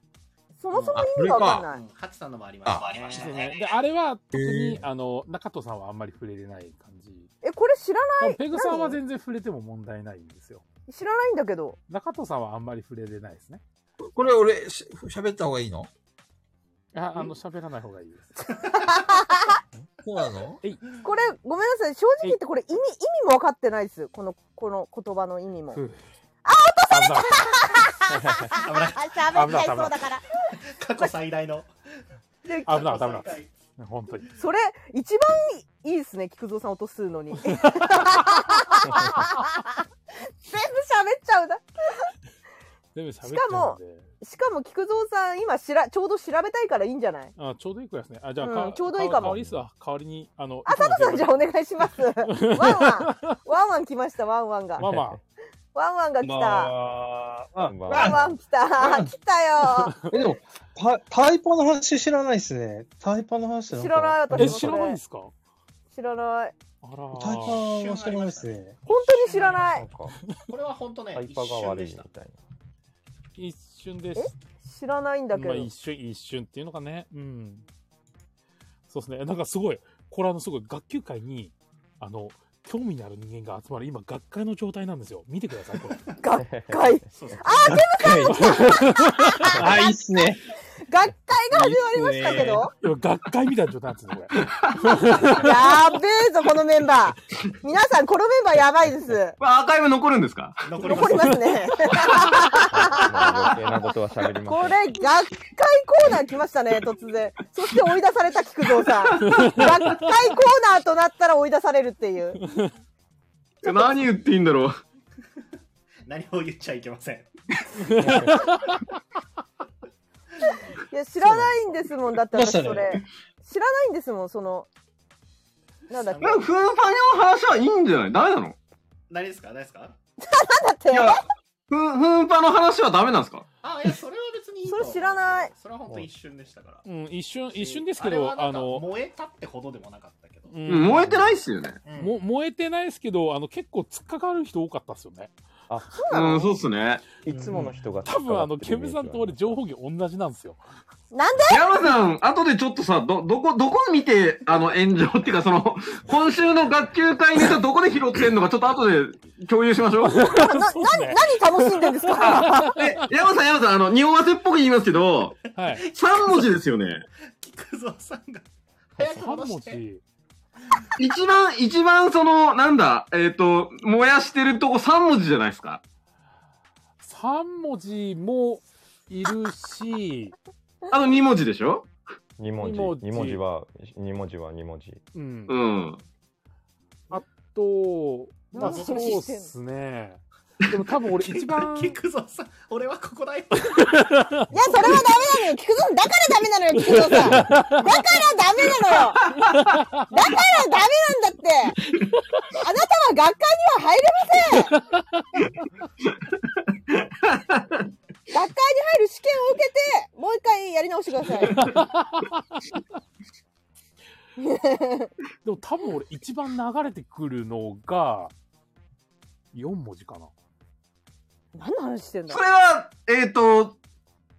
[SPEAKER 3] そもそも意味がわかんない。
[SPEAKER 7] なハチさんのもありましたありました
[SPEAKER 1] そう
[SPEAKER 7] ね
[SPEAKER 1] ねであれは特に、あの中藤さんはあんまり触れれない感じ
[SPEAKER 3] えこれ知らない。
[SPEAKER 1] ペグさんは
[SPEAKER 3] 何
[SPEAKER 1] 全然触れても問題ないんですよ
[SPEAKER 3] 知らないんだけど。
[SPEAKER 1] 中藤さんはあんまり触れれないですね
[SPEAKER 2] う。これ俺、し喋った方がいいの
[SPEAKER 1] ああの喋らない方がいいです
[SPEAKER 2] そうなの
[SPEAKER 3] これごめんなさい正直言ってこれ意味意味も分かってないですこのこの言葉の意味も。
[SPEAKER 7] 危ない危ない 過去最大の
[SPEAKER 3] で
[SPEAKER 1] 危ない危ない本当に
[SPEAKER 3] それ一番いいですね菊蔵さん落とすのに。全部喋っちゃうな。
[SPEAKER 1] 全部喋っ
[SPEAKER 3] し
[SPEAKER 1] ちゃ
[SPEAKER 3] か
[SPEAKER 1] うん
[SPEAKER 3] も
[SPEAKER 1] で、
[SPEAKER 3] しかも菊蔵さん、今しら、ちょうど調べたいからいいんじゃない
[SPEAKER 1] あちょうどいいくらいですねあじゃあ、
[SPEAKER 3] うん
[SPEAKER 1] か
[SPEAKER 3] ちょうどいいかも
[SPEAKER 1] 代わりですわ代わりにあの
[SPEAKER 3] あ、佐藤さんじゃあお願いします。ワンワン。ワンワン来ました、ワンワンが。
[SPEAKER 1] ワンワン
[SPEAKER 3] ワンワンが来た。
[SPEAKER 8] まあ、
[SPEAKER 3] ワンワン来た。来たよ。
[SPEAKER 8] え、でも、タタイパの話知らないですね。タイパの話
[SPEAKER 3] 知らない私もそれえ
[SPEAKER 1] 知らないんですか
[SPEAKER 3] 知らない。
[SPEAKER 8] 体感はしてないですね。
[SPEAKER 3] 本当に知らない。
[SPEAKER 7] これは本当ね、
[SPEAKER 21] タイパが悪いみたい
[SPEAKER 1] 一瞬です。
[SPEAKER 3] 知らないんだけ
[SPEAKER 1] まあ
[SPEAKER 3] ど。
[SPEAKER 1] 一瞬一瞬っていうのがね、うん。そうですね。なんかすごい、これあのすごい学級会に、あの、興味のある人間が集まる今学会の状態なんですよ。見てください、これ。
[SPEAKER 3] 学会
[SPEAKER 1] あー、ケムさんあ、いいっすね。
[SPEAKER 3] 学会が始まりましたけど。
[SPEAKER 1] いや学会みたいな状態なんですよ、これ。
[SPEAKER 3] やべえぞ、このメンバー。皆さん、このメンバーやばいです。
[SPEAKER 17] アーカイブ残るんですか
[SPEAKER 7] 残
[SPEAKER 3] 残ります
[SPEAKER 21] な。
[SPEAKER 3] ね。
[SPEAKER 21] 余計なことは喋りま
[SPEAKER 3] これ、学会コーナー来ましたね、突然。そして追い出された菊蔵さん。学会コーナーとなったら追い出されるっていう。
[SPEAKER 17] え何言っていいんだろう。
[SPEAKER 7] 何を言っちゃいけません。
[SPEAKER 3] いや、知らないんですもん、だって私それ。
[SPEAKER 17] ど
[SPEAKER 3] 知
[SPEAKER 17] う
[SPEAKER 3] ら
[SPEAKER 17] した
[SPEAKER 3] な
[SPEAKER 17] の
[SPEAKER 3] いんですもん、その。なんだっけ。
[SPEAKER 17] 夫婦ファニの話はいいんじゃないダメなの
[SPEAKER 7] 何ですか何ですか
[SPEAKER 17] いや、ふん、ふんぱの話はダメなんですか
[SPEAKER 7] あ、いや、それは別にいいと思う
[SPEAKER 3] それ知らない。
[SPEAKER 7] それは本当一瞬でした から。
[SPEAKER 1] うん、一瞬、一瞬です
[SPEAKER 7] あ
[SPEAKER 1] け
[SPEAKER 7] れ
[SPEAKER 1] ど、
[SPEAKER 7] は
[SPEAKER 1] あ
[SPEAKER 7] なんか
[SPEAKER 1] の、
[SPEAKER 7] 燃えたってほどでもなかったけど。
[SPEAKER 1] う
[SPEAKER 17] うん燃えてないっすよね。
[SPEAKER 1] も燃えてないですけど、あの、結構突っかかる人多かったですよね。
[SPEAKER 21] あ、
[SPEAKER 17] うん、そうっすね。
[SPEAKER 21] す。いつもの人が
[SPEAKER 1] 多分、あの、ケムさんと俺、情報源同じなんですよ。
[SPEAKER 3] なんで
[SPEAKER 17] 山さん、後でちょっとさ、ど、どこ、どこ見て、あの、炎上っていうか、その、 今週の学級会ネタどこで拾ってんのか、ちょっと後で共有しま しょう。
[SPEAKER 3] な、 何、何楽しんでんですか
[SPEAKER 17] え、山さん、山さん、あの、匂わせっぽく言いますけど、
[SPEAKER 1] はい。
[SPEAKER 17] 3文字ですよね。
[SPEAKER 7] 菊蔵さんが。早く戻して。
[SPEAKER 17] 一番、一番その、なんだ、えっ、と、燃やしてるとこ3文字じゃないですか。
[SPEAKER 1] 3文字もいるし、
[SPEAKER 17] あの2文字でしょ
[SPEAKER 21] 二文字
[SPEAKER 1] 二文字
[SPEAKER 21] 二文字は二文字は二文字
[SPEAKER 1] うん。
[SPEAKER 17] うん。
[SPEAKER 1] あと、まあ、
[SPEAKER 7] 何
[SPEAKER 1] そう
[SPEAKER 7] の話
[SPEAKER 1] っ
[SPEAKER 7] してんの
[SPEAKER 1] すね。でも多分俺一番、
[SPEAKER 7] 菊蔵さん、俺はここ だよ。
[SPEAKER 3] いや、それはダメなのよ、菊蔵さん。だからダメなのよ、菊蔵さん。だからダメなのよ。だからダメなんだって。あなたは学会には入れません。学会に入る試験を受けて、もう一回やり直してください。
[SPEAKER 1] でも多分俺一番流れてくるのが、4文字かな。
[SPEAKER 3] 何の話してんだ
[SPEAKER 17] それは、えっ、と、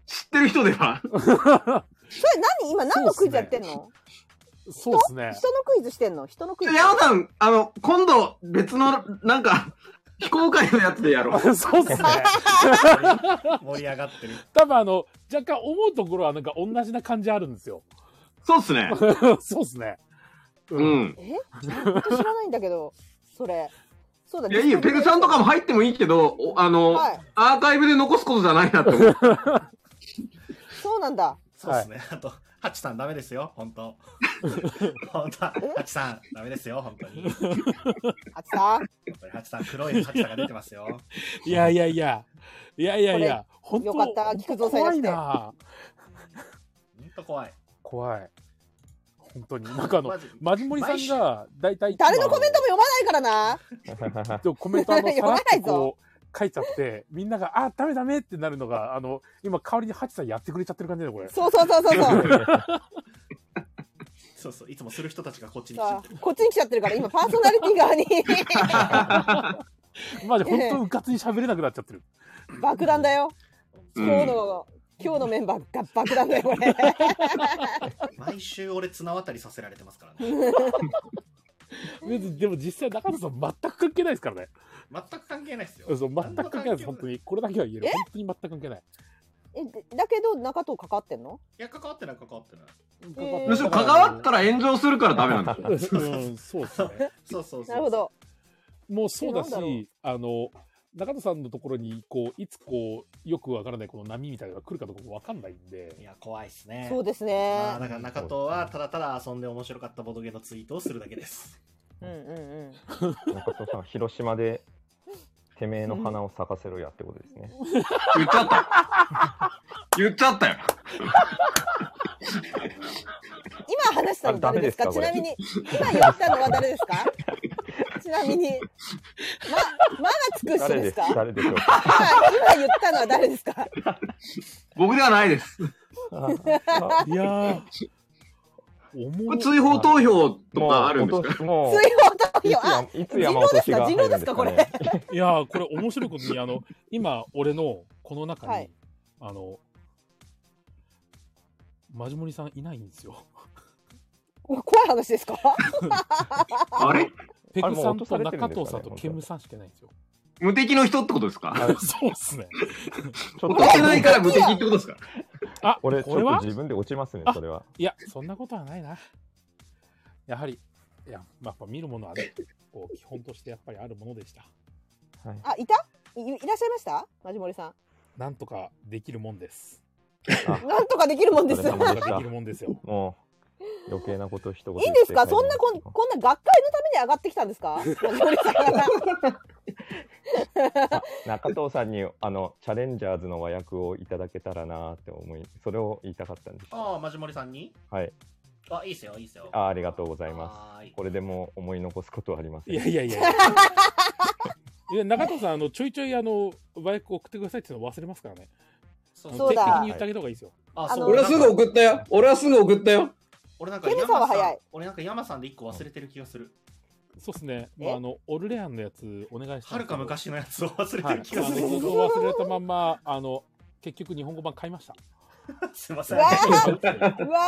[SPEAKER 17] 知ってる人では
[SPEAKER 3] それ何今何のクイズやってんの
[SPEAKER 1] そうですね
[SPEAKER 3] 人人のクイズしてんの人のクイズ。
[SPEAKER 17] 山さん、あの、今度、別の、なんか、非公開のやつでやろ う。
[SPEAKER 1] そうっ すね。
[SPEAKER 7] 盛り上がってる。
[SPEAKER 1] 多分あの、若干思うところはなんか同じな感じあるんですよ。
[SPEAKER 17] そうっすね。
[SPEAKER 1] そうっすね。
[SPEAKER 17] うん。
[SPEAKER 3] え本当知らないんだけど、それ。そうだ
[SPEAKER 17] いや、いいよ。ペグさんとかも入ってもいいけど、おあの、
[SPEAKER 3] はい
[SPEAKER 17] アーカイブで残すことじゃない なって思う。
[SPEAKER 3] そうなんだ。
[SPEAKER 7] そうですね。あと、ハチさんダメですよ、本 当。本当、ハチさんダメですよ、本当に。
[SPEAKER 3] あつさん。
[SPEAKER 7] 本当にハチさん、黒いハチさんが出てますよ。
[SPEAKER 1] いやいやいや、いやいやいや、本当
[SPEAKER 3] よかった、菊蔵さんいら
[SPEAKER 1] 怖
[SPEAKER 3] し
[SPEAKER 1] い
[SPEAKER 3] て。
[SPEAKER 1] な
[SPEAKER 7] 本当怖い。
[SPEAKER 1] 怖い。本当に。なんかあの
[SPEAKER 7] マジ、
[SPEAKER 1] マジモリさんが、だいたい、
[SPEAKER 3] 誰のコメントも読まないからな。
[SPEAKER 1] あのでもコメントあの、さ
[SPEAKER 3] 読
[SPEAKER 1] ら
[SPEAKER 3] ま
[SPEAKER 1] っ
[SPEAKER 3] ない
[SPEAKER 1] と
[SPEAKER 3] ぞ
[SPEAKER 1] こう、書いちゃって、みんなが、あ、ダメダメってなるのが、あの、今、代わりにハチさんやってくれちゃってる感じだよ、これ。
[SPEAKER 3] そうそうそうそうそう。
[SPEAKER 7] そうそう、いつもする人たちがこっちに来
[SPEAKER 3] さ
[SPEAKER 7] て
[SPEAKER 3] あこっちに来ちゃってるから、今パーソナリティ 側に
[SPEAKER 1] マジ、本当うかつに喋れなくなっちゃってる。
[SPEAKER 3] 爆弾だよ。
[SPEAKER 1] うん
[SPEAKER 3] 今日の、今日のメンバーが爆弾だよ、これ。
[SPEAKER 7] 毎週俺綱渡りさせられてますからね。
[SPEAKER 1] 別にでも実際、中野さん全く関係ないですからね。
[SPEAKER 7] 全く関係ないですよ。
[SPEAKER 1] そう、全く関係ないです、本当に。これだけは言える。
[SPEAKER 3] え
[SPEAKER 1] 本当に全く関係ない。
[SPEAKER 3] え、だけど、中藤かかってんの
[SPEAKER 7] いや、関わってない、関わってない。
[SPEAKER 3] え
[SPEAKER 17] むしろ関わったら炎上するからダメなん だ。
[SPEAKER 1] うん、そうです ね。
[SPEAKER 7] そうそう
[SPEAKER 3] なるほど。
[SPEAKER 1] もうそうだ
[SPEAKER 3] えなんだろ
[SPEAKER 1] し、あの、中田さんのところに、こう、いつこう、よくわからないこの波みたいなのが来るかどうかもわかんないんで。
[SPEAKER 7] いや、怖いですね。
[SPEAKER 3] そうですね
[SPEAKER 7] まあ、だから中藤はただただ遊んで面白かったボドゲのツイートをするだけです。
[SPEAKER 3] うんうんうん。
[SPEAKER 21] 中藤さん広島でてめえの花を咲かせろやってことですね
[SPEAKER 17] 言っちゃった。言っちゃったよ。
[SPEAKER 3] 今話したの誰ですか
[SPEAKER 21] あ
[SPEAKER 3] ち
[SPEAKER 21] ダ
[SPEAKER 3] な
[SPEAKER 21] メ
[SPEAKER 3] み
[SPEAKER 21] で
[SPEAKER 3] に
[SPEAKER 21] すかこれ
[SPEAKER 3] 今言ったのは誰で すかちなみにままがつく人
[SPEAKER 21] 誰
[SPEAKER 3] で
[SPEAKER 21] ですす
[SPEAKER 3] か
[SPEAKER 21] 誰でしょう
[SPEAKER 3] 今
[SPEAKER 21] か
[SPEAKER 3] 今言ったのは誰で すか
[SPEAKER 17] 僕ではないです。
[SPEAKER 21] あ
[SPEAKER 1] いやー
[SPEAKER 17] これ追放投票とかあるんですか
[SPEAKER 21] も
[SPEAKER 3] 追
[SPEAKER 21] 放
[SPEAKER 3] 投票あ
[SPEAKER 21] いつ山本氏が入るんですかね。
[SPEAKER 1] いやーこれ面白いことにあの今俺のこの中に、あのマジモリさんいないんですよ。
[SPEAKER 3] お怖い話ですか
[SPEAKER 17] あれ
[SPEAKER 1] ペグさんと中藤さんとケムさんしかいないんですよ。
[SPEAKER 17] 無敵の人ってことです か
[SPEAKER 1] そうっすね。
[SPEAKER 17] 落とせないから無敵ってことですか
[SPEAKER 1] あ、
[SPEAKER 21] 俺、ち
[SPEAKER 1] これ
[SPEAKER 21] ょっ
[SPEAKER 1] は
[SPEAKER 21] と自分で落ちますね、それは。
[SPEAKER 1] いや、そんなことはないな。やはり、いや、まあ、やっぱ見るものはね、こう基本としてやっぱりあるものでした。
[SPEAKER 3] あいたいいらっしゃいましたマジモリさ
[SPEAKER 1] なんとかできるもんです。
[SPEAKER 3] んなんとかできるもんです
[SPEAKER 21] お疲れ様
[SPEAKER 1] で
[SPEAKER 21] し
[SPEAKER 1] き
[SPEAKER 21] た
[SPEAKER 1] るもんですよ。
[SPEAKER 21] もう、余計なこと一言
[SPEAKER 3] いい
[SPEAKER 21] 言
[SPEAKER 3] ん
[SPEAKER 21] って帰
[SPEAKER 3] です
[SPEAKER 21] りま
[SPEAKER 3] か
[SPEAKER 21] す。
[SPEAKER 3] そんなこんこんな学会のために上がってきたんです かマジモリさん
[SPEAKER 21] 中藤さんに、あの、チャレンジャーズの和訳をいただけたらなーって思い、それを言いたかったんです。
[SPEAKER 7] ああ、マジモリさんに
[SPEAKER 21] はい。
[SPEAKER 7] あ、いいっすよ、いいっすよ。
[SPEAKER 21] あありがとうございます。これでもう思い残すことはありません。
[SPEAKER 1] いやいやいやいや。いや中藤さん、あのちょいちょいあの和訳送ってくださいっていうの忘れますからね。
[SPEAKER 7] そ
[SPEAKER 1] 定
[SPEAKER 7] そう
[SPEAKER 1] 期
[SPEAKER 7] だ
[SPEAKER 1] 的に言ってあげた方がいいですよ。
[SPEAKER 7] あそう
[SPEAKER 22] 俺はすぐ送ったよ。俺はすぐ送ったよ。
[SPEAKER 7] 俺なんか
[SPEAKER 1] ケム
[SPEAKER 7] 山
[SPEAKER 1] さんは
[SPEAKER 7] さん
[SPEAKER 1] 早い
[SPEAKER 7] 俺なんか山さんで一個忘れてる気がする。
[SPEAKER 1] そうですね。まあ、あのオルレアンのやつお願いして。
[SPEAKER 7] はるか昔のやつを忘れてる気がする
[SPEAKER 1] はいあの僕も忘れたまんまあの結局日本語版買いました。
[SPEAKER 7] すいま
[SPEAKER 3] うわ ーうわ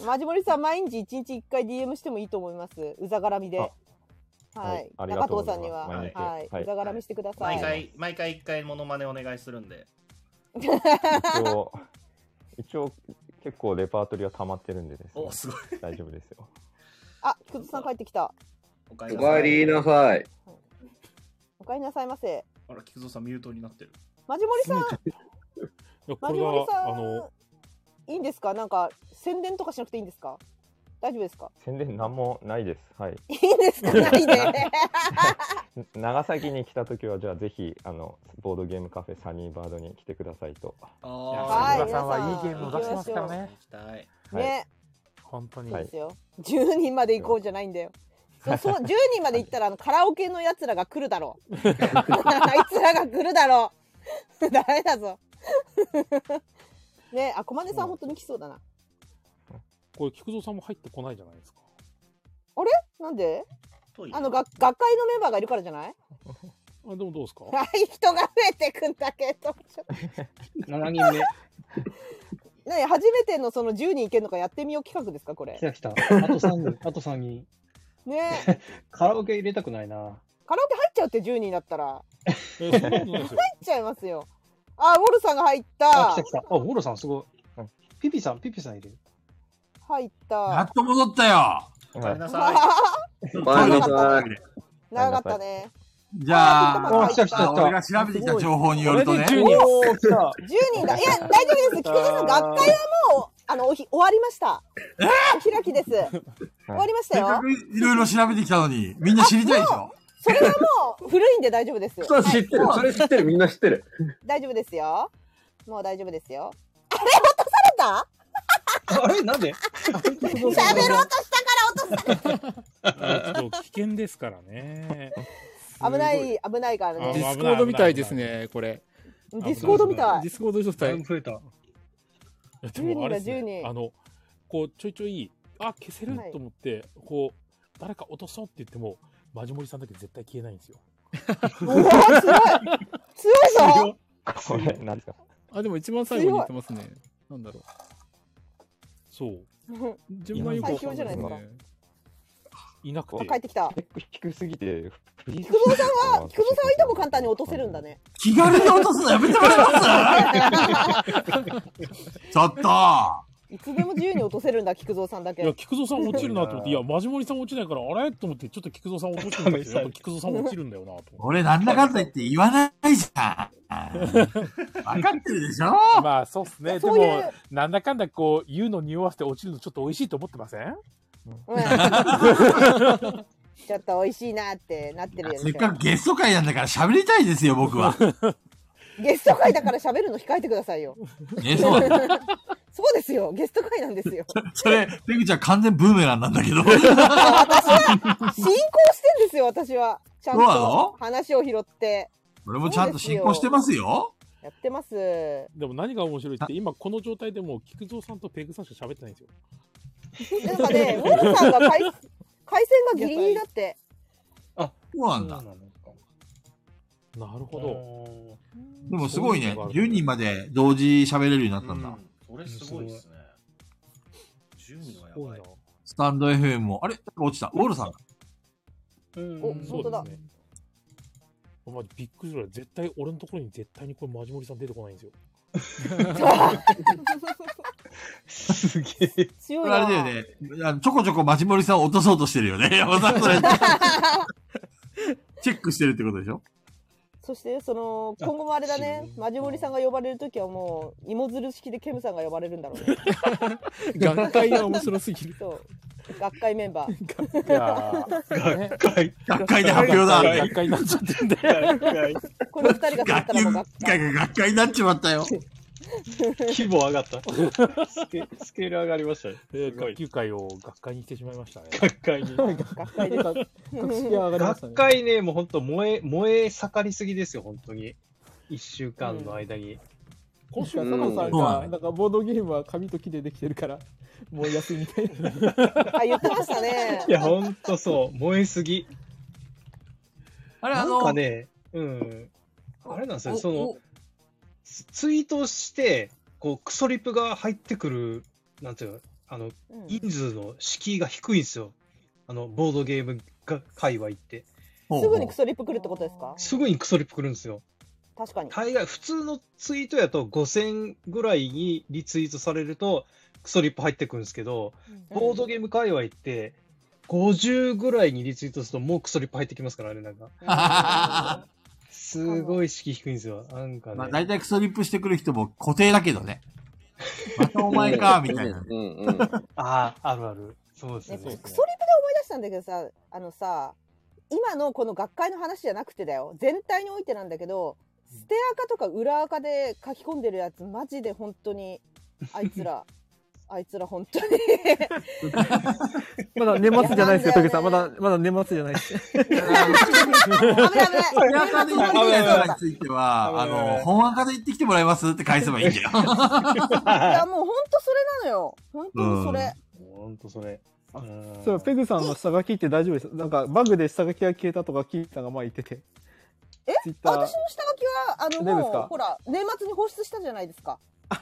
[SPEAKER 3] ーマジモリさん毎日一日一回 DM してもいいと思いますうざがらみでは
[SPEAKER 7] はいい、ありが
[SPEAKER 3] 中
[SPEAKER 7] とうご
[SPEAKER 3] 藤
[SPEAKER 7] ざ
[SPEAKER 3] さ
[SPEAKER 7] い
[SPEAKER 3] ん
[SPEAKER 7] ます
[SPEAKER 3] に
[SPEAKER 7] 毎
[SPEAKER 3] は、
[SPEAKER 7] 日
[SPEAKER 3] はい
[SPEAKER 7] はいう
[SPEAKER 3] ざがらみしてください、
[SPEAKER 7] 毎回、毎回一回モノマネお願いするんで。
[SPEAKER 21] 一応、一応、結構レパートリーは溜まってるんでです、ね。
[SPEAKER 7] おすごい。
[SPEAKER 21] 大丈夫ですよ。
[SPEAKER 3] あ菊池さん帰ってきた
[SPEAKER 7] おか
[SPEAKER 17] おかえりなさい。
[SPEAKER 3] おかえりなさいませ
[SPEAKER 7] あら、菊蔵さんミュートになってる。
[SPEAKER 3] マジモリさん
[SPEAKER 1] いや
[SPEAKER 3] マ
[SPEAKER 1] こ
[SPEAKER 3] ジ
[SPEAKER 1] れ
[SPEAKER 3] モリさ
[SPEAKER 1] が
[SPEAKER 3] ん
[SPEAKER 1] あの
[SPEAKER 3] いいんですかなんか宣伝とかしなくていいんですか大丈夫ですか
[SPEAKER 21] 宣伝なんもないです。はい。
[SPEAKER 3] いいんですかないで
[SPEAKER 21] 長崎に来た時は、じゃあぜひ、あの、ボードゲームカフェサニーバードに来てくださいと。
[SPEAKER 3] はい
[SPEAKER 1] さんはい
[SPEAKER 3] 皆
[SPEAKER 1] いゲームを出してますからね。
[SPEAKER 21] はい
[SPEAKER 3] ね、
[SPEAKER 1] 本当に。
[SPEAKER 3] そうですよ。10人まで行こうじゃないんだよ。そうそう10人まで行ったらあのカラオケのやつらが来るだろう。あいつらが来るだろう。 ダメだぞ。ねあ、こまねさん本当に来そうだな。
[SPEAKER 1] これ菊蔵さんも入ってこないじゃないですか。
[SPEAKER 3] あれなんで
[SPEAKER 1] 遠い
[SPEAKER 3] あの学学会のメンバーがいるからじゃない
[SPEAKER 1] あでもどうです か。
[SPEAKER 3] はい、人が増えてくんだけど。ちょっと
[SPEAKER 8] 7人目。
[SPEAKER 3] 何初めてのその10人いけるのかやってみよう企画ですかこれ
[SPEAKER 8] 来。た来た。あと3人。あと3人。
[SPEAKER 3] ね
[SPEAKER 8] カラオケ入れたくないな。
[SPEAKER 3] カラオケ入っちゃうって10人だったら。
[SPEAKER 1] え、そんなことない
[SPEAKER 3] 入
[SPEAKER 8] で
[SPEAKER 3] っ
[SPEAKER 8] すよ。
[SPEAKER 3] ちゃいますよ。あ、ウォルさんが入った
[SPEAKER 8] あ、来。た来た。あ、ゴロさんすごい。ピピさん、ピピさんいる。
[SPEAKER 3] 入った。
[SPEAKER 2] やっと戻ったよ。
[SPEAKER 21] ご
[SPEAKER 8] めん
[SPEAKER 3] な
[SPEAKER 8] さ
[SPEAKER 3] い
[SPEAKER 2] ごめんなさい
[SPEAKER 3] 長かったね。
[SPEAKER 2] じゃあ、
[SPEAKER 3] あ来た来た来た
[SPEAKER 2] 俺が調べてきた情報によるとね。
[SPEAKER 1] これで10人お
[SPEAKER 3] ー来た10人だ。いや、大丈夫です。菊池さん、学会はもう、あの、おひ終わりました。お開きです。終わりましたよ。
[SPEAKER 2] いろいろ調べてきたのに、みんな知りたいでしょ
[SPEAKER 3] それはもう、古いんで大丈夫です。
[SPEAKER 17] そう知ってる。
[SPEAKER 3] はい
[SPEAKER 17] それ知ってる。みんな知ってる。
[SPEAKER 3] 大丈夫ですよ。もう大丈夫ですよ。あれ、落とさ
[SPEAKER 8] あれなんで
[SPEAKER 3] れた喋ろうとしたから落とされた
[SPEAKER 1] あちょっと危険ですから ね。
[SPEAKER 3] 危ない、危ないからね。
[SPEAKER 1] あ
[SPEAKER 23] ディスコードみたいですね、これ。
[SPEAKER 3] ディスコードみたい
[SPEAKER 23] ディスコード状態。
[SPEAKER 8] 増えた。
[SPEAKER 1] でもあれです
[SPEAKER 3] 10人
[SPEAKER 1] ね、
[SPEAKER 3] だ10人
[SPEAKER 1] あの、こう、ちょいちょい、あ、消せる
[SPEAKER 3] はい
[SPEAKER 1] と思って、こう、誰か落とそうって言っても、マジモリさんだけ絶対消えないんですよ。
[SPEAKER 3] うわすごい強いぞ
[SPEAKER 21] これ、なんですか。
[SPEAKER 23] あ、でも一番最後に言ってますね。なんだろう。
[SPEAKER 1] そう。
[SPEAKER 23] 順番よく
[SPEAKER 3] 最強じゃないですか。
[SPEAKER 1] いなく
[SPEAKER 3] あ帰ってきた。
[SPEAKER 21] 低すぎて、
[SPEAKER 3] 菊蔵さんは、菊蔵さんはいとも簡単に落とせるんだね。
[SPEAKER 2] 気軽に落とすのやめてもらえますちょっと
[SPEAKER 3] いつでも自由に落とせるんだ、菊蔵さんだけ。
[SPEAKER 1] いや、菊蔵さん落ちるなと思 って、いや、マジモリさん落ちないから、あれと思って、ちょっと菊蔵さん落としてみたけど、やっぱ菊蔵さん落ちるんだよなと思って。
[SPEAKER 2] 俺なんだかんだ言って言わないじゃん。わかってるでしょ
[SPEAKER 1] まあ、そうっすね。で
[SPEAKER 2] そういう
[SPEAKER 1] も、なんだかんだこう、言うの匂わせて落ちるのちょっと美味しいと思ってません
[SPEAKER 3] ちょっと美味しいなってなってるよね。
[SPEAKER 2] せっかくゲスト会なんだから喋りたいですよ、僕 は。
[SPEAKER 3] ゲスト会だから喋るの控えてくださいよ。
[SPEAKER 2] えそうな
[SPEAKER 3] そうですよ。ゲスト会なんですよ。
[SPEAKER 2] それ、ペグちゃん完全ブーメランなんだけど。
[SPEAKER 3] 私は進行してんですよ、私は。ちゃん
[SPEAKER 2] そうなの
[SPEAKER 3] と話を拾って。
[SPEAKER 2] 俺もちゃんと進行してますよ。
[SPEAKER 3] やってます。
[SPEAKER 1] でも何が面白いって、今この状態でもう菊蔵さんとペグさんしか喋ってないんですよ。
[SPEAKER 3] なんかね、ウォルさんが回回線がギリギリだって。
[SPEAKER 2] あ、そうなんだ。
[SPEAKER 1] なるほど。
[SPEAKER 2] でもすごいね。10人まで同時喋れるようになったんだ。
[SPEAKER 7] それすごいですね。10人はやばい。
[SPEAKER 2] スタンド FM も。あれ落ちた。ウォールさんだ。
[SPEAKER 3] お、本当だ。
[SPEAKER 1] まじびっくりするぐらい絶対俺のところに絶対にこれマジモリさん出てこないんですよ。
[SPEAKER 2] すげえ。
[SPEAKER 3] 強
[SPEAKER 1] いな
[SPEAKER 2] あれだよね。あのちょこちょこマジモリさんを落とそうとしてるよね。 山田さんそれ。チェックしてるってことでしょ
[SPEAKER 3] そしてその今後もあれだね、マジモリさんが呼ばれるときはもう芋づる式でケムさんが呼ばれるんだろうね。
[SPEAKER 23] 学会が面白すぎる。
[SPEAKER 3] そう、学会メンバー。
[SPEAKER 23] 学会。
[SPEAKER 2] 学会で発表だ。
[SPEAKER 23] 学
[SPEAKER 1] 会になっちゃってんだ
[SPEAKER 3] よ。この二人が勝ったらもう学
[SPEAKER 2] 会。学会になっちまったよ。
[SPEAKER 8] 規模上がった。スケスケール上がりましたね。
[SPEAKER 1] 学級会を学会にしてしまいましたね。
[SPEAKER 8] 学会に。
[SPEAKER 3] 学会です
[SPEAKER 8] 学会ね、もう本当燃え、燃え盛りすぎですよ、本当に。一週間の間に。
[SPEAKER 23] 今週は佐藤さんが、なんかボードゲームは紙と木でできてるから、もう休みみたいな。
[SPEAKER 3] あ、言ってましたね。
[SPEAKER 8] いや、ほんとそう、燃えすぎ。
[SPEAKER 2] あ
[SPEAKER 8] れ、
[SPEAKER 3] あの
[SPEAKER 8] なんかね、うん。あれなんですよ、その、ツツイートして、こう、クソリプが入ってくる、なんていうの、あの、人数の敷居が低いんですよ。あの、ボードゲームが界隈って。
[SPEAKER 3] すぐにクソリップ来るってことですか
[SPEAKER 8] すぐにクソリップ来るんですよ。
[SPEAKER 3] 確かに。
[SPEAKER 8] 大概、普通のツイートやと5000ぐらいにリツイートされると、クソリップ入ってくるんですけど、ボードゲーム界隈って、50ぐらいにリツイートすると、もうクソリップ入ってきますから、あれな んか。すごい敷居低いんですよ。なんかね。
[SPEAKER 2] まあ大体クソリップしてくる人も固定だけどね。またお前か、みたいな。
[SPEAKER 8] ああ、あるある。そうですね。
[SPEAKER 3] クソリプで思い出したんだけどさあのさ今のこの学会の話じゃなくてだよ全体においてなんだけどステアカとか裏垢で書き込んでるやつマジで本当にあいつ らあいつら本当に
[SPEAKER 24] まだ年末じゃないですよ、トゲさん。まだ、まだ年末じゃないです。危ない
[SPEAKER 2] 本で言ってきたやつについては、あの、本赤で言ってきてもらえますって返せばいいんだよ。
[SPEAKER 3] いやもう本当それなのよ本当にそれ、
[SPEAKER 8] ほんとそれ。
[SPEAKER 24] そう、ペグさんの下書きって大丈夫です。なんか、バグで下書きが消えたとか、キーさんが前言ってて。
[SPEAKER 3] え
[SPEAKER 24] ッター
[SPEAKER 3] 私の下書きはあの
[SPEAKER 24] どうですか
[SPEAKER 3] もうほら年末に放出したじゃないですか
[SPEAKER 24] あ、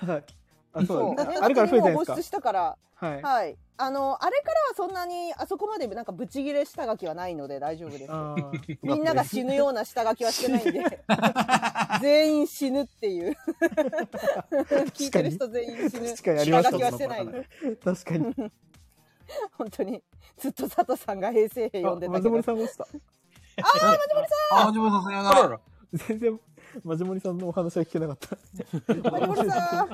[SPEAKER 24] そう
[SPEAKER 3] 年
[SPEAKER 24] あれから増
[SPEAKER 3] 末
[SPEAKER 24] え
[SPEAKER 3] に
[SPEAKER 24] てるんです
[SPEAKER 3] もう放
[SPEAKER 24] か
[SPEAKER 3] 出したから
[SPEAKER 24] はい
[SPEAKER 3] あのあれからはそんなにあそこまでなんかブチギレ下書きはないので大丈夫です
[SPEAKER 24] あー
[SPEAKER 3] みんなが死ぬような下書きはしてないん で全員死ぬっていう聞いてる人全員死ぬ
[SPEAKER 24] 確かにありま
[SPEAKER 3] 下
[SPEAKER 24] し
[SPEAKER 3] 書
[SPEAKER 24] た
[SPEAKER 3] きはしてないの
[SPEAKER 24] 確かに。
[SPEAKER 3] 本当にずっと佐藤さんが平成兵呼んでた
[SPEAKER 24] マ
[SPEAKER 3] け
[SPEAKER 24] ジモ
[SPEAKER 3] ど
[SPEAKER 24] リさん落ちた。
[SPEAKER 3] ああー松森さん
[SPEAKER 2] マジモリさんさよ
[SPEAKER 24] なら。全然、マジモリさんのお話は聞けなかった。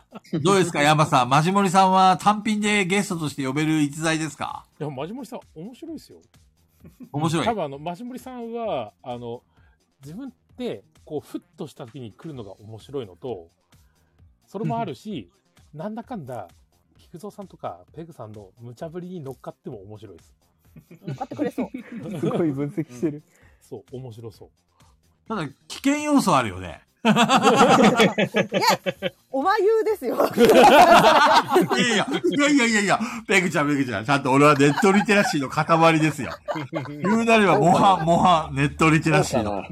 [SPEAKER 2] どうですか、山さん。マジモリさんは単品でゲストとして呼べる逸材ですか
[SPEAKER 1] でもマジモリさん面白いですよ。
[SPEAKER 2] 面白い
[SPEAKER 1] 多分あのマジモリさんはあの自分ってこうふっとした時に来るのが面白いのとそれもあるしなんだかんだ菊蔵さんとかペグさんの無茶ぶりに乗っかっても面白いです。
[SPEAKER 3] 乗っかってくれそう
[SPEAKER 24] すごい分析してる。
[SPEAKER 1] そう面白そう。
[SPEAKER 2] ただ、危険要素あるよね。
[SPEAKER 3] お前言うで すよ
[SPEAKER 2] いやいや、いやいやいやいや、ペグちゃんペグちゃん、ちゃんと俺はネットリテラシーの塊ですよ。言うなれば模範、模範、ネットリテラシーの。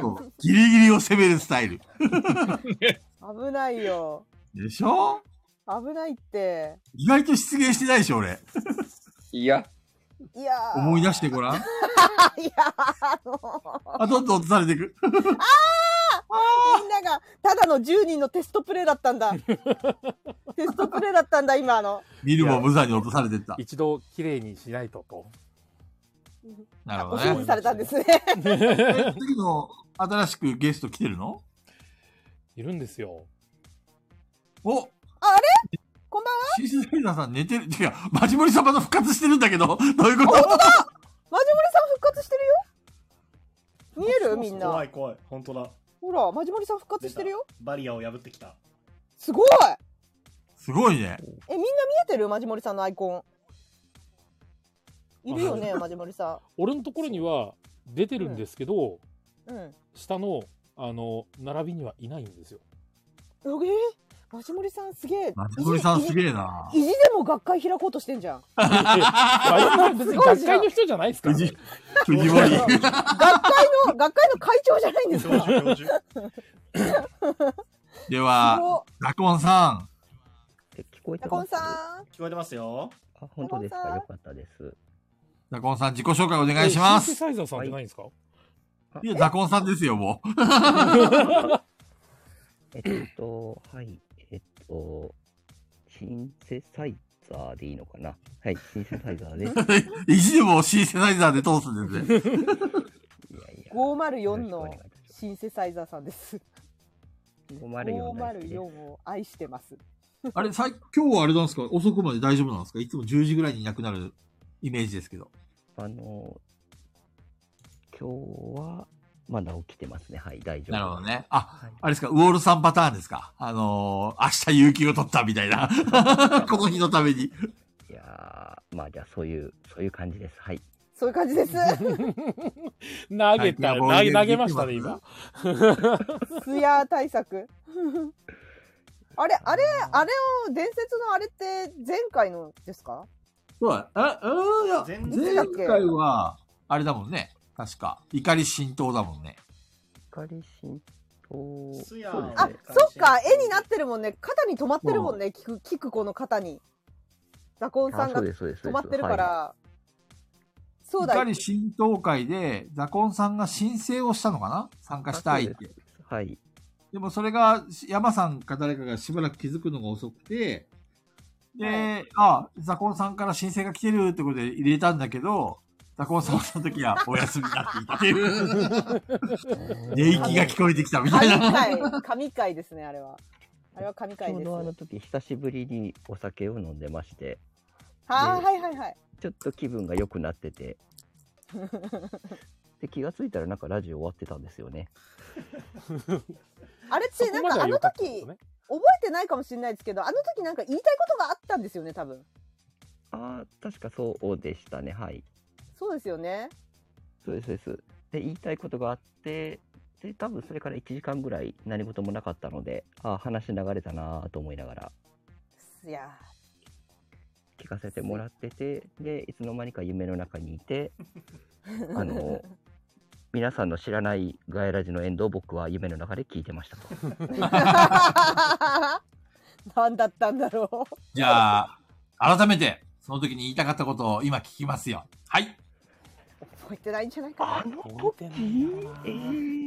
[SPEAKER 2] そうギリギリを攻めるスタイル。
[SPEAKER 3] 危ないよ
[SPEAKER 2] でしょ
[SPEAKER 3] 危ないって
[SPEAKER 2] 意外と出現してないでしょ、俺。いや。
[SPEAKER 3] いや ー
[SPEAKER 2] 思い出してごらん。
[SPEAKER 3] いやあの
[SPEAKER 2] あ、どんどん落とされていく。
[SPEAKER 3] あーみんながただの10人のテストプレイだったんだテストプレイだったんだ今の
[SPEAKER 2] 見るも無残に落とされてった。
[SPEAKER 1] 一度 綺麗にしないとと。
[SPEAKER 2] なるほ
[SPEAKER 3] ご
[SPEAKER 2] ど
[SPEAKER 3] 指示さ
[SPEAKER 2] ね。
[SPEAKER 3] れたんですね
[SPEAKER 2] え次の新しくゲスト来てるの
[SPEAKER 1] いるんですよ。
[SPEAKER 2] お
[SPEAKER 3] あれこんばんは
[SPEAKER 2] シースペイダーさん寝てる。違う、マジモリ様の復活してるんだけ ど、 どういうこ
[SPEAKER 3] 本当
[SPEAKER 2] と
[SPEAKER 3] だマジモリさん復活してるよ見えるみんな
[SPEAKER 7] 怖い怖い。本当だ。
[SPEAKER 3] ほらマジモリさん復活してるよ
[SPEAKER 7] バリアを破ってきた。
[SPEAKER 3] すごい
[SPEAKER 2] すごいね。
[SPEAKER 3] えみんな見えてるマジモリさんのアイコンいるよね
[SPEAKER 1] あ
[SPEAKER 3] マジモリさ
[SPEAKER 1] 俺のところには出てるんですけど、
[SPEAKER 3] んうん
[SPEAKER 1] 下のあの並びにはいないんですよ。
[SPEAKER 3] えーマジモリさんすげえ。
[SPEAKER 2] マジモリさんすげえな
[SPEAKER 3] 意地でも学会開こうとして んじゃん。
[SPEAKER 1] 別に学会の人じゃないですからね。
[SPEAKER 2] 藤森。
[SPEAKER 3] 学会の、学会の会長じゃないんですか。
[SPEAKER 2] では、ダコンさ
[SPEAKER 10] 聞こえて
[SPEAKER 3] コ
[SPEAKER 10] ま
[SPEAKER 3] ン
[SPEAKER 10] す
[SPEAKER 3] さん。
[SPEAKER 7] 聞こえてますよ。
[SPEAKER 10] あ、本当です
[SPEAKER 3] タコンさ
[SPEAKER 10] か。
[SPEAKER 3] ん
[SPEAKER 10] よかったです。
[SPEAKER 2] ん、ダコンさん自己紹介お願いします。
[SPEAKER 1] シンセサイザーさんじゃないんですか、
[SPEAKER 2] いや、ダコンさんですよ、もう。
[SPEAKER 10] えっと、はい、えっと、シンセサイザーでいいのかな。はい、シンセサイザ ーです。
[SPEAKER 2] 意地でもシンセサイザーで通すんですね。
[SPEAKER 3] 504のシンセサイザーさんです。504を愛してます。
[SPEAKER 2] あれ、さい今日はあれなんですか遅くまで大丈夫なんですかいつも10時ぐらいにいなくなるイメージですけど。
[SPEAKER 10] あの、今日は、まだ起きてますね。はい、大丈夫。
[SPEAKER 2] なるほどね。あ、あれですか、ウォールさんパターンですかあのー、明日有給を取ったみたい な。この日のために。
[SPEAKER 10] いやーまあじゃあそういう、そういう感じです。はい。
[SPEAKER 3] そういう感 じです。
[SPEAKER 1] 投げた、投げ投げましたね、今。
[SPEAKER 3] ツヤ対策。あれ、あれ、あれを、伝説のあれって前回のですか
[SPEAKER 2] そうだ。あ、うん、いや、前回は、あれだもんね。確か。怒り浸透だもんね。
[SPEAKER 10] 怒り浸透。
[SPEAKER 7] そうです
[SPEAKER 2] ね
[SPEAKER 3] あ、そっか、絵になってるもんね。肩に止まってるもんね。キク、キクコの肩に。ザコンさん
[SPEAKER 10] あそ
[SPEAKER 3] が
[SPEAKER 10] うですそうです
[SPEAKER 3] 止まってるか
[SPEAKER 10] は
[SPEAKER 3] ら。そうだ
[SPEAKER 2] 怒り浸透会で、ザコンさんが申請をしたのかな参加したいっ
[SPEAKER 10] あそ
[SPEAKER 2] て。
[SPEAKER 10] はい。
[SPEAKER 2] でもそれが、山さんか誰かがしばらく気づくのが遅くて、で、あ、ザコンさんから申請が来てるってことで入れたんだけど、ザコンさんその時 はお休みになっていたっていう。寝息が聞こえてきたみたい
[SPEAKER 3] 神
[SPEAKER 2] な。
[SPEAKER 3] 回、神回ですね、あれは。あれは神
[SPEAKER 10] ち
[SPEAKER 3] 回
[SPEAKER 10] ょう
[SPEAKER 3] です。
[SPEAKER 10] どあ
[SPEAKER 3] は
[SPEAKER 10] の時、久しぶりにお酒を飲んでまして、
[SPEAKER 3] あ、はいはいはい。
[SPEAKER 10] ちょっと気分が良くなってて、で、気がついたらなんかラジオ終わってたんですよね。
[SPEAKER 3] あれって、なん
[SPEAKER 10] そこまで
[SPEAKER 3] か
[SPEAKER 10] は
[SPEAKER 3] あの
[SPEAKER 10] 良かった
[SPEAKER 3] 時、覚えてないかもしれないですけど、あの時なんか言いたいことがあったんですよね、多分。
[SPEAKER 10] ああ、確かそうでしたね。はい。
[SPEAKER 3] そうですよ ね。
[SPEAKER 10] そうです、そうです。で、言いたいことがあって、で、多分それから1時間ぐらい何事もなかったので、ああ、話流れたなぁと思いながら
[SPEAKER 3] いや
[SPEAKER 10] 聞かせてもらってて、で、いつの間にか夢の中にい て、
[SPEAKER 3] ー。
[SPEAKER 10] あの、皆さんの知らないガヤラジのエンドを僕は夢の中で聞いてましたと。
[SPEAKER 3] 何だったんだろう。
[SPEAKER 2] じゃあ、改めて、その時に言いたかったことを今聞きますよ。はい。
[SPEAKER 3] 覚えてないんじゃないかな。
[SPEAKER 10] えー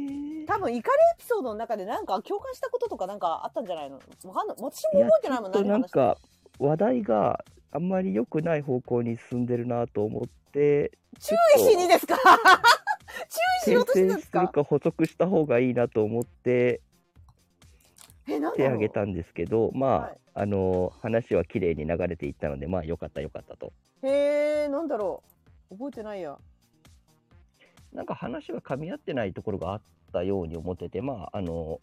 [SPEAKER 3] 多分怒りエピソードの中でなんか共感したこととかなんかあったんじゃないのわかんない。私
[SPEAKER 10] い
[SPEAKER 3] も
[SPEAKER 10] や
[SPEAKER 3] 覚えてないもん
[SPEAKER 10] ちょっ
[SPEAKER 3] 何
[SPEAKER 10] となん
[SPEAKER 3] 話した
[SPEAKER 10] か話題があんまり良くない方向に進んでるなと思って
[SPEAKER 3] 注意しにですか注意しようとしてたんです
[SPEAKER 10] 訂
[SPEAKER 3] か
[SPEAKER 10] 正するか補足した方がいいなと思って
[SPEAKER 3] え、なん
[SPEAKER 10] 手
[SPEAKER 3] だろ
[SPEAKER 10] 挙
[SPEAKER 3] う
[SPEAKER 10] げたんですけどまあ、
[SPEAKER 3] はい
[SPEAKER 10] あの話は綺麗に流れていったのでまあ良かった良かったと
[SPEAKER 3] へえ、なんだろう。覚えてないや。
[SPEAKER 10] なんか話が噛み合ってないところがあったように思っててまああの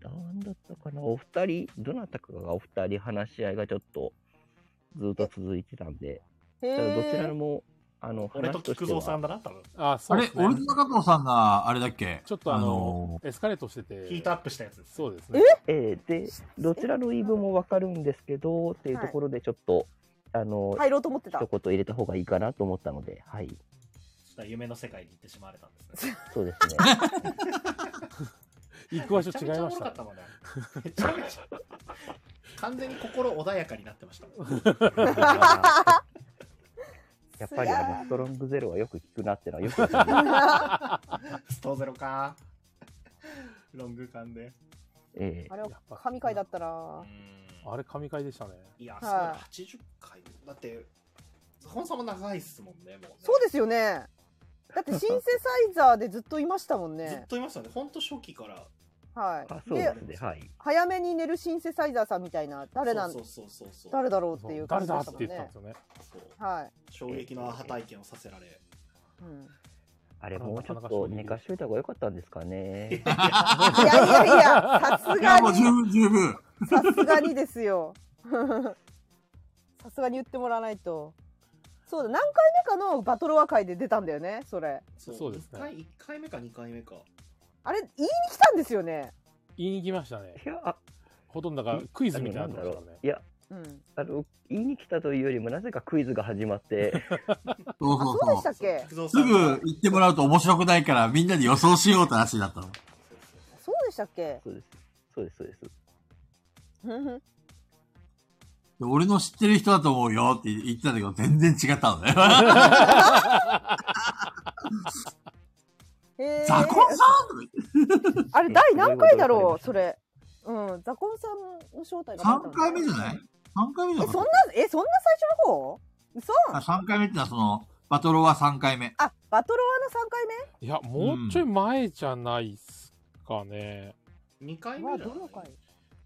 [SPEAKER 10] なんだったかなお二人どなたかがお二人話し合いがちょっとずっと続いてたんで
[SPEAKER 3] へー
[SPEAKER 10] ただどちらもあの
[SPEAKER 7] 俺と
[SPEAKER 10] 話して
[SPEAKER 7] 菊蔵さんだな、多分。
[SPEAKER 1] あ、
[SPEAKER 2] あ
[SPEAKER 1] そうで
[SPEAKER 2] れ、
[SPEAKER 1] すね。
[SPEAKER 2] 俺と中藤さんが、あれだっけ
[SPEAKER 1] ちょっとあの、エスカレートしてて。
[SPEAKER 10] ヒー
[SPEAKER 7] トアップしたやつ
[SPEAKER 1] そうです
[SPEAKER 10] え
[SPEAKER 1] ね。
[SPEAKER 10] えーでどちらの言い分もわかるんですけどっていうところでちょっと、あの
[SPEAKER 3] 入ろうと思ってた
[SPEAKER 10] 一言入れた方がいいかなと思ったのではい
[SPEAKER 7] 夢の世界に行ってしまわれたんですね。
[SPEAKER 10] そ うですね
[SPEAKER 1] 行く場所違いまし
[SPEAKER 7] めちゃめちゃおもろ
[SPEAKER 1] た
[SPEAKER 7] かったもんね。めちゃめちゃ。完全に心穏やかになってま した。
[SPEAKER 10] やっぱりあのストロングゼロはよく聞くなってのはよくわかります
[SPEAKER 7] ストゼロか。ロング缶で。
[SPEAKER 10] え
[SPEAKER 3] あれは神回だったな。
[SPEAKER 1] あれ、神回でしたね。
[SPEAKER 7] いや、
[SPEAKER 3] は
[SPEAKER 7] そう80回。だって、本さんも長いっすもんね、もうね。
[SPEAKER 3] そうですよね。だってシンセサイザーでずっといましたもん
[SPEAKER 7] ずっ
[SPEAKER 3] ね。
[SPEAKER 7] といましたね。ほんと初期から。
[SPEAKER 3] はい。
[SPEAKER 10] ねはい
[SPEAKER 3] 早めに寝るシンセサイザーさんみたいな誰なん
[SPEAKER 7] そうそうそうそう。
[SPEAKER 3] 誰だろうっていう感じで
[SPEAKER 7] 誰
[SPEAKER 3] し
[SPEAKER 7] だ
[SPEAKER 3] た
[SPEAKER 7] っ
[SPEAKER 3] も
[SPEAKER 7] て
[SPEAKER 3] ん
[SPEAKER 7] 言っ
[SPEAKER 3] ね
[SPEAKER 7] たんですよ
[SPEAKER 1] ね。
[SPEAKER 3] はい。
[SPEAKER 7] 衝撃のアハ体験をさせられ。
[SPEAKER 3] うん
[SPEAKER 10] あれもうちょっと寝かしといた方が良かったんですか
[SPEAKER 3] い
[SPEAKER 10] ね
[SPEAKER 3] やいやいや、さす
[SPEAKER 10] いやも
[SPEAKER 3] が
[SPEAKER 10] う十
[SPEAKER 3] に、
[SPEAKER 10] 分
[SPEAKER 2] 十分。
[SPEAKER 3] さすがにですよ。さすがに言ってもらわないと。そうだ、何回目かのバトロワ会で出たんだよね、それ。
[SPEAKER 7] そうですね。1回一回目か2回目か。
[SPEAKER 3] あれ、言いに来たんですよね。
[SPEAKER 1] 言いに来ましたね。ほとんどだから
[SPEAKER 10] い
[SPEAKER 1] クイズみたいになってま
[SPEAKER 10] あの
[SPEAKER 1] した
[SPEAKER 10] なん
[SPEAKER 1] か
[SPEAKER 10] だろ
[SPEAKER 1] らね。
[SPEAKER 10] ういや、あの、言いに来たというよりも、なぜかクイズが始まって、
[SPEAKER 2] そうそうそう。
[SPEAKER 3] っけ
[SPEAKER 2] すぐ行ってもらうと面白くないから、みんなで予想しようって話だったの。
[SPEAKER 3] そうでしたっけ
[SPEAKER 10] そうです。そうです、そうです。
[SPEAKER 3] うん
[SPEAKER 2] で俺の知ってる人だと思うよって言ってたんだけど、全然違ったのね。
[SPEAKER 3] へー
[SPEAKER 2] ザコンさ
[SPEAKER 3] んあれ、第何回だろう、それ。うん、ザコンさんの正体が出たの。
[SPEAKER 2] 3回目じゃない ?3 回目じゃ
[SPEAKER 3] え、
[SPEAKER 2] な
[SPEAKER 3] そ
[SPEAKER 2] か
[SPEAKER 3] ん
[SPEAKER 2] っ
[SPEAKER 3] な、え、そんな最初の方嘘
[SPEAKER 2] たあ ?3 回目ってのはその、バトロは3回目。
[SPEAKER 3] あ、バトロワの3回目
[SPEAKER 1] いや、もうちょい前じゃないっすかね。
[SPEAKER 7] 2回目じゃない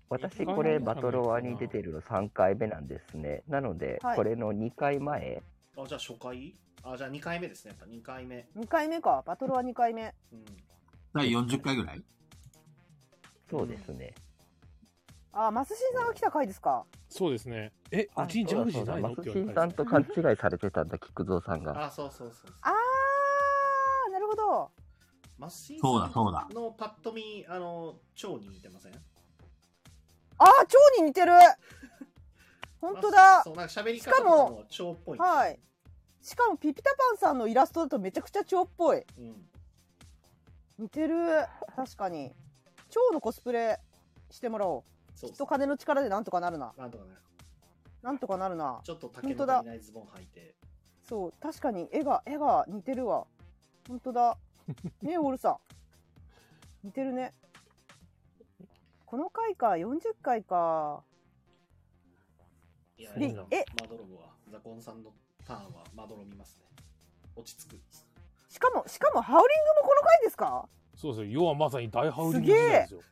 [SPEAKER 10] 私、これ、バトロワに出てるの3回目なんですね。なので、
[SPEAKER 7] はい
[SPEAKER 10] これの2回前、
[SPEAKER 7] あじゃあ初回あじゃあ2回目ですねやっぱ2回目
[SPEAKER 3] 2回目か。バトロワ2回目。
[SPEAKER 2] 第40回ぐらい
[SPEAKER 10] そうですね。
[SPEAKER 3] あ、マスシンさんが来た回ですか。
[SPEAKER 1] そうですね。え、うちにジャグジーないの
[SPEAKER 10] マ
[SPEAKER 1] って
[SPEAKER 10] ス
[SPEAKER 1] 言
[SPEAKER 10] シ
[SPEAKER 1] わ
[SPEAKER 10] ン
[SPEAKER 1] れ
[SPEAKER 10] さ
[SPEAKER 1] た
[SPEAKER 10] んと勘違いされてたんだ、菊蔵さ んが。
[SPEAKER 7] あそうそうそう
[SPEAKER 3] あー、なるほど。
[SPEAKER 7] マスシン
[SPEAKER 10] そうだそうだ
[SPEAKER 7] のパッと見あの蝶に似てません
[SPEAKER 3] あー、蝶に似 てる。本当だ。
[SPEAKER 7] そうなんか喋り
[SPEAKER 3] し
[SPEAKER 7] 方と
[SPEAKER 3] か
[SPEAKER 7] か
[SPEAKER 3] も
[SPEAKER 7] も、蝶っぽい
[SPEAKER 3] はい。しかも、ピピタパンさんのイラストだとめちゃくちゃ蝶っぽい。似てる。確かに。蝶のコスプレしてもらおう。きっと金の力でなんとかなるな。
[SPEAKER 7] なんとかなる。
[SPEAKER 3] なんとかなるな。
[SPEAKER 7] ちょっと
[SPEAKER 3] 本
[SPEAKER 7] 竹の
[SPEAKER 3] 当
[SPEAKER 7] 足
[SPEAKER 3] だ
[SPEAKER 7] り。ないズボン履いて
[SPEAKER 3] そう、確かに絵が、絵が似てるわ。本 当だ。ねえ、オールさん。似てるね。この回か、40回か。
[SPEAKER 7] いや
[SPEAKER 3] え
[SPEAKER 7] いいな
[SPEAKER 3] え
[SPEAKER 7] まどろむはザコンさんのターンはまどろみますね落ち着く
[SPEAKER 3] しかも、しかも、ハウリングもこの回ですか
[SPEAKER 1] そうですよ。要はまさに大ハウリ
[SPEAKER 3] す
[SPEAKER 1] ング
[SPEAKER 3] げ
[SPEAKER 1] 時代で
[SPEAKER 3] え
[SPEAKER 1] すよ。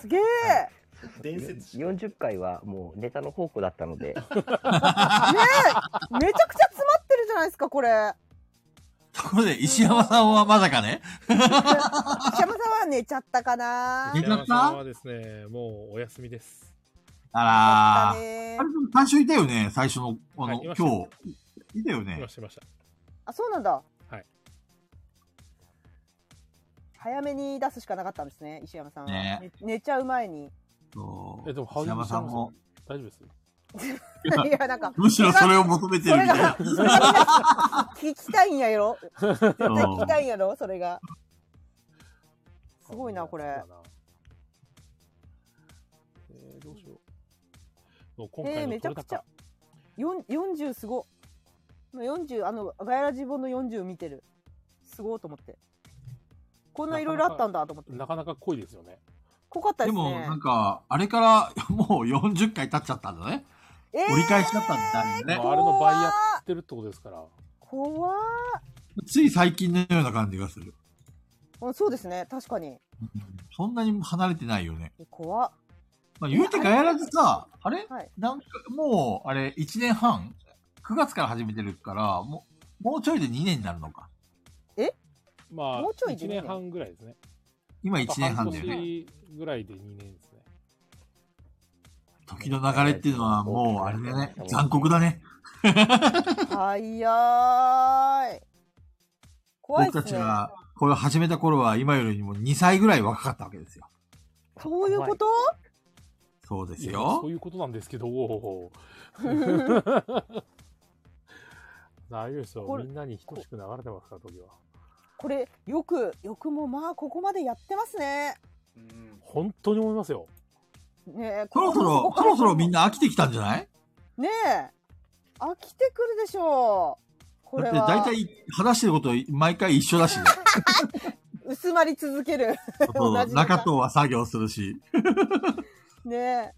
[SPEAKER 3] すげえ
[SPEAKER 7] 伝
[SPEAKER 10] 説40回はもうネタの宝庫だったの
[SPEAKER 3] め
[SPEAKER 10] で。
[SPEAKER 3] ちゃくちゃ詰まってるじゃないですか、これ。
[SPEAKER 2] ところで、石山さんはまだかね
[SPEAKER 3] 石山さんは寝ちゃったかな
[SPEAKER 2] 寝ちゃった
[SPEAKER 1] 山さんはですね、もうお休みです。
[SPEAKER 2] あら
[SPEAKER 3] ー。え
[SPEAKER 2] あれでも最初いたよね、最初の、あの、
[SPEAKER 1] はいい
[SPEAKER 2] 今
[SPEAKER 1] ました
[SPEAKER 2] 日。いたよね。
[SPEAKER 1] しました。
[SPEAKER 3] あ、そうなんだ。
[SPEAKER 1] はい。
[SPEAKER 3] 早めに出すしかなかったんですね、石山さんは。
[SPEAKER 1] ね
[SPEAKER 3] ね寝ちゃう前に。
[SPEAKER 1] え、でもハウリング
[SPEAKER 2] 石山さんも
[SPEAKER 1] 大丈夫です
[SPEAKER 3] いや、なんか。
[SPEAKER 2] むしろそれを求めてるみたいな
[SPEAKER 3] それがそれが聞きたいんやろ。絶対聞きたいんやろ、それが。すごいな、これ。
[SPEAKER 1] えー、どうしよう。も
[SPEAKER 3] え
[SPEAKER 1] う今回
[SPEAKER 3] ー、
[SPEAKER 1] の
[SPEAKER 3] めちゃ
[SPEAKER 1] 取れ
[SPEAKER 3] くち
[SPEAKER 1] 高
[SPEAKER 3] ゃ。よん40すご。40、あの、ガヤラジボンの40見てる。すごいと思って。こんないろいろあったんだと思って。
[SPEAKER 1] なかなか濃いですよね。
[SPEAKER 3] 濃かった
[SPEAKER 2] で
[SPEAKER 3] ですね。
[SPEAKER 2] も、なんか、あれからもう40回経っちゃったんだね。
[SPEAKER 3] え
[SPEAKER 2] 折り返しだったんだあれね。
[SPEAKER 1] まあ、あれの倍やってるってことですから。
[SPEAKER 3] 怖
[SPEAKER 2] つい最近のような感じがする。
[SPEAKER 3] ーうんそうですね、確かに。
[SPEAKER 2] そんなに離れてないよね。
[SPEAKER 3] 怖っ
[SPEAKER 2] まあ、言うてガヤラジさ、あれ、
[SPEAKER 3] はい
[SPEAKER 2] なんか、もう、あれ、1年半 ?9 月から始めてるから、もう、もうちょいで2年になるのか。
[SPEAKER 1] まあ、
[SPEAKER 3] もうちょいで
[SPEAKER 1] 1
[SPEAKER 3] いいね
[SPEAKER 1] 年半ぐらいですね。
[SPEAKER 2] 今1年半だよ
[SPEAKER 1] 半
[SPEAKER 2] ね。
[SPEAKER 1] 年ぐらいで2年ですね。
[SPEAKER 2] 時の流れっていうのはもう、あれだね。残酷だね。
[SPEAKER 3] 早い。怖い
[SPEAKER 2] 僕
[SPEAKER 3] で
[SPEAKER 2] た
[SPEAKER 3] す
[SPEAKER 2] ち
[SPEAKER 3] ね。
[SPEAKER 2] がこれを始めた頃は、今よりも2歳ぐらい若かったわけですよ。
[SPEAKER 3] そういうこと
[SPEAKER 2] そうです
[SPEAKER 1] いや
[SPEAKER 2] よ
[SPEAKER 1] そ。ういうことなんで すけど、おー大丈夫ですよ。
[SPEAKER 3] これ
[SPEAKER 1] みんなに等しく流れてますから、時は。
[SPEAKER 3] これ、よく、よくもまあ、ここまでやってますね。
[SPEAKER 1] 本当に思いますよ。
[SPEAKER 3] ねえ、
[SPEAKER 2] そろそろ、そろそろみんな飽きてきたんじゃない
[SPEAKER 3] ねえ、飽きてくるでしょう。こ
[SPEAKER 2] だ
[SPEAKER 3] れ
[SPEAKER 2] って
[SPEAKER 3] は。
[SPEAKER 2] 大体話してること毎回一緒だし ね。
[SPEAKER 3] 薄まり続ける。
[SPEAKER 2] そう
[SPEAKER 3] 同じ時間
[SPEAKER 2] 中藤は作業するし。
[SPEAKER 3] ねえ。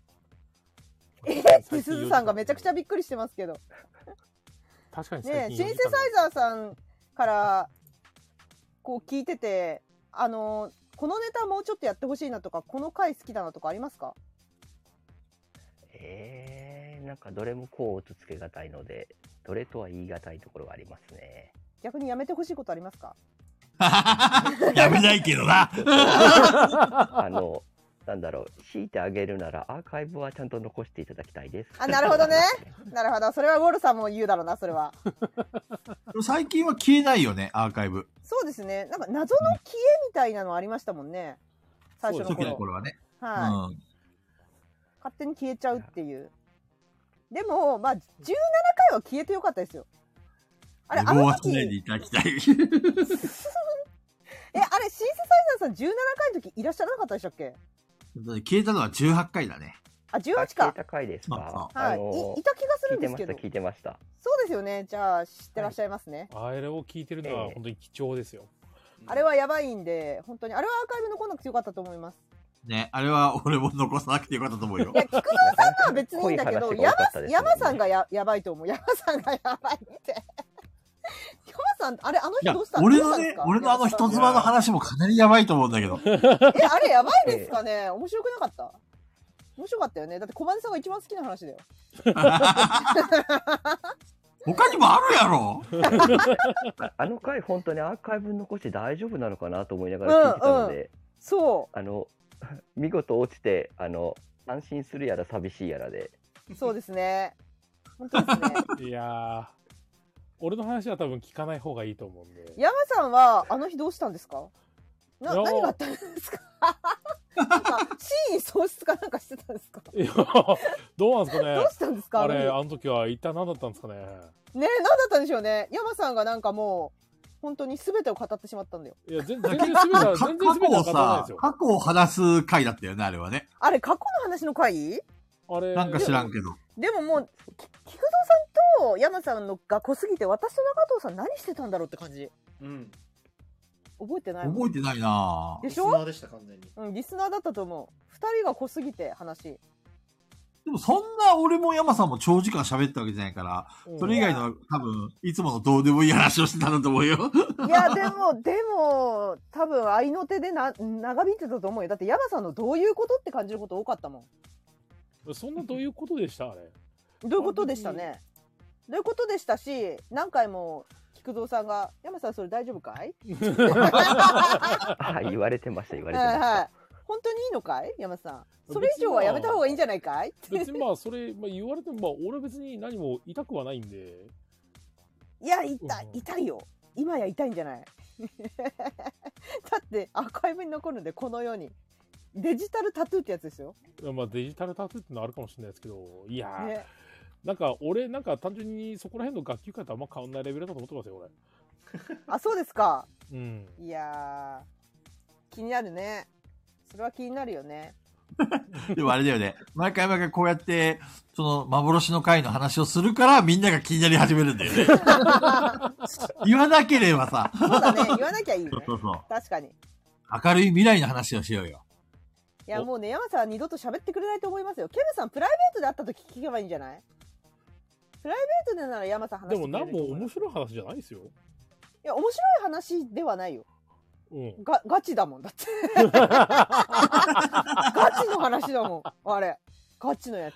[SPEAKER 3] えってすずさんがめちゃくちゃびっくりしてますけど。
[SPEAKER 1] 確かに
[SPEAKER 3] ね
[SPEAKER 1] 最
[SPEAKER 3] え、
[SPEAKER 1] 近
[SPEAKER 3] シンセサイザーさんから、こう聞いてて、あのこのネタもうちょっとやってほしいなとか、この回好きだなとかありますか
[SPEAKER 10] えー、なんかどれもこうとつけがたいので、どれとは言い難いところがありま すね。
[SPEAKER 3] 逆にやめてほしいことありますか
[SPEAKER 2] やめないけどな
[SPEAKER 10] あの、なんだろう、強いてあげるならアーカイブはちゃんと残していただきたいです。
[SPEAKER 3] あ、なるほどね。なるほど。それはウォルさんも言うだろうな、それは。
[SPEAKER 2] 最近は消えないよね、アーカイブ。
[SPEAKER 3] そうですね。なんか謎の消えみたいなのありましたもんね。最初の
[SPEAKER 2] 時の
[SPEAKER 3] 頃。
[SPEAKER 2] 頃はね。
[SPEAKER 3] はい、
[SPEAKER 2] うん
[SPEAKER 3] 勝手に消えちゃうっていうでもまあ17回は消えてよかったですよあれあ
[SPEAKER 2] 棒
[SPEAKER 3] の
[SPEAKER 2] はし
[SPEAKER 3] 時
[SPEAKER 2] ないでいただきたい。
[SPEAKER 3] えあれシンセサイザーさん17回の時いらっしゃらなかったでしたっけ
[SPEAKER 2] 消えたのは18回だね。
[SPEAKER 3] あ18か
[SPEAKER 10] 高いですか
[SPEAKER 3] はい、いいた気がするんですけど
[SPEAKER 10] 聞いてました、聞いてました。
[SPEAKER 3] そうですよねじゃあ知ってらっしゃいますね、
[SPEAKER 1] あれを聞いてるのは本当に貴重ですよ。
[SPEAKER 3] あれはやばいんで本当にあれはアーカイブ残んなくてよかったと思います
[SPEAKER 2] ね、あれは俺も残さなくてよかったと思うよ。
[SPEAKER 3] 菊蔵さんとは別にいいんだけど
[SPEAKER 2] 濃い話が多
[SPEAKER 3] 山
[SPEAKER 2] かったですね
[SPEAKER 3] 山さんがややばいと思う山さんがやばいって 山さんあれあの
[SPEAKER 2] い
[SPEAKER 3] 日
[SPEAKER 2] や
[SPEAKER 3] どうした、
[SPEAKER 2] 俺
[SPEAKER 3] どう
[SPEAKER 2] の
[SPEAKER 3] したんです
[SPEAKER 2] ね
[SPEAKER 3] か、
[SPEAKER 2] 俺のあの人妻の話もかなりやばいと思うんだけど。
[SPEAKER 3] えあれやばいですかね面白くなかった面白かったよねだって小金さんが一番好きな話 だよ
[SPEAKER 2] 他にもあるやろ
[SPEAKER 10] ああの回本当にアーカイブ残して大丈夫なのかなと思いながら聞いてたので、
[SPEAKER 3] うんうんそ
[SPEAKER 10] あの 見事落ちてあの安心するやら寂しいやら で
[SPEAKER 3] うそうですね
[SPEAKER 1] いやー、俺の話は多分聞かない方がいいと思うんで。
[SPEAKER 3] 山さんはあの日どうしたんですかない
[SPEAKER 1] や
[SPEAKER 3] 何があったんですかなんか真意喪失かなんかしてたんですか
[SPEAKER 1] いや、どうなんですかね。
[SPEAKER 3] どうしたんですか
[SPEAKER 1] あれ、
[SPEAKER 3] あ
[SPEAKER 1] あ
[SPEAKER 3] の
[SPEAKER 1] の時は一体何だったんですかね。
[SPEAKER 3] ねえ何だったんでしょうね山さんがなんかもう本当に全てを語ってしまったんだよ
[SPEAKER 1] いや全
[SPEAKER 2] 全
[SPEAKER 1] 然全
[SPEAKER 2] 過
[SPEAKER 1] 然
[SPEAKER 2] 去
[SPEAKER 1] 全然全ては
[SPEAKER 2] を
[SPEAKER 1] 語らないで
[SPEAKER 2] さ
[SPEAKER 1] すよ、
[SPEAKER 2] 過去を話す回だったよね、あれはね。
[SPEAKER 3] あれ過去の話の回
[SPEAKER 1] あれ
[SPEAKER 2] なんか知らんけど。
[SPEAKER 3] でももうき菊蔵さんと山さんのが濃すぎて私と中藤さん何してたんだろうって感じ
[SPEAKER 7] うん。
[SPEAKER 3] 覚えてないもん
[SPEAKER 2] 覚えてないなぁ
[SPEAKER 3] でしょ
[SPEAKER 7] リスナーでした、完全に。
[SPEAKER 3] うんリスナーだったと思う二人が濃すぎて話
[SPEAKER 2] でもそんな俺も山さんも長時間喋ったわけじゃないから
[SPEAKER 3] う、ん
[SPEAKER 2] それ以外の多分、いつものどうでもいい話をしてたんだと思うよ。
[SPEAKER 3] いやでもでも多分合いの手でな長引いてたと思うよだって山さんのどういうことって感じること多かったも
[SPEAKER 1] そんなどういうことでしたあれ。
[SPEAKER 3] んどういうことでしたねどういうことでしたし何回も菊蔵さんが「山さんそれ大丈夫かい?」
[SPEAKER 10] はい言われてました言われて
[SPEAKER 3] はい
[SPEAKER 10] まし
[SPEAKER 3] はい。本当にいいのかい山さん。それ以上はやめた方がいいんじゃないかい
[SPEAKER 1] 別にまあ、それ、まあ、言われても、まあ、俺は別に何も痛くはないんで。
[SPEAKER 3] いや、痛い、痛いよ。今や痛いんじゃない だってアーカイブに残るんで、このように。デジタルタトゥーってやつですよ。
[SPEAKER 1] いやまあ、デジタルタトゥーってのはあるかもしれないですけど、いやー、
[SPEAKER 3] ね
[SPEAKER 1] なんか俺、なんか単純にそこら辺の学級会とあんま変わんないレベルだと思ってますよ、俺。
[SPEAKER 3] あ、そうですか。
[SPEAKER 1] うん。
[SPEAKER 3] いやー、気になるね。それは気になるよね。
[SPEAKER 2] でもあれだよね。毎回毎回こうやって、その幻の回の話をするからみんなが気になり始めるんだよね。 言わなければさ、
[SPEAKER 3] そうだね。言わなきゃいいね。
[SPEAKER 2] そうそうそう
[SPEAKER 3] 確かに。い
[SPEAKER 2] 明るい未来の話をしようよ。
[SPEAKER 3] や、もうね、山さんは二度と喋ってくれないと思いますよ。ケムさん、プライベートで会った時聞けばいいんじゃないプライベートでなら山さん話してくれる
[SPEAKER 1] でも
[SPEAKER 3] と
[SPEAKER 1] 何
[SPEAKER 3] 思う
[SPEAKER 1] も面白い話じゃないですよ。
[SPEAKER 3] いや、面白い話ではないよ。
[SPEAKER 1] うん。
[SPEAKER 3] が、ガチだもん、だ って。ガチの話だもん、あれ。ガチのやつ。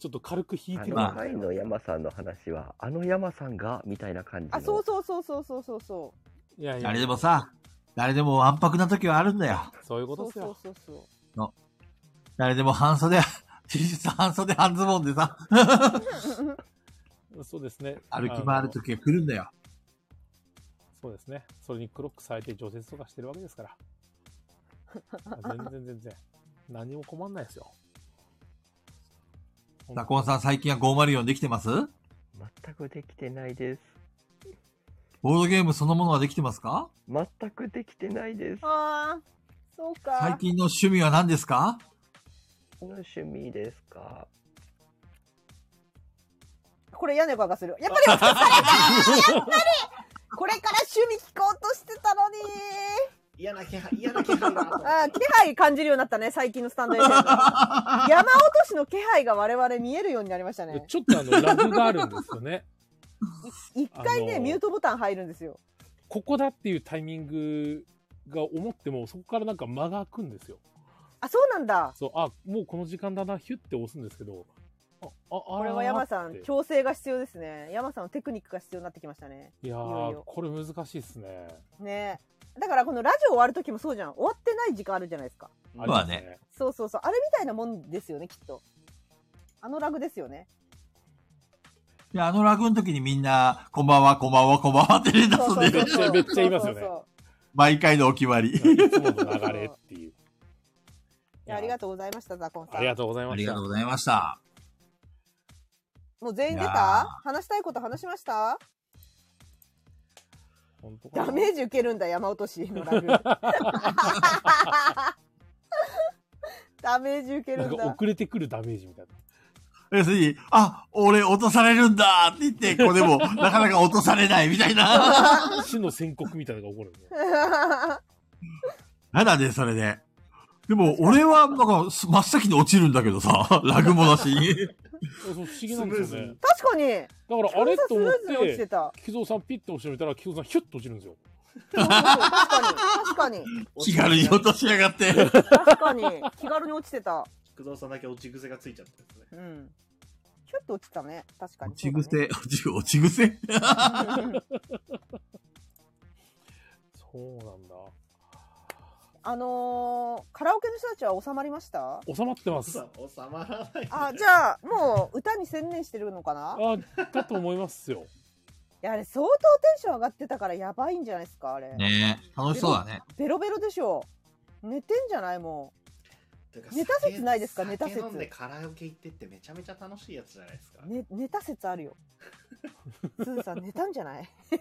[SPEAKER 1] ちょっと軽く引
[SPEAKER 10] たあ
[SPEAKER 1] て
[SPEAKER 10] の回の山さんの話はあの山さんがみたいな感じ
[SPEAKER 3] あ、
[SPEAKER 10] の
[SPEAKER 3] そうそうそうそうそうそうそ
[SPEAKER 1] いやい
[SPEAKER 2] 誰でもさ、誰でもわんぱくな時はあるんだよ。
[SPEAKER 1] そういう
[SPEAKER 3] う。
[SPEAKER 1] こ
[SPEAKER 3] そうそうそうそう。
[SPEAKER 2] の誰でも半袖、T シャツ半袖半ズボンで さ、
[SPEAKER 1] そうですね。
[SPEAKER 2] 歩き回る
[SPEAKER 1] あの
[SPEAKER 2] 時が来るんだよ。
[SPEAKER 1] そうですね。それにクロックされて除雪とかしてるわけですから。 全然全然。何も困んないですよ。
[SPEAKER 2] ザコンさん最近は504できてます
[SPEAKER 10] 全くできてないです
[SPEAKER 2] ボードゲームそのものはできてますか
[SPEAKER 10] 全くできてないです
[SPEAKER 3] ああ、そう
[SPEAKER 2] 最
[SPEAKER 3] か。
[SPEAKER 2] 近の趣味は何ですか
[SPEAKER 10] の趣味です か
[SPEAKER 3] これ屋根ばがする。やっぱり落と されたやっぱりこれから趣味聞こうとしてたのに
[SPEAKER 7] 嫌な気配、嫌な気配が。
[SPEAKER 3] あー気配感じるようになったね、最近のスタンド FM は山落としの気配が我々見えるようになりましたね。
[SPEAKER 1] ちょっとあの、ラグがあるんですよね。
[SPEAKER 3] 一回ね、
[SPEAKER 1] あのー
[SPEAKER 3] ミュートボタン入るんですよ。
[SPEAKER 1] ここだっていうタイミングが思っても、そこからなんか間が空くんですよ。
[SPEAKER 3] あ、そうなんだ。
[SPEAKER 1] そう、あ、もうこの時間だな、ヒュッて押すんですけど、
[SPEAKER 3] これは山さ
[SPEAKER 1] あーっ
[SPEAKER 3] ん
[SPEAKER 1] て
[SPEAKER 3] 調整が必要ですね山さんのテクニックが必要になってきましたね
[SPEAKER 1] いやー
[SPEAKER 3] よいよ
[SPEAKER 1] これ難しいっすね。
[SPEAKER 3] ねだからこのラジオ終わる時もそうじゃん終わってない時間あるじゃないですか
[SPEAKER 1] ありますね。
[SPEAKER 3] そうそうそうあれみたいなもんですよねきっとあのラグですよね
[SPEAKER 2] いや、あのラグの時にみんな、こんばんは、こんばんは、こんばんはって連打すんで
[SPEAKER 3] そうそうそうめっちゃめっちゃ言いますよねそうそう
[SPEAKER 2] 毎回のお決まり。い
[SPEAKER 1] つもの流れっていう。
[SPEAKER 3] やありがとうございました、ザコンさん。
[SPEAKER 1] ありがとうございました。
[SPEAKER 2] ありがとうございました。
[SPEAKER 3] もう全員出
[SPEAKER 2] いや
[SPEAKER 3] た話したいこと話しました
[SPEAKER 1] 本当
[SPEAKER 3] ダメージ受けるんだ、山落としのラグ。ダメージ受け
[SPEAKER 1] な
[SPEAKER 3] る
[SPEAKER 1] ん
[SPEAKER 3] ん
[SPEAKER 1] か
[SPEAKER 3] だ。
[SPEAKER 1] 遅れてくるダメージみたいな。
[SPEAKER 2] 要するに、あ、俺落とされるんだって言って、ここでも、なかなか落とされないみたいな。
[SPEAKER 1] 死の宣告みたいなのが起こる、ね。
[SPEAKER 2] なんだね、それで。でも、俺は、なんか、す真っ先に落ちるんだけどさ、ラグもだし。
[SPEAKER 1] そう不思議なんですよね。
[SPEAKER 3] 確かに。だ
[SPEAKER 1] からあれと思っ
[SPEAKER 3] スムーズに落ち
[SPEAKER 1] て
[SPEAKER 3] てた、
[SPEAKER 1] 木造さんピッと押してみたら、木造さんヒュッと落ちるんですよ。
[SPEAKER 3] 確かに。
[SPEAKER 2] 気軽に落としやがって。
[SPEAKER 3] 確かに。確かに。気軽に落ちてた。
[SPEAKER 7] 菊蔵さんだけ落ち癖がついちゃったやつね。
[SPEAKER 3] うん。ちょっと落ちたね。確かに。
[SPEAKER 2] 落ち癖、落ち、落ち癖
[SPEAKER 1] そうなんだ。
[SPEAKER 3] あのーカラオケの人たちは収まりました
[SPEAKER 1] 収まってます。
[SPEAKER 7] 収まらない。
[SPEAKER 3] あ、じゃあ、もう歌に専念してるのかな
[SPEAKER 1] あ、だと思いますよ。
[SPEAKER 3] いや、あれ相当テンション上がってたからやばいんじゃないですか、あれ。
[SPEAKER 2] ねえ楽しそうだね。
[SPEAKER 3] ベロベロでしょ。寝てんじゃないもう。ネタ説ないですか、ネタ
[SPEAKER 7] 酒
[SPEAKER 3] 説。
[SPEAKER 7] 飲んでカラオケ行ってってめちゃめちゃ楽しいやつじゃないですか。
[SPEAKER 3] ね、ネタ説あるよ。すずさん寝たんじゃない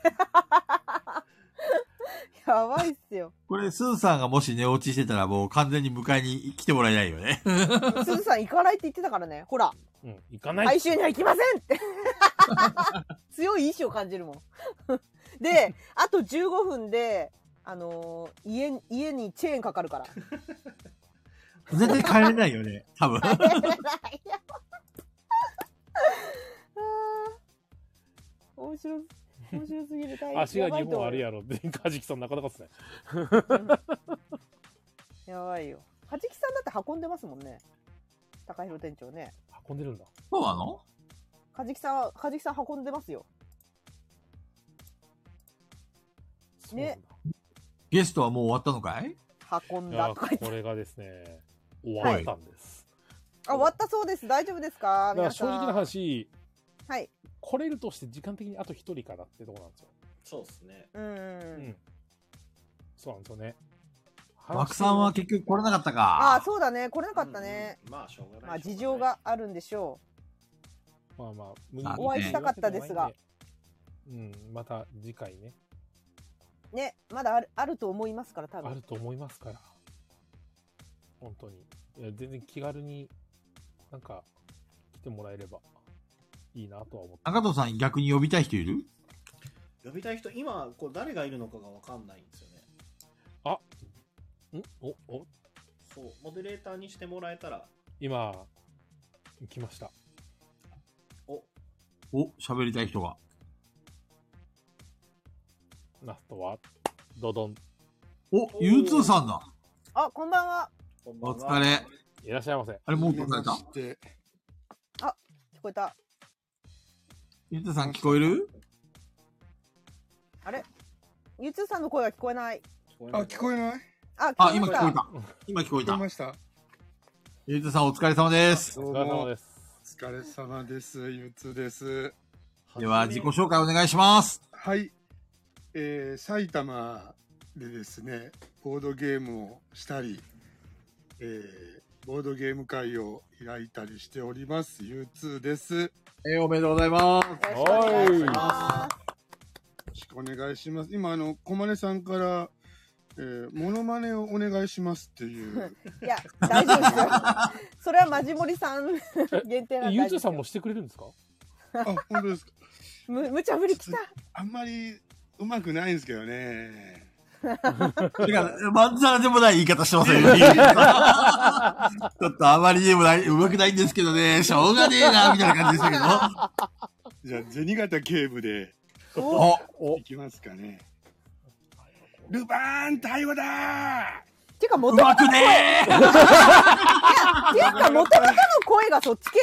[SPEAKER 3] やばいっすよ。
[SPEAKER 2] これ、スーさんがもし寝落ちしてたら、もう完全に迎えに来てもらえないよね。
[SPEAKER 3] すずさん行かないって言ってたからね。ほら。
[SPEAKER 1] うん、行か
[SPEAKER 3] 哀愁には行きませんって 強い意志を感じるもん であと15分であのー家に家にチェーンかかるから
[SPEAKER 2] 絶対帰れないよね、多分。
[SPEAKER 3] 面白い面白すぎる大変
[SPEAKER 1] 足が
[SPEAKER 3] やば
[SPEAKER 1] 2
[SPEAKER 3] いと思
[SPEAKER 1] 本
[SPEAKER 3] う
[SPEAKER 1] あるやろって、カジキさんなかなかっすね。
[SPEAKER 3] やばいよはじきさんだって運んでますもんね高弘店長ね
[SPEAKER 1] 運んでるんだ。
[SPEAKER 2] そうなの
[SPEAKER 3] はじきさんははじきさん運んでますよね
[SPEAKER 2] ゲストはもう終わったのかい
[SPEAKER 3] 運ん
[SPEAKER 1] いや
[SPEAKER 3] だとか言って
[SPEAKER 1] これがですね、終わったんです。
[SPEAKER 3] あ終わったそうです大丈夫ですか
[SPEAKER 1] だか
[SPEAKER 3] 皆
[SPEAKER 1] ら正
[SPEAKER 3] さん
[SPEAKER 1] 直な話、
[SPEAKER 3] はい
[SPEAKER 1] 来れるとして時間的にあと1人かなってとこなんですよ。
[SPEAKER 7] そうですね。
[SPEAKER 3] うん
[SPEAKER 1] そうなんですよね。
[SPEAKER 2] 枠さんは結局来れなかった
[SPEAKER 3] ああ
[SPEAKER 2] か。
[SPEAKER 3] そうだね来れなかったね、
[SPEAKER 7] まあ、しょうが
[SPEAKER 3] まあ事情があるんでしょ
[SPEAKER 1] まあまあ無
[SPEAKER 3] う
[SPEAKER 1] 理に、
[SPEAKER 3] お会いしたかったですが
[SPEAKER 1] うん、また次回ね、
[SPEAKER 3] ねまだあるあると思いますから多
[SPEAKER 1] ある
[SPEAKER 3] 分
[SPEAKER 1] と思いますから。本当に。いや全然気軽に、なんか、来てもらえればいいなとは思って。
[SPEAKER 2] 中藤さん逆に呼びたい人いる
[SPEAKER 7] 呼びたい人、今、こう誰がいるのかがわかんないんですよね。
[SPEAKER 1] あんお、お、
[SPEAKER 7] そう、モデレーターにしてもらえたら、
[SPEAKER 1] 今、来ました。
[SPEAKER 2] お、喋りたい人が。
[SPEAKER 1] ラストは、ドドン。
[SPEAKER 2] お、U2 さんだ。
[SPEAKER 3] あこんばんは
[SPEAKER 2] お疲れ。
[SPEAKER 1] いらっしゃいませ。
[SPEAKER 2] あれ、もう来られた。
[SPEAKER 3] あ聞こえた
[SPEAKER 2] U2 さん聞こえる
[SPEAKER 3] あれゆつさんの声が聞こえない
[SPEAKER 6] あ、聞こえない
[SPEAKER 3] あ
[SPEAKER 2] あ、
[SPEAKER 3] 聞
[SPEAKER 2] 今
[SPEAKER 3] こえまし
[SPEAKER 2] 聞
[SPEAKER 3] た
[SPEAKER 2] こえた。今聞こえ
[SPEAKER 6] 聞こえ
[SPEAKER 2] た。
[SPEAKER 6] ました。
[SPEAKER 2] U2 さんお疲れ様です。
[SPEAKER 6] どうも
[SPEAKER 1] です。
[SPEAKER 6] お疲れ様です。ゆつです。
[SPEAKER 2] では、自己紹介お願いし ます。
[SPEAKER 6] はい。えー、埼玉でですね、ボードゲームをしたり、えー、ボードゲーム会を開いたりしております。ゆつです。
[SPEAKER 2] えー、おめでとうございます。
[SPEAKER 6] はい。よろしくお願いします。今、あの、小金さんから、えー、モノマネをお願いしますっていう。
[SPEAKER 3] いや大丈夫ですよ それはマジモリさん 限定なんで
[SPEAKER 1] ゆ
[SPEAKER 3] 大丈
[SPEAKER 1] うち
[SPEAKER 3] 夫
[SPEAKER 1] さんもしてくれるんですか
[SPEAKER 6] あ、本当ですか。
[SPEAKER 3] む、無茶ぶりきた。
[SPEAKER 6] あんまりうまくないんですけどね。
[SPEAKER 2] てか、まんざらでもない言い方してます よ。ちょっとあまりでもない、うまくないんですけどね、しょうがねえな、みたいな感じでしたけど。
[SPEAKER 6] じゃあ、銭形警部で。
[SPEAKER 2] お
[SPEAKER 6] いきますかね。ルバーン逮捕だ
[SPEAKER 3] てか元々の声
[SPEAKER 6] うまくねー
[SPEAKER 3] いやていうか元々の声がそっち系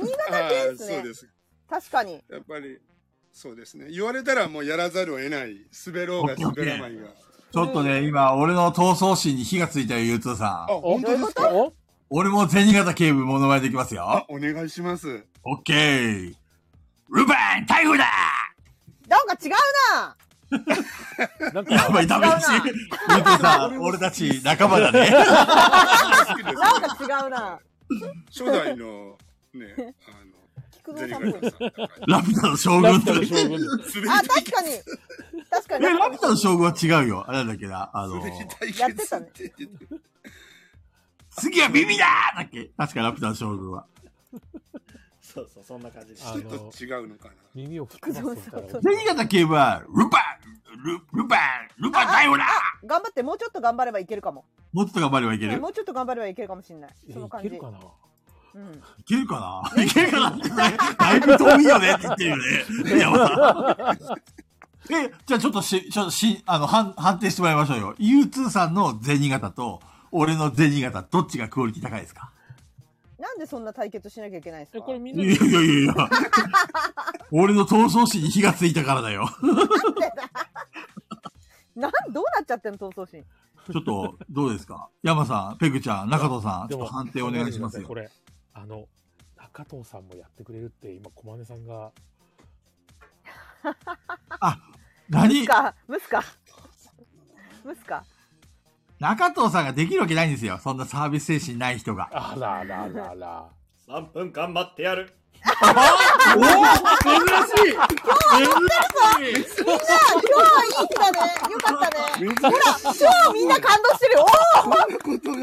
[SPEAKER 3] だね銭 形系です
[SPEAKER 6] あー
[SPEAKER 3] ね
[SPEAKER 6] そうです
[SPEAKER 3] 確かに
[SPEAKER 6] やっぱり、そうですね。言われたらもうやらざるを得ない。滑ろうが滑らないが。
[SPEAKER 2] ちょっとね、今、俺の闘争心に火がついたよ、ゆうとさん。
[SPEAKER 6] 本当ですか
[SPEAKER 2] 俺も銭形警部物まねできますよ。
[SPEAKER 6] お願いします。
[SPEAKER 2] オッケー。ルバーン、逮捕だ
[SPEAKER 3] なんか違うな
[SPEAKER 1] なん
[SPEAKER 2] やばい、ダメだし。ゆうとさん、俺たち仲間だ ね。
[SPEAKER 3] なんか違うな。
[SPEAKER 6] 初代の、ね、あの、
[SPEAKER 3] 菊蔵さんっぽい。
[SPEAKER 2] ラピュタの将軍とか言って
[SPEAKER 3] あ、確かに。確か
[SPEAKER 2] え、
[SPEAKER 3] に。
[SPEAKER 2] ラピュタの将軍は違うよ。あれなんだっけな。あの、
[SPEAKER 3] やってたね。
[SPEAKER 2] 次は耳だーだっけ確かラピュタの将軍は。
[SPEAKER 7] そうそう、そんな感じです。
[SPEAKER 6] ちょっと違うのかな。
[SPEAKER 1] 耳を吹
[SPEAKER 3] きますみたいな。
[SPEAKER 2] 何型警部は、ルパンル、ルパンルパン逮捕だ
[SPEAKER 3] あ頑張って、もうちょっと頑張ればいけるかも。
[SPEAKER 2] もっと頑張ればいける
[SPEAKER 3] もうちょっと頑張ればいけるかもしれない。その感じ。いける
[SPEAKER 1] かな
[SPEAKER 3] うん。
[SPEAKER 2] いけるかないけるかなってだいぶ遠いよねって言ってるよね。山田さん。え、じゃあちょっとし、ちょっとし、あの、判、判定してもらいましょうよ。U2 さんの銭形と、俺の銭形、どっちがクオリティ高いですか
[SPEAKER 3] なんでそんな対決しなきゃいけないんですかこれみ
[SPEAKER 2] いやいやいやいや。俺の闘争心に火がついたからだよ。
[SPEAKER 3] なん、どうなっちゃってんの、闘争心。
[SPEAKER 2] ちょっと、どうですか 山さん、ペグちゃん、中藤さん、ちょっと判定お願いしますよ
[SPEAKER 1] こ。れ、あの、中藤さんもやってくれるって、今、小金さんが、
[SPEAKER 2] 何
[SPEAKER 3] ムスか、ムスか。ムスか。
[SPEAKER 2] 中藤さんができるわけないんですよ。そんなサービス精神ない人が。
[SPEAKER 1] あらららら。
[SPEAKER 7] 3分間待ってやる。
[SPEAKER 2] おお珍しい
[SPEAKER 3] みんな、今日はいい日だね。よかったね。ほら、今日みんな感動してる。おお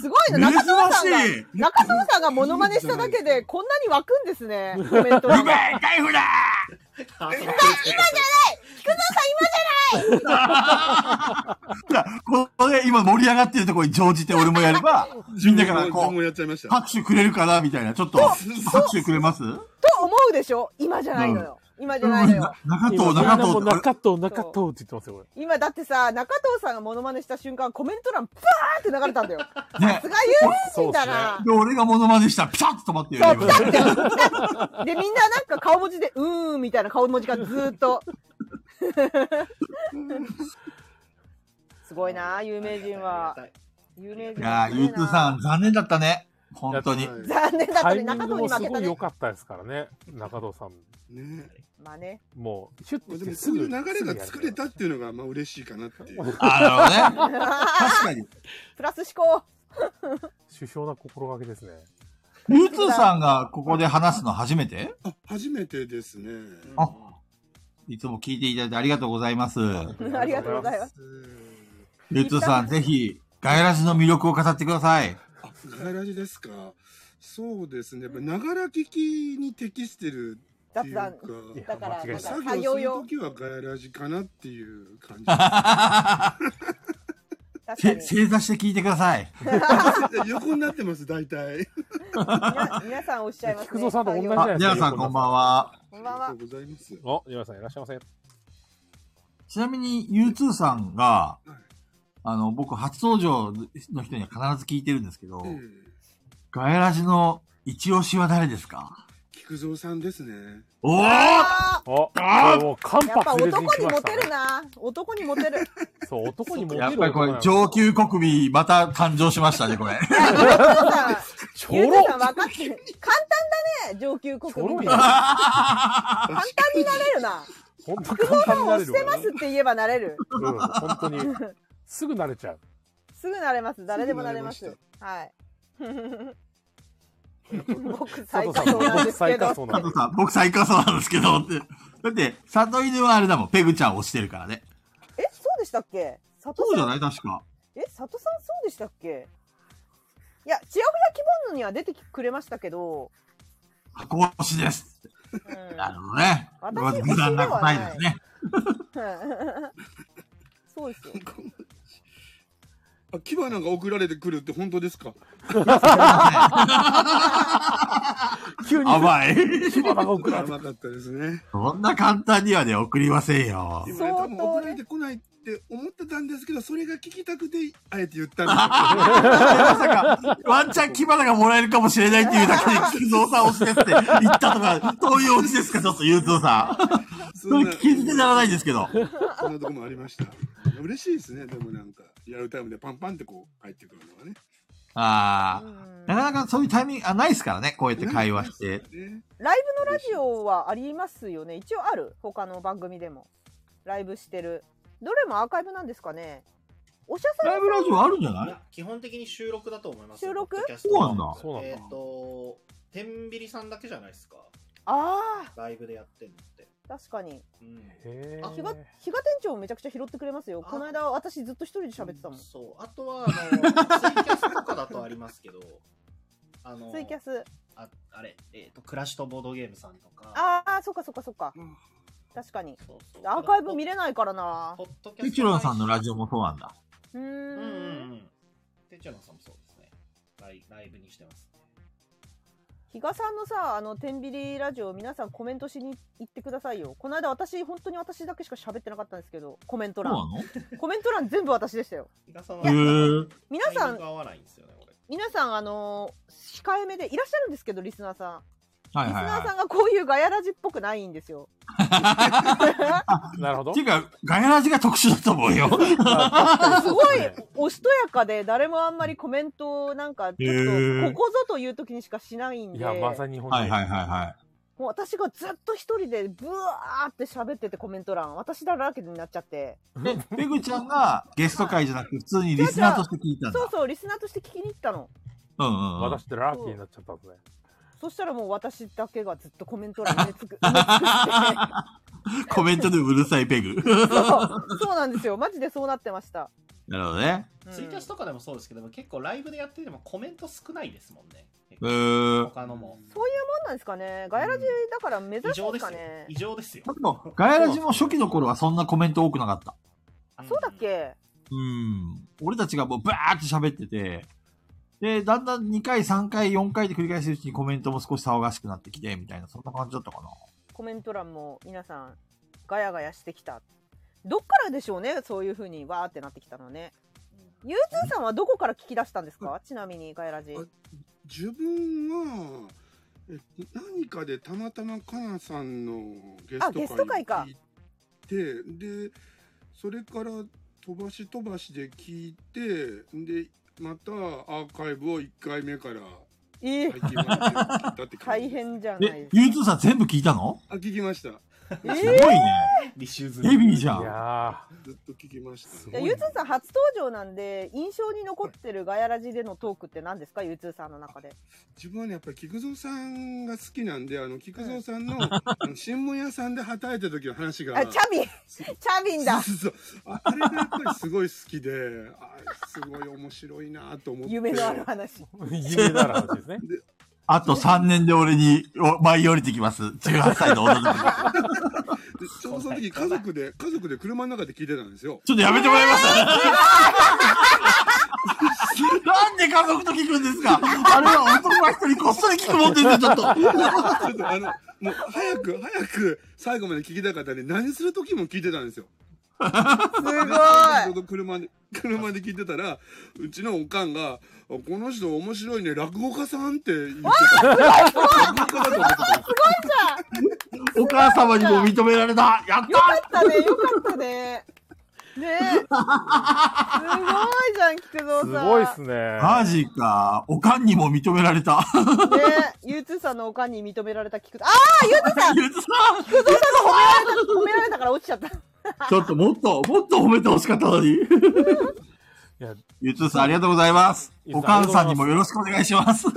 [SPEAKER 3] すごいな、中澤さんが
[SPEAKER 2] 珍しい。
[SPEAKER 3] 中澤さんがモノマネしただけで、こんなに湧くんですね。コメントが。
[SPEAKER 2] うめえ逮捕だ
[SPEAKER 3] 今、今じゃない菊蔵さん、今じゃない
[SPEAKER 2] ほら、ここで今盛り上がってるところに乗じて俺もや れば、みんなからこ
[SPEAKER 6] 自分もやっちゃいまし
[SPEAKER 2] う、
[SPEAKER 6] た。
[SPEAKER 2] 拍手くれるかなみたいな。ちょっと、拍手くれます
[SPEAKER 3] と思うでしょ今じゃないのよ。今じゃないのよ。
[SPEAKER 2] 中
[SPEAKER 1] 今
[SPEAKER 2] 藤、中
[SPEAKER 1] みんなもう
[SPEAKER 2] 藤。
[SPEAKER 1] 中藤、中藤って言ってますよ、これ。
[SPEAKER 3] 今だってさ、中藤さんがモノマネした瞬間、コメント欄、バーって流れたんだよ。
[SPEAKER 2] ね
[SPEAKER 3] さすが有名人だな。
[SPEAKER 2] で、俺がモノマネしたらピシャッと止まってるよ、ね、今
[SPEAKER 3] で、みんななんか顔文字で、うーんみたいな顔文字がずーっと。すごいな、有名人は。有名
[SPEAKER 2] い
[SPEAKER 3] 人
[SPEAKER 2] や
[SPEAKER 3] は
[SPEAKER 2] ー、ゆうつーさん、残念だったね。本当に。
[SPEAKER 3] 残念だった
[SPEAKER 1] タ
[SPEAKER 3] ね、
[SPEAKER 1] イミン
[SPEAKER 3] 中藤
[SPEAKER 1] グも
[SPEAKER 3] に
[SPEAKER 1] す
[SPEAKER 3] 負け
[SPEAKER 1] ご
[SPEAKER 3] た
[SPEAKER 1] い
[SPEAKER 3] ね
[SPEAKER 1] 良。かったですからね、中藤さん。
[SPEAKER 3] まあね。
[SPEAKER 1] もう、シュッて
[SPEAKER 6] で
[SPEAKER 1] して
[SPEAKER 6] も
[SPEAKER 1] す
[SPEAKER 6] そうい
[SPEAKER 1] ぐ
[SPEAKER 6] う流れが作れたっていうのがまあ嬉しいかなっていう。
[SPEAKER 2] あなるほど ね。
[SPEAKER 3] 確
[SPEAKER 2] かに。
[SPEAKER 3] プラス思考。
[SPEAKER 1] 首相な心がけですね。
[SPEAKER 2] ゆうつーさんがここで話すの初めて
[SPEAKER 6] あ初めてですね。
[SPEAKER 2] あ、いつも聞いていただいてありがとうございます。
[SPEAKER 3] ありがとうございます。
[SPEAKER 2] ゆうつーさん、ぜひ、ガイラジの魅力を語ってください。
[SPEAKER 6] ガイラジですか。そうですね。やっぱながら聞きに適してるっていうか
[SPEAKER 3] 雑談だからいや間違いない
[SPEAKER 6] 作
[SPEAKER 3] 作
[SPEAKER 6] 業
[SPEAKER 3] 業
[SPEAKER 6] する
[SPEAKER 3] 用
[SPEAKER 6] ときはガイラジかなっていう 感じ。
[SPEAKER 2] せ正座して聞いてくだ さい。
[SPEAKER 6] 横になってます、大体。
[SPEAKER 3] 皆皆さんおっしゃいますね。
[SPEAKER 1] 菊蔵さんと同じじゃない
[SPEAKER 2] あ、
[SPEAKER 1] です
[SPEAKER 2] ジ
[SPEAKER 1] か。
[SPEAKER 2] ャさんこんばんは。
[SPEAKER 3] こんばんは。
[SPEAKER 6] ございます。
[SPEAKER 1] お、ジャさんいらっしゃいませ。
[SPEAKER 2] ちなみに、ゆうつーさんが、あの、僕、初登場の人には必ず聞いてるんですけど、ガヤラジの一押しは誰ですか
[SPEAKER 6] 菊蔵さんですね。
[SPEAKER 2] おー
[SPEAKER 1] お
[SPEAKER 2] あー
[SPEAKER 1] もう間
[SPEAKER 3] やっぱ
[SPEAKER 1] 髪入れずに
[SPEAKER 3] 男
[SPEAKER 1] 来
[SPEAKER 3] に
[SPEAKER 1] ま
[SPEAKER 3] モ
[SPEAKER 1] し
[SPEAKER 3] テ
[SPEAKER 1] た
[SPEAKER 3] る
[SPEAKER 1] ね。
[SPEAKER 3] な。男にモテる。
[SPEAKER 1] そう、男にモテる
[SPEAKER 2] やっ
[SPEAKER 1] 男
[SPEAKER 2] ぱりこ
[SPEAKER 1] なん
[SPEAKER 2] れ、
[SPEAKER 1] ですよ
[SPEAKER 2] 上級国民、また誕生しましたね、これ。
[SPEAKER 1] ち
[SPEAKER 3] ゆ
[SPEAKER 1] ょ
[SPEAKER 3] うと
[SPEAKER 1] ろ
[SPEAKER 3] さん分かってる。簡単だね、上級国民。
[SPEAKER 1] ちょろい
[SPEAKER 3] 簡
[SPEAKER 1] な
[SPEAKER 3] 単になれるな。
[SPEAKER 1] ほんと
[SPEAKER 3] 黒
[SPEAKER 1] 簡単にな
[SPEAKER 3] を
[SPEAKER 1] れ
[SPEAKER 3] し
[SPEAKER 1] る
[SPEAKER 3] て
[SPEAKER 1] わ
[SPEAKER 3] ま
[SPEAKER 1] ね。
[SPEAKER 3] すって言えばなれる。
[SPEAKER 1] うん、本当に。すぐ慣れちゃう。
[SPEAKER 3] すぐなれます。誰でもなれます。はい。 僕最下層なんですけど。
[SPEAKER 1] そう
[SPEAKER 2] 加藤さん、 僕最下層なんですけど、って。だって、里犬はあれだもん、ペグちゃんを推してるからね。
[SPEAKER 3] え、そうでしたっけ佐
[SPEAKER 2] そうじ
[SPEAKER 3] 藤さ
[SPEAKER 2] ゃ
[SPEAKER 3] ん。
[SPEAKER 2] ない確か。
[SPEAKER 3] え、佐藤さんそうでしたっけいや、ちやほや希望のには出てくれましたけど、
[SPEAKER 2] 箱推しです。なるほどね。
[SPEAKER 3] 私推しではない
[SPEAKER 2] 無難な答えですね。
[SPEAKER 3] そうですよ。
[SPEAKER 6] あ、キバナが送られてくるって本当ですか
[SPEAKER 1] 急に
[SPEAKER 2] 甘い。
[SPEAKER 1] キバナが送
[SPEAKER 6] られてかったですね。
[SPEAKER 2] そんな簡単にはね、送りませんよ
[SPEAKER 6] で。もね、多分送られてこないって思ってたんですけど、それが聞きたくて、あえて言ったんですよ
[SPEAKER 2] ワンチャン牙がもらえるかもしれないっていうだけで、菊蔵さんをしてって言ったとか、そういうオチですか、ちょっと、ゆうぞうさん。それ聞き捨てならないんですけど。
[SPEAKER 6] そんなとこもありました。嬉しいですね。でもなんか、リアルタイムでパンパンってこう入ってくるのはね。
[SPEAKER 2] ああ、なかなかそういうタイミング、あ、ないですからね、こうやって会話して。
[SPEAKER 3] ライブのラジオはありますよね。一応ある。他の番組でも。ライブしてるどれもアーカイブなんですかねおしゃさん
[SPEAKER 2] ライブラジオあるんじゃ
[SPEAKER 7] い
[SPEAKER 2] ない
[SPEAKER 7] や基本的に収録だと思います。
[SPEAKER 3] 収録
[SPEAKER 7] ポッドキャスト
[SPEAKER 2] そ
[SPEAKER 7] は
[SPEAKER 2] うなんだそうなんだ
[SPEAKER 7] えっ、と、天秤さんだけじゃないですか。
[SPEAKER 3] あ
[SPEAKER 7] ライブでやってるのって。
[SPEAKER 3] あ確かに
[SPEAKER 7] へ
[SPEAKER 3] あ比嘉比嘉店長めちゃくちゃ拾ってくれますよこの間私ずっと一人で喋ってたもん
[SPEAKER 7] そうあとは、あ の、ツイキャスとかだとありますけど、あの、
[SPEAKER 3] ツイキャス
[SPEAKER 7] ああれ、えっ、と、暮らしとボードゲームさんとか、
[SPEAKER 3] ああそっかそっかそっか、確かにアーカイブ見れないからな
[SPEAKER 2] テチロンさんのラジオもそうなんだ。
[SPEAKER 3] うーん
[SPEAKER 7] てっちゃんさんもそうですね。ライライブにしてます。
[SPEAKER 3] 比嘉さんのさあの天秤ラジオ皆さんコメントしに行ってくださいよこの間私本当に私だけしか喋ってなかったんですけどコメント欄
[SPEAKER 7] そうな
[SPEAKER 3] コメント欄全部私でしたよ
[SPEAKER 7] 比嘉さん
[SPEAKER 3] いや
[SPEAKER 7] は、
[SPEAKER 3] 皆さん
[SPEAKER 7] タイミング合わないんですよね、俺。
[SPEAKER 3] 皆さんあのー控えめでいらっしゃるんですけどリスナーさん
[SPEAKER 2] はいはい
[SPEAKER 3] リスナー
[SPEAKER 2] は
[SPEAKER 3] さんがこういうガヤラジっぽくないんで すよ
[SPEAKER 2] い。なるほど。ていうか、ガヤラジが特殊だと思う よ。
[SPEAKER 3] すごいおしとやかで誰もあんまりコメントをなんかちょっとここぞという時にしかしないんで
[SPEAKER 1] いや、まさに本
[SPEAKER 2] はいはいはいはい。
[SPEAKER 3] もう私がずっと一人でブワーって喋っててコメント欄私だらけになっちゃって
[SPEAKER 2] で、ペグちゃんがゲスト会じゃなくて、普通にリスナーとして聞いたんだ
[SPEAKER 3] そ。うそうリスナーとして聞きに行ったの
[SPEAKER 2] うんうんうん。
[SPEAKER 1] 私ってラッキーになっちゃったんですね。
[SPEAKER 3] そしたらもう私だけがずっとコメント欄埋め つく埋め尽くして
[SPEAKER 2] コメントでうるさいペグ。
[SPEAKER 3] そうそうなんですよマジでそうなってました
[SPEAKER 2] なるほどね。
[SPEAKER 7] ツイキャスとかでもそうですけども、結構ライブでやっててもコメント少ないですもんね。
[SPEAKER 2] うーん。
[SPEAKER 7] 他のも。
[SPEAKER 3] そういうもんなんですかねガヤラジだから珍しいで
[SPEAKER 7] 異常ですす
[SPEAKER 3] か
[SPEAKER 7] よ
[SPEAKER 3] ね。
[SPEAKER 7] 異常ですよ。
[SPEAKER 2] ガヤラジも初期の頃はそんなコメント多くなかった。
[SPEAKER 3] あそうだっけ
[SPEAKER 2] うん。俺たちがもうバーって喋ってて、で、だんだん2回、3回、4回で繰り返してるうちにコメントも少し騒がしくなってきて、みたいな、そんな感じだったかな。
[SPEAKER 3] コメント欄も皆さんガヤガヤしてきたどっからでしょうねそういうふうにわーってなってきたのねゆうつーさんはどこから聞き出したんですかちなみにガヤラジ
[SPEAKER 6] 自分は、えっと、何かでたまたまかなさんのゲ
[SPEAKER 3] あゲス
[SPEAKER 6] ス
[SPEAKER 3] ト
[SPEAKER 6] ト
[SPEAKER 3] 会
[SPEAKER 6] 会
[SPEAKER 3] か
[SPEAKER 6] に行ってでそれから飛ばし飛ばしで聞いてでまたアーカイブを1回目から
[SPEAKER 3] え
[SPEAKER 6] 最近まで聞いたって
[SPEAKER 3] 大変じゃない
[SPEAKER 2] え
[SPEAKER 3] で、す
[SPEAKER 2] ゆうつーさん全部聞いたの
[SPEAKER 6] あ聞きました
[SPEAKER 2] すごいね。
[SPEAKER 7] 履修済み
[SPEAKER 2] ヘビーじゃん。
[SPEAKER 6] い
[SPEAKER 1] や
[SPEAKER 6] ずっと聞きました
[SPEAKER 3] いやゆうつーさん初登場なんで印象に残ってるガヤラジでのトークって何ですかゆうつーさんの中で
[SPEAKER 6] 自分はねやっぱり菊蔵さんが好きなんであの菊蔵さんのあの新聞屋さんで働いた時の話が
[SPEAKER 3] あチ ャビンチャビンだ
[SPEAKER 6] ああれがやっぱりすごい好きで、あすごい面白いなと思って。
[SPEAKER 3] 夢のある話
[SPEAKER 1] 夢のある話ですね。
[SPEAKER 2] あと3年で俺にお舞い降りてきます。18歳の女の子。
[SPEAKER 6] でちょうどその時家族で、家族で車の中で聞いてたんですよ。
[SPEAKER 2] ちょっとやめてもらえます
[SPEAKER 6] なん
[SPEAKER 2] で家族と聞くんですかあれは男が一人こっそり聞くもんですよ、ちょっと。
[SPEAKER 6] ちょっとあの、もう早く早く最後まで聞きたかったんで、何する時も聞いてたんですよ。す
[SPEAKER 3] ごい
[SPEAKER 6] 車で、車で聞いてたら、うちのおかんが、あこの人面白いね、落語家さんって言ってた。落語家だと思ってた。
[SPEAKER 2] お母様にも認められた。やった
[SPEAKER 3] よかったねよかったねねえすごいじゃん菊蔵さん
[SPEAKER 1] ね。
[SPEAKER 2] マジか。おかんにも認められた。
[SPEAKER 3] ねゆうつーさんのおかんに認められた菊蔵ああゆうつーさんゆうつさん菊蔵さんに褒められた褒められたから落ちちゃった
[SPEAKER 2] ちょっともっと、もっと褒めてほしかったのに。ゆつさん、ありがとうございます。お母さんにもよろしくお願いします。
[SPEAKER 3] い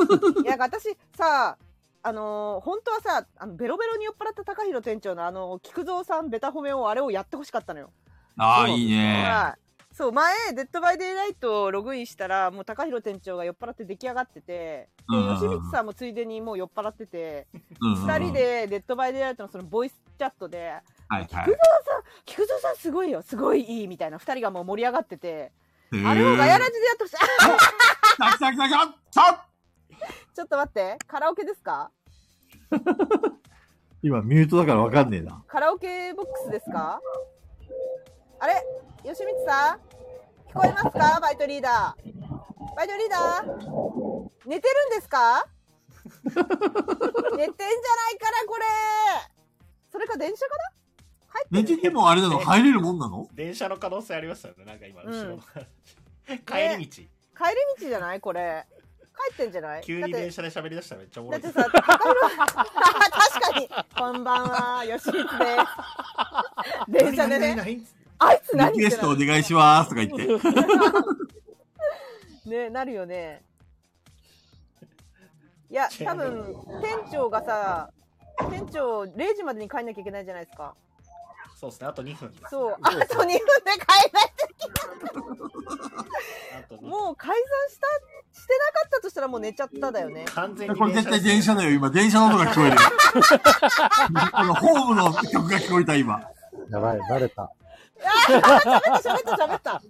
[SPEAKER 3] やなんか私さあのー本当はさあのベロベロに酔っ払った高弘店長のあの菊蔵さんベタ褒めをあれをやってほしかったのよ。
[SPEAKER 2] ああ、いいね。
[SPEAKER 3] はいそう前「デッド・バイ・デイ・ライト」をログインしたらもう高弘店長が酔っ払って出来上がっててで
[SPEAKER 2] うんうんうん
[SPEAKER 3] 吉光さんもついでにもう酔っ払ってて
[SPEAKER 2] うんうんうん
[SPEAKER 3] 2人で「デッド・バイ・デイ・ライト」のそのボイスチャットで
[SPEAKER 2] はいは
[SPEAKER 3] 「菊
[SPEAKER 2] い。
[SPEAKER 3] 蔵さん菊蔵さんすごいよすごいいい」みたいな2人がもう盛り上がっててあれをガヤラジでやってほしい
[SPEAKER 2] 来た来た来た来た
[SPEAKER 3] ちょっと待ってカラオケですか
[SPEAKER 2] 今、ミュートだからわかんねえな。
[SPEAKER 3] カラオケボックスですかあれ吉光さん聞こえますかバイトリーダーバイトリーダー寝てるんで すか寝てんじゃないからこれそれか電車か
[SPEAKER 2] 寝ててもあれなの入れるもんなの
[SPEAKER 7] 電車の可能性ありますよね、なんか今、後ろの。
[SPEAKER 3] ね
[SPEAKER 7] 帰り道。
[SPEAKER 3] な帰り道じゃないこれ帰ってんじゃない
[SPEAKER 7] 急に電車
[SPEAKER 3] だ
[SPEAKER 7] で
[SPEAKER 3] って
[SPEAKER 7] 喋り出したらめっちゃおも
[SPEAKER 3] だ
[SPEAKER 7] ろ
[SPEAKER 3] っ
[SPEAKER 7] い
[SPEAKER 3] て
[SPEAKER 7] です。
[SPEAKER 3] さ高い確かにこんばんは吉光で すで電車でね。あいつ何
[SPEAKER 2] リクエストお願いしますとか言って。
[SPEAKER 3] ねなるよねいや多分店長がさ店長0時までに帰んなきゃいけないじゃないですか
[SPEAKER 7] そうですね、あと2分。
[SPEAKER 3] そうあと2分で帰らないといけないもう解散したしてなかったとしたらもう寝ちゃっただよね
[SPEAKER 7] 完全。
[SPEAKER 2] これ絶対電車だよ、今。電車の音が聞こえるよ。あの、ホームの曲が聞こえた、今。
[SPEAKER 9] やばい、バレた。
[SPEAKER 3] あ ー喋った喋った喋った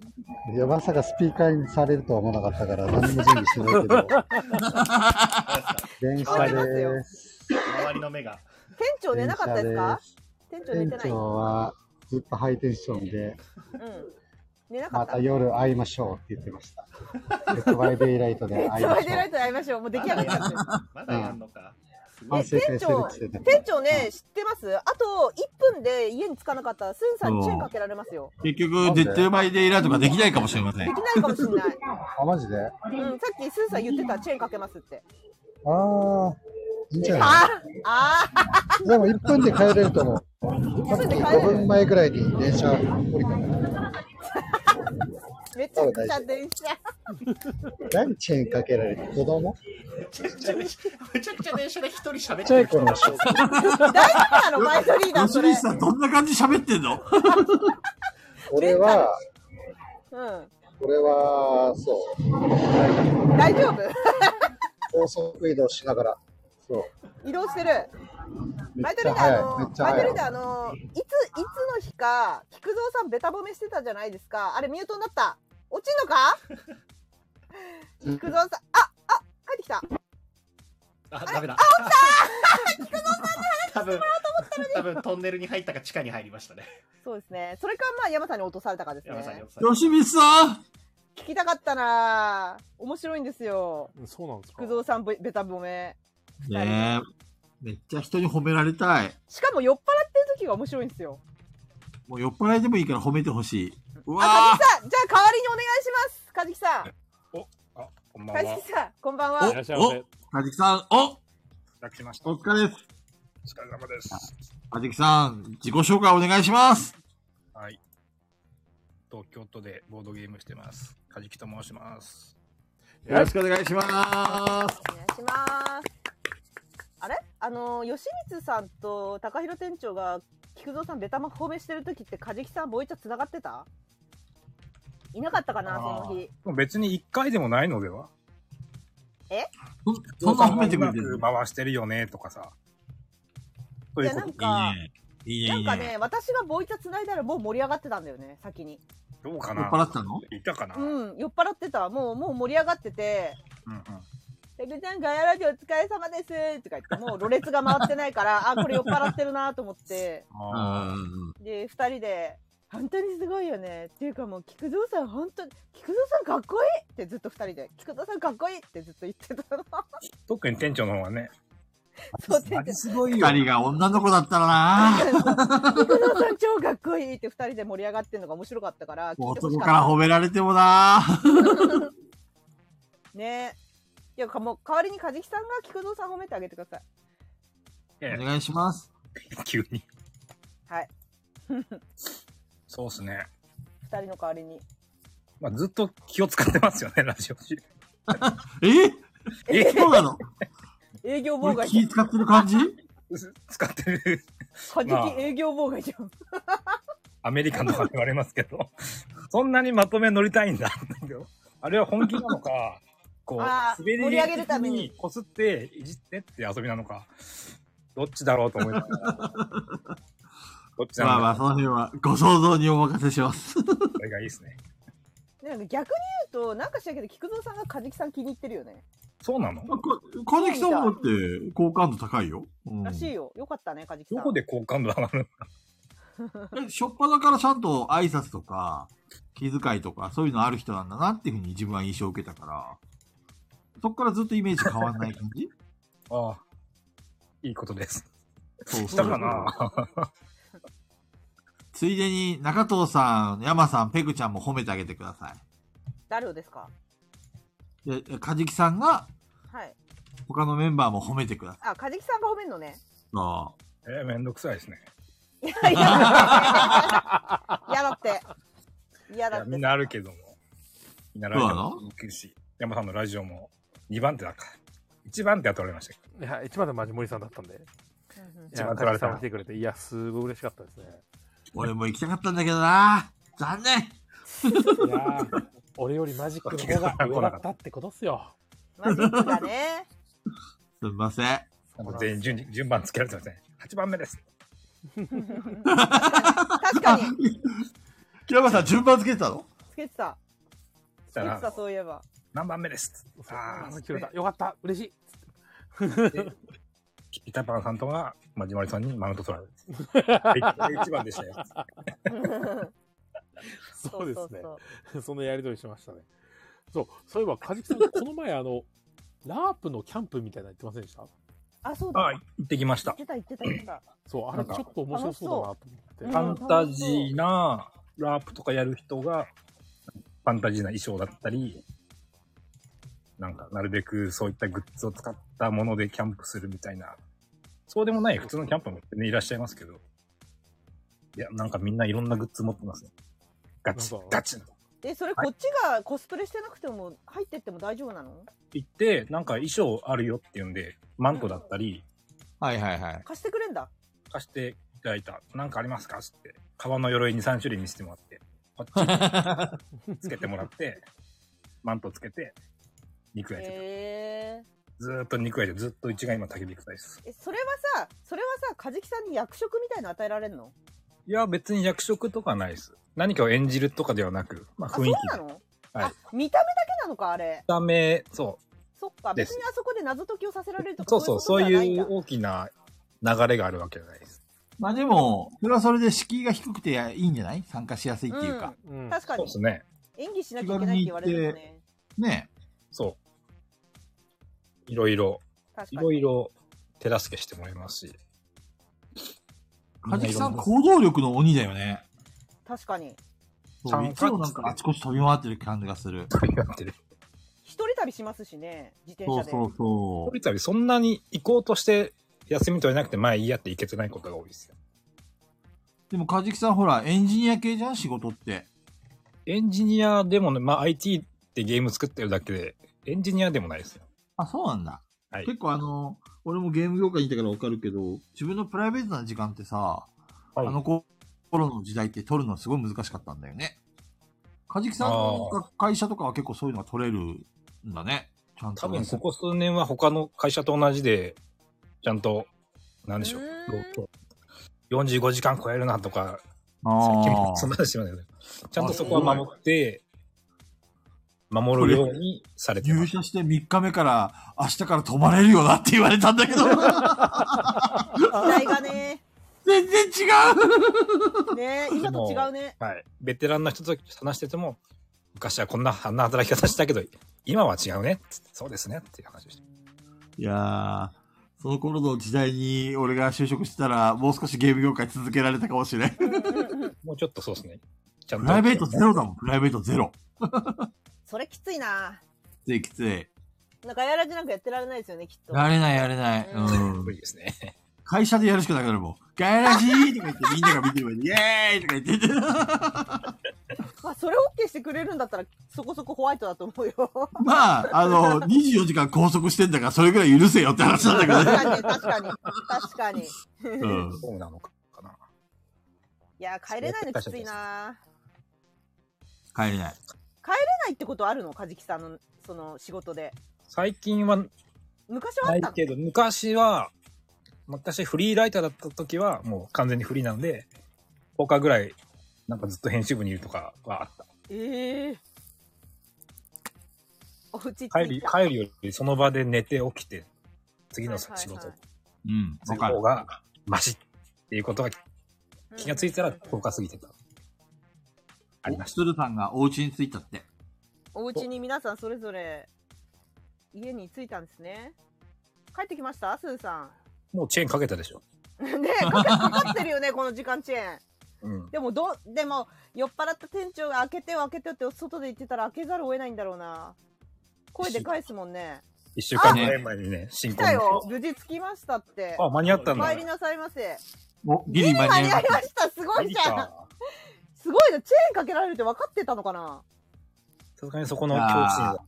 [SPEAKER 9] いや、まさかスピーカーにされるとは思わなかったから、何も準備して ないけど。電車です
[SPEAKER 7] 周りの目が。
[SPEAKER 3] 店長寝なかったですか店長寝
[SPEAKER 9] 店
[SPEAKER 3] てない
[SPEAKER 9] 長はずっとハイテンションで、
[SPEAKER 3] うん寝なか
[SPEAKER 9] ま
[SPEAKER 3] った
[SPEAKER 9] た夜会いましょうって言ってました。レッドバイデイライト で会い
[SPEAKER 3] つ
[SPEAKER 9] ま
[SPEAKER 3] ま
[SPEAKER 9] し
[SPEAKER 3] り
[SPEAKER 9] ょ
[SPEAKER 3] でライトで会いましょうもう出来上がったんですよ
[SPEAKER 7] ま
[SPEAKER 9] だやん
[SPEAKER 7] のか。
[SPEAKER 9] 反
[SPEAKER 3] ね
[SPEAKER 9] 省会
[SPEAKER 3] 店
[SPEAKER 9] する
[SPEAKER 3] 長
[SPEAKER 9] って言ってた
[SPEAKER 3] 店長ね知ってますあと1分で家に着かなかったらスンさんにチェーンかけられますよ
[SPEAKER 2] 結局、デッドバイデイラーとかできないかもしれませ
[SPEAKER 3] で
[SPEAKER 2] ん
[SPEAKER 3] き。ないかもしれない、
[SPEAKER 9] あ、マジであ
[SPEAKER 3] うん、さっきスンさん言ってたチェーンかけますって
[SPEAKER 9] あ、いいんじゃ
[SPEAKER 3] あ
[SPEAKER 9] な
[SPEAKER 3] あ
[SPEAKER 9] いでも1分で帰れると思う。
[SPEAKER 3] 1分で帰れ
[SPEAKER 9] 5
[SPEAKER 3] る
[SPEAKER 9] 分前ぐらいに電車降りたから。
[SPEAKER 3] めちゃくちゃ電車
[SPEAKER 9] 何チェーンかけられて子供
[SPEAKER 7] めちゃくちゃ電車めちゃくちゃ電車で一人喋ってる
[SPEAKER 9] ち
[SPEAKER 7] 人。
[SPEAKER 9] っちゃい子の
[SPEAKER 7] 大
[SPEAKER 3] 丈夫なのバイトリーダーそれ
[SPEAKER 2] 吉西さん、どんな感じで喋ってんの
[SPEAKER 9] 俺は、
[SPEAKER 3] うん
[SPEAKER 9] 俺は、そう。
[SPEAKER 3] 大丈夫
[SPEAKER 9] 高速移動しながら。そう。
[SPEAKER 3] 移動してる
[SPEAKER 9] め
[SPEAKER 3] バ
[SPEAKER 9] っ
[SPEAKER 3] イト
[SPEAKER 9] ち
[SPEAKER 3] リ
[SPEAKER 9] ゃ
[SPEAKER 3] ーダー
[SPEAKER 9] 早い。め
[SPEAKER 3] の
[SPEAKER 9] っちゃ
[SPEAKER 3] バイトリーダー
[SPEAKER 9] 早
[SPEAKER 3] あ
[SPEAKER 9] い。
[SPEAKER 3] のいついつの日か菊蔵さんベタ褒めしてたじゃないですかあれミュートになった落ちんのか 菊蔵さんああ帰ってきた
[SPEAKER 7] あ、ダメだ。多分、多分トンネルに入ったか地下に入りましたね。
[SPEAKER 3] そうですねそれかまあ山さんに落とされたかですね
[SPEAKER 7] 山さんに落とされた
[SPEAKER 2] 吉見さん
[SPEAKER 3] 聞きたかったなぁ面白いんですよ
[SPEAKER 1] そうなんです
[SPEAKER 3] 菊蔵さんベベタ褒め
[SPEAKER 2] ねえ。めっちゃ人に褒められたい。
[SPEAKER 3] しかも酔っ払ってる時が面白いんですよ
[SPEAKER 2] もう酔っ払いでもいいから褒めてほしい。うわ
[SPEAKER 3] あ、かじきさん、じゃあ代わりにお願いします。かじきさん。
[SPEAKER 2] こん
[SPEAKER 3] かじきさん、こんばんは。
[SPEAKER 2] お、お、かじきさん、おお疲れです。
[SPEAKER 25] お疲れ様です。
[SPEAKER 2] かじきさん、自己紹介お願いします。
[SPEAKER 25] はい。東京都でボードゲームしてます。カジキと申します。
[SPEAKER 2] よろしくお願いします。
[SPEAKER 3] お願いします。あれ、あの吉光さんと高弘店長が。菊蔵さんベタマ褒めしてる時って、かじきさん、ボイチャ繋がってた。いなかったかな、その日。
[SPEAKER 25] 別に一回でもないのでは
[SPEAKER 3] え。
[SPEAKER 25] そんな褒めてくれてる回してるよねとかさ。そういう
[SPEAKER 3] いや
[SPEAKER 25] こ
[SPEAKER 3] なん
[SPEAKER 25] と。
[SPEAKER 3] か
[SPEAKER 25] いい
[SPEAKER 3] なんかね、私がボイチャ繋いだら、もう盛り上がってたんだよね、先に。
[SPEAKER 25] どうかな
[SPEAKER 2] 酔っ払ってたの
[SPEAKER 25] いたかな
[SPEAKER 3] うん、酔っ払ってた、もう、もう盛り上がってて。
[SPEAKER 25] うんうん。
[SPEAKER 3] ペグちゃん、ガヤラジオお疲れ様ですとか言って、もう、ろれつが回ってないから、あ、 これ酔っ払ってるなと思って。
[SPEAKER 2] あー
[SPEAKER 3] で2人で「本当にすごいよね」っていうかもう菊蔵さん本当に菊蔵さんかっこいいってずっと2人で菊蔵さんかっこいいってずっと言ってたの
[SPEAKER 25] 特に店長の方はね。
[SPEAKER 3] そう店長
[SPEAKER 2] すごい二人が女の子だったらな
[SPEAKER 3] 菊蔵さん超かっこいいって2人で盛り上がってるのが面白かったから聞いてほし
[SPEAKER 2] 男
[SPEAKER 3] か
[SPEAKER 2] か
[SPEAKER 3] っ
[SPEAKER 2] ら
[SPEAKER 3] た
[SPEAKER 2] 褒められてもな
[SPEAKER 3] ねいやかもう代わりに梶木さんが菊蔵さん褒めてあげてください
[SPEAKER 2] お願いします。
[SPEAKER 25] 急に。
[SPEAKER 3] はい 2
[SPEAKER 25] そうですね。
[SPEAKER 3] 人の代わりに
[SPEAKER 25] まあ、ずっと気を使ってますよね、ラジオ中。
[SPEAKER 2] ええそうなの
[SPEAKER 3] 営業妨害じゃ
[SPEAKER 2] 気使ってる感じ
[SPEAKER 25] 使ってる。
[SPEAKER 3] ん
[SPEAKER 25] まあ
[SPEAKER 3] 梶木営業妨害じゃん
[SPEAKER 25] アメリカンとかって言われますけど、 そんなにまとめ乗りたいんだ。 あれは本気なのか、こう、
[SPEAKER 3] あー
[SPEAKER 25] 滑り
[SPEAKER 3] 盛り上げるために
[SPEAKER 25] こすって、いじってって遊びなのか、どっちだろうと思いながら。 どっちなんだ
[SPEAKER 2] まあまあ、その辺はご想像にお任せします。
[SPEAKER 25] これがいいですね。
[SPEAKER 3] なんか逆に言うとなんかしらんけど菊蔵さんが梶木さん気に入ってるよね
[SPEAKER 25] そうなの
[SPEAKER 2] 小関さんもだって、好感度高いよ。うん
[SPEAKER 3] らしいよよかったね梶木さ
[SPEAKER 25] ど
[SPEAKER 3] ん
[SPEAKER 25] こで好感度上がる
[SPEAKER 2] えしょっぱなからちゃんと挨拶とか、気遣いとか、そういうのある人なんだなっていうふうに自分は印象を受けたから、そっからずっとイメージ変わんない感じ
[SPEAKER 25] ああ、いいことです。
[SPEAKER 2] そう
[SPEAKER 25] したかな
[SPEAKER 2] ついでに、中藤さん、山さん、ペグちゃんも褒めてあげてくださ
[SPEAKER 3] 誰をですか
[SPEAKER 2] い。で、カジキさんが、
[SPEAKER 3] はい
[SPEAKER 2] 他のメンバーも褒めてください。
[SPEAKER 3] あ、かじきさんが褒めんのね。
[SPEAKER 2] あ
[SPEAKER 25] えー、めんどくさいですね。
[SPEAKER 3] 嫌だって。嫌
[SPEAKER 25] い
[SPEAKER 3] だ
[SPEAKER 25] や
[SPEAKER 3] っ
[SPEAKER 25] みん
[SPEAKER 3] て。
[SPEAKER 25] なあるけども。みんなラジ
[SPEAKER 2] そうな
[SPEAKER 25] オも行くし、山さんのラジオも2番手だから。1番手は取られましたけ
[SPEAKER 1] いや、一番でマジ森さんだったんで。
[SPEAKER 25] ん
[SPEAKER 1] いや、
[SPEAKER 25] 一番取
[SPEAKER 1] 高
[SPEAKER 25] ら
[SPEAKER 1] 橋
[SPEAKER 25] れ
[SPEAKER 1] さ
[SPEAKER 25] た
[SPEAKER 1] んも来てくれて、いや、すごい嬉しかったですね。
[SPEAKER 2] 俺も行きたかったんだけどな。残念。
[SPEAKER 1] いやー俺よりマジックの方が上だったってことっすよ。
[SPEAKER 3] マジック だね。
[SPEAKER 2] すみません。
[SPEAKER 25] ど。全員順に順番つけられてません。8番目です。
[SPEAKER 3] 確かに。
[SPEAKER 2] キラバさん、順番つけてたの
[SPEAKER 3] つけてた。つけてた、そういえば。
[SPEAKER 25] 何番目です。ああ、
[SPEAKER 1] 切れた。よかった。嬉しい。
[SPEAKER 25] ピタパンさんとは、まじまりさんにマウント取ら れて。1番でしたよ。
[SPEAKER 1] そうですね。 そのやりとりしましたね。そう、そういえば、カジキさん、この前、あの、ラープのキャンプみたいなの言ってませんでした
[SPEAKER 3] あ、そうだ。
[SPEAKER 25] あ行ってきました。
[SPEAKER 3] 言ってた、言ってた、言ってた。
[SPEAKER 1] そう、あ
[SPEAKER 25] な
[SPEAKER 1] れ
[SPEAKER 25] ん
[SPEAKER 1] ちょ
[SPEAKER 25] か
[SPEAKER 1] っと面白そうだなと思っ
[SPEAKER 25] ファ
[SPEAKER 1] て。
[SPEAKER 25] ンタジーなラープとかやる人が、ファンタジーな衣装だったり、なんか、なるべくそういったグッズを使ったものでキャンプするみたいな、そうでもない普通のキャンプも、ね、いらっしゃいますけど、いや、なんかみんないろんなグッズ持ってますね。ガチ、ガチ。
[SPEAKER 3] え、それこっちがコスプレしてなくても、入ってっても大丈夫なの
[SPEAKER 25] 行って、なんか衣装あるよっていうんで、マントだったり、
[SPEAKER 2] はいはいはい。
[SPEAKER 3] 貸してくれんだ。
[SPEAKER 25] 貸していただいた。なんかありますかつって。革の鎧に3種類見せてもらって。こっちにつけてもら って、マントつけて、肉焼いて
[SPEAKER 3] へえ。
[SPEAKER 25] た。ずーっと肉焼いて、ずっとうちが今焚き火臭いです。
[SPEAKER 3] え、それはさ、それはさ、カジキさんに役職みたいなの与えられるの
[SPEAKER 25] いや、別に役職とかないです。何かを演じるとかではなく、まあ雰囲気
[SPEAKER 3] あ、そう
[SPEAKER 25] で。
[SPEAKER 3] なの
[SPEAKER 25] はい。
[SPEAKER 3] 見た目だけなのか、あれ
[SPEAKER 25] 見。た目、そう。
[SPEAKER 3] そっか、
[SPEAKER 25] です
[SPEAKER 3] 別にあそこで謎解きをさせられるとか
[SPEAKER 25] そうそう、そう
[SPEAKER 3] いうことではないん
[SPEAKER 25] い
[SPEAKER 3] だ
[SPEAKER 25] う大きな流れがあるわけじゃないです。
[SPEAKER 2] まあでも、それはそれで敷居が低くていいんじゃない参加しやすいっていうか。
[SPEAKER 3] うん確かに。
[SPEAKER 2] そうですね
[SPEAKER 3] 演技しなきゃいけないって言われるよね。
[SPEAKER 2] ね
[SPEAKER 25] そう。いろいろ、
[SPEAKER 3] 確
[SPEAKER 25] い
[SPEAKER 3] かに。
[SPEAKER 25] ろいろ手助けしてもらいますし。
[SPEAKER 2] カジキさん、
[SPEAKER 25] みな
[SPEAKER 2] 行動力の鬼だよね。
[SPEAKER 3] 確かに。
[SPEAKER 2] そういつもなんかあちこち飛び回ってる感じがする。
[SPEAKER 25] 飛び回ってる。。
[SPEAKER 3] 一人旅しますしね、自転車で。
[SPEAKER 2] そう
[SPEAKER 25] たりそんなに行こうとして休み取れなくて前いいやって行けてないことが多いですよ。
[SPEAKER 2] でもカジキさん、ほら、エンジニア系じゃん、仕事って。
[SPEAKER 25] エンジニアでもね、まあ IT ってゲーム作ってるだけで、エンジニアでもないですよ。
[SPEAKER 2] あ、そうなんだ。
[SPEAKER 25] はい
[SPEAKER 2] 結構あの、俺もゲーム業界にいたからわかるけど、自分のプライベートな時間ってさ、あの頃の時代って取るのすごい難しかったんだよね。カジキさんの会社とかは結構そういうのが取れるんだね。ちゃんと
[SPEAKER 25] 多分ここ数年は他の会社と同じで、ちゃんと、なんでしょう、45時間超えるなとか、
[SPEAKER 2] あー
[SPEAKER 25] さっきもそんな話しましたけど、ちゃんとそこは守って、守るようにされ
[SPEAKER 2] て入社して3日目から、明日から泊まれるよなって言われたんだ けど。
[SPEAKER 3] 時代がね。
[SPEAKER 2] 全然違
[SPEAKER 3] うねえ今と違うね。
[SPEAKER 25] はい。ベテランの人と話してても、昔はこんな、あんな働き方したけど、今は違うね。つってそうですね。っていう話をして。
[SPEAKER 2] いやー、その頃の時代に俺が就職してたら、もう少しゲーム業界続けられたかもしれん。プ
[SPEAKER 25] もうちょっとそうですね。ちゃんと。
[SPEAKER 2] ライベートゼロだもん、プライベートゼロ。
[SPEAKER 3] それきついな。
[SPEAKER 2] きついきつい。
[SPEAKER 3] なんかやらじなんかやってられないですよね、きっと。
[SPEAKER 2] やれないやれない。うん。
[SPEAKER 25] 無理ですね。
[SPEAKER 2] 会社でやるしかなくなるもん。ガラジーとか言ってみんなが見てる前に、イエーイとか言って。
[SPEAKER 3] まあ、それを OK してくれるんだったら、そこそこホワイトだと思うよ。
[SPEAKER 2] まあ、あの、24時間拘束してんだから、それぐらい許せよって話なんだけどね。
[SPEAKER 3] 確かに、確かに。確かに。
[SPEAKER 2] うん。
[SPEAKER 25] そうなのか。
[SPEAKER 3] いや、帰れないのきついな。
[SPEAKER 2] 帰れない。
[SPEAKER 3] 帰れないってことあるのカジキさんの、その仕事で。
[SPEAKER 25] 最近は
[SPEAKER 3] 昔はあ
[SPEAKER 25] な
[SPEAKER 3] っ
[SPEAKER 25] い
[SPEAKER 3] たの
[SPEAKER 25] けど、昔は、昔フリーライターだった時は、もう完全にフリーなので、10日ぐらい、なんかずっと編集部にいるとかはあった。
[SPEAKER 3] ええおうち着いた
[SPEAKER 25] 帰る、帰るよりその場で寝て起きて、次の仕事、
[SPEAKER 2] うん、
[SPEAKER 25] の方が、マシっていうことが気がついたら10日過ぎてた。
[SPEAKER 2] ありました。鶴さんがお家に着いたって。
[SPEAKER 3] お家に皆さんそれぞれ家に着いたんですね。帰ってきましたスーさ
[SPEAKER 25] もうチェーンかけたでしょ。
[SPEAKER 3] ん。ねえ、かかかかってるよね、この時間チェーン。
[SPEAKER 25] うん。
[SPEAKER 3] でもど、でも、酔っ払った店長が開けてよ開けてよって外で言ってたら開けざるを得ないんだろうな。声で返すもんね。
[SPEAKER 25] 1週間ぐらい前にね、進
[SPEAKER 3] 来
[SPEAKER 25] 行
[SPEAKER 3] たよ無事着きましたって。
[SPEAKER 25] あ間に合ったんだ
[SPEAKER 3] お帰りなさいませ。
[SPEAKER 2] おギ
[SPEAKER 3] ギ
[SPEAKER 2] リ
[SPEAKER 3] リ
[SPEAKER 2] 間に合
[SPEAKER 3] 間
[SPEAKER 2] い
[SPEAKER 3] に
[SPEAKER 2] ま
[SPEAKER 3] 合い
[SPEAKER 2] した
[SPEAKER 3] ました。すごいじゃ
[SPEAKER 2] ギリ
[SPEAKER 3] ん
[SPEAKER 2] か。
[SPEAKER 3] すごいな。チェーンかけられるって分かってたのかな。
[SPEAKER 2] さすがにそ
[SPEAKER 25] こ
[SPEAKER 2] の
[SPEAKER 16] 教師は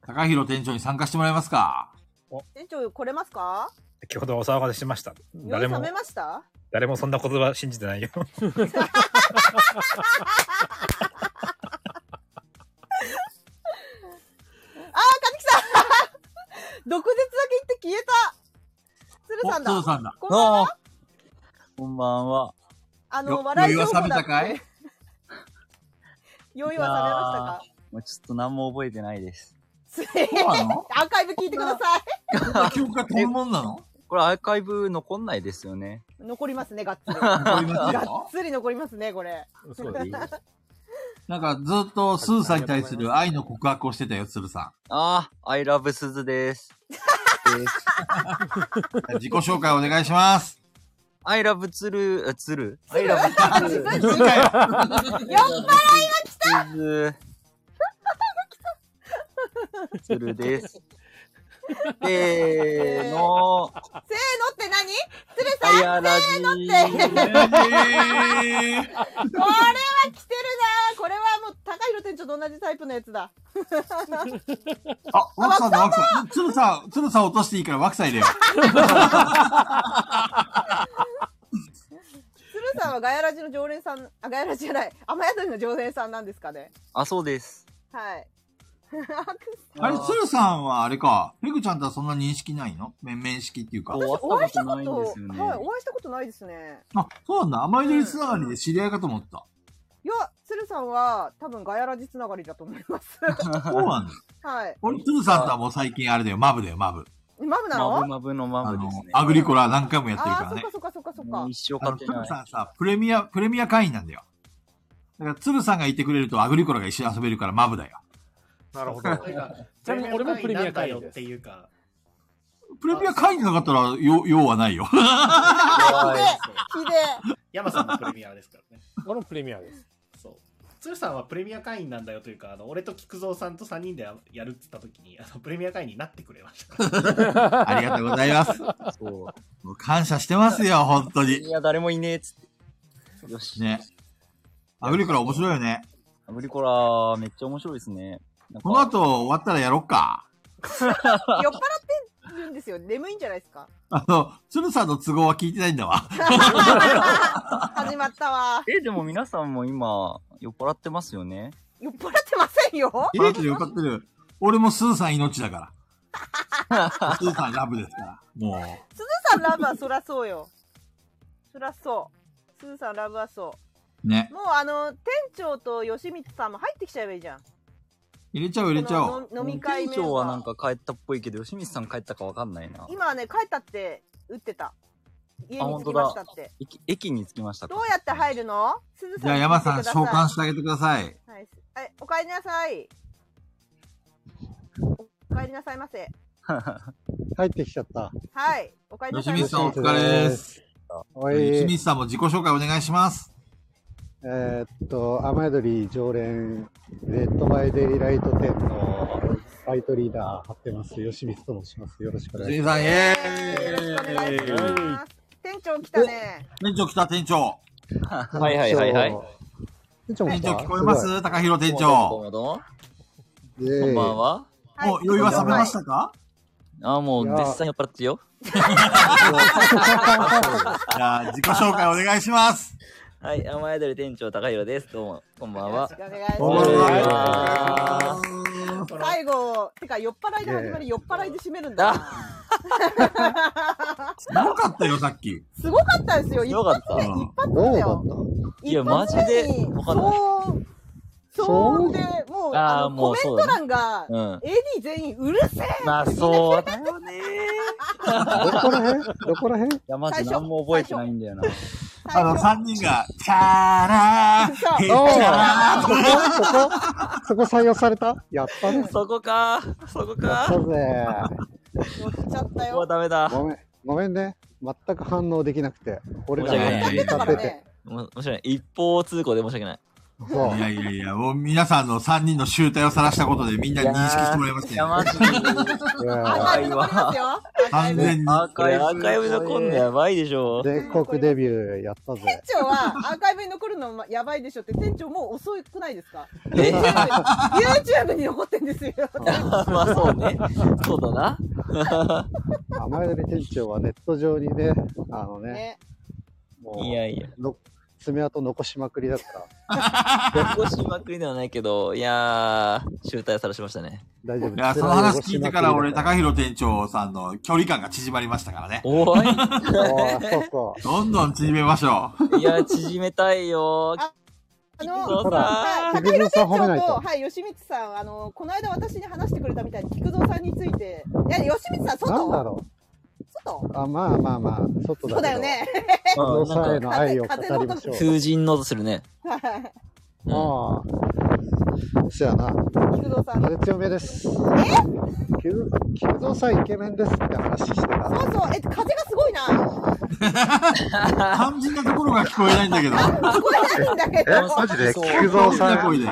[SPEAKER 2] 高弘店長に参加してもらえますか
[SPEAKER 3] 店長来れますか？
[SPEAKER 25] 先ほどお騒がせしました。
[SPEAKER 3] 酔い
[SPEAKER 25] 誰
[SPEAKER 3] 冷
[SPEAKER 25] も
[SPEAKER 3] め、ました？
[SPEAKER 25] 誰もそんな言葉信じてな いよ。
[SPEAKER 3] ああ、かじきさん。毒舌だけ言って消えた。鶴さんだ。
[SPEAKER 4] お鶴さんだ
[SPEAKER 3] こんばんは。
[SPEAKER 4] こんばんは。
[SPEAKER 3] あの
[SPEAKER 4] よ
[SPEAKER 3] 笑い情報
[SPEAKER 4] 酔いは冷
[SPEAKER 3] だ
[SPEAKER 4] めたかい？
[SPEAKER 3] 酔いは
[SPEAKER 4] もうちょっと何も覚えてないです。
[SPEAKER 3] 冷めましたか？アーカイブ聞いてください。
[SPEAKER 4] 記憶が飛ぶもんなのこれアーカイブ残んないですよね。
[SPEAKER 3] 残りますね、がっつり。
[SPEAKER 4] 残りますよ
[SPEAKER 3] がっつり残りますね、これ。
[SPEAKER 4] そう です
[SPEAKER 2] なんかずっとスーさんに対する愛の告白をしてたよ、鶴さ
[SPEAKER 4] ああ、I love 鈴です。
[SPEAKER 2] ん。 自己紹介お願いします。
[SPEAKER 4] I love 鶴、あ鶴。I
[SPEAKER 2] 鶴
[SPEAKER 4] love
[SPEAKER 2] 自分
[SPEAKER 4] 鶴
[SPEAKER 2] 自分
[SPEAKER 4] かよ
[SPEAKER 2] 酔っ払いが
[SPEAKER 3] 来た
[SPEAKER 4] 鈴鶴です。せーの、
[SPEAKER 3] せーのって何鶴
[SPEAKER 4] あやら
[SPEAKER 3] せ
[SPEAKER 4] じ
[SPEAKER 3] ーのって。これは来てるなこれはもう高弘店長と同じタイプのやつだ。
[SPEAKER 2] あ、ワクさんだ、ワクさん。鶴さん、鶴さん落としていいからワクさん入れよ
[SPEAKER 3] 鶴さんはガヤラジの常連さん、あ、ガヤラジじゃない、雨宿りの常連さんなんですかね。
[SPEAKER 4] あ、そうです。
[SPEAKER 3] はい。
[SPEAKER 2] う。あれ、鶴さんはあれか、ペグちゃんとはそんな認識ないの面面識っていうか。
[SPEAKER 3] お会いしたこと、はい、お会いしたことないですね。
[SPEAKER 2] あ、そうなんだ。甘いどりつながりで知り合いかと思 った。
[SPEAKER 3] いや、鶴さんは多分ガヤラジつながりだと思い ます。
[SPEAKER 2] そうなんだ。
[SPEAKER 3] はい。
[SPEAKER 2] 俺、鶴さんとはもう最近あれだよ、マブだよ、マブ。
[SPEAKER 3] マブなの
[SPEAKER 4] マブのマブですね。
[SPEAKER 2] アグリコラ何回もやってるか
[SPEAKER 3] あ
[SPEAKER 2] らね
[SPEAKER 3] ー、。そっかそっかそっかそっか。
[SPEAKER 4] 一生
[SPEAKER 2] あの、
[SPEAKER 4] 勝てな
[SPEAKER 2] 鶴
[SPEAKER 4] い。
[SPEAKER 2] さんさ、プレミア、プレミア会員なんだよ。だから、鶴さんがいてくれるとアグリコラが一緒に遊べるからマブだよ。
[SPEAKER 1] なる
[SPEAKER 7] ほ
[SPEAKER 2] ど
[SPEAKER 1] ちなみに俺もプレミア会員
[SPEAKER 7] っ
[SPEAKER 1] です
[SPEAKER 7] ていうか、
[SPEAKER 2] プレミア会員じゃなかったら、よ、用はないよ。
[SPEAKER 3] ひで
[SPEAKER 7] 山さんのプレミアですからね。
[SPEAKER 1] 俺もプレミアです。
[SPEAKER 7] そう。鶴さんはプレミア会員なんだよというか、あの俺と菊蔵さんと3人でやるって言った時に、あのプレミア会員になってくれました。
[SPEAKER 2] ありがとうございます。もう感謝してますよ、本当に。
[SPEAKER 4] いや、誰もいねえっつって。よし。
[SPEAKER 2] ね。アグリコラ面白いよね。
[SPEAKER 4] アグリコラ、めっちゃ面白いですね。なんか
[SPEAKER 2] この後終わったらやろっか。
[SPEAKER 3] 酔っ払ってるんですよ。眠いんじゃないですか。
[SPEAKER 2] あの、鶴さんの都合は聞いてないんだわ。
[SPEAKER 3] 始まったわ。
[SPEAKER 4] え、でも皆さんも今、酔っ払ってますよね。
[SPEAKER 3] 酔っ払ってませんよ。
[SPEAKER 2] 酔っ払ってる、酔っ払ってる。俺もスーさん命だから。スーさんラブですから。もう。
[SPEAKER 3] 鈴さんラブはそらそうよ。そらそう。鈴さんラブはそう。
[SPEAKER 2] ね
[SPEAKER 3] もうあの、店長と吉光さんも入ってきちゃえばいいじゃん。
[SPEAKER 2] 入れちゃおう、入れちゃおう。
[SPEAKER 3] う飲み会メンバ
[SPEAKER 4] 店
[SPEAKER 3] ー
[SPEAKER 4] 長はなんか帰ったっぽいけど、吉光さん帰ったかわかんないな。
[SPEAKER 3] 今はね、帰ったって打ってた。家
[SPEAKER 4] あ、
[SPEAKER 3] に
[SPEAKER 4] 本
[SPEAKER 3] 着
[SPEAKER 4] 当
[SPEAKER 3] きました
[SPEAKER 4] だ
[SPEAKER 3] って。。
[SPEAKER 4] 駅、駅に着きました
[SPEAKER 3] ど
[SPEAKER 4] か
[SPEAKER 3] う。やって入るの鈴さん。
[SPEAKER 2] じゃあ山さん召喚してあげ
[SPEAKER 3] て
[SPEAKER 2] てください。
[SPEAKER 3] ください。はい。えお帰りなさい。お帰りなさいませ。
[SPEAKER 9] 入ってきちゃった。
[SPEAKER 3] はい。お帰りな
[SPEAKER 2] 吉
[SPEAKER 3] さい
[SPEAKER 2] 光さんお疲
[SPEAKER 3] ませ。
[SPEAKER 2] れです。
[SPEAKER 9] おい
[SPEAKER 2] 吉光さんも自己紹介お願いします。
[SPEAKER 9] えーっと、雨宿り常連、レッドバイデイライト店のサイトリーダー張ってます。吉光と申します。よろしくお願いします。
[SPEAKER 3] 店長来たね。
[SPEAKER 2] 店長来た、店長。
[SPEAKER 9] はいはいはいはい店長
[SPEAKER 2] 店長聞こえます高弘店長。
[SPEAKER 4] どうも
[SPEAKER 9] どうも。
[SPEAKER 4] こんばんは。
[SPEAKER 2] お、酔いは冷めましたか
[SPEAKER 4] あ、もう、
[SPEAKER 2] いや
[SPEAKER 4] 絶賛酔っ払ってるよ。
[SPEAKER 2] じゃあ、自己紹介お願いします。
[SPEAKER 11] はい、甘えどり店長、高弘です。どうも、こんばんは。
[SPEAKER 3] お願いします
[SPEAKER 11] は
[SPEAKER 3] 最後、てか酔っ払いで始まり、酔っ払いで締めるんだな。
[SPEAKER 2] すごかったよ、さっき。
[SPEAKER 3] すごかったですよ。一
[SPEAKER 4] よかっ
[SPEAKER 3] 発
[SPEAKER 4] た。
[SPEAKER 3] だよ。
[SPEAKER 4] いや、マジで、わかんない。
[SPEAKER 3] そうで、もう、
[SPEAKER 4] あー
[SPEAKER 3] あの
[SPEAKER 4] も
[SPEAKER 3] コ
[SPEAKER 4] う
[SPEAKER 3] メ
[SPEAKER 4] そ
[SPEAKER 3] ン
[SPEAKER 4] う
[SPEAKER 3] ト
[SPEAKER 4] だね
[SPEAKER 3] 欄が、
[SPEAKER 4] うん
[SPEAKER 3] AD 全員うるせえ
[SPEAKER 4] まあ、そう。
[SPEAKER 9] どこら辺どこら辺い
[SPEAKER 4] や、マジ何も覚えてないんだよな。
[SPEAKER 2] あの、3人が、チャーラー、へっちゃ
[SPEAKER 9] そこそこ採用されたやったね。
[SPEAKER 4] そこか、そこ
[SPEAKER 9] や
[SPEAKER 4] か
[SPEAKER 9] っ。たぜ。
[SPEAKER 3] ちゃったよ。
[SPEAKER 4] もうダメだ。
[SPEAKER 9] ごめん、ごめんね。全く反応できなくて。俺ら
[SPEAKER 4] 申し訳ない
[SPEAKER 9] 歌ってて。
[SPEAKER 4] も面白い。一方通行で申し訳ない。
[SPEAKER 2] いやいやいや、もう皆さんの3人の集体を晒したことでみんな認識してもらいましたよ。
[SPEAKER 4] 怖いわ。
[SPEAKER 2] 完全に。
[SPEAKER 4] アーカイブアーカイブ残んのやばいでしょ。
[SPEAKER 7] 全国デビューやったぜ。
[SPEAKER 3] 店長はアーカイブに残るのやばいでしょって店長もう遅くな いですか YouTube, に残ってんですよ
[SPEAKER 4] まあそうねそうだな
[SPEAKER 7] 甘えり店長はネット上にねあのねもう
[SPEAKER 4] いやいや
[SPEAKER 7] の爪痕残しまくりだから
[SPEAKER 4] 残しまくりではないけどいやー集大さらしましたね
[SPEAKER 7] 大丈夫
[SPEAKER 2] いや、その話聞いてから俺、高弘店長さんの距離感が縮まりましたからね。
[SPEAKER 4] おい
[SPEAKER 2] どんどん縮めましょう。
[SPEAKER 4] いや縮めたいよ
[SPEAKER 3] あ
[SPEAKER 4] そう
[SPEAKER 3] の、
[SPEAKER 4] そう
[SPEAKER 3] はい
[SPEAKER 4] 菊
[SPEAKER 3] 高
[SPEAKER 4] 蔵
[SPEAKER 3] 弘
[SPEAKER 4] さん
[SPEAKER 3] 店
[SPEAKER 4] 褒めない
[SPEAKER 3] 長
[SPEAKER 4] と
[SPEAKER 3] と、はい、吉光さん、あの、この間私に話してくれたみたいに、菊蔵さんについて。いや、吉光さん、
[SPEAKER 7] なんだ
[SPEAKER 3] 外
[SPEAKER 7] ろうあまあまあまあ外だけど
[SPEAKER 3] そうだ よね。
[SPEAKER 7] 不動産への愛を語りましょう
[SPEAKER 4] 風神の音するね
[SPEAKER 3] はい
[SPEAKER 7] ああそやな
[SPEAKER 3] 菊蔵さん
[SPEAKER 7] あれ強めですえ菊菊蔵さんイケメンですって話してた
[SPEAKER 3] そうそう、え、風がすごいな。
[SPEAKER 2] 肝心なところが聞こえないんだけど。
[SPEAKER 3] 聞こえないんだけど。
[SPEAKER 7] マジで菊蔵さん
[SPEAKER 2] 声で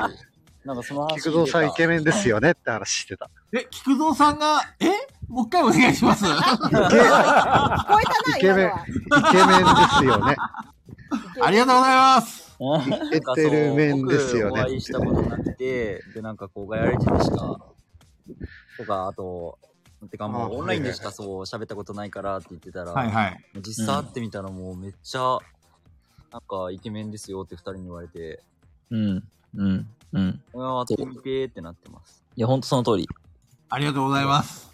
[SPEAKER 4] なんかその話
[SPEAKER 7] 菊蔵さんイケメンですよねって話してた
[SPEAKER 2] え、菊蔵さんが、えもう一回お願いします。
[SPEAKER 7] イケメンイケメンですよね
[SPEAKER 2] ありがとうございます。
[SPEAKER 7] イケてる面ですよ
[SPEAKER 4] 僕
[SPEAKER 7] ね
[SPEAKER 4] お会いしたことなくて、で、なんかこう、ガヤレジでしか、とか、あと、てかも
[SPEAKER 2] あ
[SPEAKER 4] うオンラインでしかそう喋ったことないからって言ってたら、
[SPEAKER 2] はいはい
[SPEAKER 4] 実際会ってみたらもうめっちゃ、なんかイケメンですよって二人に言われて、うん、うん、うん。うわ、会ってみてーってなってます。いや、ほんとその通り。
[SPEAKER 2] ありがとうございます。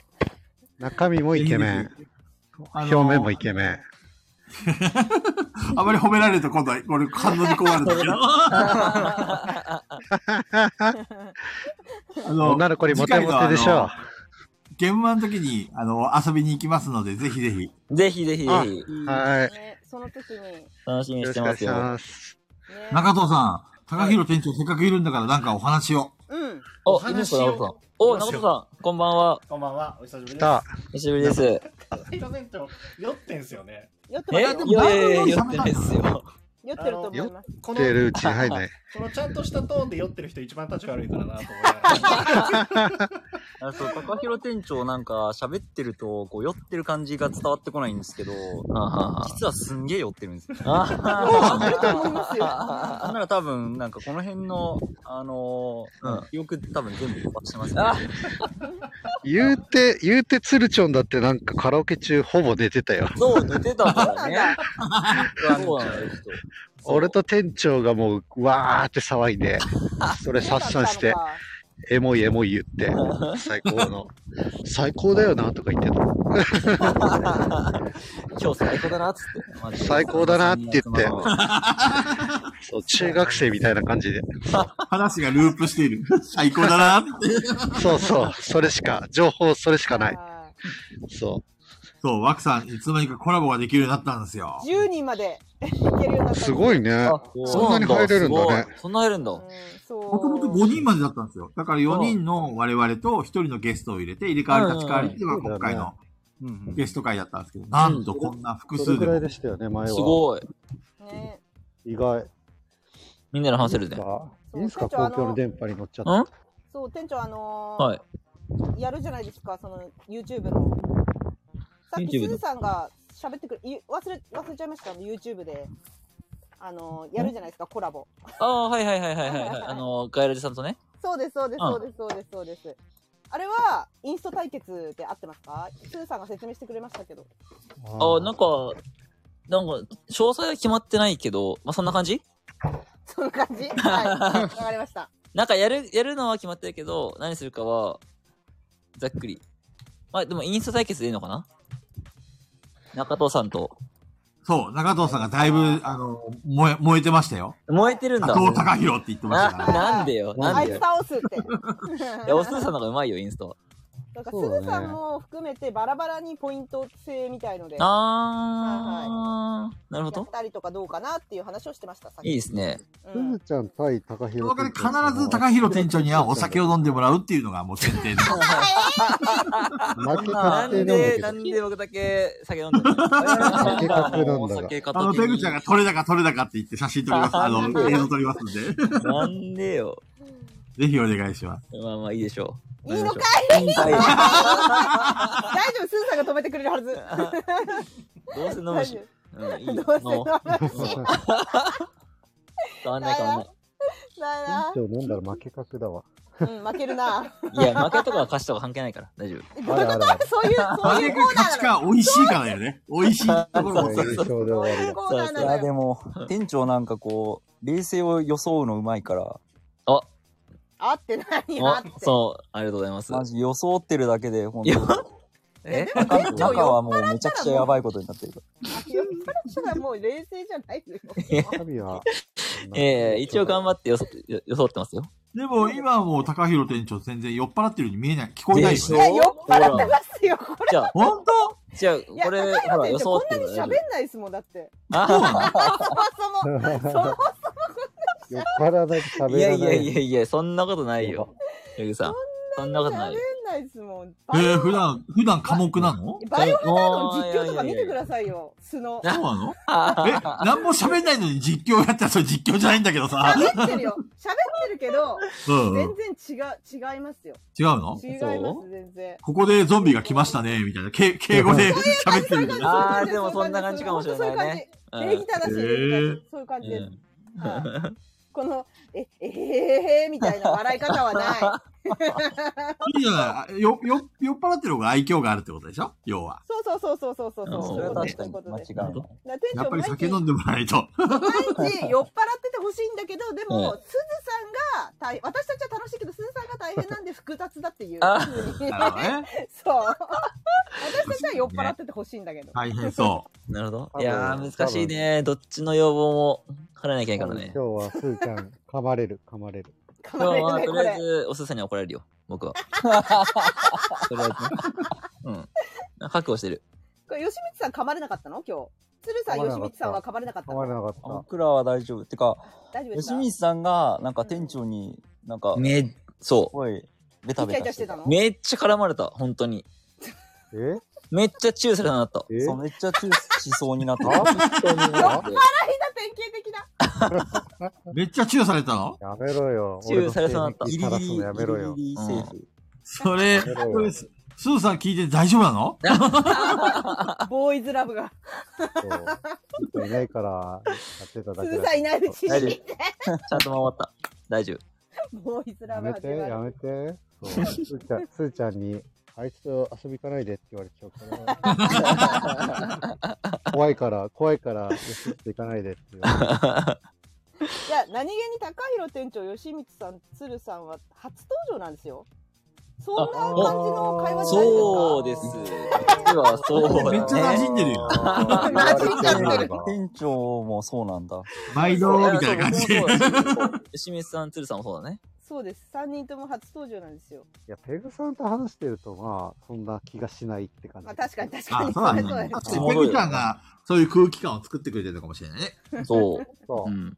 [SPEAKER 7] 中身もイケメン
[SPEAKER 2] あの
[SPEAKER 7] 表面もイケメン
[SPEAKER 2] あまり褒められると今度は俺反応に困るん だけど。
[SPEAKER 7] 女の子にモテモテで
[SPEAKER 2] 次
[SPEAKER 7] しょ
[SPEAKER 2] 回のあの現場の時に、あの、遊びに行きますので、ぜひぜひ。
[SPEAKER 4] ぜひぜひ
[SPEAKER 2] は
[SPEAKER 7] はい。
[SPEAKER 3] その時に。
[SPEAKER 4] 楽しみにしてますよ。
[SPEAKER 2] 中藤さん、高弘店長せっかくいるんだから、なんかお話を。
[SPEAKER 3] うん。
[SPEAKER 4] お、いますか、直人さん。お、直人さん、こんばんは。
[SPEAKER 26] こんばんは、お久しぶりです。
[SPEAKER 4] 久しぶりです。
[SPEAKER 26] 斉藤店長、酔ってんすよね。
[SPEAKER 3] 酔って
[SPEAKER 4] え、いやいやいや、酔ってないっすよ。
[SPEAKER 3] 酔ってると思います。
[SPEAKER 26] こ
[SPEAKER 7] っ
[SPEAKER 26] の
[SPEAKER 7] てるうちに入んない
[SPEAKER 26] このちゃんとしたトーンで酔ってる人一番立ち悪いからなと思い
[SPEAKER 4] あそう、高広店長なんか喋ってると、こう酔ってる感じが伝わってこないんですけど、実はすんげえ酔ってるんですよ。
[SPEAKER 10] あはは酔ってると思いますよ
[SPEAKER 4] なんなら多分、なんかこの辺の、あのー記憶って多分全部飛ばしてますね。
[SPEAKER 7] 言うて言うてつるちょんだってなんかカラオケ中ほぼ寝てたよ
[SPEAKER 4] そう、寝てたから ね。そうなんだよ。
[SPEAKER 7] 俺と店長がもうわーって騒いでそれ察散 して エモいエモい言って最高の最高だよなとか言って
[SPEAKER 4] 今日最高だなっつって。マ
[SPEAKER 7] た
[SPEAKER 4] ジで
[SPEAKER 7] 最高だなって言って
[SPEAKER 4] そんな
[SPEAKER 7] そう中学生みたいな感じで
[SPEAKER 2] 話がループしている。最高だなって。
[SPEAKER 7] そうそうそれしか情報それしかない
[SPEAKER 2] そう。そう、枠さん、いつの間にかコラボができるようになったんですよ。
[SPEAKER 3] 10人までいけるようになった。
[SPEAKER 7] ごいね
[SPEAKER 2] そんなに入れるんだね
[SPEAKER 4] すごいそんな入るんだ。
[SPEAKER 2] もともと5人までだったんですよ。だから4人の我々と1人のゲストを入れて、入れ替わり立ち替わりっていうのが今回のゲスト会だったんですけど、なんとこんな複
[SPEAKER 7] そ
[SPEAKER 2] 数
[SPEAKER 7] れくらい
[SPEAKER 2] で。
[SPEAKER 7] でしたよね前は
[SPEAKER 4] すごい。
[SPEAKER 7] 意外
[SPEAKER 4] みんなで話せるね。
[SPEAKER 7] いいんすか
[SPEAKER 3] 店長
[SPEAKER 7] 公共の電波に乗っちゃって
[SPEAKER 3] そう、店長、あのー
[SPEAKER 4] はい。
[SPEAKER 3] やるじゃないですか、その YouTube の。さっき
[SPEAKER 4] YouTube の
[SPEAKER 3] すずさんが喋ってくる、い忘れ、忘れちゃいました、あの YouTube で。あのーやるじゃないですか、コラボ。
[SPEAKER 4] ああ、はいはいはいはいはいはい。あの、ガイラジさんとね。
[SPEAKER 3] そうです、そうです、
[SPEAKER 4] うん
[SPEAKER 3] そうです、そうです、そうです。あれは、インスト対決で合ってますかすずさんが説明してくれましたけど。
[SPEAKER 4] ああ、なんか、なんか、詳細は決まってないけど、まあ、そんな感じ
[SPEAKER 3] そんな感 じはい。わかりました。
[SPEAKER 4] なんかやる、やるのは決まってるけど、何するかは、ざっくり。まあ、でもインスタ対決でいいのかな中藤さんと。
[SPEAKER 2] そう、中藤さんがだいぶ、あの、燃え、燃えてましたよ。
[SPEAKER 4] 燃えてるんだ。
[SPEAKER 2] 加藤隆弘って言ってましたから。
[SPEAKER 4] あなんでよ、な
[SPEAKER 3] あ
[SPEAKER 4] ん
[SPEAKER 3] い
[SPEAKER 4] でよ。
[SPEAKER 3] つ倒すって。
[SPEAKER 4] いや、おすずさんの方がうまいよ、インスタは。
[SPEAKER 3] なんかす
[SPEAKER 4] そうだね
[SPEAKER 3] ずさんも含めてバラバラにポイント制みたいので、
[SPEAKER 4] あー、なるほ
[SPEAKER 3] や
[SPEAKER 4] ど
[SPEAKER 3] っ。たりとかどうかなっていう話をしてました。さっき
[SPEAKER 4] いいですね。
[SPEAKER 17] すずちゃん対高
[SPEAKER 3] こ
[SPEAKER 17] 弘。
[SPEAKER 3] れ
[SPEAKER 17] 必
[SPEAKER 2] ず高弘店長にはお酒を飲んでもらうっていうのがもう前 提です。
[SPEAKER 17] 負け
[SPEAKER 4] な
[SPEAKER 17] 確
[SPEAKER 4] ん
[SPEAKER 17] 定
[SPEAKER 4] で、
[SPEAKER 17] なんだけど。
[SPEAKER 4] なんで僕だけ酒飲んでる
[SPEAKER 17] 負け確定なんだが。
[SPEAKER 4] か
[SPEAKER 2] あの、ペグちゃんが取れたか取れたかって言って写真撮ります。あの、映像撮りますん で。
[SPEAKER 4] なんでよ。
[SPEAKER 2] ぜひお願いします。
[SPEAKER 4] まあまあいいでしょう。
[SPEAKER 3] いいのかい大丈夫、すずさんが止めてくれるはず。
[SPEAKER 4] どうせ飲むし。うん、いいよ。
[SPEAKER 3] どうせ
[SPEAKER 4] 飲も
[SPEAKER 3] 飲むし
[SPEAKER 4] うん 変わんない変わんない。
[SPEAKER 3] だ
[SPEAKER 17] 今日飲んだら負け確だわ。
[SPEAKER 3] な、うん、負けるな。
[SPEAKER 4] いや、負けとか勝ちとか関係ないから、大丈夫。
[SPEAKER 3] どういうことそういう、そういうコーナーなの。
[SPEAKER 2] 美味しいからだよね。美味しいところ
[SPEAKER 4] そうそうそう
[SPEAKER 17] そう
[SPEAKER 3] コーナーなのよ
[SPEAKER 4] いや、でも、店長なんかこう、冷静を装うのうまいから。あ、
[SPEAKER 3] あって何あっ
[SPEAKER 4] あ
[SPEAKER 3] て。
[SPEAKER 4] そう、ありがとうございます。マジ装ってるだけで、本当に。え
[SPEAKER 3] 中
[SPEAKER 4] 中はもうめちゃくちゃやばいことになってるか
[SPEAKER 3] 酔っ払ったらもう冷静じゃないのよ。
[SPEAKER 4] ら。ええ、一応頑張ってよそよ装ってますよ。
[SPEAKER 2] でも今はもう高弘店長全然酔っ払ってるように見えない。聞こえないよ
[SPEAKER 4] いや
[SPEAKER 2] ね。
[SPEAKER 4] 酔っ払ってます
[SPEAKER 3] よ、これ。
[SPEAKER 4] じゃあ、
[SPEAKER 2] 本当
[SPEAKER 4] じゃあ、こ
[SPEAKER 3] い
[SPEAKER 4] れ、
[SPEAKER 3] や
[SPEAKER 4] ほら、
[SPEAKER 3] 高い
[SPEAKER 4] 装
[SPEAKER 3] こ
[SPEAKER 4] っ
[SPEAKER 3] ん
[SPEAKER 4] て
[SPEAKER 3] な
[SPEAKER 4] る
[SPEAKER 3] に
[SPEAKER 4] から大
[SPEAKER 3] 喋ん
[SPEAKER 4] 丈
[SPEAKER 3] ないですもん、だって。
[SPEAKER 4] あ
[SPEAKER 3] そもそも、そもそも。
[SPEAKER 17] 酔っ払わないと
[SPEAKER 4] 夫。
[SPEAKER 17] 喋
[SPEAKER 4] いや
[SPEAKER 17] ら
[SPEAKER 4] いや
[SPEAKER 17] ない
[SPEAKER 4] や
[SPEAKER 17] い。
[SPEAKER 4] いや、そんなことないよ。ペグさん。そんなことない
[SPEAKER 3] 喋
[SPEAKER 4] よ。
[SPEAKER 3] んないですもん。
[SPEAKER 2] えー、普段、普段寡黙なの
[SPEAKER 3] バイオハザードの実況とか見てくださいよ、素の。
[SPEAKER 2] そうなのえ、何も喋んないのに実況やったらそれ実況じゃないんだけどさ。
[SPEAKER 3] 喋ってるよ。喋ってるけど、
[SPEAKER 2] うんうん
[SPEAKER 3] 全然違う、違いますよ。
[SPEAKER 2] 違うの
[SPEAKER 3] 違い
[SPEAKER 2] そ
[SPEAKER 3] ます、全然。
[SPEAKER 2] ここでゾンビが来ましたね、みたいな。け敬語で喋ってるよね。
[SPEAKER 4] ああ、でもそんな感じかもしれないね。
[SPEAKER 3] 礼儀正しい、
[SPEAKER 2] へー
[SPEAKER 3] そういう感じです。この、え、えへへへみたいな笑い方はない。
[SPEAKER 2] いいじゃない。よ、よ、酔っ払ってる方が愛嬌があるってことでしょ要は。
[SPEAKER 3] そうそうそうそうそうそうそう。
[SPEAKER 2] それは確か
[SPEAKER 3] に間違
[SPEAKER 4] いない。
[SPEAKER 3] だ
[SPEAKER 2] やっぱ
[SPEAKER 3] から
[SPEAKER 2] り
[SPEAKER 3] 店
[SPEAKER 2] 酒飲んでもらえないと。
[SPEAKER 3] 長毎日酔っ払っててほしいんだけど、で
[SPEAKER 2] う
[SPEAKER 3] も
[SPEAKER 2] ん、
[SPEAKER 3] すずさんが大、私たちは楽しいけど、すずさんが大変なんで複雑だっていう。
[SPEAKER 2] あ
[SPEAKER 3] 風に
[SPEAKER 2] なるほど
[SPEAKER 3] そう。私たちは酔っ払っててほしいんだけど。
[SPEAKER 2] 大変そ
[SPEAKER 4] なるほど。いやー、難しいね。どっちの要望も払わなきゃいけないからね。
[SPEAKER 17] 今日はすずちゃん、噛まれる、噛まれる。
[SPEAKER 3] 噛
[SPEAKER 4] 今日
[SPEAKER 17] ま
[SPEAKER 4] は
[SPEAKER 17] れるね
[SPEAKER 4] と
[SPEAKER 17] こ
[SPEAKER 4] り
[SPEAKER 17] れ
[SPEAKER 4] あえず、おすさんには怒られるよ。僕は。とり あえずね。うん。覚悟してる。
[SPEAKER 3] これ、吉光さん噛まれなかったの今日。鶴さん、
[SPEAKER 4] 噛まれな
[SPEAKER 3] 吉
[SPEAKER 4] かった
[SPEAKER 3] 光さんは噛まれなかったの。
[SPEAKER 4] なかった。僕らは大丈夫。てか、
[SPEAKER 3] 大丈夫です
[SPEAKER 4] 吉
[SPEAKER 3] か
[SPEAKER 4] 光さんが、なんか店長に、なんか、め、そう。すごい、ベタベ
[SPEAKER 3] イチャイチ
[SPEAKER 4] タ
[SPEAKER 3] ャしてたの
[SPEAKER 4] めっちゃ絡まれた、本当に。
[SPEAKER 17] え
[SPEAKER 4] めっちゃチューされたなった。そう、めっちゃチューしそうになった。
[SPEAKER 2] う。めっちゃチューされたの
[SPEAKER 17] やめろよ。
[SPEAKER 4] チューされそうになった
[SPEAKER 17] 俺の性癖晒すのやめろよ。
[SPEAKER 4] ギリギリセーフ
[SPEAKER 2] それ、それススーさん聞いて大丈夫なの
[SPEAKER 3] ボーイズラブが。
[SPEAKER 17] いないから、やってただけだ。
[SPEAKER 3] すずさんいないうちに
[SPEAKER 4] 大丈夫
[SPEAKER 3] 聞いて。
[SPEAKER 4] ちゃんと守った。大丈夫。
[SPEAKER 3] ボーイズラ
[SPEAKER 17] や
[SPEAKER 3] ブ
[SPEAKER 17] め
[SPEAKER 3] 始
[SPEAKER 17] て、
[SPEAKER 3] ま
[SPEAKER 17] や
[SPEAKER 3] る。
[SPEAKER 17] めて。そうすーちゃん、すーちゃんに、あいつと遊び行かないでって言われちゃう から。怖いから、怖いから、休んで行かないでって言わ
[SPEAKER 3] いや、何気に高弘店長、吉光さん、鶴さんは初登場なんですよ。そんな感じの会話じゃないですか。
[SPEAKER 4] そうです。実はそうだ、ね。
[SPEAKER 2] めっちゃ馴染んでるよ
[SPEAKER 4] 馴
[SPEAKER 2] 染んじゃってる
[SPEAKER 4] 店長もそうなんだ。
[SPEAKER 2] 毎度みたいな感じで
[SPEAKER 4] そう そうそう吉光さん、鶴さんもそうだね。
[SPEAKER 3] そうです。三人とも初登場なんですよ。
[SPEAKER 17] いや、ペグさんと話してると、まあ、そんな気がしないって感じ
[SPEAKER 3] まあ。確かに確か
[SPEAKER 2] あ、
[SPEAKER 3] に。
[SPEAKER 2] そうだね
[SPEAKER 3] れれ。
[SPEAKER 2] 確かにペグちゃんがそういう空気感を作ってくれてるのかもしれないね。
[SPEAKER 4] そう。。
[SPEAKER 17] そう
[SPEAKER 4] ん、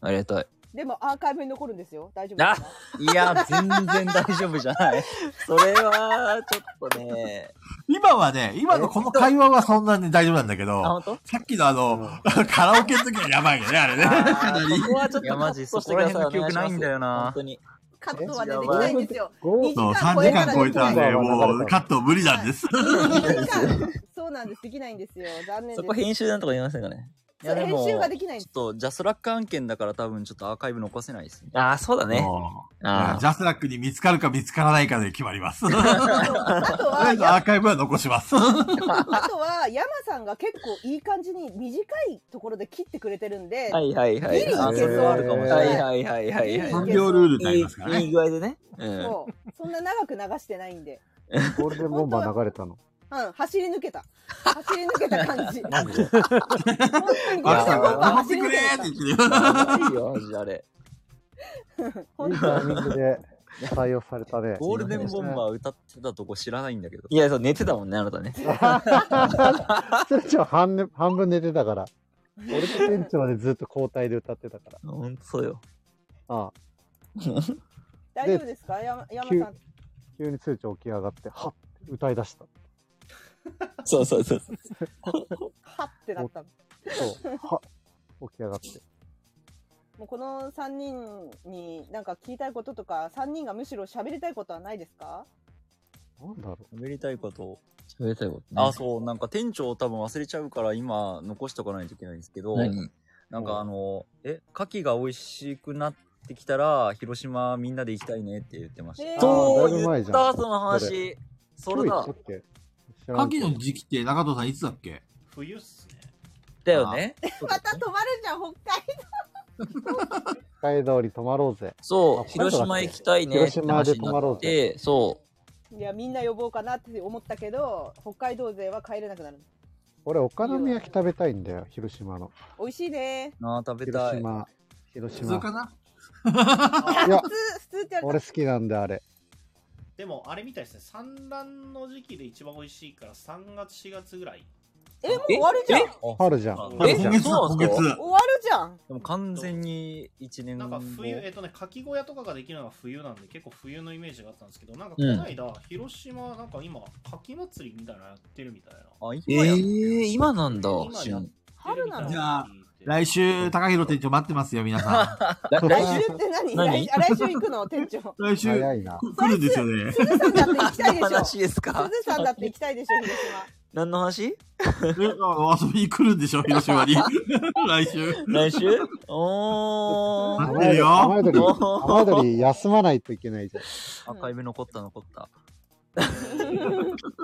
[SPEAKER 4] ありがたい。
[SPEAKER 3] でもアーカイブに残るんですよ。大丈夫で
[SPEAKER 4] あ
[SPEAKER 3] すか
[SPEAKER 4] いや、全然大丈夫じゃない。それは、ちょっと ね。
[SPEAKER 2] 今はね、今のこの会話はそんなに大丈夫なんだけ
[SPEAKER 4] あ、本
[SPEAKER 2] ど、
[SPEAKER 4] 当？
[SPEAKER 2] さっきのあの、 カラオケの時はやばいよね、あれね。かなり。
[SPEAKER 4] ここはちょっとカットしてください。
[SPEAKER 2] いやマジそこら辺の記憶ないんだよ
[SPEAKER 4] な。本当に。
[SPEAKER 3] カットはね、できないんですよ。2
[SPEAKER 2] そう、
[SPEAKER 3] 時間
[SPEAKER 2] 3
[SPEAKER 3] 超え
[SPEAKER 2] 時
[SPEAKER 3] た
[SPEAKER 2] 間
[SPEAKER 3] ら
[SPEAKER 2] 超え
[SPEAKER 3] でき
[SPEAKER 2] た
[SPEAKER 3] なんい
[SPEAKER 2] で、もうカット無理なんです。
[SPEAKER 3] そうなんです。できないんですよ。残念です。
[SPEAKER 4] そこ編集なんとか言いませんかね。いや
[SPEAKER 3] そう
[SPEAKER 4] でも
[SPEAKER 3] 編集ができないん
[SPEAKER 4] ち
[SPEAKER 3] で
[SPEAKER 4] ょっと、ジャスラック案件だから多分ちょっとアーカイブ残せないですね。ああ、そうだね。あ
[SPEAKER 2] ジャスラックに見つかるか見つからないかで決まります。 とりあえずアーカイブは残します。
[SPEAKER 3] あとは、山さんが結構いい感じに短いところで切ってくれてるんで、
[SPEAKER 4] はいはいはい。
[SPEAKER 3] ギリいけ
[SPEAKER 4] あ
[SPEAKER 3] そう。
[SPEAKER 4] あるかもしれない。はいはいはいはい。
[SPEAKER 2] 三秒ルールになりますからね
[SPEAKER 4] いい具合でね。うん。
[SPEAKER 3] そう。そんな長く流してないんで。
[SPEAKER 17] ない。ゴールデンボンバー流れたの。
[SPEAKER 3] うん、走り抜けた。走り抜けた 感じ。
[SPEAKER 17] マジで。
[SPEAKER 3] あさんが
[SPEAKER 2] 守ってくれーって言ってるよ。
[SPEAKER 4] いいよ、マジであれ。
[SPEAKER 17] いいタイミングで
[SPEAKER 2] 採用されたね。
[SPEAKER 15] ゴールデンボンバー歌ってたとこ知らないんだけど。
[SPEAKER 4] いや、そう、寝てたもんね、あなたね。
[SPEAKER 2] 鶴 ちゃん半ね半分寝てたから。俺と店長でずっと交代で歌ってた から。
[SPEAKER 4] ほんとそうよ。
[SPEAKER 2] あ
[SPEAKER 3] 大丈夫ですか山
[SPEAKER 2] あ。
[SPEAKER 3] 山
[SPEAKER 2] 急
[SPEAKER 3] さん。
[SPEAKER 2] 急に鶴ちゃん起き上がって、はっ歌い出した。
[SPEAKER 4] そうそうそう。
[SPEAKER 3] はってなったの。
[SPEAKER 2] そう。は起き上がって。
[SPEAKER 3] もうこの3人になんか聞きたいこととか、3人がむしろ喋りたいことはないですか
[SPEAKER 2] なんだろ
[SPEAKER 4] う。喋りたいこと。
[SPEAKER 10] 喋りたいこと
[SPEAKER 15] あ、そう、なんか店長多分忘れちゃうから今残しとかないといけないんですけど、
[SPEAKER 10] 何
[SPEAKER 15] なんかあの、え、牡蠣が美味しくなってきたら、広島みんなで行きたいねって言ってました。
[SPEAKER 1] そう言
[SPEAKER 15] 言った、その話。それだ。
[SPEAKER 1] 秋の時期って中藤さんいつだっけ
[SPEAKER 7] 冬っすね。
[SPEAKER 15] だよね。
[SPEAKER 3] また止まるじゃん、北海道。
[SPEAKER 2] 北海道に泊まろうぜ。
[SPEAKER 4] そう、
[SPEAKER 2] あ北海道
[SPEAKER 4] 広
[SPEAKER 2] だっ
[SPEAKER 4] 島
[SPEAKER 2] け
[SPEAKER 4] 行きたいねっ
[SPEAKER 2] 広
[SPEAKER 4] て
[SPEAKER 2] 島
[SPEAKER 4] 話
[SPEAKER 2] で
[SPEAKER 4] に
[SPEAKER 2] 泊ま
[SPEAKER 4] な
[SPEAKER 2] ろ
[SPEAKER 4] っ
[SPEAKER 2] うぜ。
[SPEAKER 4] て、そ
[SPEAKER 3] いや、みんな呼ぼうかなって思ったけど、北海道勢は帰れなくなる。
[SPEAKER 2] 俺、お好み焼き食べたいんだよ、広島の。
[SPEAKER 3] 美味しいね。
[SPEAKER 15] ああ、食
[SPEAKER 2] べたい。広島。広島。
[SPEAKER 3] 普通かない
[SPEAKER 2] や
[SPEAKER 3] 普通、普通って言われ
[SPEAKER 2] 俺
[SPEAKER 3] た
[SPEAKER 2] 好。きなんで、あれ。
[SPEAKER 7] でも、あれみたいですね。産卵の時期で一番美味しいから、3月、4月ぐらい。
[SPEAKER 3] え、もう終わるじゃん。
[SPEAKER 2] 春じゃん。春
[SPEAKER 15] え
[SPEAKER 2] じゃん
[SPEAKER 15] そうなんすか
[SPEAKER 3] 終わるじゃん。
[SPEAKER 15] でも完全に1年
[SPEAKER 7] なんか冬、えっとね、かき小屋とかができるのが冬なんで、結構冬のイメージがあったんですけど、なんかこの間、広島、なんか今、かき祭りみたいなのやってるみたいな。
[SPEAKER 15] あ、
[SPEAKER 1] えー、今なんだ。
[SPEAKER 3] 春なの
[SPEAKER 1] じゃあ、来週、高弘店長待ってますよ、皆さ ん。
[SPEAKER 3] 来週って何来来週行くの 店長。
[SPEAKER 1] 来週、
[SPEAKER 3] 鈴
[SPEAKER 1] く来るんです よね。
[SPEAKER 3] さんだって行きたいでしょ。
[SPEAKER 4] 何の話ですか
[SPEAKER 3] さんだって行きたいでしょ、広島。
[SPEAKER 4] う。何の話
[SPEAKER 1] 遊びに来るんでしょ、広島 に。来週。
[SPEAKER 4] 来週おー。
[SPEAKER 2] 雨宿り、雨宿り
[SPEAKER 4] ア
[SPEAKER 2] 休まないといけないじゃん。
[SPEAKER 15] アーカイブ残った残った。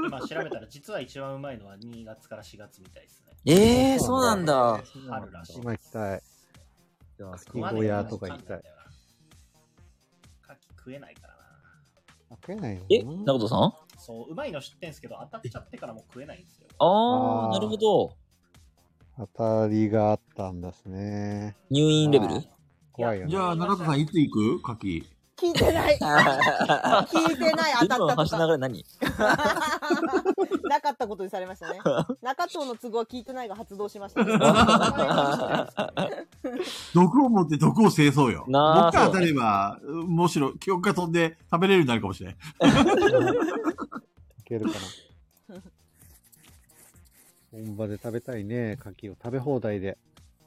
[SPEAKER 7] 今調べたら、実は一番うまいのは2月から4月みたいですね。
[SPEAKER 4] えーそうなんだ
[SPEAKER 7] 春らしい。
[SPEAKER 2] 今行きたい。
[SPEAKER 7] か
[SPEAKER 2] き小屋とか行きたい。
[SPEAKER 7] き食えないからな。
[SPEAKER 2] あ食えないよ。
[SPEAKER 4] え中藤さん
[SPEAKER 7] そう、うまいの知ってんすけど、当たっちゃってからもう食えないんですよ。
[SPEAKER 4] あ
[SPEAKER 2] あー
[SPEAKER 4] ー、なるほど。
[SPEAKER 2] 当たりがあったんですね。
[SPEAKER 4] 入院レベル
[SPEAKER 2] あー怖いよね。
[SPEAKER 1] じゃあ、中藤さんいつ行く かき。
[SPEAKER 3] 聞いてない。聞いてない、当たったと
[SPEAKER 4] 話しな
[SPEAKER 3] か。
[SPEAKER 4] がら何
[SPEAKER 3] なかったこと にされましたね。中藤の都合は聞いてないが発動しました。
[SPEAKER 1] 毒を持って毒を制そうよ。僕
[SPEAKER 4] なあ
[SPEAKER 1] が当たれば、むしろ記憶が飛んで食べれるようになるかもしれない。
[SPEAKER 2] いけるかな。本場で食べたいね、牡蠣を食べ放題で。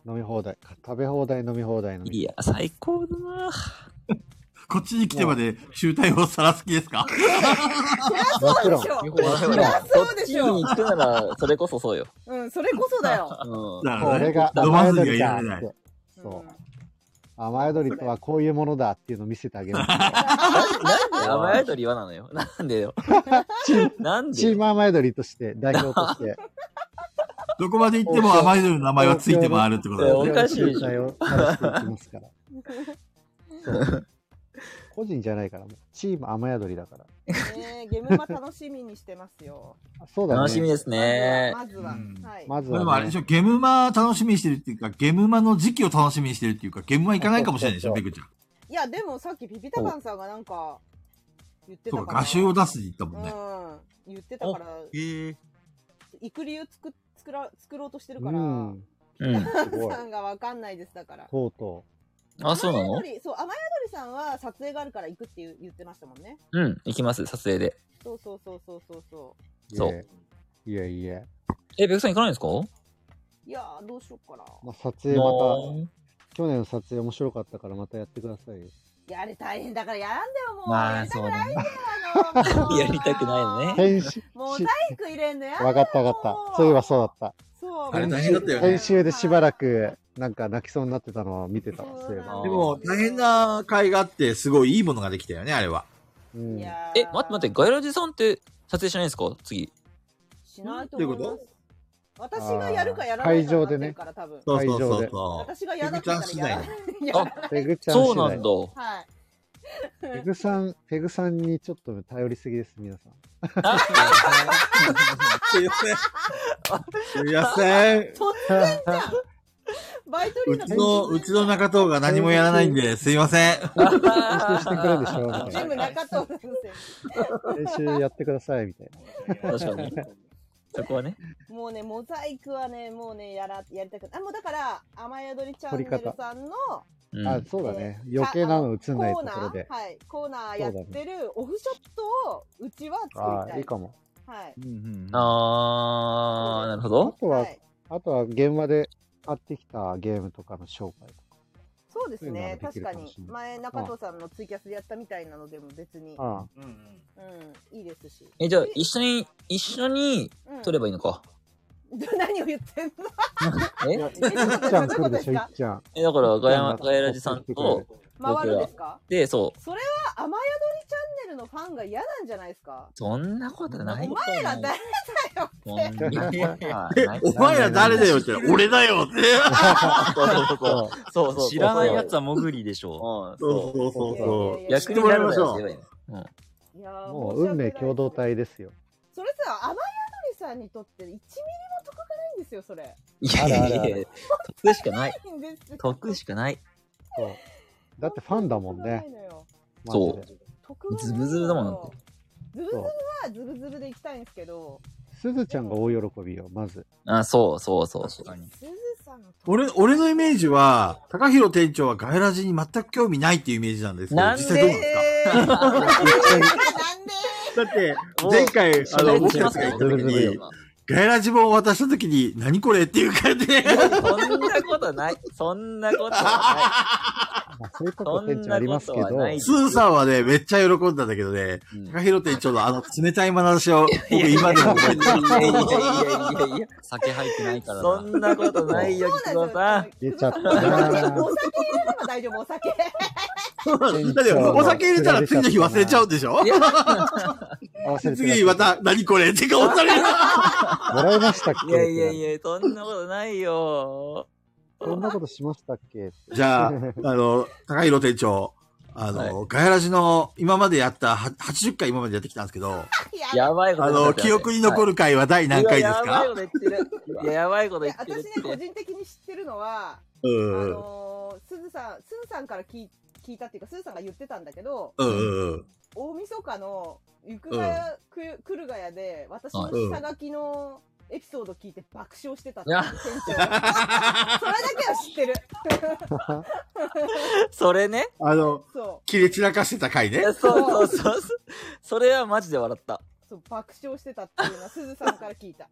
[SPEAKER 2] 飲み放題。か食べ放題、飲み放題の。い
[SPEAKER 4] や、最高だな
[SPEAKER 1] こっちに来てまで集大をさらす気ですか
[SPEAKER 3] そりゃそうでしょ
[SPEAKER 4] もちろん
[SPEAKER 3] そりゃそうでしょ
[SPEAKER 4] こっちに行くなら、それこそそうよ。
[SPEAKER 3] うん、それこそだよ。
[SPEAKER 4] うん。
[SPEAKER 1] だ
[SPEAKER 2] これが
[SPEAKER 4] 飲
[SPEAKER 2] 甘
[SPEAKER 4] まず
[SPEAKER 2] 宿
[SPEAKER 4] には
[SPEAKER 2] り
[SPEAKER 4] い
[SPEAKER 2] だ
[SPEAKER 4] られ
[SPEAKER 2] っ
[SPEAKER 4] ない
[SPEAKER 2] て。そう。甘宿りとはこういうものだっていうのを見せてあげる。
[SPEAKER 4] 甘えとりはなのよ。なんでよ。なんで
[SPEAKER 2] チーム甘宿りとして、代表として。
[SPEAKER 1] どこまで行っても甘いの名前はついて回るってこと
[SPEAKER 4] おかしいでし
[SPEAKER 2] ょ。個人じゃないから、もうチーム雨宿りだから。
[SPEAKER 3] ねえ、ゲームは楽しみにしてますよ。
[SPEAKER 2] そうだね。
[SPEAKER 4] 楽しみですね。
[SPEAKER 3] まずは、はい。
[SPEAKER 2] まず
[SPEAKER 1] でもあれでしょ、ゲムマ楽しみにしてるっていうか、ゲムマの時期を楽しみにしてるっていうか、ゲムマ行かないかもしれないでし
[SPEAKER 2] そ
[SPEAKER 1] ょ、
[SPEAKER 2] うそ
[SPEAKER 1] ペ
[SPEAKER 2] う
[SPEAKER 1] グちゃん。
[SPEAKER 3] いや、でもさっきピピタパンさんがなんか言って
[SPEAKER 1] そ
[SPEAKER 3] た
[SPEAKER 1] う
[SPEAKER 3] か
[SPEAKER 1] か、
[SPEAKER 3] ら。
[SPEAKER 1] 画集を出すって言ったもんね。
[SPEAKER 3] うん。言ってたから、
[SPEAKER 1] へえ。
[SPEAKER 3] 行く理由作作ら作ろうとしてる
[SPEAKER 2] う
[SPEAKER 3] から、
[SPEAKER 2] ん。
[SPEAKER 3] 北
[SPEAKER 2] す
[SPEAKER 3] 川
[SPEAKER 2] ごい
[SPEAKER 3] さ。んがわかんないですだから。
[SPEAKER 2] とうと
[SPEAKER 4] あ、そうな
[SPEAKER 3] 雨
[SPEAKER 4] の
[SPEAKER 3] 宿りそう、雨宿りさんは撮影があるから行くって言う言ってましたもんね。
[SPEAKER 4] うん、行きます、撮影で。
[SPEAKER 3] そうそうそうそうそうそう。
[SPEAKER 2] う。。
[SPEAKER 4] そう
[SPEAKER 2] いやいや。
[SPEAKER 4] え、ベクさん行かないんですか
[SPEAKER 3] いやー、どうしようかな。
[SPEAKER 2] まあ、撮影また、去年の撮影面白かったからまたやってくださいよ。
[SPEAKER 3] いやあれ大変だからやらんでよ、もう。
[SPEAKER 2] まあ
[SPEAKER 3] やりた くないんだよ、あの。
[SPEAKER 2] やり
[SPEAKER 4] たくないのね
[SPEAKER 2] 編集、
[SPEAKER 3] もう体育入れんのやだよ。
[SPEAKER 2] わかったわかった。そういえばそうだった。
[SPEAKER 3] そう。
[SPEAKER 1] あれ大変だったよね
[SPEAKER 2] 編集でしばらく、なんか泣きそうになってたのを見てたわ。そういえば。
[SPEAKER 1] でも、大変な会があって、すごいいいものができたよね、あれは。
[SPEAKER 4] え、待って待って、ガイラジさんって撮影しないんですか次。
[SPEAKER 3] しないと
[SPEAKER 1] どう
[SPEAKER 3] 思い
[SPEAKER 1] いうこ
[SPEAKER 3] ます
[SPEAKER 1] と。
[SPEAKER 3] 私がやるかやらないかになってるから、多分。
[SPEAKER 1] そうそうそう
[SPEAKER 2] 会
[SPEAKER 1] そう。
[SPEAKER 3] 私がやだったらやらない。やらない
[SPEAKER 2] ペグちゃん
[SPEAKER 4] そう
[SPEAKER 2] 次
[SPEAKER 4] な
[SPEAKER 2] 第
[SPEAKER 4] んだ。。
[SPEAKER 3] はい。
[SPEAKER 2] ペグさん、ペグさんにちょっと頼りすぎです、 皆さん。
[SPEAKER 1] すいません。すいませ
[SPEAKER 3] 突
[SPEAKER 1] ん。
[SPEAKER 3] 然じゃん。バイトリ
[SPEAKER 2] う
[SPEAKER 3] ーダ
[SPEAKER 2] ちの、うちの中藤が何もやらないん で、すいません。
[SPEAKER 7] してくれるでしょみたいな
[SPEAKER 3] 全部中藤先
[SPEAKER 7] 練習やってください、みたいな。
[SPEAKER 4] 確かに。そこはね。
[SPEAKER 3] 生。もうね、モザイクはね、もうね、やら、やりたくない。あ、もうだから、雨宿りチャンネルさんの、
[SPEAKER 7] あ、そうだね。余計なの映んない
[SPEAKER 3] コ
[SPEAKER 7] と
[SPEAKER 3] ーナ
[SPEAKER 7] ころ
[SPEAKER 3] ー
[SPEAKER 7] で、。
[SPEAKER 3] はい、コーナーやってるオフショットを、うちは
[SPEAKER 7] あ
[SPEAKER 3] 作りた
[SPEAKER 7] あ、
[SPEAKER 3] い。
[SPEAKER 7] いいかも。
[SPEAKER 3] はい。
[SPEAKER 4] あー、なるほ
[SPEAKER 7] あ
[SPEAKER 4] ど。
[SPEAKER 7] とは、あとは現場で買ってきたゲームとかの紹介とか。
[SPEAKER 3] そうです
[SPEAKER 7] そういうのが
[SPEAKER 3] ね
[SPEAKER 7] で、き
[SPEAKER 3] 確
[SPEAKER 7] る
[SPEAKER 3] か
[SPEAKER 7] かも
[SPEAKER 3] に
[SPEAKER 7] しれ。ない
[SPEAKER 3] 前、中藤さんのツイキャスでやったみたいなのでも別に。
[SPEAKER 7] ああ
[SPEAKER 3] うん、いいですし。
[SPEAKER 4] え、じゃあ、一緒に、一緒に撮ればいいのか。
[SPEAKER 3] 何を言ってんの
[SPEAKER 4] え
[SPEAKER 3] そういうことですか
[SPEAKER 7] ちゃん。
[SPEAKER 4] え、だから、ガヤ、ガヤラジさんと、
[SPEAKER 3] 回るんですか
[SPEAKER 4] で、そう。
[SPEAKER 3] それは雨宿りチャンネルのファンが嫌なんじゃないですか
[SPEAKER 4] そんなことない。
[SPEAKER 3] お前ら誰だよ
[SPEAKER 4] そんなことは
[SPEAKER 2] え
[SPEAKER 4] ない
[SPEAKER 2] お前ら誰だよって、俺だよって。
[SPEAKER 4] そうそうそうそうそうそう。
[SPEAKER 2] 知らないやつ
[SPEAKER 4] は潜りでしょ
[SPEAKER 2] そうそうそうそう。
[SPEAKER 4] 役に立たないやつ言えばいいの
[SPEAKER 7] もう運命共同体ですよ。
[SPEAKER 3] それさ雨宿りさんにとって1ミリも得がないんですよそれ
[SPEAKER 4] いやいやいやいや、得しかない。
[SPEAKER 3] ないんですよ
[SPEAKER 4] 得しかない。
[SPEAKER 7] だってファンだもんね。
[SPEAKER 4] そう。ズブズブだもん。
[SPEAKER 3] ズブズブはズブズブで行きたいんですけど
[SPEAKER 7] すずちゃんが大喜びよ、まず。
[SPEAKER 4] あ、そうそうそうそう。
[SPEAKER 3] すずさんの
[SPEAKER 2] 俺、俺のイメージは、高弘店長はガイラジに全く興味ないっていうイメージなんですけど、
[SPEAKER 3] なん
[SPEAKER 2] 実
[SPEAKER 3] で
[SPEAKER 2] 際どうですか だって、前回、あの、僕たちが行った時に、ガイラジ本を渡した時に、何これっていう感じで。
[SPEAKER 4] そんなことない。そんなことは
[SPEAKER 7] そういうこと
[SPEAKER 4] 店長ありますけど
[SPEAKER 2] スーさんはね、めっちゃ喜んだんだけどね、高弘店長のあの冷たい眼差しを、僕今でも覚えてる。
[SPEAKER 4] ない。いやいやいやいやいや。酒入ってないから。そんなことないよ、菊蔵さん。
[SPEAKER 7] 出ちゃっ
[SPEAKER 3] お酒入れれば大丈夫お酒
[SPEAKER 2] だって、お酒入れたら次の日忘れちゃうんでしょ
[SPEAKER 3] いや
[SPEAKER 2] 次また、何これって顔さ れる。
[SPEAKER 7] もらいましたっけ
[SPEAKER 4] いやいやいや、そんなことないよ。
[SPEAKER 7] そんなことしましたっけ
[SPEAKER 2] じゃあ、 あの、高弘店長、あの、ガヤラジの今までやった、は80回今までやってきたんですけど、
[SPEAKER 4] やばいこと
[SPEAKER 2] あ
[SPEAKER 4] になっ
[SPEAKER 2] の、
[SPEAKER 4] てる
[SPEAKER 2] 記憶に残る回は第何回
[SPEAKER 4] い
[SPEAKER 2] です
[SPEAKER 4] ややばい
[SPEAKER 2] か
[SPEAKER 4] こと言ってる。いや、やばいこと言ってる
[SPEAKER 3] 私ね
[SPEAKER 4] って。
[SPEAKER 3] 個人的に知ってるのは
[SPEAKER 2] うんうん。
[SPEAKER 3] もうすずさんすずさんから聞い聞いたっていうかすずさんが言ってたんだけど
[SPEAKER 2] うんうんうん。
[SPEAKER 3] 大晦日の行くがや、く来るがやで私の
[SPEAKER 2] うん
[SPEAKER 3] 下書きのエピソード聞いて爆笑してたって
[SPEAKER 4] いや
[SPEAKER 3] 店長それだけは知ってる
[SPEAKER 4] それね。
[SPEAKER 2] あの
[SPEAKER 3] そ、
[SPEAKER 2] 切れ散らかしてた回
[SPEAKER 4] い
[SPEAKER 2] ね
[SPEAKER 4] や。そうそうそうそう。それはマジで笑った。
[SPEAKER 3] そう爆笑してたっていうのはすずさんから聞いた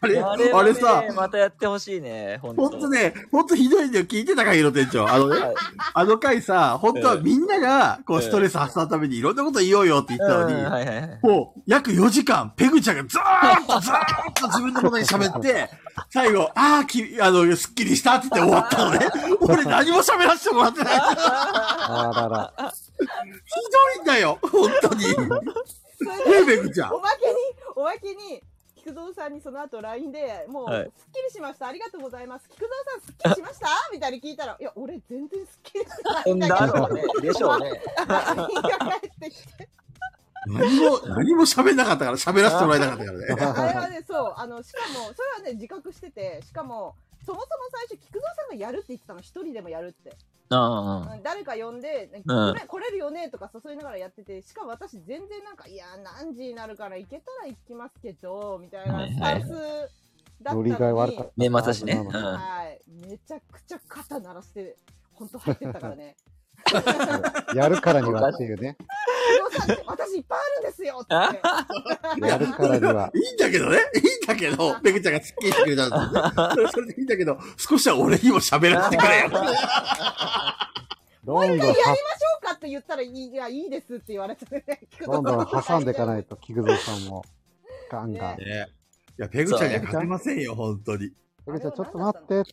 [SPEAKER 2] あれ、
[SPEAKER 4] あ
[SPEAKER 2] あ
[SPEAKER 4] れ,、ね、
[SPEAKER 2] れさ、
[SPEAKER 4] またやってほしいね。ほん
[SPEAKER 2] ほ
[SPEAKER 4] と
[SPEAKER 2] んとね、ほんとひどいの聞いてたか、ヒロ店長。あのね、あの回さ、本当はみんなが、こう、ストレス発散のためにいろんなこと言おうよって言ってたのに、
[SPEAKER 4] うんはいはいはい
[SPEAKER 2] もう、約4時間、ペグちゃんがずーっとずーっと自分のことに喋って、最後、ああ、き、あの、すっきりしたって言って終わったの ね。俺何も喋らせ てもらってない。
[SPEAKER 7] あらら。
[SPEAKER 2] ひどいんだよ、本当に。ねえ、ペグちゃん。
[SPEAKER 3] おまけにおまけに菊蔵さんにその後 LINE でもう、
[SPEAKER 2] はい
[SPEAKER 3] すっきりしましたありがとうございます菊蔵さんすっきりしましたみたいに聞いたらいや俺全然すっきりしてないんだ
[SPEAKER 4] だ
[SPEAKER 3] けど
[SPEAKER 4] ろうね。でしょうね。
[SPEAKER 2] 何も、何も喋んなかったから、喋らせてもらえなかったからね。
[SPEAKER 3] あれはね、そう、あの、しかも、それはね、自覚してて、しかも、そもそも最初、菊蔵さんがやるって言ってたの、一人でもやるって。
[SPEAKER 4] うんうん
[SPEAKER 3] うん誰か呼んで、
[SPEAKER 4] ん
[SPEAKER 3] 来れ来れるよねとか誘いながらやってて、しかも私、全然なんか、いやー、何時になるから行けたら行きますけど、みたいなスタンスだったの
[SPEAKER 7] 乗
[SPEAKER 3] に。
[SPEAKER 7] り換え悪かった。
[SPEAKER 4] 年末だしねうん
[SPEAKER 3] はい。めちゃくちゃ肩鳴らして、本当入ってったからね。
[SPEAKER 7] やるからにはっていうね。
[SPEAKER 3] 菊蔵さんって、 私いっぱいあるんですよって言っ て。
[SPEAKER 7] やるからには。
[SPEAKER 2] いいんだけどね。いいんだけど、ペグちゃんがすっきりしてくれたんですよね。それでいいんだけど、少しは俺にも喋らせてくれよ。
[SPEAKER 7] どんどん
[SPEAKER 3] 一
[SPEAKER 7] は
[SPEAKER 3] 回やりましょうかって言ったらいい、いや、いいですって言われてね。
[SPEAKER 7] どんどん挟んでいかないと、菊蔵さんも。ガンガン。
[SPEAKER 2] ねいや、ペグちゃんには勝てませんよ、本当に。
[SPEAKER 7] ペグちゃん、ちょっと待ってって。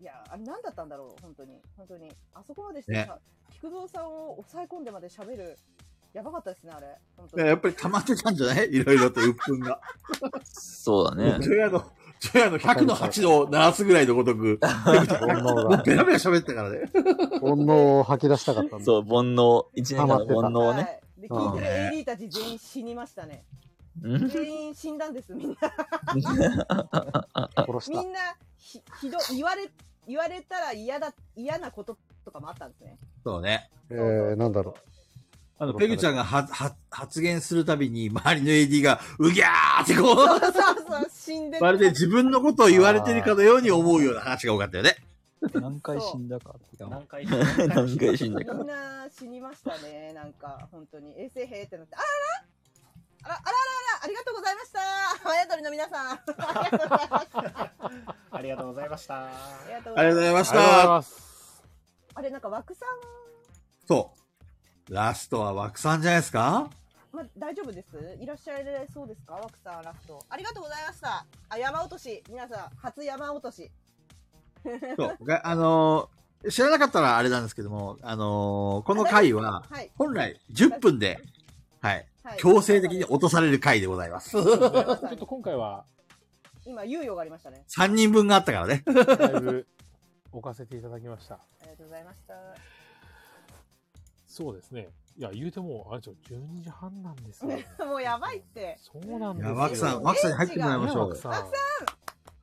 [SPEAKER 3] いや、あれ何だったんだろう、本当に。本当に。あそこまでして、
[SPEAKER 2] ね
[SPEAKER 3] さ菊蔵さんを抑え込んでまで喋る。やばかったですね、あれ。本当に。
[SPEAKER 2] やっぱり溜まってたんじゃない いろいろと鬱憤が。
[SPEAKER 4] そうだね。
[SPEAKER 2] ジョヤの、ジョヤの100の8を鳴らすぐらいのごとく、ペグちゃんがもう ベラベラ喋ったからね。
[SPEAKER 7] 煩悩を吐き出したかったんだ。
[SPEAKER 4] そう、煩悩。一年間の煩悩を
[SPEAKER 3] は
[SPEAKER 4] ね
[SPEAKER 3] い。で、聞いてる AD たち全員死にましたね。
[SPEAKER 4] うん
[SPEAKER 3] 全員死んだんです、みんな。
[SPEAKER 4] 殺
[SPEAKER 3] みんな、ひひどい言われ言われたら嫌だ嫌なこととかもあったんですね。
[SPEAKER 2] そうね。
[SPEAKER 27] えー、なんだろ
[SPEAKER 2] あの、ペグちゃんがは、は、発言するたびに、周りの AD が、うぎゃーってこ
[SPEAKER 3] そうそう
[SPEAKER 2] う、
[SPEAKER 3] そう死んで
[SPEAKER 2] まるで自分のことを言われてるかのように思うような話が多かったよね。
[SPEAKER 4] 何回死んだかって
[SPEAKER 7] 何回
[SPEAKER 2] 死ん だか何回死んだか
[SPEAKER 3] みんな死にましたねなんか本当に衛生兵ってなってあららあらあらあらあらありがとうございました親鳥の皆さんありがとうございました
[SPEAKER 7] ありがとうございました。
[SPEAKER 3] ありがと
[SPEAKER 2] ありがとうございました。
[SPEAKER 3] あれなんか枠さ
[SPEAKER 2] そう。ラストは枠さんじゃないですか
[SPEAKER 3] ん、ま、大丈夫ですいらっしゃいそうですか枠さんラフトありがとうございましたあ山落とし皆さん初山落とし
[SPEAKER 2] そう。があのー知らなかったらあれなんですけども、あのーこの回は
[SPEAKER 3] はい、
[SPEAKER 2] 本来10分で、はい
[SPEAKER 3] はい、
[SPEAKER 2] 強制的に落とされる回でございます。
[SPEAKER 1] ちょっと今回は、
[SPEAKER 3] 今猶予がありましたね
[SPEAKER 2] 3人分があったから ね。
[SPEAKER 1] だいぶ置かせていただきました。
[SPEAKER 3] ありがとうございました
[SPEAKER 1] そうですね。いや、言うても、あれですよ、12時半なんですよ。
[SPEAKER 3] もうやばいって。
[SPEAKER 1] そうな
[SPEAKER 2] い
[SPEAKER 1] んです
[SPEAKER 2] や、
[SPEAKER 1] よ。
[SPEAKER 2] 枠さん、枠さんに入ってもらいましょう。
[SPEAKER 1] 枠さん。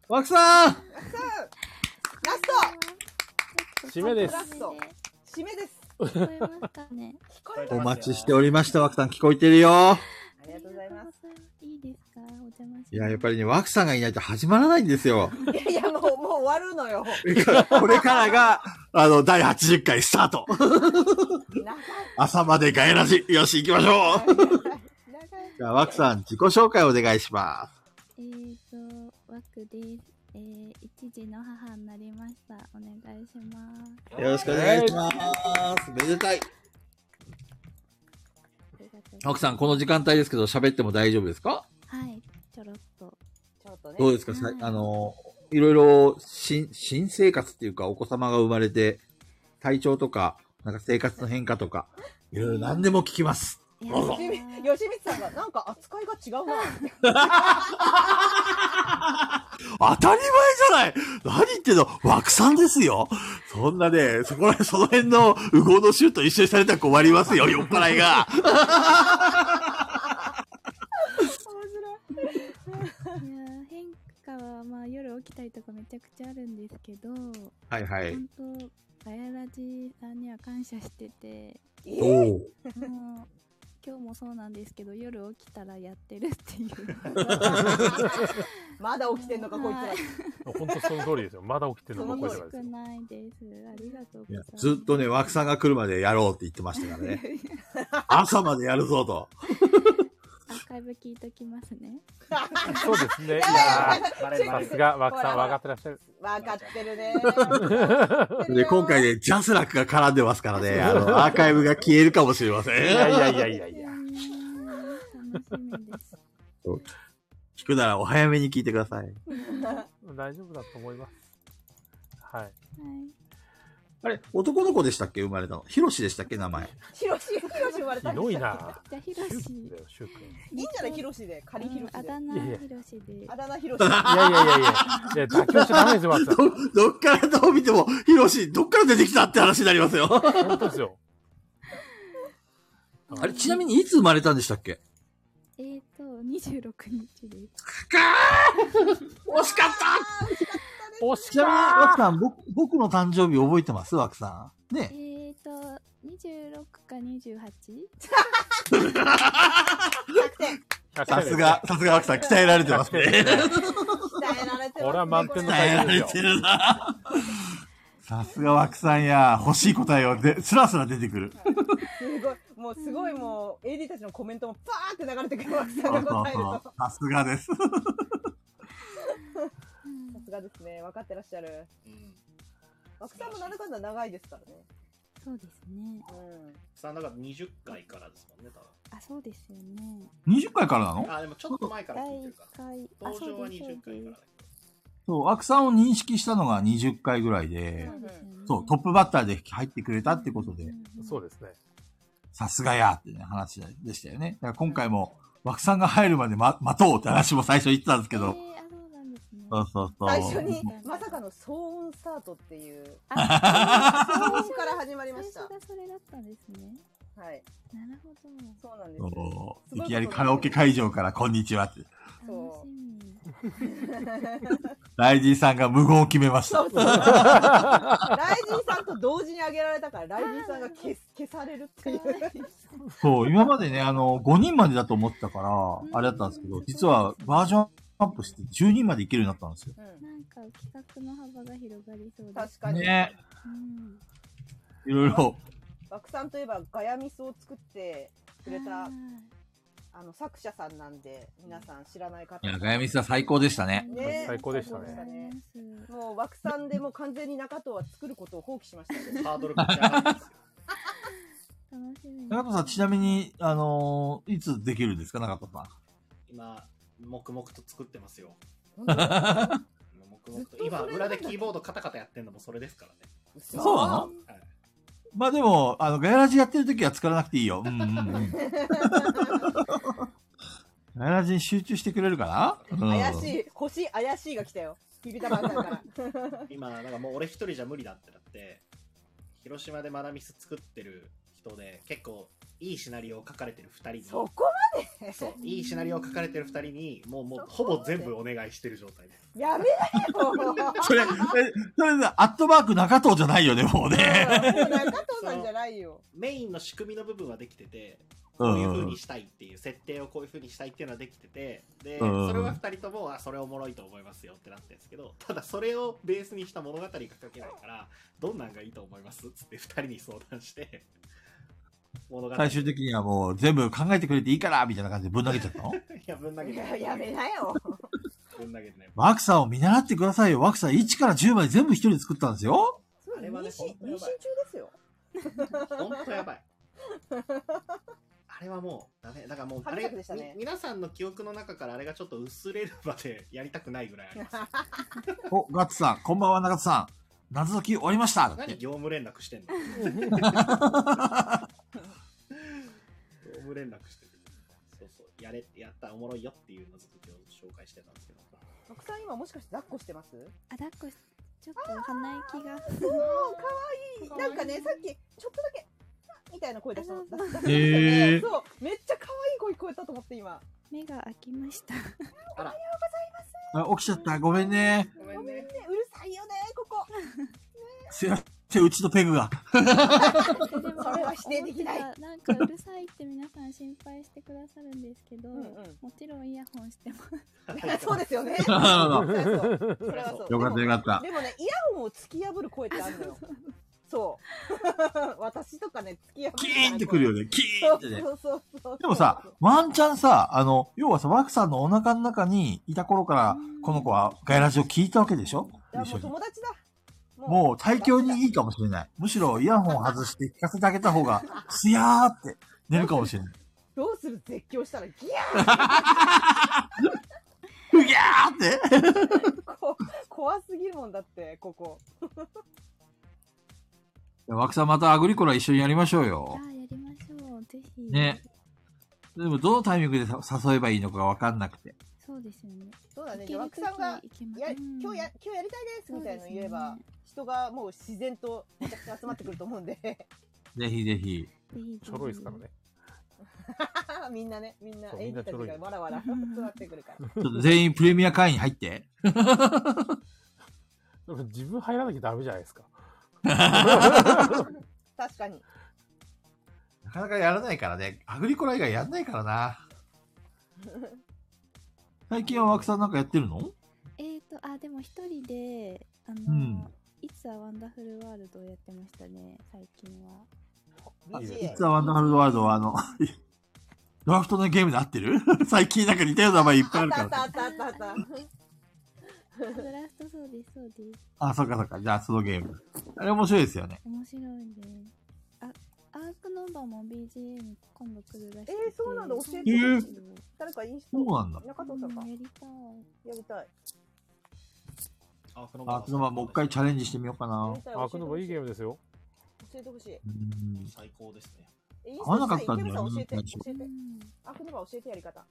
[SPEAKER 2] 枠さん
[SPEAKER 3] ラスト
[SPEAKER 1] 締めです
[SPEAKER 3] ラスト締めです
[SPEAKER 11] 聞こえますかね。。
[SPEAKER 2] お待ちしておりました、枠さん。聞こえてるよ。
[SPEAKER 3] ありがとうございます
[SPEAKER 11] いいですかお邪魔し
[SPEAKER 2] いや、やっぱりね、枠さんがいないと始まらないんですよ。
[SPEAKER 3] いやいやもうもう終わるの よ
[SPEAKER 2] これからが、あの、第80回スタート。朝までガイラジ。よし、行きましょう。じゃあ、枠さん、自己紹介お願いしま
[SPEAKER 11] えーと、ワクです。えー、一児の母になりました。お願いします。
[SPEAKER 2] す。よろしくお願いします。めでたい。枠さん、この時間帯ですけど、喋っても大丈夫ですか
[SPEAKER 11] はい、ちょろっと。
[SPEAKER 3] ちょっとね
[SPEAKER 2] どうですか、さいあの、いろいろ新、新生活っていうか、お子様が生まれて、体調とか、なんか生活の変化とか、いろいろ何でも聞きます。どうぞ。
[SPEAKER 3] 吉光吉光さんがなんか扱いが違うな。
[SPEAKER 2] 当たり前じゃない何言ってんの枠さんですよそんなね、そこら、その辺の、うごのシュート一緒にされたら困りますよ、酔っ払いが。
[SPEAKER 11] いやー変化は、まあ、夜起きたりとかめちゃくちゃあるんですけど、
[SPEAKER 2] はいはい
[SPEAKER 11] 本当、ガヤラジさんには感謝してて、
[SPEAKER 2] えおう
[SPEAKER 11] もう、今日もそうなんですけど、夜起きたらやってるっていう。
[SPEAKER 3] まだ起きてんのかこいつら
[SPEAKER 11] はい
[SPEAKER 1] 本当その通りですよ。まだ起きてる
[SPEAKER 11] そ
[SPEAKER 1] のか、
[SPEAKER 11] ん
[SPEAKER 1] こ
[SPEAKER 11] ない
[SPEAKER 1] つら
[SPEAKER 11] 少
[SPEAKER 1] です。
[SPEAKER 11] ないです。ありがとうご
[SPEAKER 2] い
[SPEAKER 11] ざい
[SPEAKER 2] や
[SPEAKER 11] ます。
[SPEAKER 2] ずっとね、枠さんが来るまでやろうって言ってました からね。朝までやるぞと。
[SPEAKER 11] アーカイブ聞いときますね。
[SPEAKER 1] そうですね。いやーさすが、枠さん、分かってらっしゃる。
[SPEAKER 3] わかってるね。
[SPEAKER 2] で、今回ね、ジャスラックが絡んでますからね、あの、アーカイブが消えるかもしれません。
[SPEAKER 1] いやいやいやいやいや。
[SPEAKER 2] そう聞くならお早めに聞いてください。
[SPEAKER 1] 大丈夫だと思います。はい。
[SPEAKER 2] あれ、男の子でしたっけ生まれたの。ヒロシでしたっけ名前。
[SPEAKER 3] ヒロシ、ヒロシ生まれた。
[SPEAKER 2] ひどいな。
[SPEAKER 11] じゃあ、ひろし。
[SPEAKER 3] いいんじゃないヒロシで、仮ヒロシで。あだ
[SPEAKER 11] 名ひろしで。
[SPEAKER 3] あだ名ヒロシ。い
[SPEAKER 1] やいやいやいやいや妥協しちゃダメですよ松さん
[SPEAKER 2] ど、どっからどう見ても、ヒロシ、どっから出てきたって話になりますよ。
[SPEAKER 1] 本当ですよ。
[SPEAKER 2] あれ、ちなみにいつ生まれたんでしたっけ
[SPEAKER 11] えーと、26日です。
[SPEAKER 2] 惜しかった
[SPEAKER 1] 惜し
[SPEAKER 2] ちなみに、枠さん、僕、僕の誕生日覚えてます枠さね
[SPEAKER 11] えーと、26か
[SPEAKER 2] ん。
[SPEAKER 11] 28?
[SPEAKER 2] さすが、さすが枠さん、鍛えられてますね。
[SPEAKER 1] これは満点の
[SPEAKER 2] 鍛えら
[SPEAKER 1] 回
[SPEAKER 2] れ
[SPEAKER 1] です
[SPEAKER 2] てるな。さすが枠さんや、欲しい答えをで、スラスラ出てくる。
[SPEAKER 3] すごい、もうすごいもう、AD たちのコメントもパーって流れてくるわけさんが答えると。
[SPEAKER 2] さすがです。
[SPEAKER 3] さすがですね、分かってらっしゃる。枠さんもなんだかんだ長いですからね。
[SPEAKER 11] そうですね。
[SPEAKER 3] うん。
[SPEAKER 7] さあ、なんか20回からですもんね、多分。
[SPEAKER 11] あ、そうですよね。
[SPEAKER 2] 20回からなの
[SPEAKER 7] あ、でもちょっと前から聞いてるか
[SPEAKER 11] 第一
[SPEAKER 7] ら。
[SPEAKER 11] 回。あ、
[SPEAKER 7] 登場
[SPEAKER 11] そ
[SPEAKER 7] は
[SPEAKER 11] うです。そ
[SPEAKER 7] 20
[SPEAKER 11] うで
[SPEAKER 7] 回から。
[SPEAKER 2] そう、枠さんを認識したのが20回ぐらいで、そう、トップバッターで入ってくれたってことで、
[SPEAKER 1] そうですね。
[SPEAKER 2] さすがやってね、話でしたよね。だから今回も、枠さんが入るまでま待とうって話も最初言ってたんですけど、そうそうそう。
[SPEAKER 3] 最初に、まさかの騒音スタートっていう。騒音から始まりました。
[SPEAKER 11] それだったんですね。
[SPEAKER 3] はい。
[SPEAKER 11] なるほど。
[SPEAKER 3] そうなんで
[SPEAKER 2] お
[SPEAKER 3] す。
[SPEAKER 2] ーいきなりカラオケ会場からこんにちはって。ライジーさんが無言を決めまし
[SPEAKER 3] そ
[SPEAKER 2] た
[SPEAKER 3] う。そう。ライジンさんと同時に上げられたから、ライジンさんが消す消されるっていう。
[SPEAKER 2] そう、今までね、あの、5人までだと思ってたから、あれだったんですけど、実はバージョンアップして10人までいけるようになったんですよ。
[SPEAKER 11] なんか企画の幅が広がりそうです。
[SPEAKER 3] 確かに。
[SPEAKER 2] ね
[SPEAKER 11] うん。
[SPEAKER 2] いろいろ。
[SPEAKER 3] 枠さんといえば、ガヤミスを作ってくれた、あの、作者さんなんで、皆さん知らない方。
[SPEAKER 2] いや、ガヤミスは最高でしたね。
[SPEAKER 3] ねえ
[SPEAKER 1] 最高でしたね
[SPEAKER 3] 最高でしたねもう枠さんでもう完全に中藤は作ることを放棄しました、
[SPEAKER 7] ハードル
[SPEAKER 2] が上が
[SPEAKER 11] 楽しみ。
[SPEAKER 2] 中田さん、ちなみに、あのーいつできるんですか、中田さん。
[SPEAKER 7] 今、黙々と作ってますよ。
[SPEAKER 2] 本当
[SPEAKER 7] 黙々と今、裏でキーボードカタカタやってんのもそれですからね。
[SPEAKER 2] そうなのまあでも、あの、ガヤラジやってる時は作らなくていいよ。うんうん うん。ガヤラジに集中してくれるかな、うん、
[SPEAKER 3] 怪しい、星怪しいが来たよ。ビビタバンさんから。
[SPEAKER 7] 今、なんかもう俺一人じゃ無理だってなって、広島でマダミス作ってる人で、結構いいシナリオを書かれてる2人に。
[SPEAKER 3] そこまで
[SPEAKER 7] そう、いいシナリオを書かれてる2人に、もうもうほぼ全部お願いしてる状態です。
[SPEAKER 3] やめな よ
[SPEAKER 2] それ、えそれで、アットマーク中藤じゃないよね、もうね。
[SPEAKER 3] そうなんじゃないよ。
[SPEAKER 7] メインの仕組みの部分はできてて、
[SPEAKER 2] う
[SPEAKER 7] こ
[SPEAKER 2] ん
[SPEAKER 7] ういう風にしたいっていう、設定をこういう風にしたいっていうのはできてて、で、
[SPEAKER 2] うん
[SPEAKER 7] それは2人とも、あ、それおもろいと思いますよってなってるんですけど、ただそれをベースにした物語が書けないから、どんなんがいいと思いますつって2人に相談して、物語。
[SPEAKER 2] 最終的にはもう全部考えてくれていいから、みたいな感じでぶん投げちゃったの
[SPEAKER 7] いや、ぶん投げて
[SPEAKER 3] いややめなよ。
[SPEAKER 7] ぶん投げてね。
[SPEAKER 2] ワクさんを見習ってくださいよ。ワクさん1から10まで全部一人で作ったんですよ。
[SPEAKER 3] そう妊娠妊娠中ですよ。
[SPEAKER 7] 本当やばい。あれはもうダメ。だからもう、あ
[SPEAKER 3] 神
[SPEAKER 7] れ、
[SPEAKER 3] 作でしたね
[SPEAKER 7] み皆さんの記憶の中からあれがちょっと薄れるまでやりたくないぐらいあります。
[SPEAKER 2] お、ガッツさん、こんばんは、中田さん。謎解き終わりました。だって
[SPEAKER 7] 何業務連絡してんの業務連絡してる。そうそう。やれ、やった、おもろいよっていうのずっと今日紹介してたんですけど。
[SPEAKER 3] 奥さん今もしかして抱っこしてます
[SPEAKER 11] あ、抱っこし、ちょっと鼻息が。
[SPEAKER 3] そう、かわいい。なんかね、さっき、ちょっとだけ、みたいな声出した。
[SPEAKER 11] へー
[SPEAKER 3] そう、めっちゃ可愛い声聞こえたと思って今。
[SPEAKER 11] 目が開きました。
[SPEAKER 2] あ、 起きちゃった。ごめんね。
[SPEAKER 3] ごめんね、うるさいよね、ここ。
[SPEAKER 2] すいません、うちのペグが。
[SPEAKER 11] それは否定できない。なんかうるさいって皆さん心配してくださるんですけど、もちろんイヤホンしてます。
[SPEAKER 3] そうですよ ね。
[SPEAKER 2] なるほど
[SPEAKER 3] それはそう
[SPEAKER 2] よかったよかった
[SPEAKER 3] でもね、イヤホンを突き破る声ってあるのよ。そう。私とかね、突き破る。キー
[SPEAKER 2] ンってくるよねキーンってね
[SPEAKER 3] そうそうそうそう。
[SPEAKER 2] でもさ、ワンチャンさ、あの、要はさ、ワクさんのお腹の中にいた頃から、この子はガイラジを聞いたわけでしょ
[SPEAKER 3] いや、
[SPEAKER 2] 一緒
[SPEAKER 3] もう
[SPEAKER 2] に。
[SPEAKER 3] 友達だ。
[SPEAKER 2] もう体調にいいかもしれない。むしろイヤホン外して聞かせてあげた方が、すやーって寝るかもしれ ない。
[SPEAKER 3] どうする絶叫したらギャー
[SPEAKER 2] うぎゃ
[SPEAKER 3] ーってこ怖すぎるもんだって、ここ。
[SPEAKER 2] いやワクさんまたアグリコラ一緒にやりましょうよ。
[SPEAKER 11] あ、やりましょう。ぜひ。
[SPEAKER 2] ね。でもどのタイミングでさ誘えばいいのかわかんなくて。
[SPEAKER 11] そうですよ ね。
[SPEAKER 3] そうだね
[SPEAKER 11] 行ける時
[SPEAKER 3] 枠さん
[SPEAKER 11] ま
[SPEAKER 3] がや今日や今日やりたいですみたいなの言えば、人がもう自然とめちゃくちゃ集まってくると思うんで
[SPEAKER 2] ぜひぜひ。
[SPEAKER 11] ちょろいですから
[SPEAKER 1] ね。
[SPEAKER 3] みんなねみんな
[SPEAKER 1] そう
[SPEAKER 3] 演技
[SPEAKER 1] みん
[SPEAKER 3] た
[SPEAKER 1] なち
[SPEAKER 3] ち
[SPEAKER 1] ょろい
[SPEAKER 3] がわらわら集まってくるから
[SPEAKER 2] ちょっと全員プレミア会員入って。
[SPEAKER 1] でも自分入らなきゃダメじゃないですか。
[SPEAKER 3] 確かに
[SPEAKER 2] なかなかやらないからね。アグリコラ以外やんないからな。最近はワクさんなんかやってるの
[SPEAKER 11] えっと、あ、でも一人で、あの、
[SPEAKER 2] うん
[SPEAKER 11] いつはワンダフルワールドをやってましたね、最近は。
[SPEAKER 2] 実はワンダフルワールドはあの、 ドラフトのゲームで合ってる 最近なんか似たような名前いっぱいある
[SPEAKER 3] あ
[SPEAKER 2] か
[SPEAKER 3] ったあ
[SPEAKER 2] ら。
[SPEAKER 3] ったあったあった
[SPEAKER 11] ドラフトそうです、そうです。
[SPEAKER 2] あ、そっかそっか。じゃあそのゲーム。あれ面白いですよね。
[SPEAKER 11] 面白いです。あ、アークノーバーも BGM 今度来るらしい。
[SPEAKER 3] えー、そうなんだ教え
[SPEAKER 11] て
[SPEAKER 3] て、
[SPEAKER 11] よ
[SPEAKER 2] え
[SPEAKER 3] 誰かインス
[SPEAKER 2] そうなんだ
[SPEAKER 3] 中藤さんか、
[SPEAKER 11] やりたい
[SPEAKER 3] やりたい
[SPEAKER 7] あ、こ
[SPEAKER 2] アークノバもう一回チャレンジしてみようかな。
[SPEAKER 1] アークノバいいゲームですよ。
[SPEAKER 3] 教えてほしい
[SPEAKER 7] 最高ですね
[SPEAKER 3] えインス
[SPEAKER 2] 合わなかったんだよ
[SPEAKER 3] 池部さん教えて
[SPEAKER 2] う
[SPEAKER 3] 教
[SPEAKER 2] ん
[SPEAKER 3] えてアクノバ教えてやり方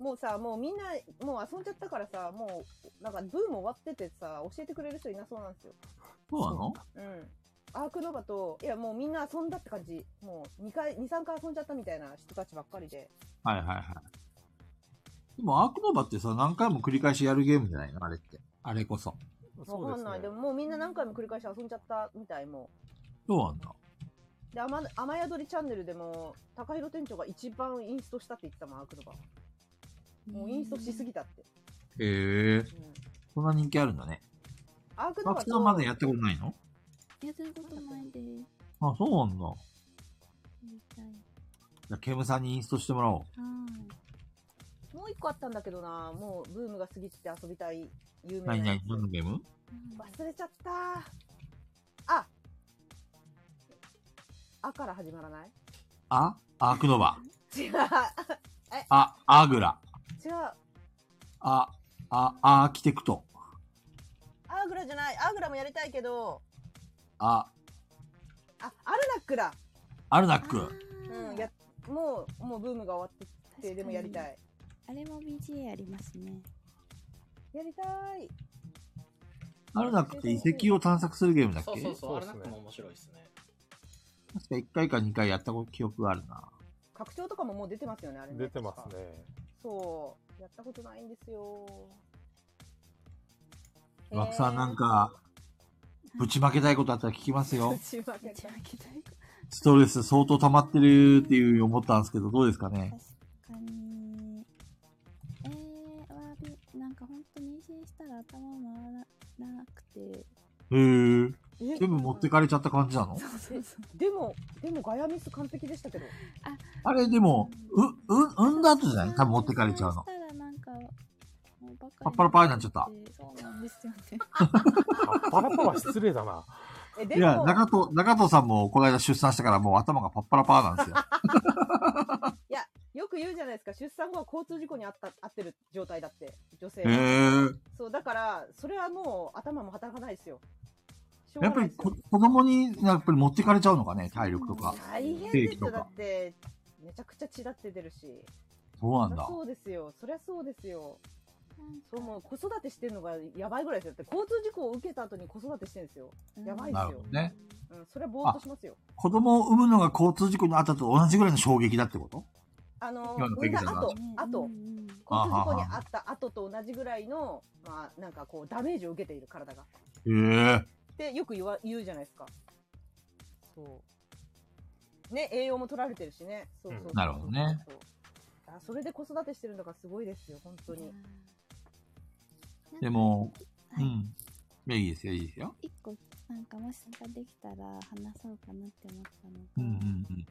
[SPEAKER 3] もうさもうみんなもう遊んじゃったからさもうなんかブーム終わっててさ教えてくれる人いなそうなんですよ
[SPEAKER 2] そうなの
[SPEAKER 3] うん。アークノバと、いやもうみんな遊んだって感じ。もう2回、2、3回遊んじゃったみたいな人たちばっかりで。
[SPEAKER 2] はいはいはい。でも、アークノバってさ、何回も繰り返しやるゲームじゃないのあれって。あれこそ。
[SPEAKER 3] わかんない。でももうみんな何回も繰り返し遊んじゃったみたい、も
[SPEAKER 2] そうなんだ。
[SPEAKER 3] う。で、雨雨宿りチャンネルでも、高弘店長が一番インストしたって言ってたもん、アークノバ。もうインストしすぎたって。
[SPEAKER 2] へえ。そんな人気あるんだね。
[SPEAKER 3] アークノ
[SPEAKER 2] マ
[SPEAKER 3] バ
[SPEAKER 2] ツ
[SPEAKER 3] と
[SPEAKER 2] さんまだやったことないの
[SPEAKER 11] やったことないです。
[SPEAKER 2] あ、そうなんだ。
[SPEAKER 11] みたい。
[SPEAKER 2] じゃあ、ケムさんにインストしてもらおう。
[SPEAKER 3] もう一個あったんだけどな、もうブームが過ぎてて遊びたい有名
[SPEAKER 2] 何
[SPEAKER 3] なや
[SPEAKER 2] 々、何のゲーム
[SPEAKER 3] つ。忘れちゃったああから始まらない
[SPEAKER 2] あ、アークノバ。
[SPEAKER 3] 違う。え、
[SPEAKER 2] あ、アーグラ。
[SPEAKER 3] 違う。
[SPEAKER 2] あ、あ、アーキテクト。
[SPEAKER 3] アーグラじゃない。アーグラもやりたいけど、
[SPEAKER 2] あ、
[SPEAKER 3] あ、アルナックだ。
[SPEAKER 2] アルナック。
[SPEAKER 3] うん、や、もう、もうブームが終わってて、でもやりたい。
[SPEAKER 11] あれも BGA ありますね。
[SPEAKER 3] やりたい。
[SPEAKER 2] アルナックって遺跡を探索するゲームだっけ
[SPEAKER 7] そうそうそう、あれ
[SPEAKER 2] 確
[SPEAKER 7] なんかも面白いですね。
[SPEAKER 2] か1回か2回やった記憶があるな。
[SPEAKER 3] 拡張とかももう出てますよね、あれね。
[SPEAKER 1] 出てますね。
[SPEAKER 3] そう。やったことないんですよ。。
[SPEAKER 2] 枠さんなんか、ぶちまけたいことあったら聞きますよ
[SPEAKER 3] ちまけたい。
[SPEAKER 2] ストレス相当溜まってるっていう思ったんですけど、どうですかね
[SPEAKER 11] 確かに。えー、わび、なんか本当妊娠したら頭回らなくて。
[SPEAKER 2] へえ。
[SPEAKER 3] え
[SPEAKER 2] 全部持ってかれちゃった感じなの
[SPEAKER 3] えでも、でもガヤミス完璧でしたけど。
[SPEAKER 2] あれでも、う、う、産んだ後じゃない多分持ってかれちゃう
[SPEAKER 11] そ
[SPEAKER 2] の
[SPEAKER 11] し。たらなんか、もうバカ
[SPEAKER 2] パッパラパーになっちゃった。
[SPEAKER 11] になってそうなんですよ ね。
[SPEAKER 1] パラパは失礼だな。
[SPEAKER 3] え、
[SPEAKER 2] いや、中藤、中藤さんもこの間出産したからもう頭がパッパラパーなんですよ。
[SPEAKER 3] いや、よく言うじゃないですか、出産後は交通事故にあった、あってる状態だって、女性は。
[SPEAKER 2] へえ
[SPEAKER 3] そう、だから、それはもう頭も働かないですよ。しょう
[SPEAKER 2] やっ
[SPEAKER 3] が
[SPEAKER 2] ぱ
[SPEAKER 3] ない
[SPEAKER 2] り
[SPEAKER 3] です
[SPEAKER 2] こ子供にやっぱり持ってかれちゃうのかね、体力とか。
[SPEAKER 3] 大変
[SPEAKER 2] 精
[SPEAKER 3] で
[SPEAKER 2] 力
[SPEAKER 3] す
[SPEAKER 2] と
[SPEAKER 3] よ、だ
[SPEAKER 2] か。
[SPEAKER 3] って、めちゃくちゃ血だって出るし。
[SPEAKER 2] そうなんだ
[SPEAKER 3] そりゃそうですよ、そりゃそうですよ。そう、もう子育てしてるのがやばいぐらいですよ。だって交通事故を受けた後に子育てしてるんですよ。やばいで
[SPEAKER 2] な
[SPEAKER 3] す
[SPEAKER 2] るほ
[SPEAKER 3] よ
[SPEAKER 2] ど。ね。
[SPEAKER 3] うん、それはぼーっとしますよ。
[SPEAKER 2] 子供を産むのが交通事故にあったと同じぐらいの衝撃だってこと
[SPEAKER 3] あの、
[SPEAKER 2] 今の
[SPEAKER 3] 産んだ
[SPEAKER 2] ペグちゃん
[SPEAKER 3] 後
[SPEAKER 2] が、
[SPEAKER 3] 後、
[SPEAKER 2] あ
[SPEAKER 3] 交通事故に
[SPEAKER 2] は
[SPEAKER 3] あった後と同じぐらいの、まあ、なんかこう、ダメージを受けている体が。
[SPEAKER 2] へえ。
[SPEAKER 3] ってよく言わ言うじゃないですか。そう。ね、栄養も取られてるしね。そうそうそう
[SPEAKER 2] なるほど ね。
[SPEAKER 3] あそれで子育てしてるのがすごいですよ、本当に。
[SPEAKER 2] でも、うん。いや、いいですよ、いいですよ。
[SPEAKER 11] 一個、なんかもしそれができたら話そうかなって思ったのが、
[SPEAKER 2] うんうんうん。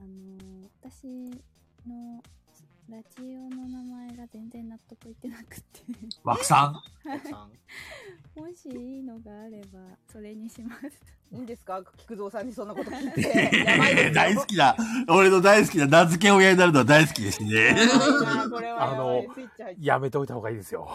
[SPEAKER 11] あのー私のラジオの名前が全然納得いってなくて
[SPEAKER 2] 枠さん
[SPEAKER 11] はいもしいいのがあればそれにします
[SPEAKER 3] いいんですか菊蔵さんにそんなこと聞いて。
[SPEAKER 2] えー大好きな、俺の大好きな名付け親になるのは大好きですね。
[SPEAKER 1] あの、やめておいた方がいいですよ。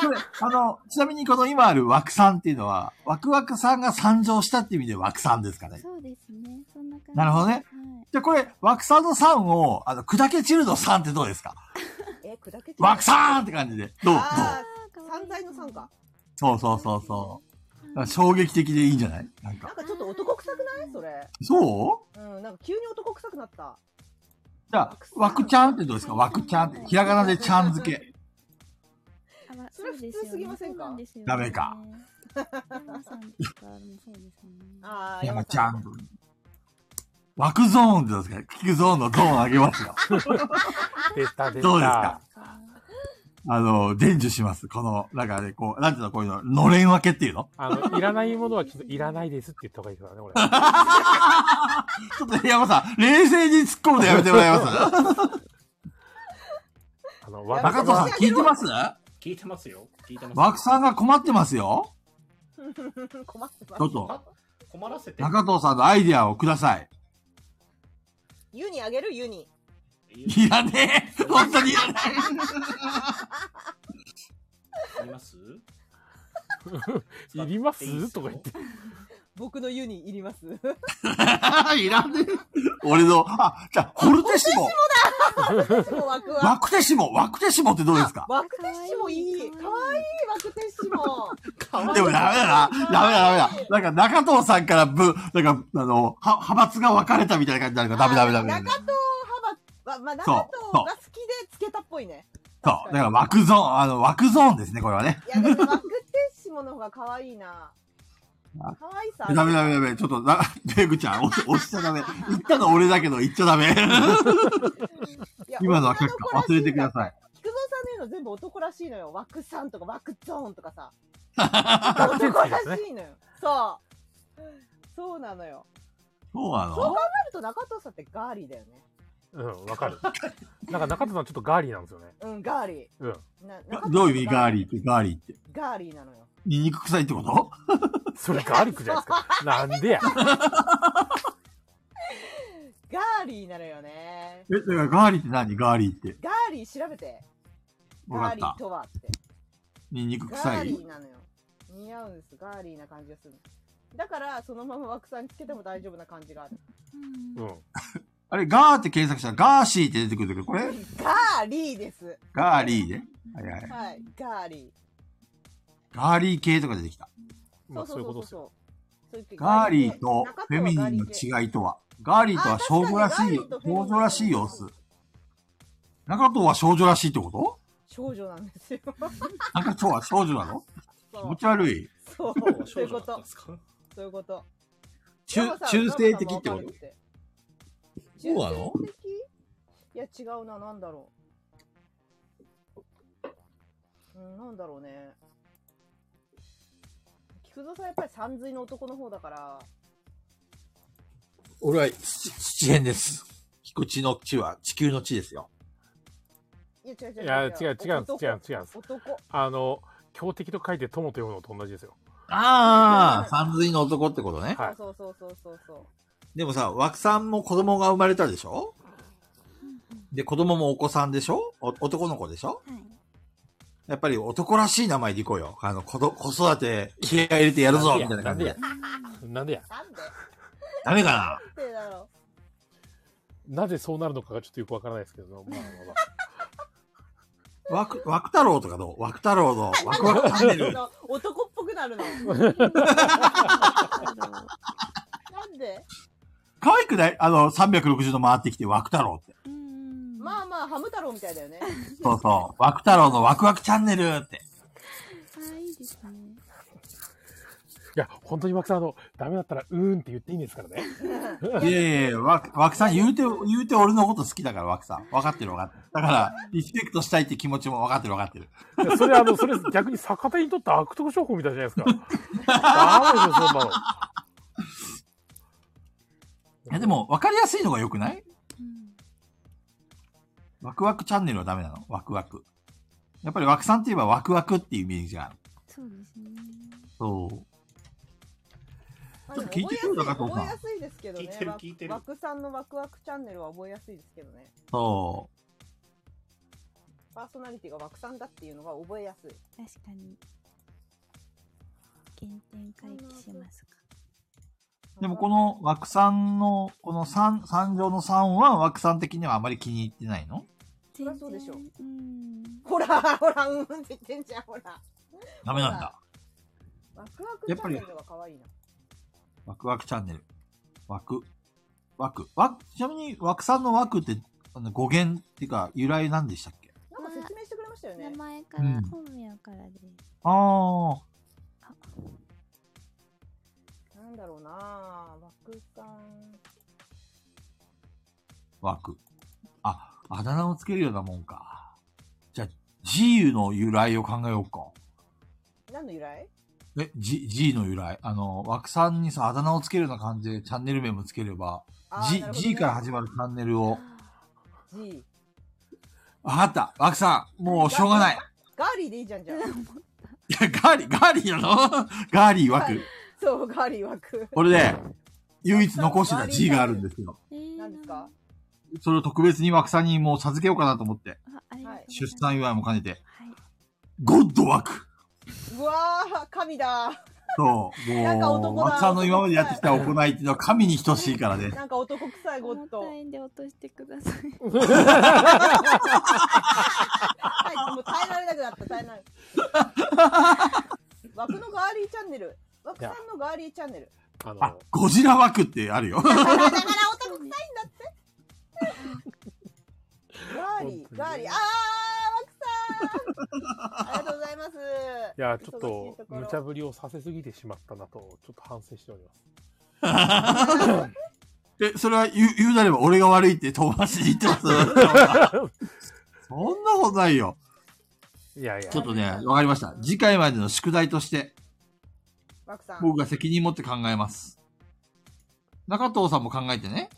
[SPEAKER 2] それあの、ちなみにこの今ある枠さんっていうのは、ワクワクさんが参上したっていう意味で枠さんですかね。
[SPEAKER 11] そうですねそんな感じ
[SPEAKER 2] なるほどね。じゃあこれ、枠さんの3を、あの、砕け散るの3ってどうですか
[SPEAKER 3] え、砕けて
[SPEAKER 2] 枠さんって感じで。どうどう
[SPEAKER 3] ああ、散財の散か。
[SPEAKER 2] そうそうそうそう。だから衝撃的でいいんじゃないなん
[SPEAKER 3] な
[SPEAKER 2] か。
[SPEAKER 3] んかちょっと男臭くないそれ。
[SPEAKER 2] そう
[SPEAKER 3] うん、なんか急に男臭くなった。
[SPEAKER 2] じゃあ、枠ちゃんってどうですか枠ちゃんって。ひらがなでちゃん付け。
[SPEAKER 11] あまそうですよ、ね、すぎませんか
[SPEAKER 2] ダメか。
[SPEAKER 11] 山さんとかもそうですね
[SPEAKER 3] あ
[SPEAKER 2] 山ちゃん。枠ゾーンってどうですか聞くゾーンのゾーンあげ ますよ。
[SPEAKER 1] 出た出た。
[SPEAKER 2] どうですかあの、伝授します。この、なんかね、こう、なんていうの、こういうの、のれん分けっていうの
[SPEAKER 1] あの、いらないものはちょっといらないですって言った方がいいからね、俺。
[SPEAKER 2] ちょっと山さん、冷静に突っ込むのやめてもらえます
[SPEAKER 1] あの、
[SPEAKER 2] わ中藤さん聞いてます
[SPEAKER 7] 聞いてますよ。聞いてます。
[SPEAKER 2] 枠さんが困ってますよ。
[SPEAKER 3] 困ってます。
[SPEAKER 2] ちょっと
[SPEAKER 7] 困らせて。
[SPEAKER 2] 中藤さんのアイディアをくだ さい。
[SPEAKER 3] ユニあげるユニ。
[SPEAKER 2] いらねえ本当にいらない
[SPEAKER 7] あります
[SPEAKER 1] いりますとか言って。
[SPEAKER 3] 僕のユニいります。
[SPEAKER 2] いらねえ。俺の、あ、じゃあ、ホルテシモ。
[SPEAKER 3] ホルテシモだ
[SPEAKER 2] ワクテシモ、ワクテシモってどうですか
[SPEAKER 3] ワクテッシモいい。かわいい、ワクテッシモ。
[SPEAKER 2] でもダメだな。ダメだ、ダメだ。なんか中藤さんからぶ、なんか、あの、は派閥が分かれたみたいな感じになるから、ダメダメダメダ
[SPEAKER 3] 中
[SPEAKER 2] メ。
[SPEAKER 3] 藤派閥、まあ、中
[SPEAKER 2] そう
[SPEAKER 3] 藤が好きでつけたっぽいね。
[SPEAKER 2] そう。だから枠ゾーン、あの、枠ゾーンですね、これはね。
[SPEAKER 3] いや、で もワクテッシモの方がかわいいな。かわいさある。
[SPEAKER 2] ダメダメダメ。ちょっと、な、ペグちゃん、押し押しちゃダメ。言ったの俺だけど、言っちゃダメ。今のは却下。忘れてください。
[SPEAKER 3] 菊蔵さんの言うの全部男らしいのよ。枠さんとか枠ゾーンと かさ。
[SPEAKER 2] 男
[SPEAKER 3] 男らしいのよ。そう。そうなのよ。
[SPEAKER 2] そうな
[SPEAKER 3] そう考
[SPEAKER 1] の
[SPEAKER 3] えると中藤さんってガーリーだよね。
[SPEAKER 1] うん、わかる。なんか中田さんちょっとガーリーなんですよね。
[SPEAKER 3] うん、ガーリ
[SPEAKER 1] うん。
[SPEAKER 3] ー。な中藤さん
[SPEAKER 2] どういう意味ガーリーって、ガーリーって。
[SPEAKER 3] ガーリーなのよ。
[SPEAKER 2] ニンニク臭いってこと
[SPEAKER 1] それガーリックじゃないですか。なんでや。
[SPEAKER 3] ガーリーなのよね。
[SPEAKER 2] え、だからガーリーって何ガーリーって。
[SPEAKER 3] ガーリー調べて。
[SPEAKER 2] わ
[SPEAKER 3] ガ
[SPEAKER 2] か
[SPEAKER 3] ー
[SPEAKER 2] っ
[SPEAKER 3] リ
[SPEAKER 2] た
[SPEAKER 3] ーとはって。
[SPEAKER 2] ニンニク
[SPEAKER 3] ガ
[SPEAKER 2] 臭
[SPEAKER 3] ーリー
[SPEAKER 2] い
[SPEAKER 3] なのよ。似合うんです。ガーリーな感じがする。だから、そのまま枠さんにつけても大丈夫な感じがある。
[SPEAKER 1] うん。
[SPEAKER 2] あれ、ガーって検索したらガーシーって出てくるんだけど、これ
[SPEAKER 3] ガーリーです。
[SPEAKER 2] ガーリーね。はいはい。
[SPEAKER 3] はい、ガーリ
[SPEAKER 2] ガーリー系とか出てきた。
[SPEAKER 3] ー。そうそうそうそう。そういう
[SPEAKER 2] ガーリーとフェミニンの違いとはガーリーとは少女らしい、少女らしい様子。中藤は少女らしいってこと
[SPEAKER 3] 少女なんで すよ。
[SPEAKER 2] 中藤は少女なの気持ち悪い。
[SPEAKER 3] そう、そういうこと。そういうこと。
[SPEAKER 2] 中
[SPEAKER 3] 山さん
[SPEAKER 2] 中性的ってこと
[SPEAKER 3] 山さんもわかるて
[SPEAKER 2] そうなの
[SPEAKER 3] 中性的いや、違うな、なんだろう。うん、なんだろうね。菊蔵さんやっぱり三髄の男の方だから、
[SPEAKER 2] 俺は土土辺です。菊池の地は地球の地ですよ。
[SPEAKER 3] いや、違う違う。
[SPEAKER 1] いや、違う、違うんです、違うんで
[SPEAKER 3] 男
[SPEAKER 1] す、違うんです。
[SPEAKER 3] 男。
[SPEAKER 1] あの、強敵と書いて友と読むのと同じですよ。
[SPEAKER 2] ああ、三髄の男ってことね。
[SPEAKER 3] そうそうそうそうそう。
[SPEAKER 2] でもさ、枠さんも子供が生まれたでしょで、子供もお子さんでしょお男の子でしょやっぱり男らしい名前でいこうよ。あの、子ど子育て、気合い入れてやるぞみたいな感じで。
[SPEAKER 1] なんでや。
[SPEAKER 2] ダメか
[SPEAKER 3] なんでだろ
[SPEAKER 1] なぜそうなるのかがちょっとよくわからないですけど、まあまあまあ。
[SPEAKER 2] な枠、枠太郎とかどう枠太郎の、枠枠チャンネル。
[SPEAKER 3] 男っぽくなるの。なんで
[SPEAKER 2] 可愛くないあの、360度回ってきて枠太郎って。
[SPEAKER 3] まあまあ、ハム太郎みたいだよね。
[SPEAKER 2] そうそう。枠太郎のワクワクチャンネルって。
[SPEAKER 3] あ、いいですね。
[SPEAKER 1] いや、本当に枠さん、あの、ダメだったら、うーんって言っていいんですからね。
[SPEAKER 2] いやいやいや、わ、わくさん言うて、言うて俺のこと好きだから、わくさん。分かってる分かってる。だから、リスペクトしたいって気持ちも分かってる分かってる。
[SPEAKER 1] いやそれ、あの、それ逆に逆手にとって悪徳商法みたいじゃないですか。ダメですよ、そんなの。
[SPEAKER 2] いや、でも、分かりやすいのが良くないワクワクチャンネルはダメなのワクワク。やっぱりワクさんって言えばワクワクっていうイメージがある。
[SPEAKER 11] そうですね。
[SPEAKER 2] そう。
[SPEAKER 3] ちょっ
[SPEAKER 2] と聞いてくる中藤さん
[SPEAKER 3] 覚えやすいですけどね。
[SPEAKER 7] 聞いてる聞いてる
[SPEAKER 3] わ枠さんのワクワクチャンネルは覚えやすいですけどね。
[SPEAKER 2] そ
[SPEAKER 3] パーソナリティが枠さんだっていうのが覚えやすい。確かに。
[SPEAKER 11] 原点回帰しますか。
[SPEAKER 2] う。でも、このワクさんの、この三、三乗の三はワクさん的にはあまり気に入ってないの
[SPEAKER 3] そりゃそうでしょ。ほら、ほら、うんうんって言ってんじゃん、ほら。
[SPEAKER 2] ダメなんだ。
[SPEAKER 3] ワクワクチャンネルが可愛いな。
[SPEAKER 2] ワクワクチャンネル。ワク。ワク。ワク、ちなみに、ワクさんのワクって、あの語源っていうか、由来なんでしたっけ
[SPEAKER 3] なんか説明してくれましたよね。
[SPEAKER 11] 名前から、
[SPEAKER 2] うん
[SPEAKER 11] 本名からです。
[SPEAKER 2] ああ。
[SPEAKER 3] なんだろうなぁ、枠さん。
[SPEAKER 2] ワク。あ、あだ名をつけるようなもんか。じゃあ、G の由来を考えようか。
[SPEAKER 3] 何の由来
[SPEAKER 2] え、G、G の由来。あの、枠さんにさ、あだ名をつけるような感じでチャンネル名もつければ、G、G から始まるチャンネルを。
[SPEAKER 3] ?G。
[SPEAKER 2] わかった。枠さん、もうしょうがない。
[SPEAKER 3] ガーリーでいいじゃん、じゃあ。
[SPEAKER 2] いや、ガーリー、ガーリーなのガーリー枠。
[SPEAKER 3] そう、ガーリー枠。
[SPEAKER 2] 俺ね、唯一残してた G があるんですよ。
[SPEAKER 3] 何ですか
[SPEAKER 2] それを特別に枠さんにもう授けようかなと思って、
[SPEAKER 3] はい。
[SPEAKER 2] 出産祝いも兼ねて、ゴッド枠
[SPEAKER 3] うわぁ、神だ
[SPEAKER 2] そう。も
[SPEAKER 3] なんか
[SPEAKER 2] う、
[SPEAKER 3] 男だ
[SPEAKER 2] 松さんの今までやってきた行いっていうのは神に等しいからね。
[SPEAKER 3] なんか男臭いゴッド。
[SPEAKER 28] 単位で落としてください。
[SPEAKER 3] はい、もう耐えられなくなった、耐えられなく枠のガーリーチャンネル。枠さんのガーリーチャンネル。
[SPEAKER 2] あゴジラ枠ってある よ。
[SPEAKER 3] だからだから男臭いんだって。ガーリー、ガーリー。あー、 枠さん。ありがとうございます。
[SPEAKER 1] いや、ちょっ
[SPEAKER 3] 忙しいと、
[SPEAKER 1] と
[SPEAKER 3] ころ
[SPEAKER 1] 無茶ぶりをさせすぎてしまったなと、ちょっと反省しております。
[SPEAKER 2] え、それは言う、言うなれば俺が悪いって友達に言ってます。そんなことないよ。
[SPEAKER 1] いやいや。
[SPEAKER 2] ちょっとね、わかりました。次回までの宿題として、
[SPEAKER 3] 枠さん。
[SPEAKER 2] 僕が責任持って考えます。中藤さんも考えてね。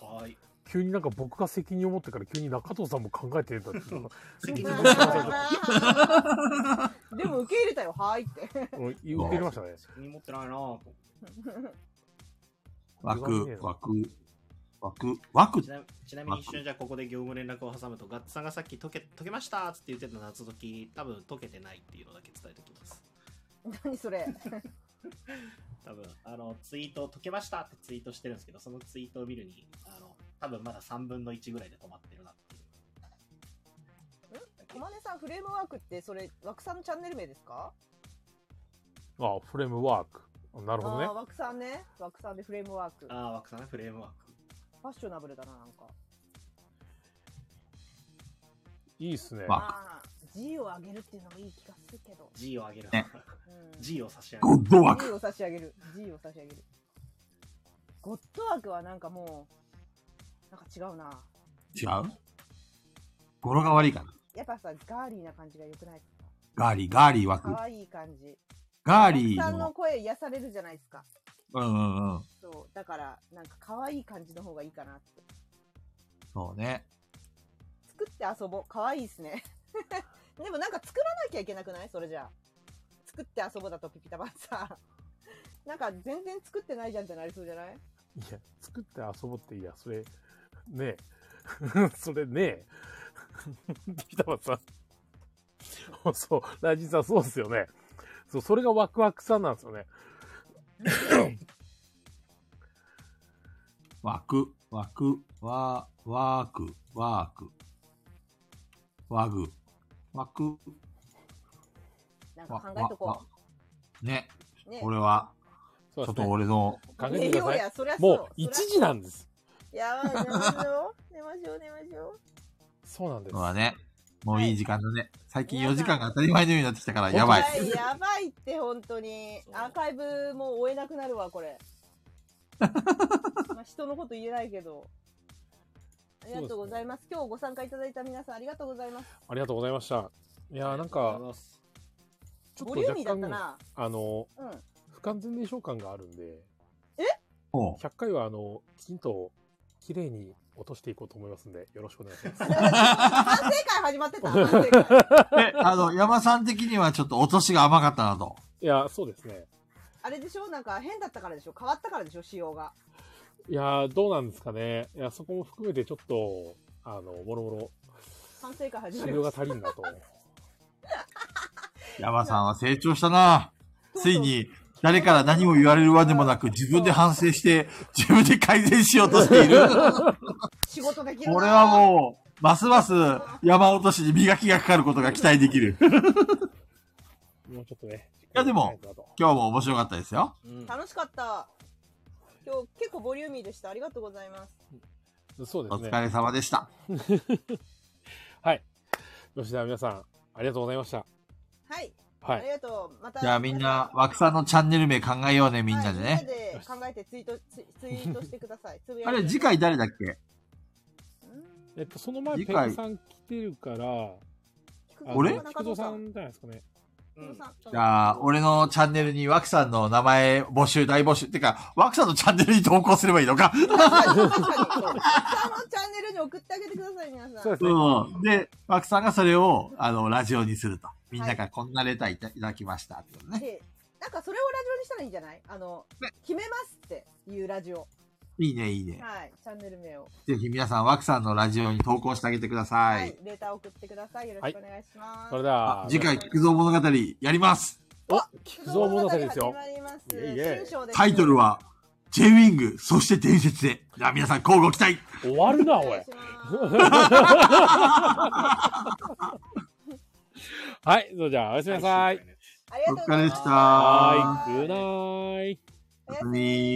[SPEAKER 7] はい。
[SPEAKER 1] 急になんか僕が責任を持ってから急に中藤さんも考えてるんだって。責
[SPEAKER 3] で
[SPEAKER 1] 任
[SPEAKER 3] も受け入れたよ、はーいって。
[SPEAKER 1] 受け入れましたね。
[SPEAKER 7] 責任持ってないなぁと。
[SPEAKER 2] 枠、枠、枠、枠
[SPEAKER 7] ち。なちなみに一瞬じゃあここで業務連絡を挟むと、ガッツさんがさっき解け解けましたっつって言ってた謎解き、多分解けてないっていうのだけ伝えておきます。
[SPEAKER 3] 何それ。
[SPEAKER 7] 多分あのツイート解けましたってツイートしてるんですけど、そのツイートを見るに、あの多分まだ3分の1ぐらいで止まってるなっていう。
[SPEAKER 3] 駒根さん、フレームワークって、それ、枠さんのチャンネル名ですか
[SPEAKER 1] あ、フレームワーク。なるほどね
[SPEAKER 3] あー。枠さんね。枠さんでフレームワーク。フ
[SPEAKER 7] ああ、枠さんね、フレームワーク。
[SPEAKER 3] ァッショナブルだな、なんか。
[SPEAKER 1] いいっすね。
[SPEAKER 3] まあ、G を上げるっていうのもいい気がするけど。
[SPEAKER 7] G を上げる。
[SPEAKER 1] ね
[SPEAKER 7] G を差し上げる。
[SPEAKER 1] ゴッドワーク
[SPEAKER 3] G を差し上げる。G を差し上げる。ゴッドワークはなんかもう、なんか違うな。
[SPEAKER 2] 違う語呂が悪いかな。
[SPEAKER 3] やっぱさ、ガーリーな感じが良くない
[SPEAKER 2] ガーリー、ガーリー枠
[SPEAKER 3] 可。愛い感じ。
[SPEAKER 2] ガーリ
[SPEAKER 3] さ
[SPEAKER 2] ー
[SPEAKER 3] んの
[SPEAKER 2] の、
[SPEAKER 3] 声癒されるじゃないですか。
[SPEAKER 2] うんうんうん。
[SPEAKER 3] そう。だから、なんか可愛い感じの方がいいかなって。
[SPEAKER 2] そうね。
[SPEAKER 3] 作って遊ぼう。可愛いですね。 でもなんか作らなきゃいけなくないそれじゃあ。作って遊ぼうだとピピタパンさん。 なんか全然作ってないじゃんってなりそうじゃない
[SPEAKER 1] いや、作って遊ぼうって、いや、それ、ねえ。 それねえ。 北松さん。 そう、ラジンさん、そうですよね。そう、それがワクワクさんなんですよ ね。
[SPEAKER 2] 枠、枠、ワー、ワーク、ワーク。ワグ。枠。
[SPEAKER 3] なんか考えとこ
[SPEAKER 2] う。ね。
[SPEAKER 3] う。ね
[SPEAKER 2] これは、ち
[SPEAKER 1] そう
[SPEAKER 2] ょ
[SPEAKER 1] です
[SPEAKER 2] っ
[SPEAKER 1] ね
[SPEAKER 2] と俺の、
[SPEAKER 1] 考えてくださ
[SPEAKER 3] いや
[SPEAKER 1] い。
[SPEAKER 3] いやそりゃそう
[SPEAKER 1] もう1時なんです。
[SPEAKER 3] やばい、寝ましょう。寝ましょう、寝ましょう。
[SPEAKER 1] そうなんです。
[SPEAKER 2] そうだね。もういい時間だね。最近4時間が当たり前のようになってきたから、やばい。
[SPEAKER 3] やばいって、本当に。アーカイブもう追えなくなるわ、これ。まあ人のこと言えないけど。ありがとうございます。今日ご参加いただいた皆さん、ありがとうございます。
[SPEAKER 1] ありがとうございました。いやー、なんか、ちょ
[SPEAKER 3] ボ
[SPEAKER 1] っ
[SPEAKER 3] リュ
[SPEAKER 1] と
[SPEAKER 3] ーミーだ
[SPEAKER 1] 若
[SPEAKER 3] った
[SPEAKER 1] 干
[SPEAKER 3] な、。
[SPEAKER 1] あの、
[SPEAKER 3] うん。
[SPEAKER 1] 不完全燃焼感があるんで、
[SPEAKER 3] え
[SPEAKER 1] ?100 回は、あの、きちんと、綺麗に落としていこうと思いますんで、よろしくお願いします。
[SPEAKER 3] 反省会始まってた。反省会
[SPEAKER 2] えあの、山さん的にはちょっと落としが甘かったなと。
[SPEAKER 1] いや、そうですね。
[SPEAKER 3] あれでしょなんか変だったからでしょ変わったからでしょ仕様が。
[SPEAKER 1] いやー、どうなんですかね。いや、そこも含めてちょっと、あの、もろもろ、
[SPEAKER 3] 反省会始ま
[SPEAKER 1] 修
[SPEAKER 3] り
[SPEAKER 1] 行
[SPEAKER 3] ま
[SPEAKER 1] が
[SPEAKER 3] した
[SPEAKER 1] 足りんなと。
[SPEAKER 2] 山さんは成長したな。ついに、誰から何も言われるわでもなく、自分で反省して、自分で改善しようとしてい る。
[SPEAKER 3] 仕事できる
[SPEAKER 2] これはもう、ますます山落としに磨きがかかることが期待できる。い
[SPEAKER 1] もうちょっとね。
[SPEAKER 2] や、でも、今日も面白かったですよ。
[SPEAKER 3] 楽しかった。今日結構ボリューミーでした。ありがとうございます。
[SPEAKER 1] そうですね。
[SPEAKER 2] お疲れ様でした。
[SPEAKER 1] はい。吉田皆さん、ありがとうございました。
[SPEAKER 3] はい。
[SPEAKER 1] はい
[SPEAKER 3] ありがとう。また。
[SPEAKER 2] じゃあみんな、枠さんのチャンネル名考えようね、みんなで
[SPEAKER 3] みんな
[SPEAKER 2] ね。
[SPEAKER 3] で考えてツイート、ツイツイートしてください。つぶや
[SPEAKER 2] あ
[SPEAKER 3] いて
[SPEAKER 2] れ、次回誰だっけ
[SPEAKER 1] えっと、その前、
[SPEAKER 2] 次
[SPEAKER 1] ペ
[SPEAKER 2] 回
[SPEAKER 1] グさん来てるから、
[SPEAKER 2] 俺
[SPEAKER 1] 菊蔵さんじゃないですかね。
[SPEAKER 2] じゃあ、俺のチャンネルに枠さんの名前募集、大募集。てか、枠さんのチャンネルに投稿すればいいのか。
[SPEAKER 3] さんのチャンネルに送ってあげてください、皆さん。
[SPEAKER 2] うん。で、枠さんがそれを、あの、ラジオにすると。みんなからこんなレターいたいただきましたってことね。
[SPEAKER 3] で、なんかそれをラジオにしたらいいんじゃないあの、決めますっていうラジオ。
[SPEAKER 2] いいね、いいね。
[SPEAKER 3] はい。チャンネル名を。
[SPEAKER 2] ぜひ皆さん、枠さんのラジオに投稿してあげてください。
[SPEAKER 3] データ送ってください。よろしくお願いします。
[SPEAKER 2] それでは、次回、菊蔵物語やります。
[SPEAKER 1] お、菊蔵物語ですよ。
[SPEAKER 2] タイトルは、J ウィング、そして伝説へ。じゃあ皆さん、交互期待。
[SPEAKER 1] 終わるな、おい。はい、そうじゃあ、おやすみなさい。
[SPEAKER 2] お疲れでした。
[SPEAKER 1] はーい、グーナイ。
[SPEAKER 2] おやすみ